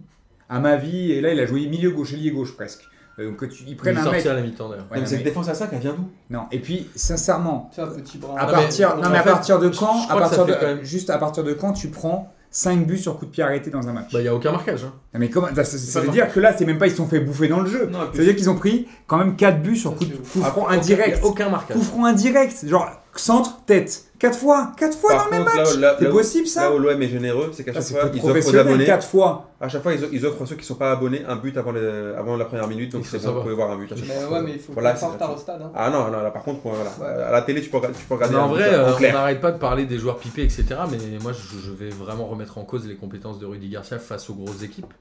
Speaker 2: À ma vie, et là, il a joué milieu gauche, ailier gauche presque. Euh, Donc, que tu, ils
Speaker 1: Il est
Speaker 2: prennent un mec.
Speaker 1: sorti à la mi-temps d'ailleurs.
Speaker 2: Ouais,
Speaker 3: Non, mais cette
Speaker 2: mais-
Speaker 3: défense à 5, elle vient d'où
Speaker 2: non, et puis, sincèrement,
Speaker 4: C'est un petit bras.
Speaker 2: à
Speaker 1: mais-
Speaker 2: partir, non,
Speaker 1: en
Speaker 2: mais à
Speaker 1: fait,
Speaker 2: partir de
Speaker 1: je
Speaker 2: quand,
Speaker 1: crois
Speaker 2: à
Speaker 1: que ça
Speaker 2: partir de,
Speaker 1: fait quand même-
Speaker 2: juste à partir de quand tu prends 5 buts sur coup de pied arrêté dans un match
Speaker 1: Bah, il n'y a aucun marquage. hein.
Speaker 2: Non, mais comment, ça, ça- ça
Speaker 1: pas
Speaker 2: veut dire que là, c'est même pas ils se sont fait bouffer dans le jeu.
Speaker 3: Non, et puis-
Speaker 2: C'est-à-dire qu'ils ont pris quand même 4 buts sur coup, de-
Speaker 4: Ça, c'est
Speaker 2: coup franc
Speaker 1: Aucun-
Speaker 2: indirect.
Speaker 1: y a Aucun marquage.
Speaker 2: Coup franc indirect, genre centre, tête. 4 fois, 4 fois
Speaker 3: Par
Speaker 2: dans le même
Speaker 3: contre, là
Speaker 2: match.
Speaker 3: où- là-
Speaker 2: C'est
Speaker 3: là où-
Speaker 2: possible
Speaker 3: Là
Speaker 2: ça
Speaker 3: où l'OM est généreux, c'est qu'à
Speaker 2: Ah,
Speaker 3: chaque
Speaker 2: C'est
Speaker 3: fois
Speaker 2: pas
Speaker 3: ils offrent aux abonnés.
Speaker 2: professionnel 4 fois.
Speaker 3: À chaque fois, ils, ils offrent à ceux qui ne sont pas abonnés un but avant, le- avant la première minute, donc
Speaker 1: Il faut
Speaker 3: c'est bon,
Speaker 1: savoir.
Speaker 3: vous pouvez voir un but. à chaque
Speaker 4: Mais
Speaker 3: fois.
Speaker 4: ouais mais il faut
Speaker 3: Voilà,
Speaker 4: qu'on
Speaker 3: c'est
Speaker 4: parte tard au
Speaker 3: gratuit.
Speaker 4: stade. hein.
Speaker 3: Ah non, non, là par contre, voilà. à la télé, tu peux, regarder- tu peux regarder.
Speaker 1: Mais en
Speaker 3: un
Speaker 1: vrai,
Speaker 3: but
Speaker 1: euh, on
Speaker 3: clair.
Speaker 1: n'arrête pas de parler des joueurs pipés, etc. Mais moi, je, je vais vraiment remettre en cause les compétences de Rudy Garcia face aux grosses équipes.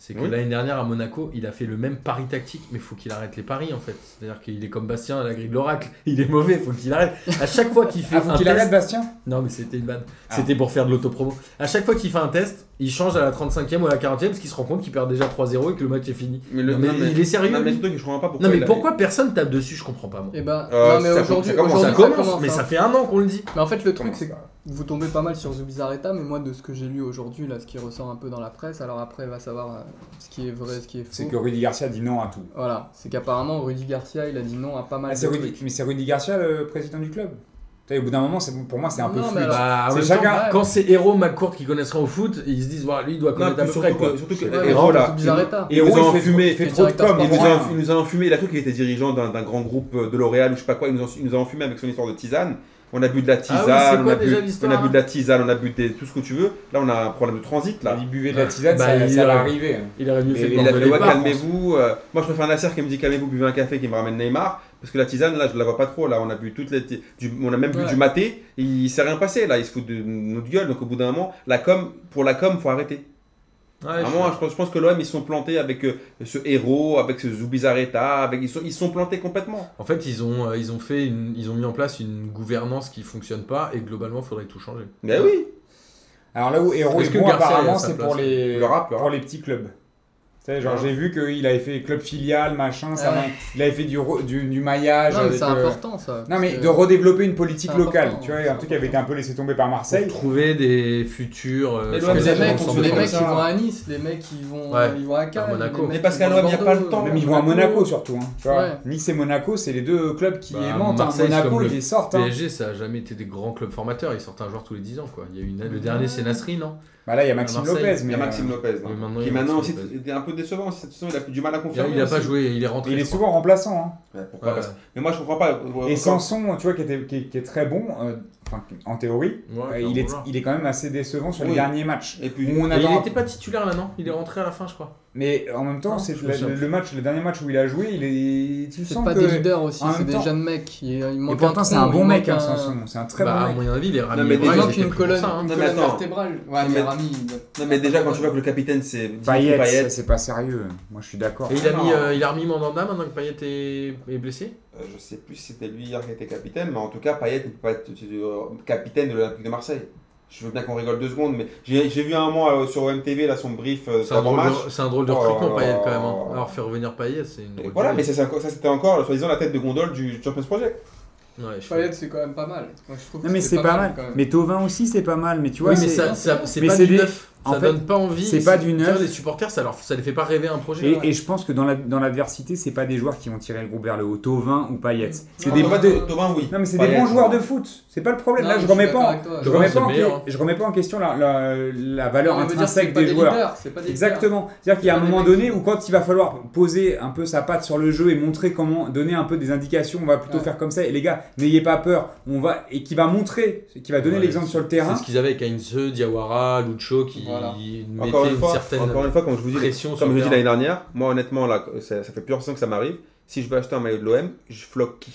Speaker 1: C'est que
Speaker 3: Oui.
Speaker 1: l'année dernière à Monaco, il a fait le même pari tactique, mais faut qu'il arrête les paris en fait. C'est-à-dire qu'il est comme Bastien à la grille de l'oracle, il est mauvais, faut qu'il arrête. À chaque fois
Speaker 2: (laughs)
Speaker 1: qu'il fait
Speaker 2: Ah, faut
Speaker 1: un
Speaker 2: qu'il
Speaker 1: test-
Speaker 2: arrête Bastien
Speaker 1: Non, mais c'était une vanne.
Speaker 2: Ah.
Speaker 1: C'était pour faire de l'autopromo. À chaque fois qu'il fait un test, il change à la 35e ou à la 40e parce qu'il se rend compte qu'il perd déjà 3-0 et que le match est fini.
Speaker 3: Mais, le,
Speaker 1: Non, mais
Speaker 3: non, mais-
Speaker 1: il est sérieux.
Speaker 3: Non, mais
Speaker 1: lui.
Speaker 3: surtout que je comprends pas pourquoi.
Speaker 1: Non, mais
Speaker 3: il a-
Speaker 1: pourquoi personne tape dessus Je comprends pas moi.
Speaker 4: Et bah
Speaker 3: Euh,
Speaker 4: non mais
Speaker 3: ça-
Speaker 4: aujourd'hui
Speaker 3: ça commence,
Speaker 4: aujourd'hui,
Speaker 1: ça commence, mais
Speaker 4: hein.
Speaker 1: ça fait un an qu'on le dit.
Speaker 4: Mais en fait le truc
Speaker 3: Comment
Speaker 4: c'est que
Speaker 3: ça
Speaker 4: vous tombez pas mal sur Zubizarreta mais moi de ce que j'ai lu aujourd'hui là ce qui ressort un peu dans la presse alors après va savoir euh, ce qui est vrai ce qui est faux.
Speaker 2: C'est que Rudy Garcia dit non à tout.
Speaker 4: Voilà, c'est qu'apparemment Rudy Garcia il a dit non à pas mal
Speaker 2: Ah,
Speaker 4: de
Speaker 2: c'est Rudy-
Speaker 4: trucs.
Speaker 2: Mais c'est Rudy Garcia le président du club. Tu sais, Au bout d'un moment, c'est- pour moi, c'est un peu
Speaker 4: Non, mais
Speaker 2: fluide.
Speaker 4: alors-
Speaker 1: Bah, en
Speaker 2: C'est
Speaker 1: même temps,
Speaker 2: chacun-
Speaker 1: quand c'est Hero McCourt qui connaissent au foot, ils se disent, ouais, lui, il doit
Speaker 3: Non,
Speaker 1: connaître à
Speaker 3: puis
Speaker 1: peu
Speaker 3: surtout
Speaker 1: près. quoi.
Speaker 3: que, surtout que
Speaker 4: Ouais, mais
Speaker 3: Héros,
Speaker 4: c'est
Speaker 3: là.
Speaker 4: Zubizarreta.
Speaker 3: Il nous
Speaker 2: Héros,
Speaker 3: a
Speaker 2: il fait-
Speaker 3: enfumé, il fait
Speaker 4: il fait
Speaker 3: trop de
Speaker 4: directeur
Speaker 3: com. Il nous,
Speaker 2: sportif.
Speaker 3: a, il nous a enfumé. Il a cru qu'il était dirigeant d'un d'un grand groupe euh, de L'Oréal ou je sais pas quoi. Il nous a, il nous a enfumé avec son histoire de tisane. On a bu de la tisane.
Speaker 1: Ah oui, c'est
Speaker 3: on,
Speaker 1: quoi
Speaker 3: a bu,
Speaker 1: déjà
Speaker 3: on
Speaker 1: l'histoire,
Speaker 3: a bu de la tisane, on a bu des- tout ce que tu veux. Là, on a un problème de transit. là.
Speaker 2: Il buvait de la tisane,
Speaker 1: Bah,
Speaker 2: ça,
Speaker 1: il-
Speaker 2: ça va arriver. hein.
Speaker 1: Il aurait mieux
Speaker 2: Mais
Speaker 1: fait de
Speaker 2: il
Speaker 3: Et la
Speaker 1: l'engueuler
Speaker 3: loi,
Speaker 2: Bordelais
Speaker 1: pas.
Speaker 2: part,
Speaker 3: calmez-vous. euh, moi, je préfère Nasser qui me dit calmez-vous, buvez un café, qui me ramène Neymar. Parce que la tisane, là, je la vois pas trop. Là, on a bu toutes les, ti- du- on a même bu
Speaker 4: Ouais.
Speaker 3: du maté. Il s'est rien passé. Là, il se fout de notre gueule. Donc, au bout d'un moment, la com, pour la com, faut arrêter.
Speaker 1: Ouais, Ah, je-
Speaker 3: Vraiment, Ah, je, pense, je pense que l'OM, ils se sont plantés avec euh, ce héros, avec ce Zubizarreta, avec ils sont, ils se sont plantés complètement.
Speaker 1: En fait, ils ont, euh, ils ont fait, une- ils ont mis en place une gouvernance qui fonctionne pas et globalement, faudrait tout changer.
Speaker 3: Mais oui.
Speaker 2: Alors là où Héros
Speaker 1: Est-ce
Speaker 2: est
Speaker 1: que
Speaker 2: bon,
Speaker 1: Garcia est à
Speaker 2: apparemment,
Speaker 1: sa
Speaker 2: c'est
Speaker 1: place
Speaker 2: pour les,
Speaker 3: Le rap, le
Speaker 2: pour les petits clubs. Tu sais, genre,
Speaker 3: Ouais.
Speaker 2: j'ai vu qu'il avait fait club filial, machin, ça,
Speaker 4: Ah ouais.
Speaker 2: m'a- il avait fait du, re- du, du maillage.
Speaker 4: Non mais
Speaker 2: avec,
Speaker 4: c'est
Speaker 2: euh,
Speaker 4: important ça.
Speaker 2: Non,
Speaker 4: parce
Speaker 2: mais
Speaker 4: que-
Speaker 2: de redévelopper une politique
Speaker 4: C'est important,
Speaker 2: locale. Tu vois,
Speaker 4: c'est
Speaker 2: un truc qui avait été un peu laissé tomber par
Speaker 1: Pour
Speaker 2: Marseille.
Speaker 1: trouver des futurs. euh,
Speaker 3: Mais
Speaker 1: sur
Speaker 3: l'OM,
Speaker 4: les
Speaker 1: les
Speaker 3: ça,
Speaker 4: mecs,
Speaker 1: ensemble
Speaker 3: on
Speaker 1: de
Speaker 4: les
Speaker 3: fait
Speaker 1: France.
Speaker 4: mecs
Speaker 2: ça.
Speaker 4: ils vont à Nice, les mecs ils vont,
Speaker 1: Ouais,
Speaker 4: ils vont à Cannes,
Speaker 1: Monaco.
Speaker 4: les mecs
Speaker 3: Mais parce
Speaker 4: ils
Speaker 3: qu'à
Speaker 4: vont
Speaker 3: l'OM, il y a
Speaker 4: Bordeaux.
Speaker 3: pas le temps.
Speaker 2: Même ils vont à Monaco surtout. hein, tu vois.
Speaker 4: Ouais.
Speaker 2: Nice et Monaco, c'est les deux clubs qui
Speaker 1: Bah,
Speaker 2: aimantent. hein.
Speaker 1: Marseille, c'est
Speaker 2: Monaco,
Speaker 1: comme
Speaker 2: ils
Speaker 1: le
Speaker 2: les sortent. hein.
Speaker 1: PSG, ça a jamais été des grands clubs formateurs. Ils sortent un joueur tous les 10 ans, quoi. Il y a eu une- le dernier, c'est Nasri, non
Speaker 2: Bah là, il y a Maxime
Speaker 1: Marseille,
Speaker 2: Lopez.
Speaker 3: Il
Speaker 2: Mais
Speaker 3: y a
Speaker 2: euh,
Speaker 3: Maxime Lopez, hein,
Speaker 1: oui, maintenant, il y
Speaker 3: qui
Speaker 1: a
Speaker 3: maintenant aussi
Speaker 1: Maxime Lopez.
Speaker 3: était un peu décevant. Cette saison, il a du mal à
Speaker 1: Il a,
Speaker 3: confirmer.
Speaker 1: il a pas
Speaker 3: aussi.
Speaker 1: joué, il est rentré.
Speaker 2: euh, Il est
Speaker 1: je crois.
Speaker 2: souvent remplaçant. hein.
Speaker 3: Ouais, pourquoi
Speaker 1: Ouais.
Speaker 3: parce que- Mais moi, je comprends pas. euh,
Speaker 2: Et
Speaker 3: quand-
Speaker 2: Sanson, tu vois, qui, était- qui- qui est très bon, euh, enfin, en théorie,
Speaker 1: Ouais,
Speaker 2: euh,
Speaker 1: clairement,
Speaker 2: il, est,
Speaker 1: voilà.
Speaker 2: il est quand même assez décevant sur les
Speaker 3: Oui.
Speaker 2: derniers matchs.
Speaker 3: Et puis,
Speaker 2: Où on
Speaker 1: Et il
Speaker 2: attend-
Speaker 1: n'était pas titulaire là, non Il est rentré à la fin, je crois.
Speaker 2: Mais en même temps,
Speaker 1: Non,
Speaker 2: c'est
Speaker 1: je me
Speaker 2: le,
Speaker 1: souviens
Speaker 2: le match, le dernier match où il a joué, il est. Tu
Speaker 4: C'est
Speaker 2: sens
Speaker 4: pas
Speaker 2: que.
Speaker 4: des leaders aussi,
Speaker 2: en
Speaker 4: c'est
Speaker 2: même
Speaker 4: des
Speaker 2: temps-
Speaker 4: jeunes mecs. Il, il
Speaker 2: Et
Speaker 4: manque
Speaker 2: pourtant, c'est un
Speaker 4: tronc,
Speaker 2: bon
Speaker 4: il
Speaker 2: mec,
Speaker 4: manque
Speaker 2: hein,
Speaker 4: un-
Speaker 2: Sanson. C'est un très
Speaker 1: bah, à
Speaker 2: bon mec.
Speaker 1: mon avis, les Rami
Speaker 3: Non, mais
Speaker 1: Ibrahim,
Speaker 3: déjà,
Speaker 1: c'était
Speaker 4: Il manque une
Speaker 1: pour
Speaker 4: colonne,
Speaker 1: ça, hein.
Speaker 4: une
Speaker 3: Non, mais
Speaker 4: colonne
Speaker 3: attends.
Speaker 4: vertébrale.
Speaker 3: Non,
Speaker 4: Ouais, mais
Speaker 3: mais-
Speaker 4: Rami, il-
Speaker 3: Non, mais déjà, quand tu vois que le capitaine, c'est
Speaker 2: Payet,
Speaker 3: Dimitri Payet,
Speaker 2: ça, c'est pas sérieux. Moi, je suis d'accord.
Speaker 1: Et il a,
Speaker 3: Non.
Speaker 1: mis, euh, il a remis Mandanda maintenant que Payet est, est blessé
Speaker 3: euh, je sais plus si c'était lui hier qui était capitaine, mais en tout cas, Payet ne peut pas être euh, capitaine de l'Olympique de Marseille. Je veux bien qu'on rigole deux secondes, mais j'ai j'ai vu un moment euh, sur OMTV, là, son brief euh,
Speaker 1: C'est un, drôle
Speaker 3: d'avant-match.
Speaker 1: de- c'est un drôle de
Speaker 3: Oh là
Speaker 1: recrutement,
Speaker 3: là.
Speaker 1: Payet, quand même. hein. Alors, faire revenir Payet, c'est une.
Speaker 3: Et
Speaker 1: drôle
Speaker 3: Voilà,
Speaker 1: de-
Speaker 3: mais ça, ça- ça, c'était encore, soi-disant, la tête de gondole du Champions Project.
Speaker 1: Ouais, je suis-
Speaker 4: Payet, c'est quand même pas mal. Moi, je trouve
Speaker 2: Non,
Speaker 4: que
Speaker 2: mais
Speaker 4: c'était
Speaker 2: c'est pas
Speaker 4: quand
Speaker 2: mal.
Speaker 4: même.
Speaker 2: Mais Tovin aussi, c'est pas mal. Mais tu vois,
Speaker 1: oui, mais
Speaker 2: c'est-
Speaker 1: ça, ça- c'est
Speaker 2: mais
Speaker 1: pas
Speaker 2: c'est
Speaker 1: du
Speaker 2: des-
Speaker 1: neuf.
Speaker 2: en
Speaker 1: ça
Speaker 2: fait,
Speaker 1: donne pas envie.
Speaker 2: c'est pas du
Speaker 1: Tu vois,
Speaker 2: neuf.
Speaker 1: Les supporters, ça, leur, ça les fait pas rêver un projet.
Speaker 2: Et, et je pense que dans la- dans l'adversité, c'est pas des joueurs qui vont tirer le groupe vers le haut. Tovin ou Payet. C'est
Speaker 4: Non,
Speaker 2: des,
Speaker 3: Thomas,
Speaker 4: Thauvin,
Speaker 2: des-
Speaker 3: Thomas, oui.
Speaker 2: Ah, Non mais c'est des
Speaker 3: Payet,
Speaker 2: bons
Speaker 3: oui.
Speaker 2: joueurs de foot, c'est pas le problème.
Speaker 4: Non,
Speaker 2: Là je
Speaker 4: suis
Speaker 2: remets
Speaker 4: d'accord
Speaker 2: pas,
Speaker 4: avec toi.
Speaker 2: en, je
Speaker 1: Thomas,
Speaker 2: remets
Speaker 1: c'est
Speaker 2: pas, en,
Speaker 1: le meilleur, hein.
Speaker 2: je remets pas en question la, la- la valeur
Speaker 4: Non, mais veut dire que c'est
Speaker 2: intrinsèque
Speaker 4: pas
Speaker 2: des joueurs.
Speaker 4: leaders, c'est pas des leaders.
Speaker 2: Exactement. C'est-à-dire qu'il y a un
Speaker 4: pas des
Speaker 2: moment
Speaker 4: mecs
Speaker 2: donné
Speaker 4: qui-
Speaker 2: où quand il va falloir poser un peu sa patte sur le jeu et montrer comment donner un peu des indications, on va plutôt
Speaker 4: Ouais.
Speaker 2: faire comme ça. Et les gars, n'ayez pas peur. On va et qui va montrer, qui va donner
Speaker 1: Ouais,
Speaker 2: l'exemple sur le terrain.
Speaker 1: C'est ce qu'ils avaient avec Heinze, Diawara, Lucho qui
Speaker 4: Voilà.
Speaker 3: Encore
Speaker 1: mettaient
Speaker 3: une,
Speaker 1: une
Speaker 3: fois,
Speaker 1: certaine.
Speaker 3: encore une fois, comme je vous dis,
Speaker 1: pression sur le
Speaker 3: comme je dis
Speaker 1: terrain.
Speaker 3: l'année dernière, moi honnêtement, là, ça, ça fait plusieurs saisons que ça m'arrive. Si je veux acheter un maillot de l'OM, je floque qui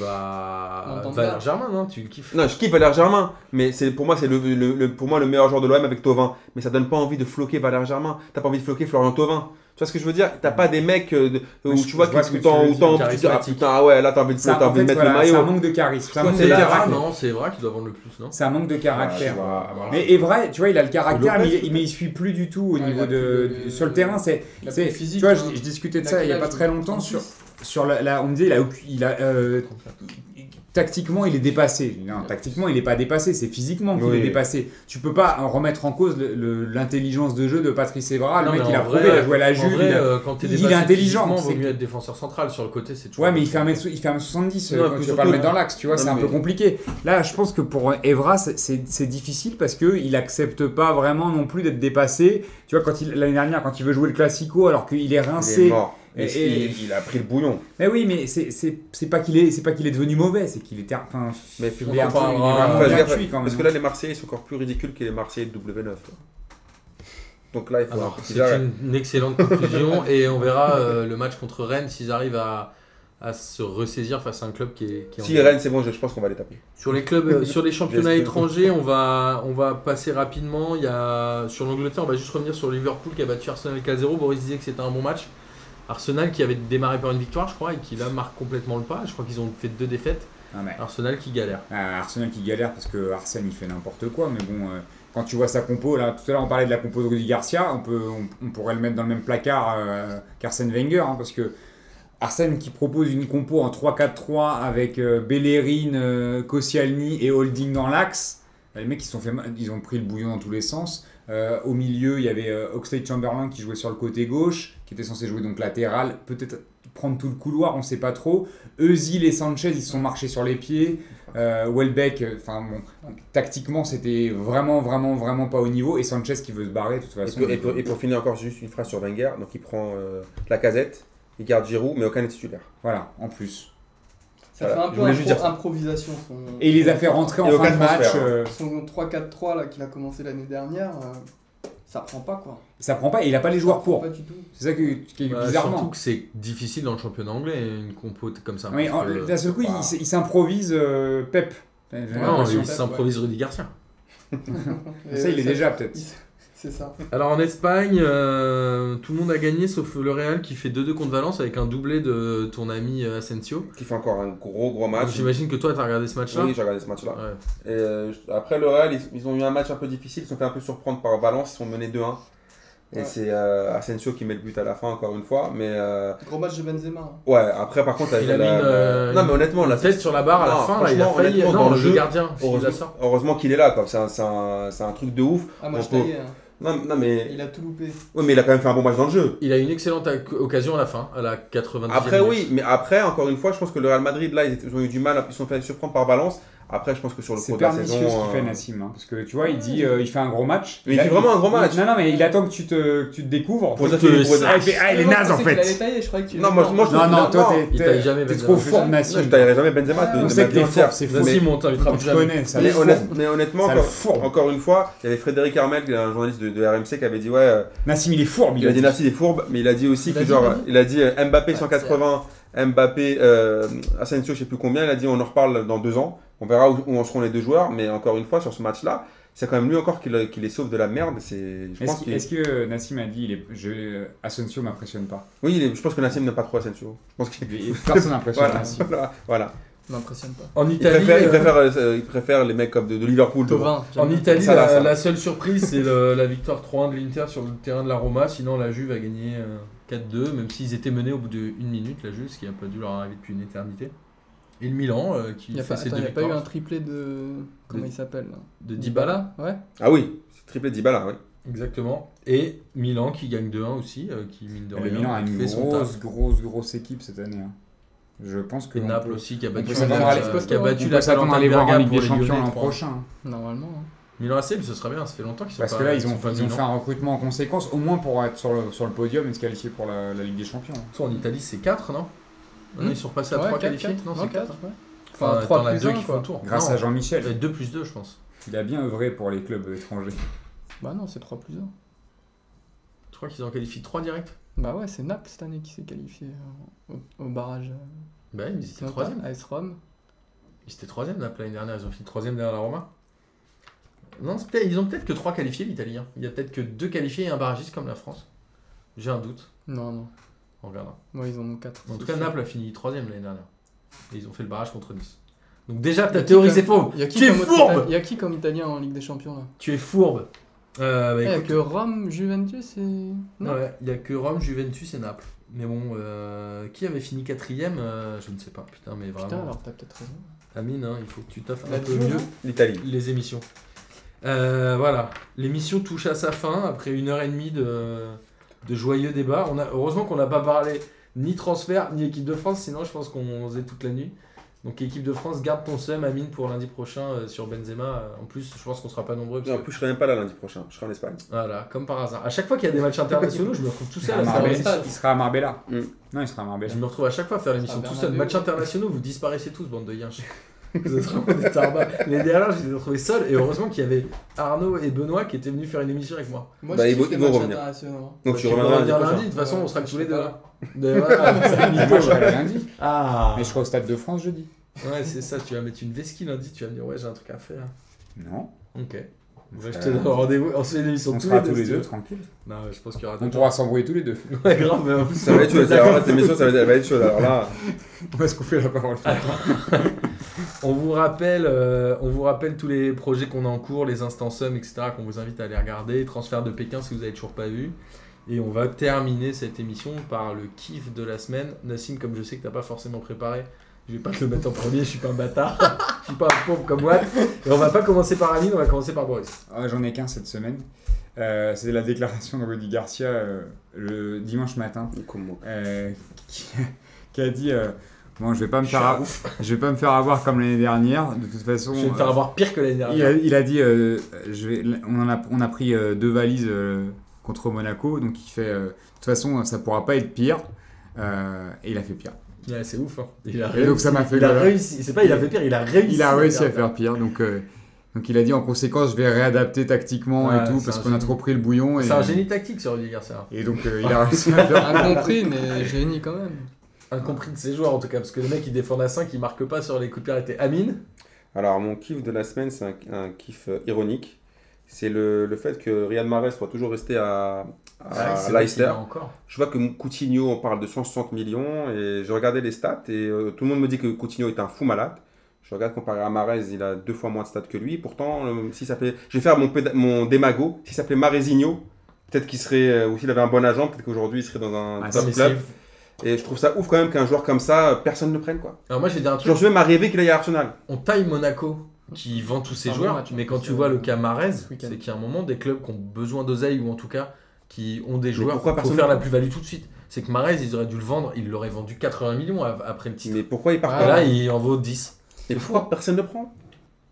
Speaker 1: Bah.
Speaker 4: Mandanda.
Speaker 1: Valère Germain, non Tu le kiffes
Speaker 3: Non, je kiffe Valère Germain, mais c'est pour moi c'est le, le- le- pour moi le meilleur joueur de l'OM avec Tovin. Mais ça donne pas envie de floquer Valère Germain. T'as pas envie de floquer Florian Tovin. Tu vois ce que je veux dire T'as pas des mecs euh, de- où
Speaker 2: je-
Speaker 3: tu
Speaker 2: je
Speaker 3: vois
Speaker 2: vois
Speaker 3: qu'ils
Speaker 2: ce que
Speaker 3: où t'en-
Speaker 2: tu veux
Speaker 3: où
Speaker 2: dire,
Speaker 3: t'en- tu dis, ah
Speaker 1: charismatique.
Speaker 3: putain ah ouais là t'as envie de
Speaker 2: Ça,
Speaker 3: t'as
Speaker 2: en
Speaker 3: envie de
Speaker 2: fait,
Speaker 3: mettre
Speaker 2: voilà,
Speaker 3: le
Speaker 2: c'est un
Speaker 3: maillot.
Speaker 2: manque de charisme. C'est
Speaker 1: Je
Speaker 2: un
Speaker 1: crois que
Speaker 2: manque
Speaker 1: c'est Evra,
Speaker 2: de caractère.
Speaker 1: non C'est Evra qui doit vendre le plus, non
Speaker 2: C'est un manque de caractère.
Speaker 3: Ah, voilà.
Speaker 2: Mais Evra, tu vois, il a le caractère,
Speaker 3: Lopez,
Speaker 2: mais,
Speaker 3: peut-être.
Speaker 2: il- mais il suit plus du tout au
Speaker 4: Ouais, il
Speaker 2: niveau
Speaker 4: a
Speaker 2: de,
Speaker 4: plus de-
Speaker 2: du- sur le terrain. C'est
Speaker 4: Il a
Speaker 2: c'est-
Speaker 4: plus de physique,
Speaker 2: Tu vois,
Speaker 4: hein.
Speaker 2: je, je discutais de
Speaker 4: Il a
Speaker 2: ça il
Speaker 4: quel
Speaker 2: n'y a pas
Speaker 4: âge,
Speaker 2: très
Speaker 4: lui
Speaker 2: longtemps sur
Speaker 4: 36.
Speaker 2: sur la, la- on me dit il a, aucu- il a euh, tactiquement il est dépassé. Non, tactiquement il n'est pas dépassé, c'est physiquement qu'il
Speaker 3: Oui.
Speaker 2: est dépassé. Tu peux pas en remettre en cause le- le- l'intelligence de jeu de Patrice Evra. Le
Speaker 1: Non,
Speaker 2: mec
Speaker 1: mais
Speaker 2: il a
Speaker 1: en
Speaker 2: prouvé,
Speaker 1: vrai,
Speaker 2: il a joué à la
Speaker 1: En
Speaker 2: Juve.
Speaker 1: vrai,
Speaker 2: il a-
Speaker 1: euh, quand t'es
Speaker 2: il est
Speaker 1: dépassé
Speaker 2: intelligent,
Speaker 1: physiquement, vaut
Speaker 2: c'est
Speaker 1: mieux
Speaker 2: que-
Speaker 1: être défenseur central. Sur le côté, c'est toujours.
Speaker 2: Ouais, mais il fait, 1m, il fait 1m70 euh,
Speaker 3: Non,
Speaker 2: quand
Speaker 3: puis
Speaker 2: tu vas pas le
Speaker 3: surtout,
Speaker 2: mettre dans l'axe, tu vois,
Speaker 3: non,
Speaker 2: c'est un
Speaker 3: mais-
Speaker 2: peu compliqué. Là, je pense que pour Evra, c'est- c'est c'est difficile parce qu'il accepte pas vraiment non plus d'être dépassé. Tu vois, quand il- l'année dernière, quand il veut jouer le Classico alors qu'il est
Speaker 3: Il est
Speaker 2: rincé.
Speaker 3: mort.
Speaker 2: Ah, Et-
Speaker 3: Il-
Speaker 2: et-
Speaker 3: il- il a pris le bouillon.
Speaker 2: Mais oui, mais c'est- c'est c'est pas qu'il est, c'est pas qu'il est devenu mauvais, c'est qu'il était. Enfin,
Speaker 3: Mais
Speaker 2: il
Speaker 1: on
Speaker 2: est
Speaker 1: en
Speaker 2: un peu- il est
Speaker 1: parlera.
Speaker 2: vraiment
Speaker 3: Parce que-
Speaker 2: bien cuit Ah, quand
Speaker 3: Parce
Speaker 2: même. hein.
Speaker 3: que là, les Marseillais sont encore plus ridicules que les Marseillais de W9. quoi. Donc là, il faut
Speaker 1: Alors,
Speaker 3: un petit
Speaker 1: Ah c'est une, une excellente
Speaker 2: (laughs)
Speaker 1: conclusion et on verra euh, le match contre Rennes s'ils arrivent à, à se ressaisir face à un club qui est, qui est en
Speaker 3: Si Rennes, c'est bon, je, je pense qu'on va les taper.
Speaker 1: Sur les clubs, euh,
Speaker 2: (laughs)
Speaker 1: sur les championnats
Speaker 3: J'espère.
Speaker 1: étrangers, on va, on va passer rapidement. Il y a, sur l'Angleterre, on va juste revenir sur Liverpool qui a battu Arsenal 4-0. Boris disait que c'était un bon match. Arsenal qui avait démarré par une victoire, je crois, et qui là marque complètement le pas. Je crois qu'ils ont fait deux défaites.
Speaker 2: Ah, mais,
Speaker 1: Arsenal qui galère.
Speaker 2: ah, Arsenal qui galère parce que Arsène il fait n'importe quoi, mais bon. euh, Quand tu vois sa compo, là, tout à l'heure on parlait de la compo de Rudy Garcia, on, peut, on, on pourrait le mettre dans le même placard euh, qu'Arsène Wenger, hein, parce que Arsène qui propose une compo en 3-4-3 avec euh, Bellerin, euh, Koscielny et Holding dans l'axe. Euh, Les mecs, ils, se sont fait mal- ils ont pris le bouillon dans tous les sens. Euh, au milieu, il y avait euh, Oxlade Chamberlain qui jouait sur le côté gauche, qui était censé jouer donc latéral, peut-être prendre tout le couloir, on ne sait pas trop. Eusil et Sanchez, ils se sont marchés sur les pieds. Euh, Welbeck, euh, enfin bon, tactiquement, c'était vraiment, vraiment, vraiment pas au niveau. Et Sanchez qui veut se barrer, de toute
Speaker 3: Et
Speaker 2: façon.
Speaker 3: pour, et pour- et pour finir, encore juste une phrase sur Wenger. Donc, il prend euh, la casette, il garde Giroud, mais aucun n'est titulaire.
Speaker 2: Voilà, en plus.
Speaker 4: Ça
Speaker 3: Voilà, je
Speaker 4: fait
Speaker 3: voulais
Speaker 4: un
Speaker 3: juste
Speaker 4: peu
Speaker 3: dire
Speaker 4: impro-
Speaker 3: ça.
Speaker 4: improvisation. son-
Speaker 2: Et il les a fait rentrer en
Speaker 3: Et aucun
Speaker 2: fin de match.
Speaker 3: transfert, hein.
Speaker 2: euh,
Speaker 4: Son 3-4-3 là qu'il a commencé l'année dernière, euh, ça prend pas quoi.
Speaker 2: ça prend pas, et il a pas les joueurs
Speaker 4: Ça prend
Speaker 2: pour.
Speaker 4: Pas du tout.
Speaker 2: C'est ça qui, qui est
Speaker 1: Bah,
Speaker 2: bizarrement.
Speaker 1: surtout que c'est difficile dans le championnat anglais, une compo t- comme ça.
Speaker 2: Oui,
Speaker 1: parce
Speaker 2: en- euh,
Speaker 1: que-
Speaker 2: d'un seul coup, il-
Speaker 3: bah.
Speaker 2: il, s- il s'improvise euh, Pep. J'ai
Speaker 1: non,
Speaker 2: l'impression.
Speaker 1: il s'improvise Rudy Garcia.
Speaker 4: Et,
Speaker 2: Ah, ça, il est
Speaker 4: euh,
Speaker 2: déjà peut-être.
Speaker 4: C'est ça.
Speaker 1: Alors en Espagne, euh, tout le monde a gagné sauf le Real qui fait 2-2 contre Valence avec un doublé de ton ami euh, Asensio.
Speaker 3: Qui fait encore un gros, gros
Speaker 1: Donc,
Speaker 3: match.
Speaker 1: J'imagine que toi, t'as regardé ce match-là.
Speaker 3: Oui, j'ai regardé ce match-là.
Speaker 1: Ouais.
Speaker 3: Et, euh, je- après le Real, ils, ils ont eu un match un peu difficile. Ils se sont fait un peu surprendre par Valence. Ils sont menés 2-1. Et
Speaker 4: Ouais.
Speaker 3: c'est euh, Asensio qui met le but à la fin, encore une fois. Mais euh,
Speaker 4: Gros match de Benzema. hein.
Speaker 3: ouais, après, par contre, la-
Speaker 1: Il a mis
Speaker 3: la-
Speaker 1: une,
Speaker 3: la-
Speaker 1: euh,
Speaker 3: non, mais honnêtement, la
Speaker 1: La tête sur la barre à la
Speaker 3: Non,
Speaker 1: fin, là, il a
Speaker 3: franchement,
Speaker 1: failli.
Speaker 3: honnêtement,
Speaker 1: Non,
Speaker 3: dans
Speaker 1: le
Speaker 3: le jeu,
Speaker 1: gardien, il la
Speaker 3: Heureusement,
Speaker 1: sort.
Speaker 3: heureusement qu'il est là, quoi. C'est un, c'est un- c'est un truc de ouf.
Speaker 4: Ah, moi
Speaker 3: On
Speaker 4: je
Speaker 3: peut-
Speaker 4: taillais, hein.
Speaker 3: Non, non mais,
Speaker 4: Il a tout loupé.
Speaker 3: oui, mais il a quand même fait un bon match dans le jeu.
Speaker 1: Il a une excellente ac- occasion à la fin, à la 90e.
Speaker 3: Après,
Speaker 1: minute.
Speaker 3: oui, mais après, encore une fois, je pense que le Real Madrid, là, ils étaient- ils ont eu du mal, ils se sont fait surprendre par Valence. Après, je pense que sur le
Speaker 2: C'est
Speaker 3: cours de la
Speaker 2: pernicieux
Speaker 3: saison.
Speaker 2: ce qu'il fait
Speaker 3: euh,
Speaker 2: Nassim, hein, parce que tu vois, il dit, euh, il fait un gros match.
Speaker 3: Mais il fait vraiment un gros
Speaker 2: il-
Speaker 3: match.
Speaker 2: Non, non, mais il attend que tu te, que tu te découvres.
Speaker 3: Pour
Speaker 2: Que
Speaker 3: ça,
Speaker 2: tu-
Speaker 3: tu les vois-
Speaker 2: Ah, il fait- ah, il est naze en fait.
Speaker 4: je croyais que tu
Speaker 3: Non, moi, moi, je trouve
Speaker 2: Non, non,
Speaker 3: que-
Speaker 2: toi,
Speaker 3: non,
Speaker 2: t'es-
Speaker 1: il
Speaker 2: t'es
Speaker 1: taille jamais
Speaker 2: t'es
Speaker 1: Benzema.
Speaker 2: trop fort,
Speaker 3: Non,
Speaker 2: Nassim.
Speaker 3: je taillerai jamais Benzema.
Speaker 2: On
Speaker 3: de- de
Speaker 2: sait
Speaker 3: ma
Speaker 2: que
Speaker 3: vie
Speaker 2: t'es
Speaker 3: entière.
Speaker 2: fort, c'est fou.
Speaker 1: Vas-y, monte, hein, il te
Speaker 2: On
Speaker 1: rattrape
Speaker 2: te
Speaker 1: jamais.
Speaker 2: connaît, ça
Speaker 3: Mais,
Speaker 2: le
Speaker 3: honnête-
Speaker 2: fourbe.
Speaker 3: mais honnêtement,
Speaker 2: Ça le
Speaker 3: encore,
Speaker 2: fourbe.
Speaker 3: encore une fois, il y avait Frédéric Armel, qui est un journaliste de, de RMC, qui avait dit Ouais, euh,
Speaker 2: Nassim, il est fourbe.
Speaker 3: il a dit merci des fourbes, mais il a dit aussi
Speaker 4: Il
Speaker 3: que
Speaker 4: a dit,
Speaker 3: genre,
Speaker 4: oui.
Speaker 3: il a dit euh, Mbappé
Speaker 4: Ouais,
Speaker 3: 180, Mbappé, euh, Asensio, je sais plus combien, il a dit On en reparle dans deux ans, on verra où, où en seront les deux joueurs, mais encore une fois, sur ce match-là, c'est quand même lui encore qui, le- qui les sauve de la merde. C'est, je pense
Speaker 2: Est-ce
Speaker 3: qu'il-
Speaker 2: est-ce que euh, Nassim a dit, il est- je- Asensio m'impressionne pas
Speaker 3: oui, il est- je pense que Nassim n'aime pas trop Asensio. Je pense qu'il
Speaker 2: Personne n'impressionne
Speaker 3: Voilà.
Speaker 2: Nassim.
Speaker 3: voilà.
Speaker 4: m'impressionne pas.
Speaker 1: En
Speaker 3: Il
Speaker 1: Italie,
Speaker 3: préfère, il,
Speaker 1: euh,
Speaker 3: préfère, euh, il préfère les mecs comme de, de Liverpool. devant.
Speaker 4: Thauvin, j'aime
Speaker 1: en
Speaker 4: bien.
Speaker 1: Italie,
Speaker 3: Ça va,
Speaker 1: la,
Speaker 3: ça va.
Speaker 1: la seule surprise, c'est le- la victoire 3-1 de l'Inter sur le terrain de la Roma. Sinon, la Juve a gagné euh, 4-2, même s'ils étaient menés au bout d'une minute, la Juve, ce qui a pas dû leur arriver depuis une éternité. Et le Milan, euh, qui
Speaker 4: Il n'y a,
Speaker 1: fait
Speaker 4: pas,
Speaker 1: ses
Speaker 4: attends,
Speaker 1: deux
Speaker 4: y a pas eu
Speaker 1: victoires
Speaker 4: un triplé de. Comment
Speaker 1: De-
Speaker 4: il s'appelle là
Speaker 1: de Dybala.
Speaker 4: Ouais.
Speaker 3: Ah oui, c'est triplé Dybala, oui.
Speaker 1: Exactement. Et Milan qui gagne 2-1 aussi, euh, qui mine de
Speaker 2: Le
Speaker 1: rien
Speaker 2: Milan a une
Speaker 1: fait son taf.
Speaker 2: grosse, grosse, grosse équipe cette année. hein. Je pense que.
Speaker 1: Et
Speaker 2: on
Speaker 1: Naples
Speaker 2: peut-
Speaker 1: aussi qui a
Speaker 2: on
Speaker 1: battu,
Speaker 2: peut
Speaker 1: la-
Speaker 2: s'attendre à aller-
Speaker 1: qui a
Speaker 4: on
Speaker 1: battu
Speaker 2: on
Speaker 1: la
Speaker 2: peut s'attendre à
Speaker 1: Atalanta
Speaker 2: les voir en
Speaker 1: Bergame
Speaker 2: Ligue des
Speaker 1: pour les
Speaker 2: Champions
Speaker 1: Lyonnais,
Speaker 2: l'an
Speaker 1: je crois.
Speaker 2: prochain.
Speaker 4: Normalement. hein.
Speaker 1: Milan AC, mais ce serait bien, ça fait longtemps qu'ils sont
Speaker 2: Parce
Speaker 1: pas
Speaker 2: que là, ils ont,
Speaker 1: sont pas
Speaker 2: ils ont
Speaker 1: Milan.
Speaker 2: fait un recrutement conséquence, au moins pour être sur le, sur le podium et se qualifier pour la, la Ligue des Champions.
Speaker 1: Soit en Italie, c'est 4, non Non,
Speaker 4: Hmm.
Speaker 1: Ils sont passés à
Speaker 4: Ouais,
Speaker 1: 3
Speaker 4: quatre,
Speaker 1: qualifiés
Speaker 4: quatre.
Speaker 1: Non,
Speaker 4: Non,
Speaker 1: c'est hein. 4.
Speaker 4: quatre, ouais.
Speaker 1: Enfin,
Speaker 4: Enfin,
Speaker 1: 3
Speaker 4: trois
Speaker 1: plus
Speaker 4: plus
Speaker 1: 2
Speaker 4: un,
Speaker 1: qui font
Speaker 4: quoi.
Speaker 1: le tour.
Speaker 2: Grâce à Jean-Michel,
Speaker 1: 2 plus 2, je pense.
Speaker 2: il a bien œuvré pour les clubs étrangers.
Speaker 4: Bah non, c'est 3 plus 1.
Speaker 1: Je crois qu'ils en qualifient 3 direct.
Speaker 4: Bah ouais, c'est Naples cette année qui s'est qualifié euh, au, au barrage.
Speaker 1: Bah oui, mais ils étaient 3
Speaker 4: AS Rome.
Speaker 1: Ils étaient 3 la l'année dernière, ils ont fini 3 derrière la Roma. Non, c'est peut-être- ils ont peut-être que 3 qualifiés, l'Italie. hein. Il y a peut-être que 2 qualifiés et un barragiste comme la France. J'ai un doute
Speaker 4: Non, non.
Speaker 1: en regardant.
Speaker 4: Moi, ils en ont 4.
Speaker 1: En tout cas, Naples a fini 3 l'année dernière. Et ils ont fait le barrage contre Nice. Donc déjà,
Speaker 4: Y a
Speaker 1: ta
Speaker 4: qui
Speaker 1: théorie
Speaker 4: comme-
Speaker 1: c'est faux.
Speaker 4: Il y a qui
Speaker 1: Tu es
Speaker 4: comme autre
Speaker 1: fourbe
Speaker 4: Ita- y a qui comme italien en Ligue des Champions là
Speaker 1: Tu es fourbe. Euh, bah,
Speaker 4: Il y a
Speaker 1: écoute, Ah
Speaker 4: que Rome, Juventus et. Eh, Non.
Speaker 1: ouais, il y a que Rome, Juventus et Naples. Mais bon, euh, qui avait fini quatrième euh, Je ne sais pas, putain, mais vraiment.
Speaker 4: Putain, alors t'as peut-être raison.
Speaker 1: Amine, hein, il faut que tu taffes un
Speaker 4: La
Speaker 1: peu
Speaker 4: Juve,
Speaker 1: mieux
Speaker 4: hein
Speaker 3: L'Italie.
Speaker 1: les émissions. Euh, voilà, l'émission touche à sa fin après une heure et demie de, de joyeux débats. On a, heureusement qu'on n'a pas parlé ni transfert ni équipe de France, sinon je pense qu'on faisait toute la nuit. Donc équipe de France, garde ton seum, Amine, pour lundi prochain euh, sur Benzema. Euh, En plus, je pense qu'on sera pas nombreux. parce
Speaker 3: En
Speaker 1: que-
Speaker 3: plus, je serai même pas là lundi prochain, je serai en Espagne.
Speaker 1: Voilà, comme par hasard. À chaque fois qu'il y a des matchs internationaux, je me retrouve tout seul à
Speaker 2: À
Speaker 1: faire
Speaker 2: Marbella.
Speaker 1: l'émission.
Speaker 2: il sera à Marbella.
Speaker 3: Mm.
Speaker 2: Non, il sera à (laughs) Marbella.
Speaker 1: Je me retrouve à chaque fois à faire l'émission
Speaker 4: Ah,
Speaker 1: tout
Speaker 4: Bernabeu.
Speaker 1: seul. Matchs internationaux, vous disparaissez tous, bande de yinches. Vous êtes vraiment des tarbas. Les dernières, je les ai retrouvés seuls. Et heureusement qu'il y avait Arnaud et Benoît qui étaient venus faire une émission avec moi.
Speaker 4: Moi,
Speaker 3: Bah,
Speaker 4: je
Speaker 3: ils vont-
Speaker 4: kiffe les
Speaker 3: ils vont
Speaker 4: matchs
Speaker 3: revenir.
Speaker 4: internationaux, hein.
Speaker 3: Donc
Speaker 1: Bah,
Speaker 3: tu
Speaker 1: peux
Speaker 3: reviendras
Speaker 1: revenir
Speaker 3: lundi
Speaker 1: lundi. De
Speaker 3: prochain.
Speaker 1: toute façon, on sera
Speaker 4: Ouais,
Speaker 1: tous les
Speaker 4: je
Speaker 1: deux
Speaker 4: sais
Speaker 1: là. Mais voilà, c'est
Speaker 2: Ah, Moi, je
Speaker 1: (laughs) mytho.
Speaker 2: serai là lundi.
Speaker 1: Ah
Speaker 2: Mais je serai au Stade de France jeudi.
Speaker 1: Ouais, c'est ça. Tu vas mettre une vesquille lundi. Tu vas me dire, ouais, j'ai un truc à faire.
Speaker 2: Non.
Speaker 1: Ok. Ouais, je te
Speaker 2: Euh,
Speaker 1: donne rendez-vous. On se fait une émission
Speaker 2: On sera
Speaker 1: deux,
Speaker 2: tous les
Speaker 1: si
Speaker 2: deux,
Speaker 1: tu
Speaker 2: tranquille.
Speaker 1: veux. Non, je pense qu'il y
Speaker 2: (laughs)
Speaker 1: aura
Speaker 2: On
Speaker 1: deux.
Speaker 2: pourra s'embrouiller tous les deux.
Speaker 1: Ouais, grave. mais en plus,
Speaker 3: Ça va
Speaker 1: (laughs)
Speaker 3: être chaud, alors là, cette émission, ça va elle va être chaud. Alors là,
Speaker 2: On va se couper la (laughs) parole.
Speaker 1: On vous rappelle, euh, on vous rappelle tous les projets qu'on a en cours, les instants sum, etc. qu'on vous invite à aller regarder, transfert de Pékin si vous n'avez toujours pas vu. Et on va terminer cette émission par le kiff de la semaine. Nassim, comme je sais que t'as pas forcément préparé, je vais pas te le mettre en premier, je suis pas un bâtard, je suis pas un pauvre comme moi. Et on va pas commencer par Amine, on va commencer par Boris.
Speaker 2: Ah, J'en ai qu'un cette semaine. Euh, C'est la déclaration de Rudy Garcia euh, le dimanche matin.
Speaker 3: comment
Speaker 2: euh, qui, (laughs) qui a dit euh, bon je vais pas me faire avoir, je vais pas me faire avoir comme l'année dernière de toute façon
Speaker 1: Je vais te faire
Speaker 2: euh,
Speaker 1: avoir pire que l'année
Speaker 2: il
Speaker 1: dernière.
Speaker 2: a, il a dit euh, je vais, on, en a, on a pris euh, deux valises euh, contre Monaco donc il fait euh, de toute façon ça pourra pas être pire Euh, et il a fait pire
Speaker 1: Ouais, c'est ouf. hein. Il a
Speaker 2: et
Speaker 1: réussi.
Speaker 2: donc ça m'a fait
Speaker 1: Il a
Speaker 2: mal.
Speaker 1: réussi. C'est pas il a fait pire, il a réussi.
Speaker 2: il a réussi à faire pire donc euh, donc il a dit en conséquence je vais réadapter tactiquement
Speaker 1: Ouais,
Speaker 2: et tout
Speaker 1: c'est
Speaker 2: parce
Speaker 1: un
Speaker 2: qu'on a
Speaker 1: génie.
Speaker 2: trop pris le bouillon et,
Speaker 1: C'est un génie tactique sur Rudy Garcia.
Speaker 2: et donc euh, il a réussi à faire
Speaker 4: (laughs) Incompris, mais génie quand même.
Speaker 1: Incompris de ses joueurs en tout cas, parce que les mecs ils défendent à 5, ils marquent pas sur les coups de pied arrêtés. Amine
Speaker 3: Alors, mon kiff de la semaine, c'est un, un kiff euh, ironique. C'est le, le fait que Riyad Mahrez soit toujours resté à, à Ah, Leicester.
Speaker 1: encore.
Speaker 3: Je vois que Coutinho, on parle de 160 millions, et je regardais les stats, et euh, tout le monde me dit que Coutinho est un fou malade. Je regarde comparé à Marez, il a deux fois moins de stats que lui. Pourtant, euh, s'il s'appelait. Je vais faire mon, péda- mon démago. S'il s'appelait Marezinho, peut-être qu'il serait. euh, ou s'il avait un bon agent, peut-être qu'aujourd'hui, il serait dans un
Speaker 2: Ah,
Speaker 3: top
Speaker 2: si,
Speaker 3: club. Et je trouve ça ouf quand même qu'un joueur comme ça, euh, personne ne le prenne, quoi.
Speaker 1: Alors moi j'ai dit un
Speaker 3: J'en
Speaker 1: truc,
Speaker 3: suis même à rêver qu'il aille à Arsenal.
Speaker 1: on taille Monaco qui vend tous ses
Speaker 4: C'est un bon
Speaker 1: joueurs,
Speaker 4: match, hein,
Speaker 1: mais quand
Speaker 4: parce
Speaker 1: tu
Speaker 4: que-
Speaker 1: vois le cas Marez,
Speaker 4: ce week-end.
Speaker 1: c'est qu'il y a un moment des clubs qui ont besoin d'oseille ou en tout cas qui ont des
Speaker 3: Mais
Speaker 1: joueurs
Speaker 3: pourquoi
Speaker 1: pour
Speaker 3: personne
Speaker 1: faire
Speaker 3: ne-
Speaker 1: la plus-value tout de suite. C'est que Marez, ils auraient dû le vendre, ils l'auraient vendu 80 millions av- après le titre.
Speaker 3: Mais pourquoi il part
Speaker 4: Ah,
Speaker 1: Et
Speaker 3: pas
Speaker 1: là,
Speaker 4: ouais.
Speaker 1: il en vaut 10.
Speaker 3: Et pourquoi personne ne le prend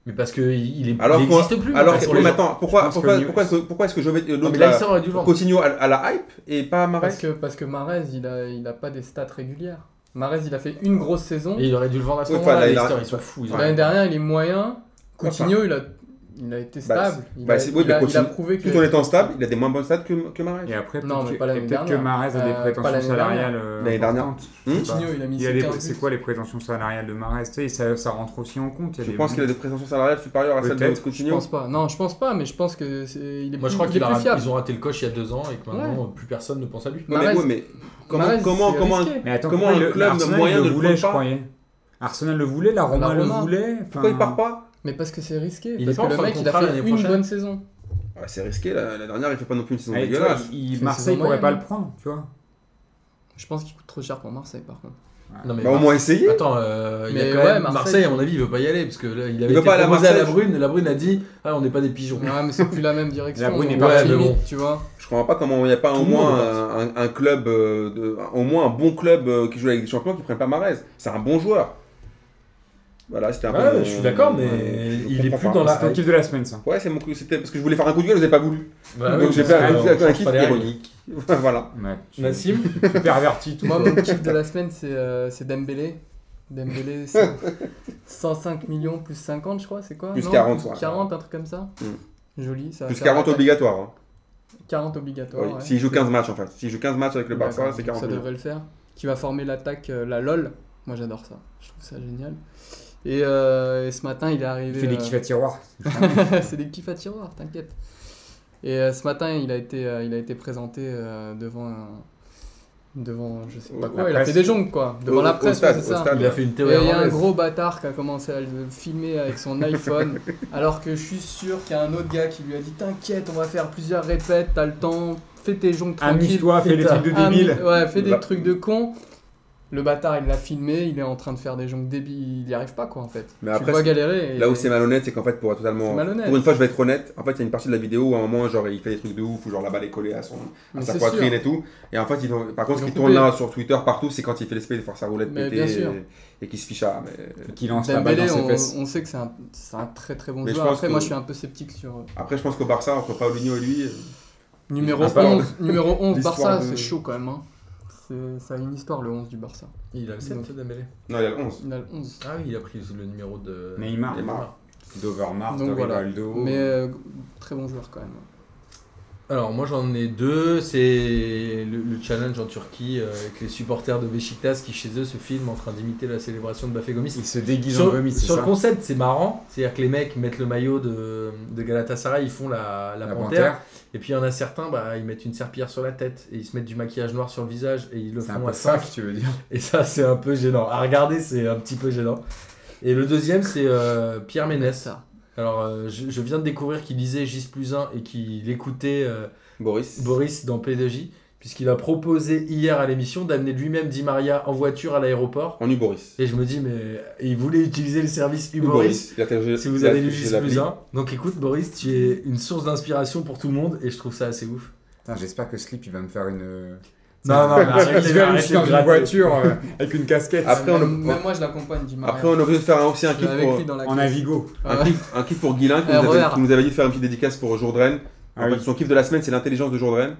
Speaker 1: Mais parce qu'il
Speaker 3: Alors qu'on-
Speaker 1: n'existe plus.
Speaker 3: Alors,
Speaker 1: parce
Speaker 3: que-
Speaker 1: que
Speaker 3: mais
Speaker 1: les gens-
Speaker 3: attends, pourquoi,
Speaker 2: pense que
Speaker 3: pourquoi,
Speaker 2: News-
Speaker 3: pourquoi, est-ce que- pourquoi est-ce que Jovet-
Speaker 1: Non,
Speaker 3: l'autre
Speaker 1: mais là,
Speaker 3: là,
Speaker 1: il sort du vent.
Speaker 3: Coutinho euh, à, à la hype et pas
Speaker 4: Parce
Speaker 3: Marais
Speaker 4: que, parce que Marez, il a, il a pas des stats régulières. Marez, il a fait une grosse saison.
Speaker 1: Et il aurait dû le vendre à ce
Speaker 3: Oui,
Speaker 1: moment-là.
Speaker 3: enfin, là, il a-
Speaker 1: Leicester, ils sont fous. ils ont-
Speaker 4: L'année dernière, il est moyen.
Speaker 3: Enfin.
Speaker 4: Coutinho, il, a, il a été
Speaker 3: Bah,
Speaker 4: stable. il,
Speaker 3: bah,
Speaker 4: a,
Speaker 3: c'est- oui,
Speaker 4: il
Speaker 3: mais
Speaker 4: a- il a
Speaker 3: Coutinho-
Speaker 4: prouvé que.
Speaker 3: Tout en étant stable, il a des moins bonnes stats que, que Marais.
Speaker 2: Et après,
Speaker 4: Non,
Speaker 2: peut-être
Speaker 4: mais
Speaker 2: que-
Speaker 4: pas l'année
Speaker 2: et peut-être que
Speaker 4: dernière.
Speaker 2: Marais a
Speaker 4: Euh,
Speaker 2: des
Speaker 4: pas
Speaker 2: prétentions
Speaker 4: l'année
Speaker 2: salariales. euh,
Speaker 3: L'année dernière.
Speaker 2: importantes.
Speaker 3: Hmm
Speaker 2: Je sais pas.
Speaker 4: Coutinho, il a mis
Speaker 2: Il y a
Speaker 4: ses
Speaker 2: les-
Speaker 4: 15
Speaker 2: C'est
Speaker 4: buts.
Speaker 2: quoi les prétentions salariales de Marais Tu sais, ça, ça rentre aussi en compte. il y a
Speaker 3: Je
Speaker 2: des-
Speaker 3: pense qu'il a des prétentions salariales supérieures à celles de
Speaker 2: Peut-être,
Speaker 4: Je
Speaker 3: Coutinho.
Speaker 4: pense pas. Non, je pense pas, mais je pense que c'est, il est
Speaker 1: Moi, je
Speaker 4: plus-
Speaker 1: crois
Speaker 4: il
Speaker 1: qu'ils
Speaker 4: est plus fiable.
Speaker 1: ont raté le coche il y a deux ans et que maintenant, plus personne ne pense à lui.
Speaker 3: Non, mais,
Speaker 4: Mahrez-
Speaker 3: ouais, mais comment,
Speaker 4: Mahrez,
Speaker 3: comment,
Speaker 4: c'est
Speaker 3: comment, un-
Speaker 4: risqué.
Speaker 2: Mais attends,
Speaker 3: Comment
Speaker 2: comment
Speaker 3: un
Speaker 2: le
Speaker 3: club
Speaker 2: club
Speaker 3: moyen
Speaker 2: moyen
Speaker 3: ne
Speaker 2: le
Speaker 3: le
Speaker 2: voulait,
Speaker 3: prend
Speaker 2: je
Speaker 3: pas
Speaker 2: croyais. Arsenal le voulait, la Roma le
Speaker 4: Roma.
Speaker 2: voulait. enfin,
Speaker 3: pourquoi il part pas
Speaker 4: Mais parce que c'est risqué.
Speaker 1: Il est
Speaker 4: parce
Speaker 1: pas en
Speaker 4: que le
Speaker 1: fin de
Speaker 4: mec, il a
Speaker 1: contrat
Speaker 4: fait
Speaker 1: l'année
Speaker 4: une
Speaker 1: prochaine.
Speaker 4: bonne saison.
Speaker 3: Ouais, C'est risqué, la, la dernière il fait pas non plus une
Speaker 1: Ah,
Speaker 3: saison
Speaker 2: eh, tu vois,
Speaker 3: dégueulasse.
Speaker 2: il- il-
Speaker 4: C'est
Speaker 2: Marseille
Speaker 4: saison
Speaker 2: pourrait pas
Speaker 4: moyenne.
Speaker 2: le prendre, tu vois.
Speaker 4: Je pense qu'il coûte trop cher pour Marseille, par contre.
Speaker 1: Non, mais
Speaker 3: Bah, au moins essayer.
Speaker 1: Attends, euh, il y a
Speaker 4: Mais
Speaker 1: quand
Speaker 4: ouais,
Speaker 1: même- Marseille,
Speaker 4: Marseille-
Speaker 1: à mon avis, il veut pas y aller parce que là, il avait
Speaker 3: veut
Speaker 1: été
Speaker 3: pas aller à
Speaker 1: proposé à la
Speaker 3: Marseille.
Speaker 1: Brune. La Brune a dit Ah, on n'est pas des pigeons. (laughs)
Speaker 4: Ouais, mais c'est plus la même direction.
Speaker 2: La Brune est
Speaker 4: on
Speaker 2: pas
Speaker 4: voit
Speaker 1: là,
Speaker 4: la
Speaker 1: mais
Speaker 4: limite,
Speaker 1: bon.
Speaker 4: tu vois.
Speaker 3: Je comprends pas comment il n'y a pas
Speaker 1: Tout
Speaker 3: au
Speaker 1: le monde
Speaker 3: moins
Speaker 1: va
Speaker 3: un, un- un club, euh, de- au moins un bon club euh, qui joue avec des champions qui prennent pas Marais. C'est un bon joueur. Voilà, c'était un
Speaker 1: Ouais,
Speaker 3: peu mon-
Speaker 1: je suis d'accord, mais
Speaker 3: je
Speaker 1: il est
Speaker 3: comprends
Speaker 1: plus
Speaker 3: pas.
Speaker 1: dans la-
Speaker 2: C'est le kiff de la semaine, ça.
Speaker 3: Ouais, c'est mon coup, c'était parce que je voulais faire un coup de gueule, vous avez pas voulu. (laughs)
Speaker 1: Bah
Speaker 3: Donc
Speaker 1: oui,
Speaker 3: j'ai
Speaker 1: parce
Speaker 3: fait un
Speaker 1: que
Speaker 3: coup
Speaker 1: on
Speaker 3: de gueule, un
Speaker 1: change
Speaker 3: kiff
Speaker 1: pas les règles.
Speaker 3: ironique. voilà.
Speaker 2: Ouais, tu-
Speaker 1: Nassim
Speaker 2: tu pervertis tout.
Speaker 4: (laughs) Moi, mon kiff de la semaine, c'est euh, c'est Dembélé.
Speaker 1: (laughs)
Speaker 4: Dembélé, c'est 105 millions plus 50, je crois, c'est quoi
Speaker 3: Plus
Speaker 4: Non,
Speaker 3: 40, ouais.
Speaker 4: 40, un truc comme ça.
Speaker 1: Mm.
Speaker 4: Joli, ça.
Speaker 3: Plus
Speaker 4: ça
Speaker 3: 40
Speaker 4: attaque.
Speaker 3: obligatoires. hein.
Speaker 4: 40 obligatoires.
Speaker 3: Oui,
Speaker 4: ouais.
Speaker 3: S'il joue 15 matchs en fait. S'il joue 15 matchs avec le Barça,
Speaker 4: D'accord,
Speaker 3: c'est 40
Speaker 4: Ça
Speaker 3: millions.
Speaker 4: devrait le faire. Qui va former l'attaque, euh, la LOL. Moi, j'adore ça. Je trouve ça génial. Et, euh, et ce matin, il est
Speaker 2: Il
Speaker 4: arrivé.
Speaker 2: fait des
Speaker 4: euh,
Speaker 2: kiffs à tiroir.
Speaker 4: (laughs) c'est des kiffs à tiroir, t'inquiète. Et euh, ce matin, il a été, euh, il a été présenté euh, devant un- devant je sais
Speaker 3: La
Speaker 4: pas quoi, il a
Speaker 2: presse.
Speaker 4: fait des jongles quoi, devant
Speaker 3: Au-
Speaker 4: la
Speaker 3: au
Speaker 4: presse,
Speaker 3: stade,
Speaker 4: ouais, c'est
Speaker 3: au
Speaker 4: ça.
Speaker 3: stade.
Speaker 1: Il a fait une
Speaker 4: Et
Speaker 1: théorie.
Speaker 4: il y a un
Speaker 1: anglaise.
Speaker 4: gros bâtard qui a commencé à le filmer avec
Speaker 2: (laughs)
Speaker 4: son iPhone, alors que je suis sûr qu'il y a un autre gars qui lui a dit T'inquiète, on va faire plusieurs répètes, t'as le temps, fais tes jongles tranquilles.
Speaker 2: Amuse-toi, fais des
Speaker 1: putain.
Speaker 2: trucs de
Speaker 4: Ah,
Speaker 2: débile.
Speaker 4: mais- Ouais, fait
Speaker 3: Bah.
Speaker 4: des trucs de con. Le bâtard, il l'a filmé, il est en train de faire des jongles débiles, il y arrive pas quoi en fait.
Speaker 3: Mais
Speaker 4: tu
Speaker 3: après,
Speaker 4: le vois
Speaker 3: c'est-
Speaker 4: galérer. et-
Speaker 3: Là où c'est malhonnête, c'est qu'en fait, pour être totalement.
Speaker 4: C'est malhonnête.
Speaker 3: Pour une fois, je vais être honnête. En fait, il y a une partie de la vidéo où à un moment, genre, il fait des trucs de ouf, où genre la balle est collée à, son, à
Speaker 4: Mais
Speaker 3: sa
Speaker 4: c'est
Speaker 3: poitrine
Speaker 4: sûr.
Speaker 3: et tout. Et en fait, ils ont- par contre, ce
Speaker 4: Ils
Speaker 3: qui
Speaker 4: ont
Speaker 3: tourne
Speaker 4: coupé.
Speaker 3: là sur Twitter partout, c'est quand il fait l'espèce de faire sa roulette
Speaker 4: Mais
Speaker 3: pétée
Speaker 4: bien sûr.
Speaker 3: et, et qu'il se fiche à. Mais...
Speaker 2: Qui lance la balle
Speaker 4: euh, Dembélé,
Speaker 2: dans ses
Speaker 4: on,
Speaker 2: fesses.
Speaker 4: on sait que c'est un, c'est un très très bon
Speaker 3: Mais je
Speaker 4: joueur.
Speaker 3: pense
Speaker 4: Après,
Speaker 3: que-
Speaker 4: moi je suis un peu sceptique sur euh,
Speaker 3: Après, je pense qu'au Barça, entre Paulinho et lui. euh,
Speaker 4: numéro
Speaker 3: Ah, pas-
Speaker 4: 11. Numéro 11
Speaker 3: L'histoire
Speaker 4: Barça,
Speaker 3: de-
Speaker 4: c'est chaud quand même. Hein. C'est- Ça a une histoire le 11 du Barça.
Speaker 1: Il a le 7
Speaker 4: Donc.
Speaker 1: Dembélé.
Speaker 3: Non, il y a le 11.
Speaker 4: Il a le 11.
Speaker 1: Ah oui, il a pris le numéro de.
Speaker 2: Neymar,
Speaker 3: Neymar.
Speaker 2: Dovermars,
Speaker 4: Donc voilà.
Speaker 1: Oh.
Speaker 2: Rivaldo.
Speaker 4: Mais euh, très bon joueur quand même.
Speaker 1: Alors moi j'en ai deux, c'est le, le challenge en Turquie euh, avec les supporters de Besiktas qui chez eux se filment en train d'imiter la célébration de Bafé Gomis.
Speaker 2: Il se déguise en
Speaker 1: Sur,
Speaker 2: vomi, c'est
Speaker 1: sur le
Speaker 2: ça
Speaker 1: concept c'est marrant, c'est-à-dire que les mecs mettent le maillot de, de Galatasaray, ils font la, la,
Speaker 2: La
Speaker 1: panthère,
Speaker 2: panthère.
Speaker 1: et puis il y en a certains, bah, ils mettent une serpillère sur la tête, et ils se mettent du maquillage noir sur le visage, et ils le
Speaker 2: C'est un
Speaker 1: font
Speaker 2: peu
Speaker 1: à 5,
Speaker 2: ça, tu veux dire.
Speaker 1: et ça c'est un peu gênant. À regarder c'est un petit peu gênant. Et le deuxième c'est euh, Pierre Ménès.
Speaker 4: ça.
Speaker 1: Alors euh, je, je viens de découvrir qu'il lisait Gis plus 1 et qu'il écoutait... euh,
Speaker 3: Boris.
Speaker 1: Boris dans P2J, puisqu'il a proposé hier à l'émission d'amener lui-même Di Maria en voiture à l'aéroport.
Speaker 3: On eut Boris.
Speaker 1: Et je me dis, mais il voulait utiliser le service Uboris.
Speaker 3: Boris. Il a interrogé-
Speaker 1: Euh, Si vous
Speaker 3: il a-
Speaker 1: avez lu
Speaker 3: j'ai
Speaker 1: juste
Speaker 3: l'appli.
Speaker 1: plus un. Donc écoute, Boris, tu es une source d'inspiration pour tout le monde et je trouve ça assez
Speaker 4: (laughs)
Speaker 1: ouf.
Speaker 2: Putain, j'espère que Slip il va me faire une.
Speaker 1: Non,
Speaker 2: (laughs)
Speaker 1: non, mais arrêtez,
Speaker 2: il se fait
Speaker 1: arrêtez
Speaker 2: halluciner
Speaker 1: de
Speaker 2: dans une
Speaker 1: gratter.
Speaker 2: voiture euh, avec une casquette
Speaker 3: Après, on le-
Speaker 4: même, même moi je l'accompagne, Di Maria.
Speaker 3: Après, on a obligé de faire un- aussi un
Speaker 4: Je
Speaker 3: kiff
Speaker 4: l'avais
Speaker 3: pour.
Speaker 4: écrit dans la
Speaker 2: en
Speaker 4: classe.
Speaker 2: Avigo.
Speaker 3: Un
Speaker 4: Ah ouais.
Speaker 3: kiff, un kiff pour Guilin qui,
Speaker 4: Euh,
Speaker 3: nous avait,
Speaker 4: Robert.
Speaker 3: qui nous avait dit de faire une petite dédicace pour Jourdren. En
Speaker 2: Ah
Speaker 3: fait,
Speaker 2: oui.
Speaker 3: son kiff de la semaine, c'est l'intelligence de Jourdren,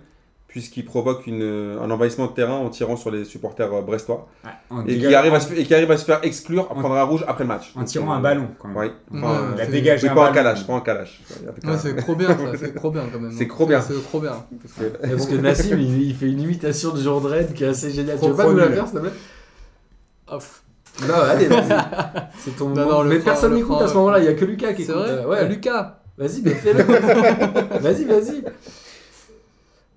Speaker 3: puisqu'il provoque une, euh, un envahissement de terrain en tirant sur les supporters euh, brestois.
Speaker 2: Ah, en
Speaker 3: Et qui,
Speaker 2: dégageant-
Speaker 3: arrive à se, fa- et qui arrive à se faire exclure, à
Speaker 2: En-
Speaker 3: prendre un rouge après le match.
Speaker 2: En tirant un ballon, quand même.
Speaker 3: Oui.
Speaker 4: Ouais,
Speaker 3: Enfin,
Speaker 2: Il a
Speaker 4: c'est-
Speaker 2: dégagé
Speaker 3: oui,
Speaker 2: un
Speaker 3: pas en
Speaker 2: ballon.
Speaker 3: calage, pas en calage. Avec
Speaker 4: Ouais,
Speaker 3: un-
Speaker 4: c'est trop bien ça, c'est trop bien quand même.
Speaker 3: C'est
Speaker 4: hein.
Speaker 3: trop bien.
Speaker 4: C'est trop bien.
Speaker 3: parce que- (laughs)
Speaker 1: Parce que Nassim, il, il fait une imitation de Jordan qui est assez géniale. Tu veux pas nous la faire,
Speaker 2: Proprement.
Speaker 1: s'il te plaît
Speaker 4: Off.
Speaker 1: Non, allez, vas-y.
Speaker 4: (laughs)
Speaker 1: C'est ton
Speaker 4: Non,
Speaker 1: moment.
Speaker 4: non, le
Speaker 1: mais
Speaker 4: prend,
Speaker 1: personne
Speaker 4: le
Speaker 1: n'écoute
Speaker 4: prend,
Speaker 1: à ce moment-là, il y a que Lucas qui
Speaker 4: C'est
Speaker 1: écoute.
Speaker 4: vrai Ah,
Speaker 1: Euh, Ouais, Lucas,
Speaker 4: Lucas.
Speaker 1: vas-y, mais
Speaker 4: (laughs)
Speaker 1: fais-le. vas-y, vas-y.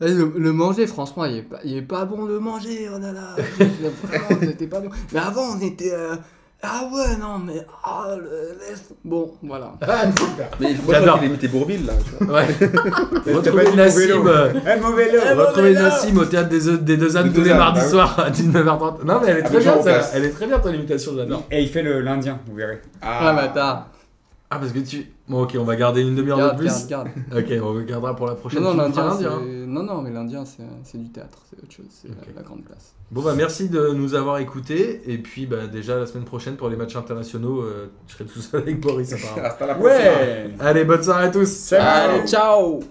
Speaker 4: Eh, Le, le manger, franchement, il est, pas, il est pas bon le manger, oh là là.
Speaker 1: (laughs)
Speaker 4: Vraiment, c'était pas bon. Mais avant, on était. euh, Ah ouais, non, mais. ah, le- laisse- Bon, voilà.
Speaker 1: Ah, super.
Speaker 3: Mais moi, je
Speaker 1: J'adore.
Speaker 3: crois qu'il imitait Bourville, là. tu vois.
Speaker 1: Ouais.
Speaker 2: T'as pas
Speaker 1: Retrouvez
Speaker 2: dit mauvais
Speaker 1: Nassim.
Speaker 2: lot.
Speaker 1: euh,
Speaker 2: Eh, mauvais lot.
Speaker 1: On va retrouver Nassim au théâtre des, des deux ânes
Speaker 3: Des
Speaker 1: tous
Speaker 3: Deux
Speaker 1: les
Speaker 3: Ânes,
Speaker 1: mardis
Speaker 3: bah oui.
Speaker 1: soirs à 19h30. Non, mais elle est très
Speaker 3: Avec Jean
Speaker 1: bien, ça.
Speaker 3: Rocasse.
Speaker 1: Elle est très bien ton imitation, j'adore.
Speaker 2: Et il fait le- l'Indien, vous verrez.
Speaker 4: Ah, bâtard.
Speaker 1: Ah, parce que tu. Bon, ok, on va garder une demi-heure de
Speaker 4: Garde,
Speaker 1: plus.
Speaker 4: garde, garde.
Speaker 1: Ok, on regardera pour la prochaine.
Speaker 4: Non, non,
Speaker 1: Tu me feras
Speaker 4: l'Indien,
Speaker 1: l'Indien, hein.
Speaker 4: c'est- non, non, mais l'Indien, c'est c'est du théâtre, c'est autre chose, c'est la-
Speaker 1: Ok.
Speaker 4: la grande place.
Speaker 1: Bon, bah, merci de nous avoir écoutés. Et puis, bah, déjà, la semaine prochaine, pour les matchs internationaux,
Speaker 3: (laughs)
Speaker 1: euh, je serai tout seul avec Boris, apparemment.
Speaker 3: Hasta Ah, la prochaine.
Speaker 2: Ouais
Speaker 4: Ah,
Speaker 1: Allez, bonne soirée à tous.
Speaker 2: Salut
Speaker 3: Allez,
Speaker 4: ciao